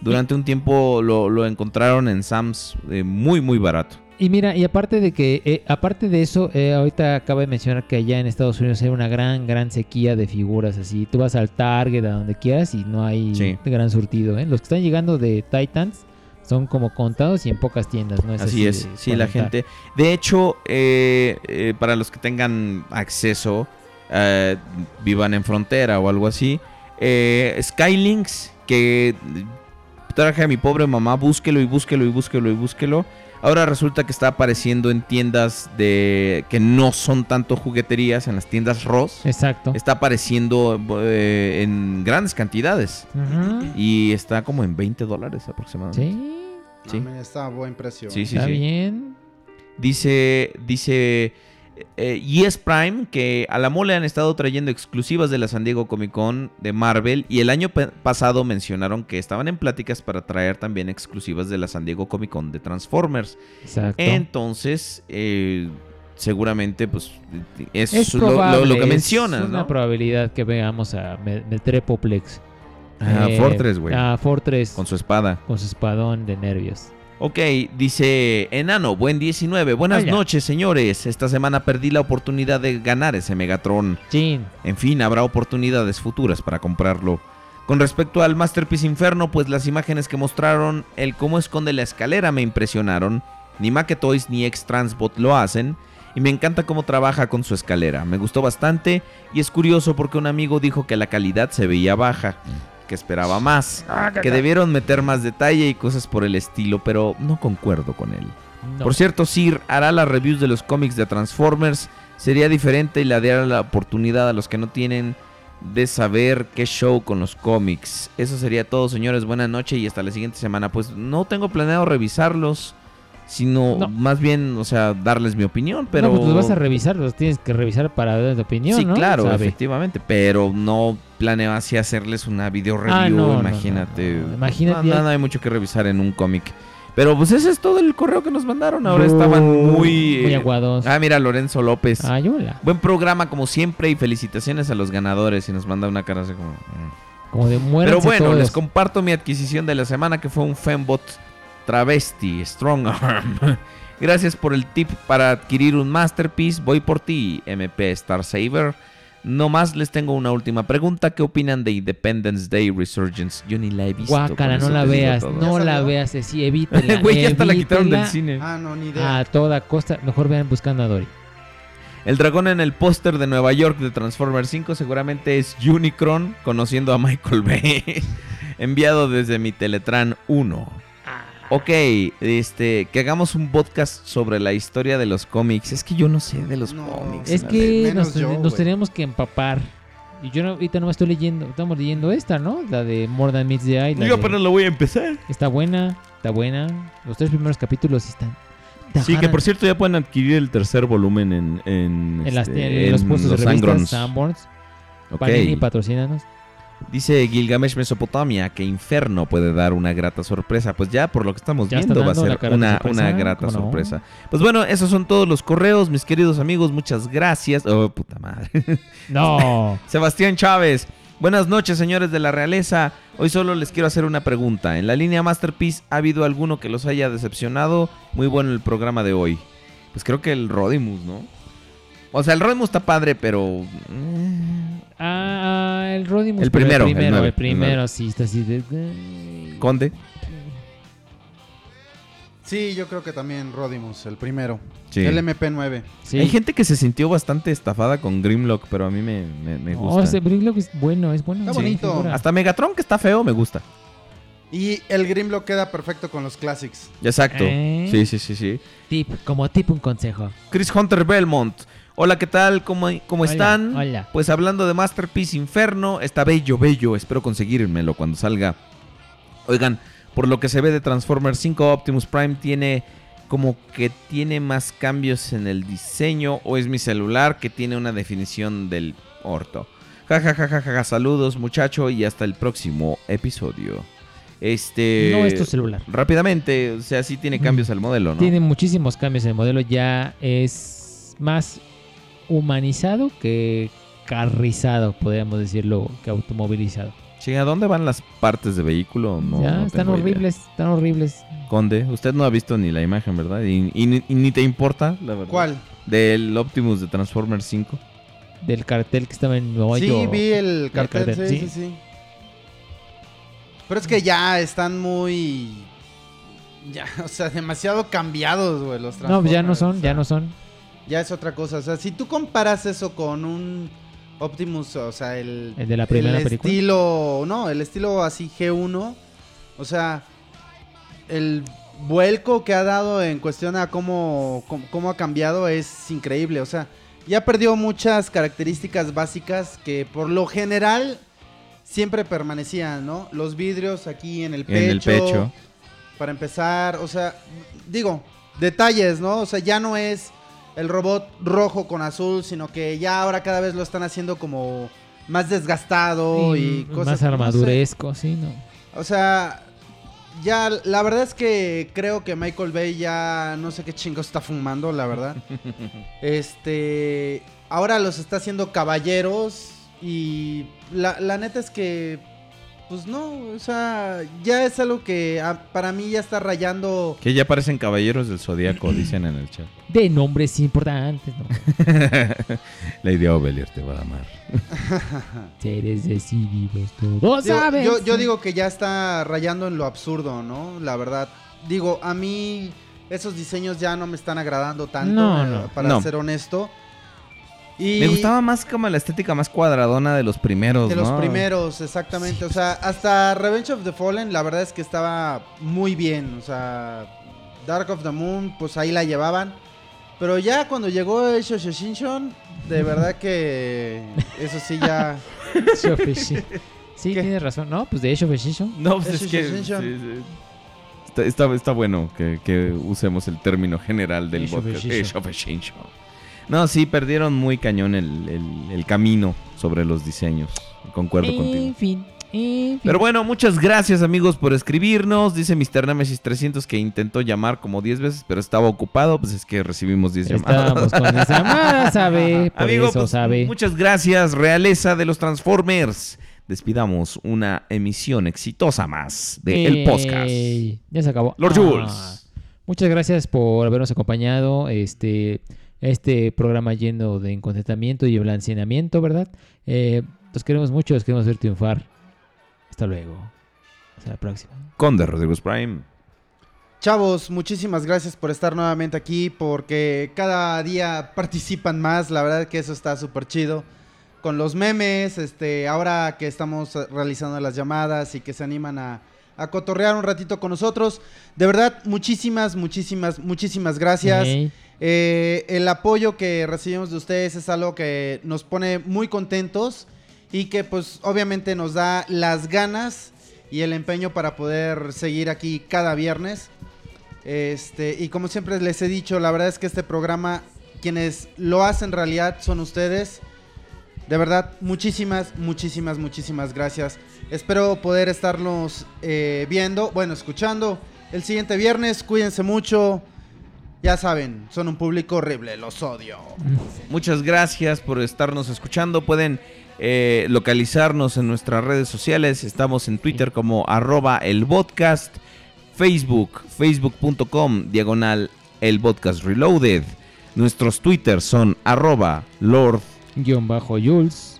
S2: Durante un tiempo lo, lo encontraron en Sam's eh, muy, muy barato.
S7: Y mira, y aparte de que, eh, aparte de eso, eh, ahorita acaba de mencionar que allá en Estados Unidos hay una gran, gran sequía de figuras así. Tú vas al Target, a donde quieras, y no hay
S2: Sí.
S7: gran surtido. ¿eh? Los que están llegando de Titans son como contados y en pocas tiendas, ¿no?
S2: Así es,
S7: de
S2: sí, la
S7: comentar.
S2: gente. De hecho, eh, eh, para los que tengan acceso, eh, vivan en frontera o algo así, eh, Skylinks, que traje a mi pobre mamá, búsquelo y búsquelo y búsquelo y búsquelo. Ahora resulta que está apareciendo en tiendas de que no son tanto jugueterías, en las tiendas Ross.
S7: Exacto.
S2: Está apareciendo eh, en grandes cantidades.
S7: Ujú.
S2: Y está como en 20 dólares aproximadamente.
S7: Sí.
S6: Ah,
S2: Sí.
S3: Mamen, está a buen precio.
S6: ¿eh?
S2: Sí, sí,
S7: Está
S2: sí.
S7: bien.
S2: Dice, dice eh, Yes Prime que a la mole han estado trayendo exclusivas de la San Diego Comic Con de Marvel y el año pa- pasado mencionaron que estaban en pláticas para traer también exclusivas de la San Diego Comic Con de Transformers.
S7: Exacto.
S2: Entonces, eh, seguramente, pues, es,
S7: Es
S2: lo- lo- lo,
S7: probable,
S2: que mencionan,
S7: Es una
S2: ¿no?
S7: probabilidad que veamos a Me- Metrepoplex. Eh,
S2: Ah, Fortress, güey.
S7: A Fortress.
S2: Con su espada.
S7: Con su espadón de nervios.
S2: Ok, dice Enano, buen 19. Buenas
S7: Hola.
S2: noches, señores. Esta semana perdí la oportunidad de ganar ese Megatron.
S7: Chin.
S2: En fin, habrá oportunidades futuras para comprarlo. Con respecto al Masterpiece Inferno, pues las imágenes que mostraron el cómo esconde la escalera me impresionaron. Ni Maquetoys ni Ex-Transbot lo hacen. Y me encanta cómo trabaja con su escalera. Me gustó bastante y es curioso porque un amigo dijo que la calidad se veía baja, que esperaba más, que debieron meter más detalle y cosas por el estilo, pero no concuerdo con él.
S7: No.
S2: Por cierto, Sir hará las reviews de los cómics de Transformers. Sería diferente y le dará la oportunidad a los que no tienen de saber qué show con los cómics. Eso sería todo, señores. Buenas noches y hasta la siguiente semana. Pues no tengo planeado revisarlos, sino
S7: No.
S2: más bien, o sea, darles mi opinión, pero...
S7: Pero... No, pues los vas a revisar, los tienes que revisar para dar tu opinión,
S2: Sí,
S7: ¿no?
S2: claro,
S7: Sabe.
S2: efectivamente, pero no planeo así hacerles una video review,
S7: Ah, no, no,
S2: imagínate.
S7: no, no, no. Imagínate.
S2: No, no, no hay mucho que revisar en un cómic. Pero pues ese es todo el correo que nos mandaron. Ahora estaban muy...
S7: Muy
S2: eh,
S7: aguados.
S2: Ah, mira, Lorenzo López.
S7: Ay, hola.
S2: Buen programa como siempre y felicitaciones a los ganadores. Y nos manda una cara así como... mm.
S7: Como de muerte.
S2: Pero bueno, les comparto mi adquisición de la semana que fue un Fembot Travesti Strong Arm. [LAUGHS] Gracias por el tip para adquirir un Masterpiece. Voy por ti, MP Star Saver. No más les tengo una última pregunta. ¿Qué opinan de Independence Day Resurgence? Yo ni la he visto.
S7: Guácala,
S2: con
S7: no
S2: eso
S7: la
S2: te digo
S7: veas,
S2: todo.
S7: no la veas, eh,
S2: [LAUGHS]
S7: sí, evítela.
S2: Güey, ya hasta la quitaron del
S7: evítela
S2: cine.
S3: Ah, no, ni idea.
S7: A toda costa, mejor vean buscando a Dory.
S2: El dragón en el póster de Nueva York de Transformers 5 seguramente es Unicron conociendo a Michael Bay. [LAUGHS] enviado desde mi Teletran 1. Ok, este, que hagamos un podcast sobre la historia de los cómics. Es que yo no sé de los cómics.
S7: Es
S2: la
S7: que
S2: neta.
S7: nos,
S2: yo,
S7: nos
S2: güey.
S7: teníamos que empapar. Y yo no- ahorita no me estoy leyendo, estamos leyendo esta, ¿no? La de More Than Meets the Eye. la
S2: Yo
S7: de-
S2: apenas lo voy a empezar.
S7: Está buena, está buena. Los tres primeros capítulos están. te
S2: Sí, que
S7: agarran
S2: por cierto ya pueden adquirir el tercer volumen en, en,
S7: en, las-
S2: este,
S7: en los
S2: en
S7: puestos de revistas,
S2: Sangrons.
S7: Sanborns.
S2: Ok.
S7: Panini, patrocínanos.
S2: Dice Gilgamesh Mesopotamia que Inferno puede dar una grata sorpresa. Pues ya, por lo que estamos
S7: Ya está
S2: viendo, va a
S7: dando
S2: ser
S7: la grata
S2: una,
S7: sorpresa,
S2: una grata
S7: ¿cómo no?
S2: sorpresa. Pues bueno, esos son todos los correos, mis queridos amigos. Muchas gracias. Oh, puta madre.
S7: [LAUGHS] No.
S2: [LAUGHS] Sebastián Chávez. Buenas noches, señores de la realeza. Hoy solo les quiero hacer una pregunta. En la línea Masterpiece, ¿ha habido alguno que los haya decepcionado? Muy bueno el programa de hoy. Pues creo que el Rodimus, ¿no? O sea, el Rodimus está padre, pero... mm,
S7: Ah, ah, el Rodimus.
S2: El
S7: pero
S2: primero, el
S7: El primero,
S2: nueve,
S7: el
S2: el nueve.
S7: primero, sí, está así de.
S2: Conde.
S6: Sí, yo creo que también Rodimus, el primero. Sí. El MP9. Sí.
S2: Hay gente que se sintió bastante estafada con Grimlock, pero a mí me, me, me gusta.
S7: Oh, ese Grimlock es bueno, es bueno.
S6: Está bonito.
S7: figura.
S2: Hasta Megatron, que está feo, me gusta.
S6: Y el Grimlock queda perfecto con los classics.
S2: Exacto.
S7: ¿Eh?
S2: Sí, sí, sí, sí.
S7: Tip, como tip, un consejo.
S2: Chris Hunter Belmont. Hola, ¿qué tal? ¿Cómo, cómo
S7: Hola,
S2: están?
S7: hola.
S2: Pues hablando de Masterpiece Inferno, está bello, bello. Espero conseguírmelo cuando salga. Oigan, por lo que se ve de Transformers 5, Optimus Prime tiene como que tiene más cambios en el diseño o es mi celular que tiene una definición del orto. Ja, ja, ja, ja, ja, ja. Saludos, muchacho, y hasta el próximo episodio. Este...
S7: No es tu celular.
S2: Rápidamente, o sea, sí tiene cambios al modelo, ¿no?
S7: Tiene muchísimos cambios. El modelo ya es más humanizado que carrizado, podríamos decirlo, que automovilizado.
S2: Sí, ¿a dónde van las partes de vehículo? No,
S7: ya,
S2: Oh, no
S7: están
S2: tengo idea.
S7: horribles, están horribles.
S2: Conde, usted no ha visto ni la imagen, ¿verdad? Y, y- y ni te importa, la verdad.
S6: ¿Cuál?
S2: Del Optimus de Transformers 5.
S7: Del cartel que estaba en Nueva
S6: sí,
S7: York.
S6: vi el cartel.
S7: cartel,
S6: sí,
S7: sí.
S6: sí, sí. Pero es que ya están muy. Ya, [LAUGHS] o sea, demasiado cambiados, güey, los
S7: No, pues ya no
S6: Transformers,
S7: son,
S6: o
S7: ya
S6: sea,
S7: no son.
S6: Ya es otra cosa. O sea, si tú comparas eso con un Optimus, o sea, el.
S7: El de la primera
S6: el
S7: película.
S6: estilo. No, el estilo así G1. O sea, el vuelco que ha dado en cuestión a cómo, cómo, cómo ha cambiado es increíble. O sea, ya perdió muchas características básicas que por lo general siempre permanecían, ¿no? Los vidrios aquí en el pecho.
S2: En el pecho.
S6: Para empezar, o sea, digo, detalles, ¿no? O sea, ya no es el robot rojo con azul, sino que ya ahora cada vez lo están haciendo como más desgastado
S2: ah.
S6: y
S7: Mm,
S6: cosas.
S7: más
S6: no sé.
S7: armaduresco, sí, no.
S6: O sea, ya la verdad es que creo que Michael Bay ya no sé qué chingo está fumando, la verdad.
S2: [LAUGHS]
S6: Este, ahora los está haciendo caballeros y la, la neta es que pues no, o sea, ya es algo que ah, para mí ya está rayando
S2: Que ya parecen caballeros del
S7: [CLEARS THROAT]
S2: zodiaco, dicen en el chat. [LAUGHS]
S7: De nombres importantes, ¿no?
S2: la idea Ovelier te va a
S6: [LAUGHS]
S2: amar.
S7: Seres decididos todos.
S6: Digo,
S7: sabes.
S6: Yo, yo digo que ya está rayando en lo absurdo, ¿no? La verdad. Digo, a mí esos diseños ya no me están agradando tanto,
S7: No, no.
S6: eh, para
S2: No.
S6: ser honesto. Y
S2: Me gustaba más como la estética más cuadradona de los primeros,
S6: de los
S2: ¿no?
S6: primeros, exactamente. o sea, hasta Revenge of the Fallen, la verdad es que estaba muy bien. O sea, Dark of the Moon, pues ahí la llevaban. Pero ya cuando llegó Age of Extinction, de verdad que eso sí ya...
S7: sí, tienes razón. No, pues de hecho,
S2: No, pues
S6: Age
S2: es
S6: of
S2: que...
S6: Extinction.
S2: sí, sí. Está, está- está bueno que, que usemos el término general del
S7: Age of
S2: podcast.
S7: Extinction.
S2: Age of Extinction. No, sí, perdieron muy cañón el, el- el camino sobre los diseños. Concuerdo contigo.
S7: En fin, en fin.
S2: Pero bueno, muchas gracias amigos por escribirnos. Dice Mr. Nemesis 300 que intentó llamar como 10 veces, pero estaba ocupado. Pues es que recibimos 10
S7: Estábamos
S2: llamadas.
S7: con esa amada, sabe. Por
S2: [LAUGHS] Amigo,
S7: eso
S2: pues,
S7: sabe.
S2: muchas gracias, realeza de los Transformers. Despidamos una emisión exitosa más de El Podcast.
S7: Ey, Ya se acabó.
S2: Lord
S7: Ah,
S2: Jules.
S7: Muchas gracias por habernos acompañado. Este, este programa lleno de encontentamiento y blanceamiento, ¿verdad? Eh, los queremos mucho, los queremos ver triunfar. Hasta luego. Hasta la próxima.
S2: Conde Rodríguez Prime.
S6: Chavos, muchísimas gracias por estar nuevamente aquí, porque cada día participan más, la verdad que eso está súper chido. Con los memes, este, ahora que estamos eh, realizando las llamadas y que se animan a, a cotorrear un ratito con nosotros. De verdad, muchísimas, muchísimas, muchísimas gracias.
S7: Ey.
S6: Eh, el apoyo que recibimos de ustedes es algo que nos pone muy contentos y que pues obviamente nos da las ganas y el empeño para poder seguir aquí cada viernes. Este, y como siempre les he dicho, la verdad es que este programa, quienes lo hacen realidad son ustedes. De verdad, muchísimas, muchísimas, muchísimas gracias. Espero poder estarnos eh, viendo, bueno, escuchando el siguiente viernes. Cuídense mucho. Ya saben, son un público horrible, los odio.
S2: Muchas gracias por estarnos escuchando. Pueden eh, localizarnos en nuestras redes sociales. Estamos en Twitter como arroba el podcast. Facebook, facebook.com, diagonal el podcast reloaded. Nuestros Twitter son arroba lord,
S7: Guión bajo Jules.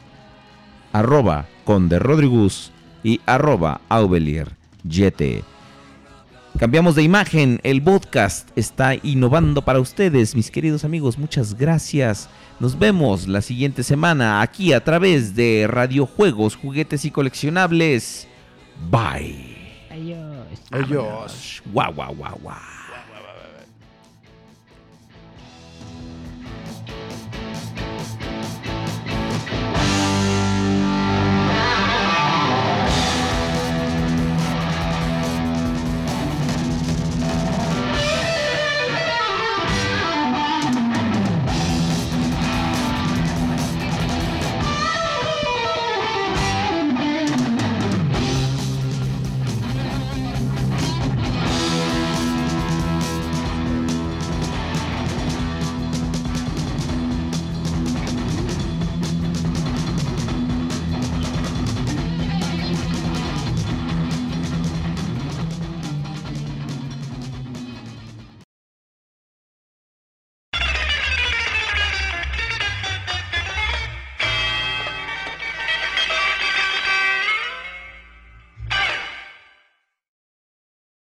S2: arroba conde Rodrigus y arroba aubelier yete. Cambiamos de imagen, el podcast está innovando para ustedes, mis queridos amigos, muchas gracias. Nos vemos la siguiente semana aquí a través de Radiojuegos, Juguetes y Coleccionables. Bye.
S7: Adiós.
S2: Adiós. Guau, guau, guau, guau.